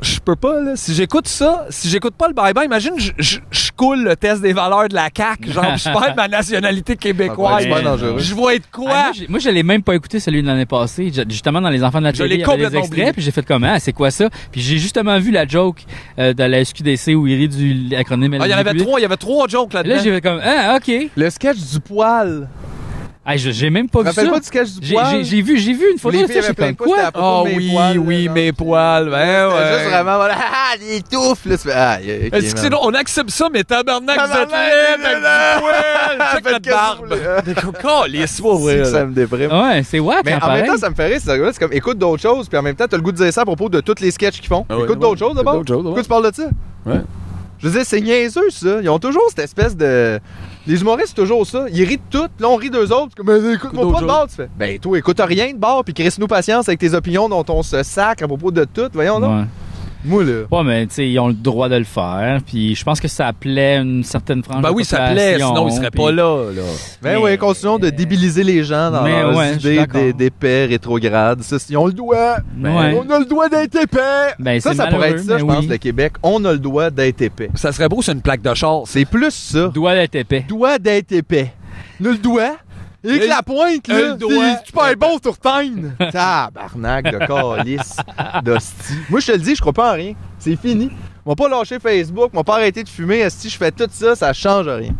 Speaker 2: Je peux pas, là. Si j'écoute ça, si j'écoute pas le bye-bye, imagine, je- je je coule le test des valeurs de la CAQ. Genre, puis je perds ma nationalité québécoise.
Speaker 3: C'est pas dangereux.
Speaker 2: Je vois être
Speaker 1: Ah,
Speaker 2: quoi?
Speaker 1: moi, j'ai- moi, je l'ai même pas écouté celui de l'année passée. Ju- Justement, dans les enfants de la
Speaker 2: Je
Speaker 1: télé,
Speaker 2: l'ai
Speaker 1: il y avait des
Speaker 2: complètement oublié.
Speaker 1: extraits, puis j'ai fait comment? c'est quoi ça? Puis j'ai justement vu la joke euh, de la SQDC où il rit du acronyme
Speaker 2: Ah, il y en avait
Speaker 1: LGBT.
Speaker 2: trois, il y avait trois jokes
Speaker 1: Là, j'ai
Speaker 2: là-dedans.
Speaker 1: fait comme, ah, ok.
Speaker 3: Le sketch du poil.
Speaker 1: Ah, je- j'ai même pas vu ça.
Speaker 3: Rappelle pas du sketch du
Speaker 1: J'ai-
Speaker 3: poil?
Speaker 1: J'ai j'ai vu, j'ai vu une photo
Speaker 3: Les
Speaker 1: de ça,
Speaker 3: filles avaient
Speaker 1: j'ai
Speaker 3: plein
Speaker 1: comme
Speaker 3: de poils, c'était
Speaker 1: quoi?
Speaker 3: à
Speaker 2: Ah
Speaker 3: propos de mes poils, là, genre.
Speaker 2: poils, ben
Speaker 3: C'était juste vraiment, voilà, (laughs) ah, il est touffe, là. Tu fais, ah, ok,
Speaker 2: Est-ce que c'est
Speaker 3: man.
Speaker 2: drôle? on accepte ça, mais tabarnak, vous
Speaker 3: Tabarnak,
Speaker 2: êtes laide, avec du poil, check
Speaker 3: (laughs) Faites
Speaker 2: notre
Speaker 3: que vous
Speaker 2: barbe. Des calices, pour vrai,
Speaker 3: C'est que
Speaker 2: là. Ah
Speaker 3: Ça me déprime.
Speaker 1: Ouais, c'est wack,
Speaker 3: Mais
Speaker 1: hein,
Speaker 3: en
Speaker 1: pareil.
Speaker 3: même temps, ça me fait rire. C'est c'est comme écoute d'autres choses, puis en même temps, t'as le goût de dire ça à propos de tous les sketchs qu'ils font.
Speaker 2: Ah ouais,
Speaker 3: écoute
Speaker 2: ouais,
Speaker 3: d'autres choses d'abord.
Speaker 2: d'autres choses,
Speaker 3: Pourquoi
Speaker 2: ouais.
Speaker 3: tu parles de ça?
Speaker 2: Ouais.
Speaker 3: Je veux dire, c'est niaiseux, ça. Ils ont toujours cette espèce de. Les humoristes, c'est toujours ça. Ils rient de tout, puis là, on rit d'eux autres. Puis Comme, Mais écoute-moi
Speaker 2: d'autres
Speaker 3: pas de bord, tu fais. Ben, toi, écoute rien de bord, puis crisse-nous patience avec tes opinions dont on se sacre à propos de tout. Voyons, non?
Speaker 1: Ouais.
Speaker 3: Moi, là.
Speaker 1: Ouais, mais tu sais, ils ont le droit de le faire. Puis je pense que ça plaît une certaine frange.
Speaker 2: Ben
Speaker 1: de
Speaker 2: oui, ça plaît,
Speaker 1: population,
Speaker 2: sinon il serait
Speaker 1: puis-
Speaker 2: pas là, là.
Speaker 3: Ben
Speaker 1: Mais- euh,
Speaker 3: oui, continuons de débiliser les gens dans
Speaker 1: Mais
Speaker 3: leurs
Speaker 1: ouais, je suis
Speaker 3: idées
Speaker 1: d'accord. Ben
Speaker 3: des- d'épais rétrogrades. Ça, si on le doit, ben,
Speaker 1: Ouais.
Speaker 3: on a le doigt d'être épais.
Speaker 1: Ben,
Speaker 3: ça,
Speaker 1: c'est
Speaker 3: ça pourrait
Speaker 1: malheureux,
Speaker 3: être ça,
Speaker 1: mais
Speaker 3: je pense,
Speaker 1: oui.
Speaker 3: le Québec. On a le doigt d'être épais.
Speaker 2: Ça serait beau, c'est une plaque de char.
Speaker 3: C'est plus ça.
Speaker 1: Doigt d'être épais.
Speaker 3: Doigt d'être épais. Nous le doigt. Et que
Speaker 2: Le-
Speaker 3: la pointe,
Speaker 2: le
Speaker 3: là,
Speaker 2: doigt.
Speaker 3: c'est super bon
Speaker 1: (laughs)
Speaker 3: sur teigne. Tabarnak de calice, d'hostie. Moi, je te le dis, je crois pas en rien. C'est fini. Ils m'ont pas lâché Facebook, ils m'ont pas arrêté de fumer. Si je fais tout ça, ça
Speaker 1: (laughs)
Speaker 3: change rien.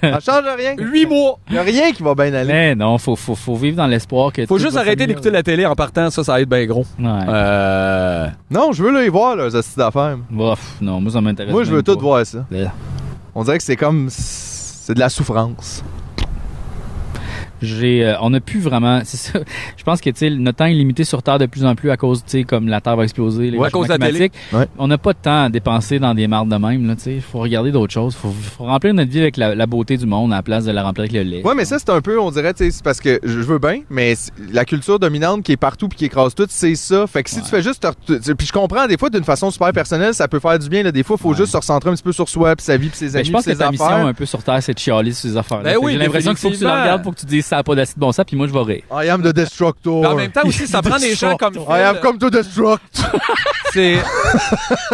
Speaker 3: ça change rien. (laughs)
Speaker 2: Huit mois.
Speaker 3: Y a rien qui va bien aller.
Speaker 1: Mais non, faut, faut, faut vivre dans l'espoir que.
Speaker 2: Faut juste arrêter
Speaker 3: hein.
Speaker 2: d'écouter la télé en partant, ça, ça aide bien gros.
Speaker 1: Ouais.
Speaker 2: Euh...
Speaker 3: Non, je veux les voir, leurs hosties d'affaires.
Speaker 1: Bof, Bah, non, moi ça m'intéresse.
Speaker 3: Moi, je veux
Speaker 1: même
Speaker 3: tout
Speaker 1: pas. Euh,
Speaker 3: voir ça.
Speaker 1: Là.
Speaker 3: On dirait que c'est comme. C'est de la souffrance.
Speaker 1: J'ai, euh, on n'a plus vraiment. C'est ça. (laughs) Je pense que tu sais, notre temps est limité sur Terre de plus en plus à cause, tu sais, comme la Terre va exploser, les
Speaker 2: Ouais, à cause de la
Speaker 1: climatiques.
Speaker 3: télé. Ouais.
Speaker 1: On n'a pas de temps à dépenser dans des mardes de même. Là, tu sais, faut regarder d'autres choses. Faut, faut remplir notre vie avec la, la beauté du monde à la place de la remplir avec le lait.
Speaker 3: Ouais, mais ça, c'est un peu, on dirait, tu sais, c'est parce que je je veux bien, mais c'est- la culture dominante qui est partout puis qui écrase tout, c'est ça. Fait que si tu fais juste. te ret- tu- Puis je comprends, des fois, d'une façon super personnelle, ça peut faire du bien. Là. Des fois, faut
Speaker 1: Ouais.
Speaker 3: juste se recentrer un petit peu sur soi, puis sa vie, puis ses
Speaker 1: Ben,
Speaker 3: amis,
Speaker 1: je
Speaker 3: puis
Speaker 1: pense que
Speaker 3: ses
Speaker 1: ta mission
Speaker 3: affaires.
Speaker 1: un peu sur Terre, c'est de chialer sur ces affaires-là.
Speaker 2: Ben
Speaker 1: Fait que
Speaker 2: oui,
Speaker 1: J'ai l'impression qu'il faut que tu le
Speaker 2: définitivement.
Speaker 1: regardes pour que tu dises ça n'a pas d'acide bon sens, puis moi je vais rire.
Speaker 3: I am the destructor.
Speaker 2: euh, Mais En même temps
Speaker 3: (laughs)
Speaker 2: aussi, ça prend des gens comme
Speaker 3: I am
Speaker 2: Phil.
Speaker 3: come to destruct.
Speaker 2: C'est-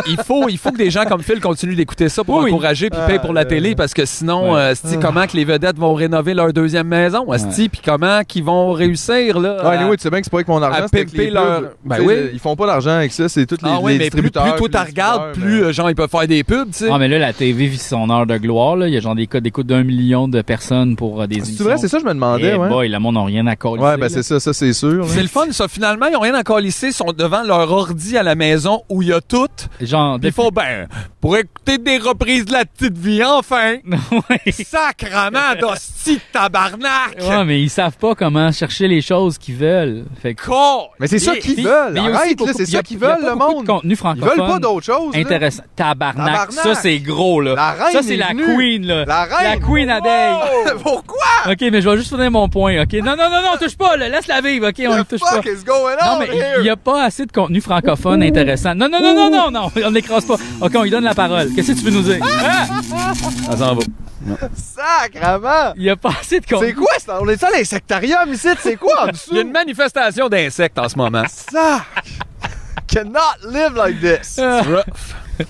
Speaker 2: il faut il faut que des gens comme Phil continuent d'écouter ça pour
Speaker 1: Oui.
Speaker 2: encourager puis
Speaker 3: Ah,
Speaker 2: payer pour la
Speaker 3: euh,
Speaker 2: télé parce que sinon
Speaker 1: ouais.
Speaker 2: euh, esti, comment que les vedettes vont rénover leur deuxième maison asti puis comment qu'ils vont réussir là
Speaker 3: Ah,
Speaker 2: à-
Speaker 3: anyway, tu sais bien que c'est pas avec mon argent,
Speaker 2: euh, à
Speaker 3: c'est avec
Speaker 2: pimper
Speaker 3: les
Speaker 2: leur-
Speaker 3: pubs.
Speaker 2: Ben
Speaker 3: Tu sais,
Speaker 2: oui.
Speaker 3: le- Ils font pas d'argent avec ça, c'est tous les,
Speaker 2: ah oui,
Speaker 3: les
Speaker 2: mais plus, plus
Speaker 3: distributeurs.
Speaker 2: toi
Speaker 3: puis
Speaker 2: t'as
Speaker 3: les
Speaker 2: regardes,
Speaker 3: distributeurs,
Speaker 2: plus
Speaker 3: mais-
Speaker 2: euh, genre ils peuvent faire des pubs, tu sais.
Speaker 1: Ah, mais là, la TV vit son heure de gloire. Là. Il y a genre des codes d'écoute d'un million de personnes pour euh, des émissions.
Speaker 3: Ah, C'est vrai, c'est ça, je me demandais,
Speaker 1: Eh
Speaker 3: ouais.
Speaker 1: boy, le monde n'a rien à coller.
Speaker 3: Ouais, ben c'est ça, ça c'est sûr. là.
Speaker 2: C'est le fun, ça. Finalement, ils ont rien encore lissé. Ils sont devant leur ordi à la maison où il y a tout.
Speaker 1: Genre,
Speaker 2: Puis ils
Speaker 3: (laughs)
Speaker 2: font, ben, pour écouter des reprises de la petite vie,
Speaker 3: (laughs)
Speaker 2: enfin.
Speaker 1: Ouais.
Speaker 2: Sacrement d'hostie de tabarnak.
Speaker 1: Ouais, mais ils savent pas comment chercher les choses qu'ils veulent. Fait que...
Speaker 2: Con.
Speaker 3: Mais c'est ça
Speaker 1: Puis-
Speaker 3: qu'ils
Speaker 1: puis-
Speaker 3: veulent.
Speaker 1: mais il y a aussi
Speaker 3: Arrête, là,
Speaker 1: beaucoup-
Speaker 3: c'est
Speaker 1: il y a-
Speaker 3: ça qu'ils
Speaker 1: il y a
Speaker 3: veulent,
Speaker 1: pas
Speaker 3: le
Speaker 1: beaucoup de
Speaker 3: monde.
Speaker 1: contenu
Speaker 3: Ils veulent pas
Speaker 1: francophone.
Speaker 3: d'autre chose. là.
Speaker 1: Intéressant. Tabarnak.
Speaker 3: Tabarnak.
Speaker 1: Ça, c'est gros, là.
Speaker 3: La reine
Speaker 1: ça, c'est
Speaker 3: est
Speaker 1: la
Speaker 3: venue.
Speaker 1: queen, là.
Speaker 3: La reine.
Speaker 1: queen à day.
Speaker 3: (laughs) Pourquoi?
Speaker 1: OK, mais je vais juste finir mon point, OK? Non, non, non, non, touche pas, là, laisse-la vivre, OK? On ne touche pas.
Speaker 3: is going
Speaker 1: Non, mais il n'y a pas assez de contenu francophone intéressant. Non, non, non, non, non, non, on n'écrase pas. OK, on lui donne la parole. Qu'est-ce que tu veux
Speaker 3: (laughs)
Speaker 1: nous dire? Hein?
Speaker 9: Ça s'en va.
Speaker 3: Sacrement!
Speaker 1: Il n'y a pas assez de
Speaker 3: C'est
Speaker 1: contenu.
Speaker 3: quoi ça? On est ça, l'insectarium ici? C'est quoi en
Speaker 2: Il y a
Speaker 3: dessous?
Speaker 2: une manifestation d'insectes en ce moment.
Speaker 3: Ça! (laughs) Cannot live like this!
Speaker 1: Ah.
Speaker 2: rough.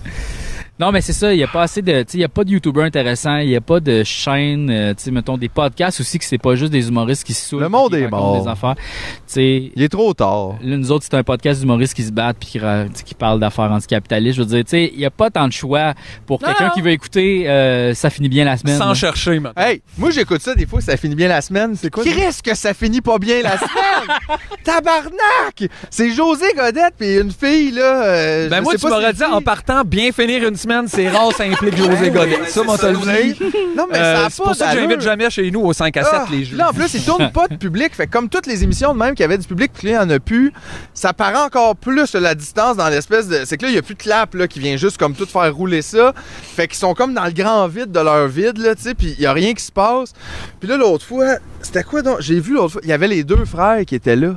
Speaker 1: Non, mais c'est ça, il n'y a pas assez de, tu sais, il y a pas de YouTubers intéressants, il n'y a pas de chaîne, euh, tu sais, mettons, des podcasts aussi, que c'est pas juste des humoristes qui se saoulent.
Speaker 3: Le monde
Speaker 1: puis qui
Speaker 3: est
Speaker 1: racontent
Speaker 3: mort.
Speaker 1: Des affaires. Tu sais,
Speaker 3: Il est trop tard.
Speaker 1: Là, nous autres, c'est un podcast d'humoristes qui se battent puis qui, ra- tu sais, qui parlent d'affaires anticapitalistes. Je veux dire, tu sais, il n'y a pas tant de choix pour
Speaker 2: Non,
Speaker 1: quelqu'un
Speaker 2: non.
Speaker 1: qui veut écouter euh, Ça finit bien la semaine.
Speaker 2: Sans chercher, man.
Speaker 3: Hey, moi j'écoute ça des fois, ça finit bien la semaine. C'est quoi? Qu'est-ce que ça finit pas bien la semaine? (laughs) Tabarnak! C'est José Godette puis une fille là. euh,
Speaker 2: Ben
Speaker 3: je
Speaker 2: moi,
Speaker 3: sais
Speaker 2: tu
Speaker 3: pas
Speaker 2: m'aurais
Speaker 3: c'est
Speaker 2: dit,
Speaker 3: qui.
Speaker 2: en partant, bien finir une semaine, c'est rare, ça implique José
Speaker 3: Hein? Ouais,
Speaker 2: Godet.
Speaker 3: ouais,
Speaker 2: Ça, moi,
Speaker 3: c'est
Speaker 2: te le
Speaker 3: ça,
Speaker 2: dis.
Speaker 3: Non mais
Speaker 2: Euh,
Speaker 3: ça a
Speaker 2: c'est
Speaker 3: pas
Speaker 2: pour ça que
Speaker 3: d'allure.
Speaker 2: j'invite jamais chez nous au 5 à 7
Speaker 3: Ah,
Speaker 2: les jeux.
Speaker 3: Là, en plus, ils tournent pas de public. Fait que comme toutes les émissions de même qu'il y avait du public, puis là, il n'y en a plus, ça paraît encore plus la distance dans l'espèce de. C'est que là, il n'y a plus de clap là, qui vient juste comme tout faire rouler ça. Fait qu'ils sont comme dans le grand vide de leur vide, là, tu sais, puis il n'y a rien qui se passe. Puis là, l'autre fois, c'était quoi donc J'ai vu l'autre fois, il y avait les deux frères qui étaient là.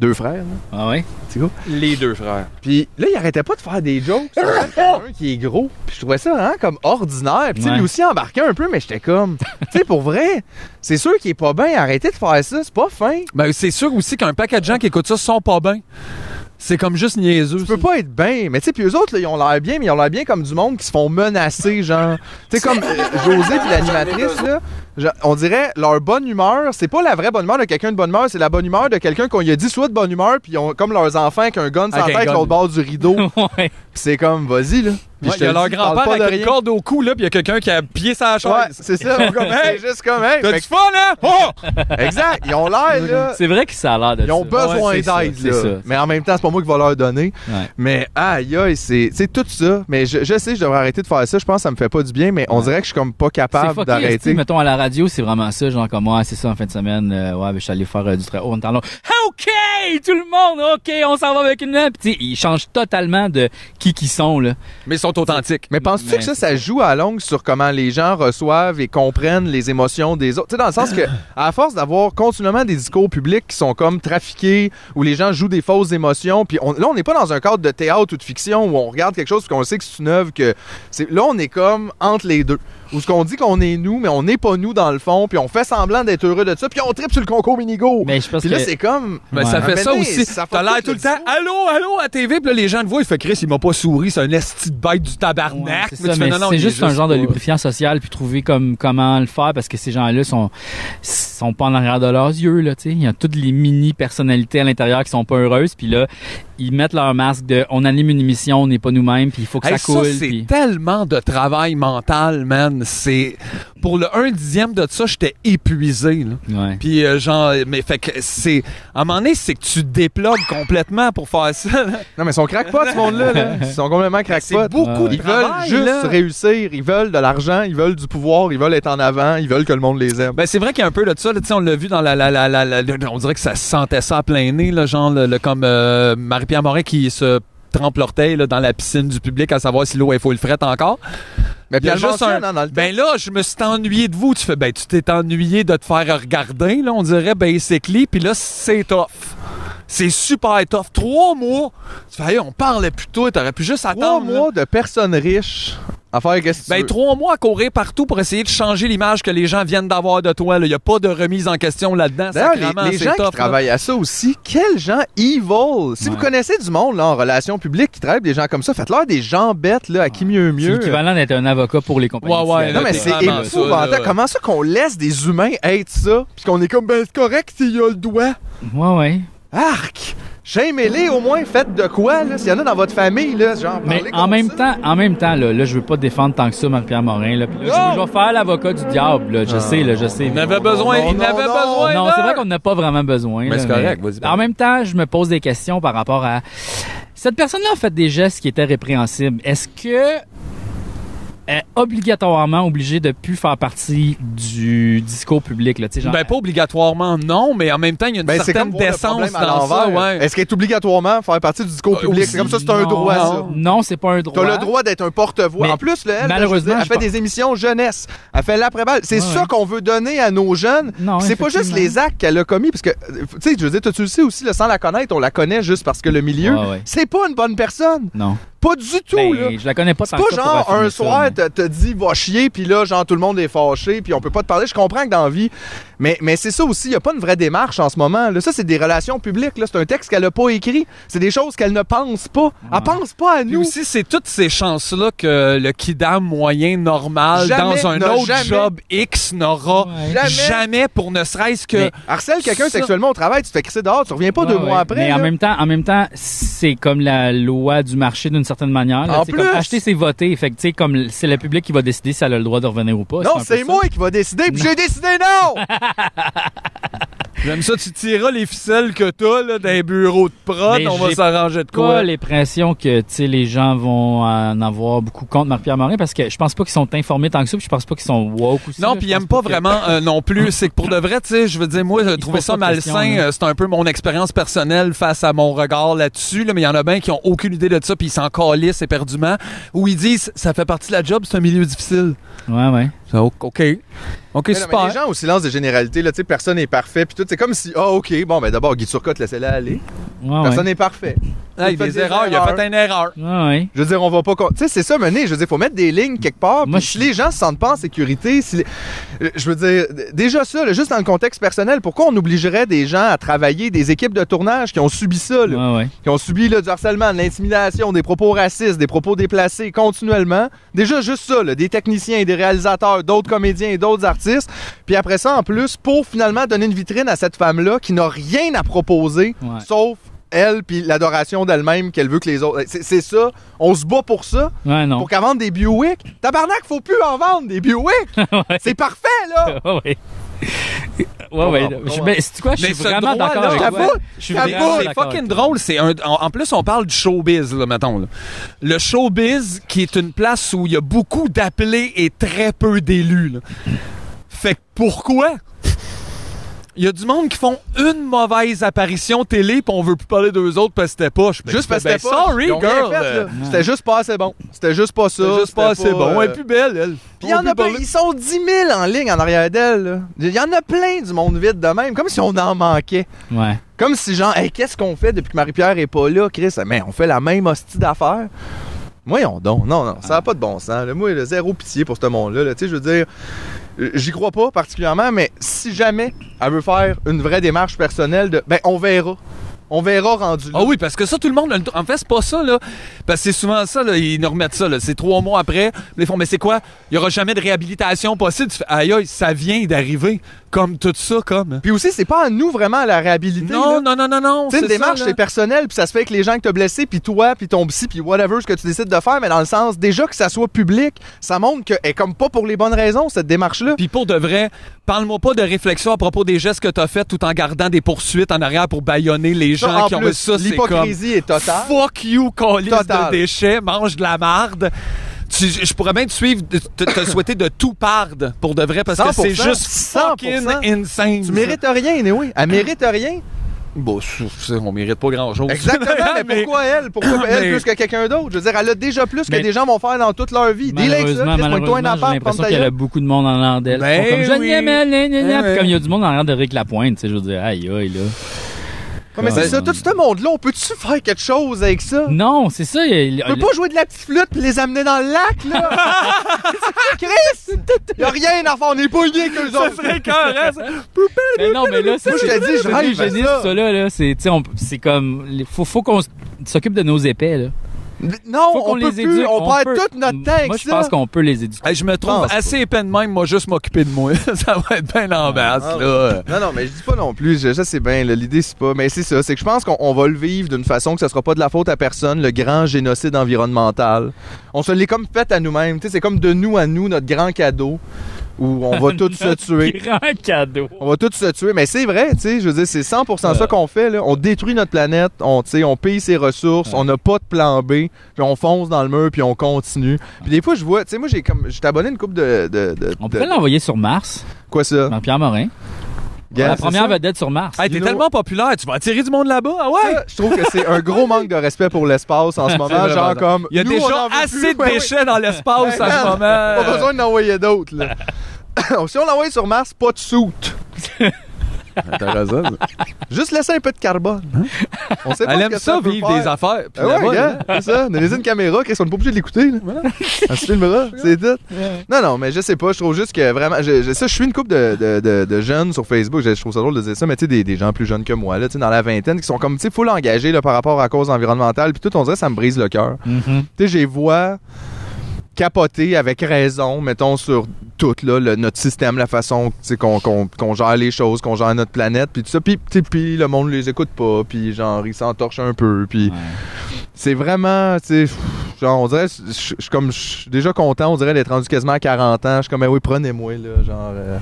Speaker 3: Deux frères, hein? là.
Speaker 1: Ah ouais? (laughs)
Speaker 3: C'est quoi?
Speaker 2: Les deux frères.
Speaker 3: Puis là, il arrêtait pas de faire
Speaker 2: (laughs)
Speaker 3: des jokes. sur un qui est gros. Puis je trouvais ça vraiment comme ordinaire. Puis tu sais,
Speaker 1: Ouais.
Speaker 3: lui aussi embarquait un peu, mais j'étais comme, (laughs) tu sais, pour vrai, c'est sûr qu'il est pas bien. Arrêtez de faire ça, c'est pas fin.
Speaker 2: Ben, c'est sûr aussi qu'un paquet de gens qui écoutent ça sont pas bien. C'est comme juste niaiseux.
Speaker 3: Tu peux pas être bien. Mais tu sais, puis eux autres, là, ils ont l'air bien, mais ils ont l'air bien comme du monde qui se font menacer, genre. Tu
Speaker 2: (laughs)
Speaker 3: sais, comme euh, José puis l'animatrice, là, je- on dirait leur bonne humeur, c'est pas la vraie bonne humeur de quelqu'un de bonne humeur, c'est la bonne humeur de quelqu'un qu'on lui a dit soit de bonne humeur, puis ils ont comme leurs enfants avec un gun sans
Speaker 2: Avec un
Speaker 3: tête
Speaker 2: gun.
Speaker 3: l'autre bord
Speaker 2: (laughs)
Speaker 3: du rideau. Puis
Speaker 1: ouais.
Speaker 3: c'est comme, vas-y, là. Puis
Speaker 2: Ouais,
Speaker 3: je
Speaker 2: Il y a
Speaker 3: te le
Speaker 2: leur
Speaker 3: dis, parle
Speaker 2: grand-père
Speaker 3: pas de
Speaker 2: avec une
Speaker 3: rien.
Speaker 2: corde au cou, là, puis il y a quelqu'un qui a pied sa chaise.
Speaker 3: Ouais, c'est
Speaker 1: (laughs)
Speaker 3: ça. on est comme, hey, c'est juste comme, hey.
Speaker 2: T'as
Speaker 3: Fait
Speaker 2: du fun, hein? Oh!
Speaker 3: que- exact. Ils ont l'air, là.
Speaker 1: C'est vrai que ça a l'air de
Speaker 3: Ils ont
Speaker 1: ça.
Speaker 3: besoin
Speaker 1: Ouais, c'est ça,
Speaker 3: d'aide,
Speaker 1: c'est
Speaker 3: là.
Speaker 1: ça.
Speaker 3: Mais en même temps, c'est pas moi qui vais leur donner.
Speaker 1: Ouais.
Speaker 3: Mais aïe, aïe, c'est c'est tout ça. Mais je, je sais, que je devrais arrêter de faire ça. Je pense que ça me fait pas du bien, mais on dirait que je suis comme pas
Speaker 1: C'est
Speaker 3: capable
Speaker 1: fucké, esti,
Speaker 3: d'arrêter.
Speaker 1: mettons, à la radio, c'est vraiment ça, genre comme, ouais, c'est ça, en fin de semaine, euh, ouais, ben, je suis allé faire euh, du travail. Oh, on est en long. OK! Tout le monde, OK, on s'en va avec une lampe. Tu sais, ils changent totalement de qui qu'ils sont, là.
Speaker 2: Mais ils sont authentiques.
Speaker 3: Mais penses-tu
Speaker 1: Mais
Speaker 3: que ça, ça joue à la longue sur comment les gens reçoivent et comprennent les émotions des autres? Tu sais, dans
Speaker 1: (laughs)
Speaker 3: le sens que, à force d'avoir continuellement des discours publics qui sont comme trafiqués, où les gens jouent des fausses émotions, puis on- là, on n'est pas dans un cadre de théâtre ou de fiction où on regarde quelque chose puis qu'on sait que c'est une œuvre que... c'est- Là, on est comme entre les deux. Où ce qu'on dit qu'on est nous, mais on n'est pas nous dans le fond, puis on fait semblant d'être heureux de ça, puis on tripe sur le concours Minigo.
Speaker 1: Mais je pense
Speaker 3: Puis là,
Speaker 1: que-
Speaker 3: c'est comme...
Speaker 2: Ah, Mais ça
Speaker 3: Ouais.
Speaker 2: fait
Speaker 3: Mais
Speaker 2: ça
Speaker 3: mais
Speaker 2: aussi.
Speaker 3: ça fait
Speaker 2: T'as l'air
Speaker 3: toute
Speaker 2: tout le
Speaker 3: la
Speaker 2: temps, allô, allô à TV, puis là, les gens te voient, ils font Chris, il m'a pas souri, c'est un esti de bête du
Speaker 1: Ouais,
Speaker 2: tabarnak.
Speaker 1: c'est
Speaker 2: Mais
Speaker 1: ça,
Speaker 2: tu
Speaker 1: mais
Speaker 2: fais, non, non, il
Speaker 1: c'est
Speaker 2: est
Speaker 1: juste un genre de
Speaker 2: pas- euh,
Speaker 1: lubrifiant social puis trouver comme comment le faire parce que ces gens-là sont sont pas en arrière de leurs yeux là, tu sais, il y a toutes les mini personnalités à l'intérieur qui sont pas heureuses puis là ils mettent leur masque de on anime une émission, on n'est pas nous-mêmes puis il faut que
Speaker 2: Hey,
Speaker 1: ça coule
Speaker 2: c'est
Speaker 1: puis
Speaker 2: tellement de travail mental, man. C'est pour le 1 dixième de ça, j'étais épuisé. là.
Speaker 1: ouais.
Speaker 2: Puis euh, genre, mais fait que c'est à un moment donné, c'est que tu déplogues complètement pour faire ça. là.
Speaker 3: Non, mais ils sont crackpots, ce monde-là.
Speaker 2: (laughs)
Speaker 3: là. Ils sont complètement crackpots.
Speaker 2: C'est beaucoup de
Speaker 3: Ils veulent
Speaker 2: travail,
Speaker 3: juste
Speaker 2: là.
Speaker 3: réussir. Ils veulent de l'argent, ils veulent du pouvoir, ils veulent être en avant, ils veulent que le monde les aime.
Speaker 2: Ben c'est vrai qu'il y a un peu de ça. là. Tu sais, on l'a vu dans la, la, la, la- la- la- on dirait que ça sentait ça à plein nez, là, genre le, le- comme euh, Marie-Pierre Morin qui se trempe l'orteil là, dans la piscine du public à savoir si l'eau est full frette encore.
Speaker 3: Mais
Speaker 2: Il y a juste un-
Speaker 3: dans le
Speaker 2: Ben là, je me suis ennuyé de vous. Tu fais, ben tu t'es ennuyé de te faire regarder, là, on dirait basically. Puis là, c'est tough. C'est super tough. Trois mois. Tu fais, hey, on parlait plus tôt. T'aurais pu juste
Speaker 3: Trois
Speaker 2: attendre. là.
Speaker 3: mois de personnes riches à faire qu'est-ce que tu
Speaker 2: Ben
Speaker 3: veux.
Speaker 2: trois mois à courir partout pour essayer de changer l'image que les gens viennent d'avoir de toi. Il n'y a pas de remise en question là-dedans.
Speaker 3: D'ailleurs,
Speaker 2: Sacrément,
Speaker 3: les, les
Speaker 2: c'est
Speaker 3: gens
Speaker 2: tough,
Speaker 3: qui
Speaker 2: là.
Speaker 3: travaillent à ça aussi, quels gens evil! Si vous
Speaker 1: Ouais.
Speaker 3: connaissez du monde là, en relations publiques qui travaille avec des gens comme ça, faites-leur des gens bêtes là, à qui mieux
Speaker 1: C'est
Speaker 3: mieux.
Speaker 1: l'équivalent d'être un avocat pour les compagnies.
Speaker 2: Ouais, ouais,
Speaker 1: de cigarettes.
Speaker 3: Non, mais
Speaker 2: Là,
Speaker 3: c'est
Speaker 2: t'es vraiment ça,
Speaker 3: épouvantable.
Speaker 2: là.
Speaker 3: Comment ça qu'on laisse des humains être ça, puis qu'on est comme, ben c'est correct s'il y a le doigt.
Speaker 1: Ouais ouais.
Speaker 3: Arc! Shamez-les au moins, faites de quoi, là, s'il y en a dans votre famille, là, genre,
Speaker 1: Mais
Speaker 3: parlez
Speaker 1: en
Speaker 3: comme
Speaker 1: même
Speaker 3: ça.
Speaker 1: temps, en même temps là, là je veux pas défendre tant que ça Marie-Pierre Morin là, puis là, je, je vais faire l'avocat du diable là,
Speaker 2: Ah.
Speaker 1: je sais là, je sais.
Speaker 2: Il n'avait besoin.
Speaker 3: non,
Speaker 2: il n'avait
Speaker 3: non,
Speaker 2: besoin.
Speaker 1: Non, c'est
Speaker 2: d'un.
Speaker 1: vrai qu'on n'a pas vraiment besoin.
Speaker 2: Mais
Speaker 1: là,
Speaker 2: c'est correct, vas-y, parle.
Speaker 1: En même temps, je me pose des questions par rapport à cette personne-là a fait des gestes qui étaient répréhensibles. Est-ce que euh, obligatoirement obligé de plus faire partie du discours public. Là, tu sais, genre,
Speaker 2: Ben, pas obligatoirement, non, mais en même temps, il y a une
Speaker 1: Ben, c'est
Speaker 2: certaine
Speaker 1: comme voir le
Speaker 2: décence
Speaker 1: problème à
Speaker 2: dans ça.
Speaker 1: l'envers.
Speaker 2: Ouais.
Speaker 3: Est-ce qu'elle est obligatoirement faire partie du discours
Speaker 1: Euh,
Speaker 3: public?
Speaker 1: aussi,
Speaker 3: C'est comme ça, c'est un
Speaker 1: non.
Speaker 3: droit, ça.
Speaker 1: Non, c'est pas un droit.
Speaker 3: T'as le droit d'être un porte-voix.
Speaker 1: Mais
Speaker 3: En plus, là, elle, là, je veux
Speaker 1: malheureusement,
Speaker 3: dire,
Speaker 1: je
Speaker 3: elle fait
Speaker 1: pense-
Speaker 3: des émissions jeunesse. Elle fait l'après-balle. C'est
Speaker 1: Ouais,
Speaker 3: ça
Speaker 1: ouais.
Speaker 3: qu'on veut donner à nos jeunes.
Speaker 1: Non,
Speaker 3: Puis c'est pas juste
Speaker 1: effectivement.
Speaker 3: les actes qu'elle a commis. Parce que, euh, tu sais, je veux dire, toi, tu le sais aussi, le sans la connaître, on la connaît juste parce que le milieu,
Speaker 1: Ouais, ouais.
Speaker 3: c'est pas une bonne personne.
Speaker 1: Non.
Speaker 3: Pas du tout,
Speaker 1: Ben,
Speaker 3: là.
Speaker 1: je la connais pas
Speaker 3: C'est
Speaker 1: tant
Speaker 3: pas
Speaker 1: que ça pour
Speaker 3: genre
Speaker 1: affirmer
Speaker 3: un
Speaker 1: ça,
Speaker 3: soir,
Speaker 1: mais-
Speaker 3: t'as t'as dit va chier, puis là, genre tout le monde est fâché, puis on peut pas te parler. Je comprends que dans la vie. Mais, mais c'est ça aussi, il a pas une vraie démarche en ce moment. Là. Ça, c'est des relations publiques. là. C'est un texte qu'elle a pas écrit. C'est des choses qu'elle ne pense pas. Elle pense pas à
Speaker 2: Puis
Speaker 3: nous.
Speaker 2: aussi, c'est toutes ces chances-là que le kidam moyen normal
Speaker 3: Jamais,
Speaker 2: dans un
Speaker 3: n'a
Speaker 2: autre
Speaker 3: jamais.
Speaker 2: job X n'aura
Speaker 3: Jamais.
Speaker 2: jamais. pour ne serait-ce que.
Speaker 3: Mais harcèle quelqu'un
Speaker 2: Ça-
Speaker 3: sexuellement au travail, tu te fais crisser dehors, tu reviens pas
Speaker 1: Ouais,
Speaker 3: deux
Speaker 1: ouais.
Speaker 3: mois après.
Speaker 1: Mais en
Speaker 3: là.
Speaker 1: même temps, en même temps, c'est comme la loi du marché d'une certaine manière. là.
Speaker 3: En
Speaker 1: Tu sais, comme
Speaker 3: plus!
Speaker 1: acheter, c'est voter. Fait que, tu sais, comme c'est le public qui va décider si elle a le droit de revenir ou pas.
Speaker 3: non,
Speaker 1: un peu
Speaker 3: c'est
Speaker 1: ça.
Speaker 3: moi qui va décider, puis j'ai décidé
Speaker 1: (laughs)
Speaker 3: non!
Speaker 2: J'aime ça, tu tireras les ficelles que t'as là, d'un bureau de prod,
Speaker 1: Mais
Speaker 2: on va
Speaker 1: j'ai
Speaker 2: s'arranger de
Speaker 1: Pas
Speaker 2: quoi.
Speaker 1: l'impression que tu sais, les gens vont en avoir beaucoup contre Marc-Pierre Morin parce que je pense pas qu'ils sont informés tant que ça, puis je pense pas qu'ils sont woke aussi.
Speaker 2: Non,
Speaker 1: là.
Speaker 2: puis
Speaker 1: Je
Speaker 2: il
Speaker 1: pense
Speaker 2: aime pas
Speaker 1: que-
Speaker 2: vraiment euh, non (laughs) plus. C'est que pour de vrai, tu sais, je veux dire, moi, j'ai trouvé
Speaker 1: pose
Speaker 2: ça
Speaker 1: pas de
Speaker 2: malsain.
Speaker 1: questions, là.
Speaker 2: Euh, C'est un peu mon expérience personnelle face à mon regard là-dessus. Là, mais il y en a bien qui ont aucune idée de ça, puis ils s'en calissent éperdument. Ou ils disent, ça fait partie de la job, c'est un milieu difficile.
Speaker 1: Ouais, ouais.
Speaker 2: Ça, o- OK. OK,
Speaker 3: Mais non, mais
Speaker 2: super.
Speaker 3: les gens au silence de généralité, là, tu sais, personne n'est parfait, puis tout, c'est comme si, ah, ok, bon, ben d'abord, Guy Turcotte, laissez-la aller.
Speaker 1: Ouais, ouais.
Speaker 3: personne n'est parfait.
Speaker 2: Ah, il y
Speaker 3: Vous
Speaker 2: a
Speaker 3: faites
Speaker 2: des erreurs, il a fait une erreur.
Speaker 1: Ouais, ouais.
Speaker 3: Je veux dire, on va pas. con- Tu sais, c'est ça, mener. Je veux dire, faut mettre des lignes quelque part. Moi,
Speaker 1: Moi,
Speaker 3: si
Speaker 1: je-
Speaker 3: les gens se sentent pas en sécurité, si les- Euh, je veux dire, d- déjà ça, là, juste dans le contexte personnel, pourquoi on obligerait des gens à travailler, des équipes de tournage qui ont subi ça, là,
Speaker 1: Ouais, ouais.
Speaker 3: qui ont subi là, du harcèlement, de l'intimidation, des propos racistes, des propos déplacés continuellement. Déjà juste ça, là, des techniciens, des réalisateurs, d'autres comédiens, et d'autres artistes. Puis après ça, en plus, pour finalement donner une vitrine à cette femme-là qui n'a rien à proposer,
Speaker 1: Ouais.
Speaker 3: sauf elle puis l'adoration d'elle-même qu'elle veut que les autres. C'est c'est ça. On se bat pour ça.
Speaker 1: Ouais, non.
Speaker 3: Pour qu'elle vende des Buick. Tabarnak, faut plus en vendre
Speaker 2: (laughs)
Speaker 3: des Buick. C'est parfait, là.
Speaker 1: (laughs) Ouais, ouais. Ouais, ouais.
Speaker 3: Comprends,
Speaker 1: Je suis-
Speaker 3: comprends.
Speaker 1: ben, c'est quoi? Je suis
Speaker 2: Mais ce
Speaker 1: vraiment
Speaker 2: droit-là,
Speaker 1: d'accord avec
Speaker 3: je
Speaker 1: toi.
Speaker 3: t'avoue,
Speaker 1: Je suis
Speaker 3: je t'avoue,
Speaker 1: vraiment
Speaker 2: Ah C'est
Speaker 1: d'accord
Speaker 2: fucking
Speaker 1: avec toi.
Speaker 2: drôle. C'est un, en, en plus, on parle du showbiz, là, mettons. là. Le showbiz, qui est une place où il y a beaucoup d'appelés et très peu d'élus. là. Fait que pourquoi? Il y a du monde qui font une mauvaise apparition télé, puis on veut plus parler d'eux autres parce que c'était poche. Ben,
Speaker 3: Juste parce que
Speaker 2: ben,
Speaker 3: c'était pas.
Speaker 2: Sorry,
Speaker 3: ils ont rien
Speaker 2: girl.
Speaker 3: fait,
Speaker 2: euh,
Speaker 3: là. C'était juste pas assez bon. C'était juste pas ça.
Speaker 2: C'est juste pas
Speaker 3: C'était
Speaker 2: assez bon.
Speaker 3: euh,
Speaker 2: Elle est plus belle, elle.
Speaker 3: Puis il y en a
Speaker 2: pas.
Speaker 3: plein, ils sont 10 000 en ligne en arrière d'elle. là. Il y en a plein du monde vide de même, comme si on en manquait.
Speaker 1: Ouais.
Speaker 3: Comme si genre, hey, qu'est-ce qu'on fait depuis que Marie-Pierre est pas là, Chris? Mais on fait la même hostie d'affaires. Voyons donc, non, non, ça n'a pas de bon sens. là. Moi, le zéro pitié pour ce monde-là. là. Tu sais, je veux dire, euh, j'y crois pas particulièrement, mais si jamais elle veut faire une vraie démarche personnelle de, ben, on verra. On verra rendu là.
Speaker 2: Ah oui, parce que ça, tout le monde. a le droit. En fait, c'est pas ça, là. Parce que c'est souvent ça, là, ils nous remettent ça, là. C'est trois mois après. Ils font, mais c'est quoi? Il y aura jamais de réhabilitation possible. Tu fais, aïe, aïe, ça vient d'arriver. Comme tout ça, comme.
Speaker 3: Puis aussi, c'est pas à nous vraiment à la réhabiliter. là.
Speaker 2: Non, non, non, non, non.
Speaker 3: Tu sais, une
Speaker 2: c'est ça,
Speaker 3: démarche,
Speaker 2: là.
Speaker 3: c'est personnel, puis ça se fait avec les gens que t'as blessés, puis toi, puis ton psy, puis whatever ce que tu décides de faire, mais dans le sens, déjà que ça soit public, ça montre que, est comme pas pour les bonnes raisons, cette démarche-là.
Speaker 2: Puis pour de vrai, parle-moi pas de réflexion à propos des gestes que t'as fait tout en gardant des poursuites en arrière pour baïonner les
Speaker 3: Ça,
Speaker 2: gens
Speaker 3: en
Speaker 2: qui ont
Speaker 3: plus,
Speaker 2: ça. C'est comme.
Speaker 3: L'hypocrisie est totale.
Speaker 2: Fuck you, colis
Speaker 3: Total.
Speaker 2: de déchets, mange de la marde. Tu- je pourrais bien te suivre, te, te- te souhaiter de tout pardon pour de vrai, parce que c'est
Speaker 3: 100%,
Speaker 2: juste fucking
Speaker 3: 100%.
Speaker 2: insane.
Speaker 3: Tu mérites rien, oui. Elle mérite
Speaker 2: (laughs)
Speaker 3: rien.
Speaker 2: Bon, c'est- c'est- on mérite pas grand-chose. (laughs)
Speaker 3: (laughs) Exactement, mais pourquoi elle? Pourquoi elle
Speaker 2: mais-
Speaker 3: plus que quelqu'un d'autre? Je veux dire, elle a déjà plus que
Speaker 1: Mais-
Speaker 3: des gens vont faire dans toute leur vie. Deal avec ça,
Speaker 1: Malheureusement,
Speaker 3: Chris, pointe-toi un
Speaker 1: malheureusement j'ai
Speaker 3: appart,
Speaker 1: l'impression
Speaker 3: ferme ta
Speaker 1: qu'il y a
Speaker 3: gueule.
Speaker 1: beaucoup de monde en l'air d'elle.
Speaker 2: Ben
Speaker 1: Ils sont comme je
Speaker 2: oui.
Speaker 1: l'aime, elle, elle, elle, elle.
Speaker 2: Ouais.
Speaker 1: Puis comme il y a du monde en l'air de Rick Lapointe, tu sais, je veux dire, aïe, aïe, là.
Speaker 3: Ouais, mais c'est ça, tout ce monde-là, on peut-tu faire quelque chose avec ça?
Speaker 1: Non, c'est ça. il-
Speaker 3: On peut pas jouer de la petite flûte pis les amener dans le lac, là!
Speaker 1: (laughs)
Speaker 3: Chris! Y'a rien à faire, on est pas liés que les autres!
Speaker 1: Mais ben non, mais là, c'est.
Speaker 3: Moi, je te dis, je
Speaker 1: c'est
Speaker 3: rêve à
Speaker 1: l'eugénisme,
Speaker 3: ça.
Speaker 1: ça, là, là. C'est, tu sais, on- c'est comme. les- Faut, faut qu'on s- s'occupe de nos épais, là.
Speaker 3: Non,
Speaker 1: Faut
Speaker 3: on,
Speaker 1: qu'on
Speaker 3: peut
Speaker 1: les
Speaker 3: plus,
Speaker 1: éduque.
Speaker 3: on, perd
Speaker 1: peut-
Speaker 3: tout notre Ah, temps avec
Speaker 1: Moi, je
Speaker 3: ça.
Speaker 1: pense qu'on peut les éduquer.
Speaker 2: Hey, je me
Speaker 3: Je
Speaker 2: trouve
Speaker 3: pense
Speaker 2: assez épais de même, moi, juste m'occuper de moi. (laughs) ça va être bien l'embasse,
Speaker 3: Ah,
Speaker 2: là.
Speaker 3: Non, non, mais je dis pas non plus, je- ça c'est bien, là, l'idée c'est pas, mais c'est ça, c'est que je pense qu'on on va le vivre d'une façon que ça sera pas de la faute à personne, le grand génocide environnemental. On se l'est comme fait à nous-mêmes, tu sais, c'est comme de nous à nous, notre grand cadeau.
Speaker 1: (laughs)
Speaker 3: où on va tous se tuer.
Speaker 1: Grand cadeau.
Speaker 3: On va tous se tuer. Mais c'est vrai, tu sais, je veux dire, c'est 100%
Speaker 2: Euh.
Speaker 3: ça qu'on fait. Là. On détruit notre planète, on, tu sais, on paye ses ressources, on n'a pas de plan B, puis on fonce dans le mur, puis on continue. Puis des fois, je vois, tu sais, moi, j'ai comme, j'étais abonné à une coupe de, de, de-
Speaker 1: On
Speaker 3: de-
Speaker 1: pourrait l'envoyer sur Mars.
Speaker 3: Quoi ça?
Speaker 1: Pierre Morin.
Speaker 3: Gars,
Speaker 1: la
Speaker 3: c'est
Speaker 1: première
Speaker 3: ça.
Speaker 1: vedette sur Mars.
Speaker 2: Hey, t'es tellement populaire, tu vas attirer du monde là-bas. Ah ouais?
Speaker 3: Je trouve que c'est un gros manque de respect pour l'espace
Speaker 2: (laughs)
Speaker 3: en ce moment.
Speaker 2: vraiment
Speaker 3: ah, Genre
Speaker 2: ça.
Speaker 3: comme.
Speaker 2: Il y a
Speaker 3: nous, on
Speaker 2: déjà
Speaker 3: en veut
Speaker 2: assez
Speaker 3: plus.
Speaker 2: de
Speaker 3: Ouais,
Speaker 2: déchets
Speaker 3: ouais.
Speaker 2: dans
Speaker 3: (laughs)
Speaker 2: l'espace en
Speaker 3: Man,
Speaker 2: ce moment.
Speaker 3: Pas besoin d'en envoyer
Speaker 2: (laughs)
Speaker 3: d'autres, là. si on l'envoie sur Mars, pas de soute.
Speaker 9: Intéressant.
Speaker 3: Juste laisser un peu de carbone. hein. On sait pas
Speaker 2: Elle
Speaker 3: ce
Speaker 2: aime
Speaker 3: que
Speaker 2: ça,
Speaker 3: peut
Speaker 2: vivre
Speaker 3: faire.
Speaker 2: des affaires. Puis
Speaker 3: Ah ouais,
Speaker 2: là-bas,
Speaker 3: gars,
Speaker 2: là.
Speaker 3: c'est ça. Donnez-y une caméra, qu'est-ce qu'on n'est pas obligé de l'écouter, là. (laughs) Elle se filmera, c'est tout. Non, non, mais je sais pas, je trouve juste que vraiment. Je, je- ça, je suis une couple de, de- de- de jeunes sur Facebook, je, je trouve ça drôle de dire ça, mais tu sais, des, des gens plus jeunes que moi, là, tu sais, dans la vingtaine, qui sont comme, tu sais, full engagés là, par rapport à la cause environnementale, puis tout, on dirait que ça me brise le cœur. Tu sais, j'ai vois capoter avec raison, mettons, sur tout, là, le- notre système, la façon tu sais, qu'on qu'on- qu'on gère les choses, qu'on gère notre planète, puis tout ça. Puis, tu sais, puis le monde les écoute pas, puis genre, ils s'entorchent un peu, puis... C'est vraiment, tu sais, pff, genre, on dirait, je je- je suis comme, je suis déjà content, on dirait d'être rendu quasiment à 40 ans. Je suis comme, ben oui, prenez-moi, là, genre, euh,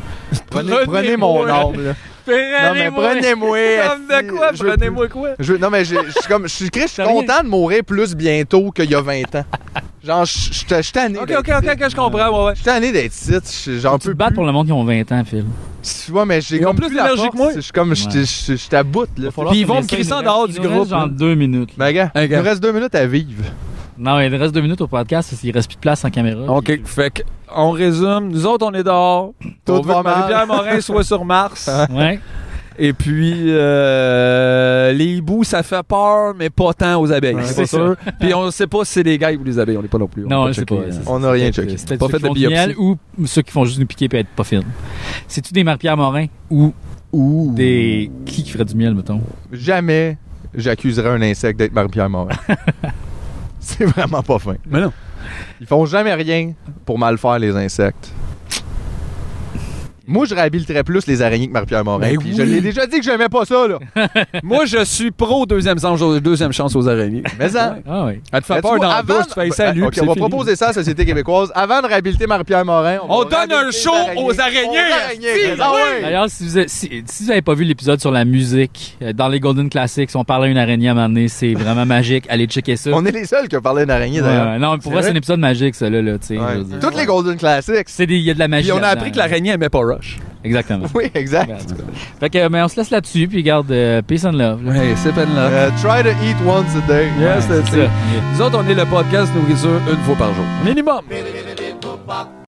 Speaker 3: prenez, prenez mon
Speaker 2: Prenez-moi.
Speaker 3: arbre, là. Non, mais prenez-moi.
Speaker 2: Comme de quoi?
Speaker 3: Je veux
Speaker 2: Prenez-moi quoi?
Speaker 3: Je veux- non, mais j'ai- je suis comme, je suis Chris, je suis
Speaker 1: T'as rien.
Speaker 3: content de mourir plus bientôt qu'il y a 20 ans. Genre, je je- je suis tanné.
Speaker 2: Ok,
Speaker 3: d'être
Speaker 2: ok, ok, ok, je comprends, ouais, ouais.
Speaker 3: je suis tanné d'être ici, je suis- j'en
Speaker 1: Tu te
Speaker 3: peux
Speaker 1: battes
Speaker 3: plus.
Speaker 1: pour le monde qui ont 20 ans, Phil.
Speaker 3: Tu vois, mais j'ai
Speaker 2: Ils ont
Speaker 3: comme
Speaker 2: plus
Speaker 3: plus la
Speaker 2: d'énergie que
Speaker 3: force,
Speaker 2: moi.
Speaker 3: Je suis comme, je je- je- je t'aboute, là.
Speaker 2: Puis ils vont me crisser en dehors du groupe,
Speaker 1: Dans
Speaker 2: là.
Speaker 1: deux minutes. là.
Speaker 3: Mais gars,
Speaker 2: Hey,
Speaker 3: il
Speaker 2: gars.
Speaker 3: nous reste deux minutes à vivre.
Speaker 1: Non, il reste deux minutes au podcast parce qu'il reste plus de place en caméra. Puis-
Speaker 2: OK, fait que, on résume. Nous autres, on est dehors.
Speaker 3: Tout
Speaker 2: on veut
Speaker 3: va
Speaker 2: que
Speaker 3: mal.
Speaker 2: Marie-Pierre Morin soit sur
Speaker 3: (laughs)
Speaker 2: Mars. (laughs)
Speaker 1: Ouais.
Speaker 2: Et puis, euh, les hiboux, ça fait peur, mais pas tant aux abeilles.
Speaker 1: Ouais,
Speaker 2: c'est pas
Speaker 1: c'est
Speaker 2: sûr. Puis on sait pas si c'est des gars ou des abeilles. On hein. n'est pas non plus.
Speaker 1: Non,
Speaker 2: je
Speaker 1: je sais pas. c'est-
Speaker 3: On n'a rien checké.
Speaker 1: C'est peut-être
Speaker 2: Pas
Speaker 1: ceux
Speaker 2: fait
Speaker 1: qui
Speaker 2: de
Speaker 1: font du
Speaker 2: biopsie.
Speaker 1: miel ou ceux qui font juste nous piquer et être pas fines. C'est-tu des Marie-Pierre Morin ou
Speaker 3: Ouh.
Speaker 1: des. Qui qui ferait du miel, mettons
Speaker 3: Jamais j'accuserai un insecte d'être
Speaker 2: (laughs)
Speaker 3: Marie-Pierre Morin. C'est vraiment pas fin.
Speaker 2: Mais non.
Speaker 3: Ils font jamais rien pour mal faire les insectes. Moi, je réhabiliterais plus les araignées que Marie-Pierre Morin.
Speaker 2: Ben
Speaker 3: puis
Speaker 2: oui.
Speaker 3: Je l'ai déjà dit que j'aimais pas
Speaker 2: (laughs)
Speaker 3: ça, là.
Speaker 2: Moi, je suis pro deuxième chance, deuxième chance aux araignées.
Speaker 3: Mais ça.
Speaker 1: Ah oui.
Speaker 2: Elle te fait
Speaker 3: Mais tu
Speaker 2: peur
Speaker 3: vois,
Speaker 2: dans la
Speaker 3: avant- ben,
Speaker 2: douche, tu fais ça à lui.
Speaker 3: Ok,
Speaker 2: puis
Speaker 3: on
Speaker 2: c'est
Speaker 3: va
Speaker 2: fini.
Speaker 3: proposer ça à la Société québécoise. Avant de réhabiliter Marie-Pierre Morin, on,
Speaker 2: On
Speaker 3: va
Speaker 2: donne
Speaker 3: réhabiliter
Speaker 2: un show
Speaker 3: les
Speaker 2: aux araignées.
Speaker 3: Aux araignées. Ah ouais.
Speaker 1: D'ailleurs, si vous, avez- si, si vous avez pas vu l'épisode sur la musique, euh, dans les Golden Classics, on parlait à une araignée à un moment donné, c'est vraiment (laughs) magique. Allez checker ça.
Speaker 3: On est les seuls qui ont parlé d'araignée,
Speaker 1: Ouais,
Speaker 3: d'ailleurs.
Speaker 1: ouais. non, mais pour
Speaker 3: C'est
Speaker 1: vrai, c'est
Speaker 3: vrai?
Speaker 1: un épisode magique, ça, là, là tu sais. je veux
Speaker 3: Ouais.
Speaker 1: dire.
Speaker 3: Toutes les Golden Classics.
Speaker 1: C'est des- Il y a de la magie.
Speaker 2: Puis on a
Speaker 1: là-dedans,
Speaker 2: appris que
Speaker 1: là.
Speaker 2: l'araignée aimait pas Rush. (laughs)
Speaker 1: Exactement.
Speaker 3: Oui, exact.
Speaker 1: Fait que, euh, mais on se laisse là-dessus, puis garde euh, peace and love. là.
Speaker 2: Ouais, c'est peine là.
Speaker 3: Euh, try to eat once a day.
Speaker 1: Ouais,
Speaker 2: Yes,
Speaker 1: c'est
Speaker 2: c'est
Speaker 1: ça.
Speaker 2: Nous autres, on est le podcast nourriture une fois par jour. Minimum.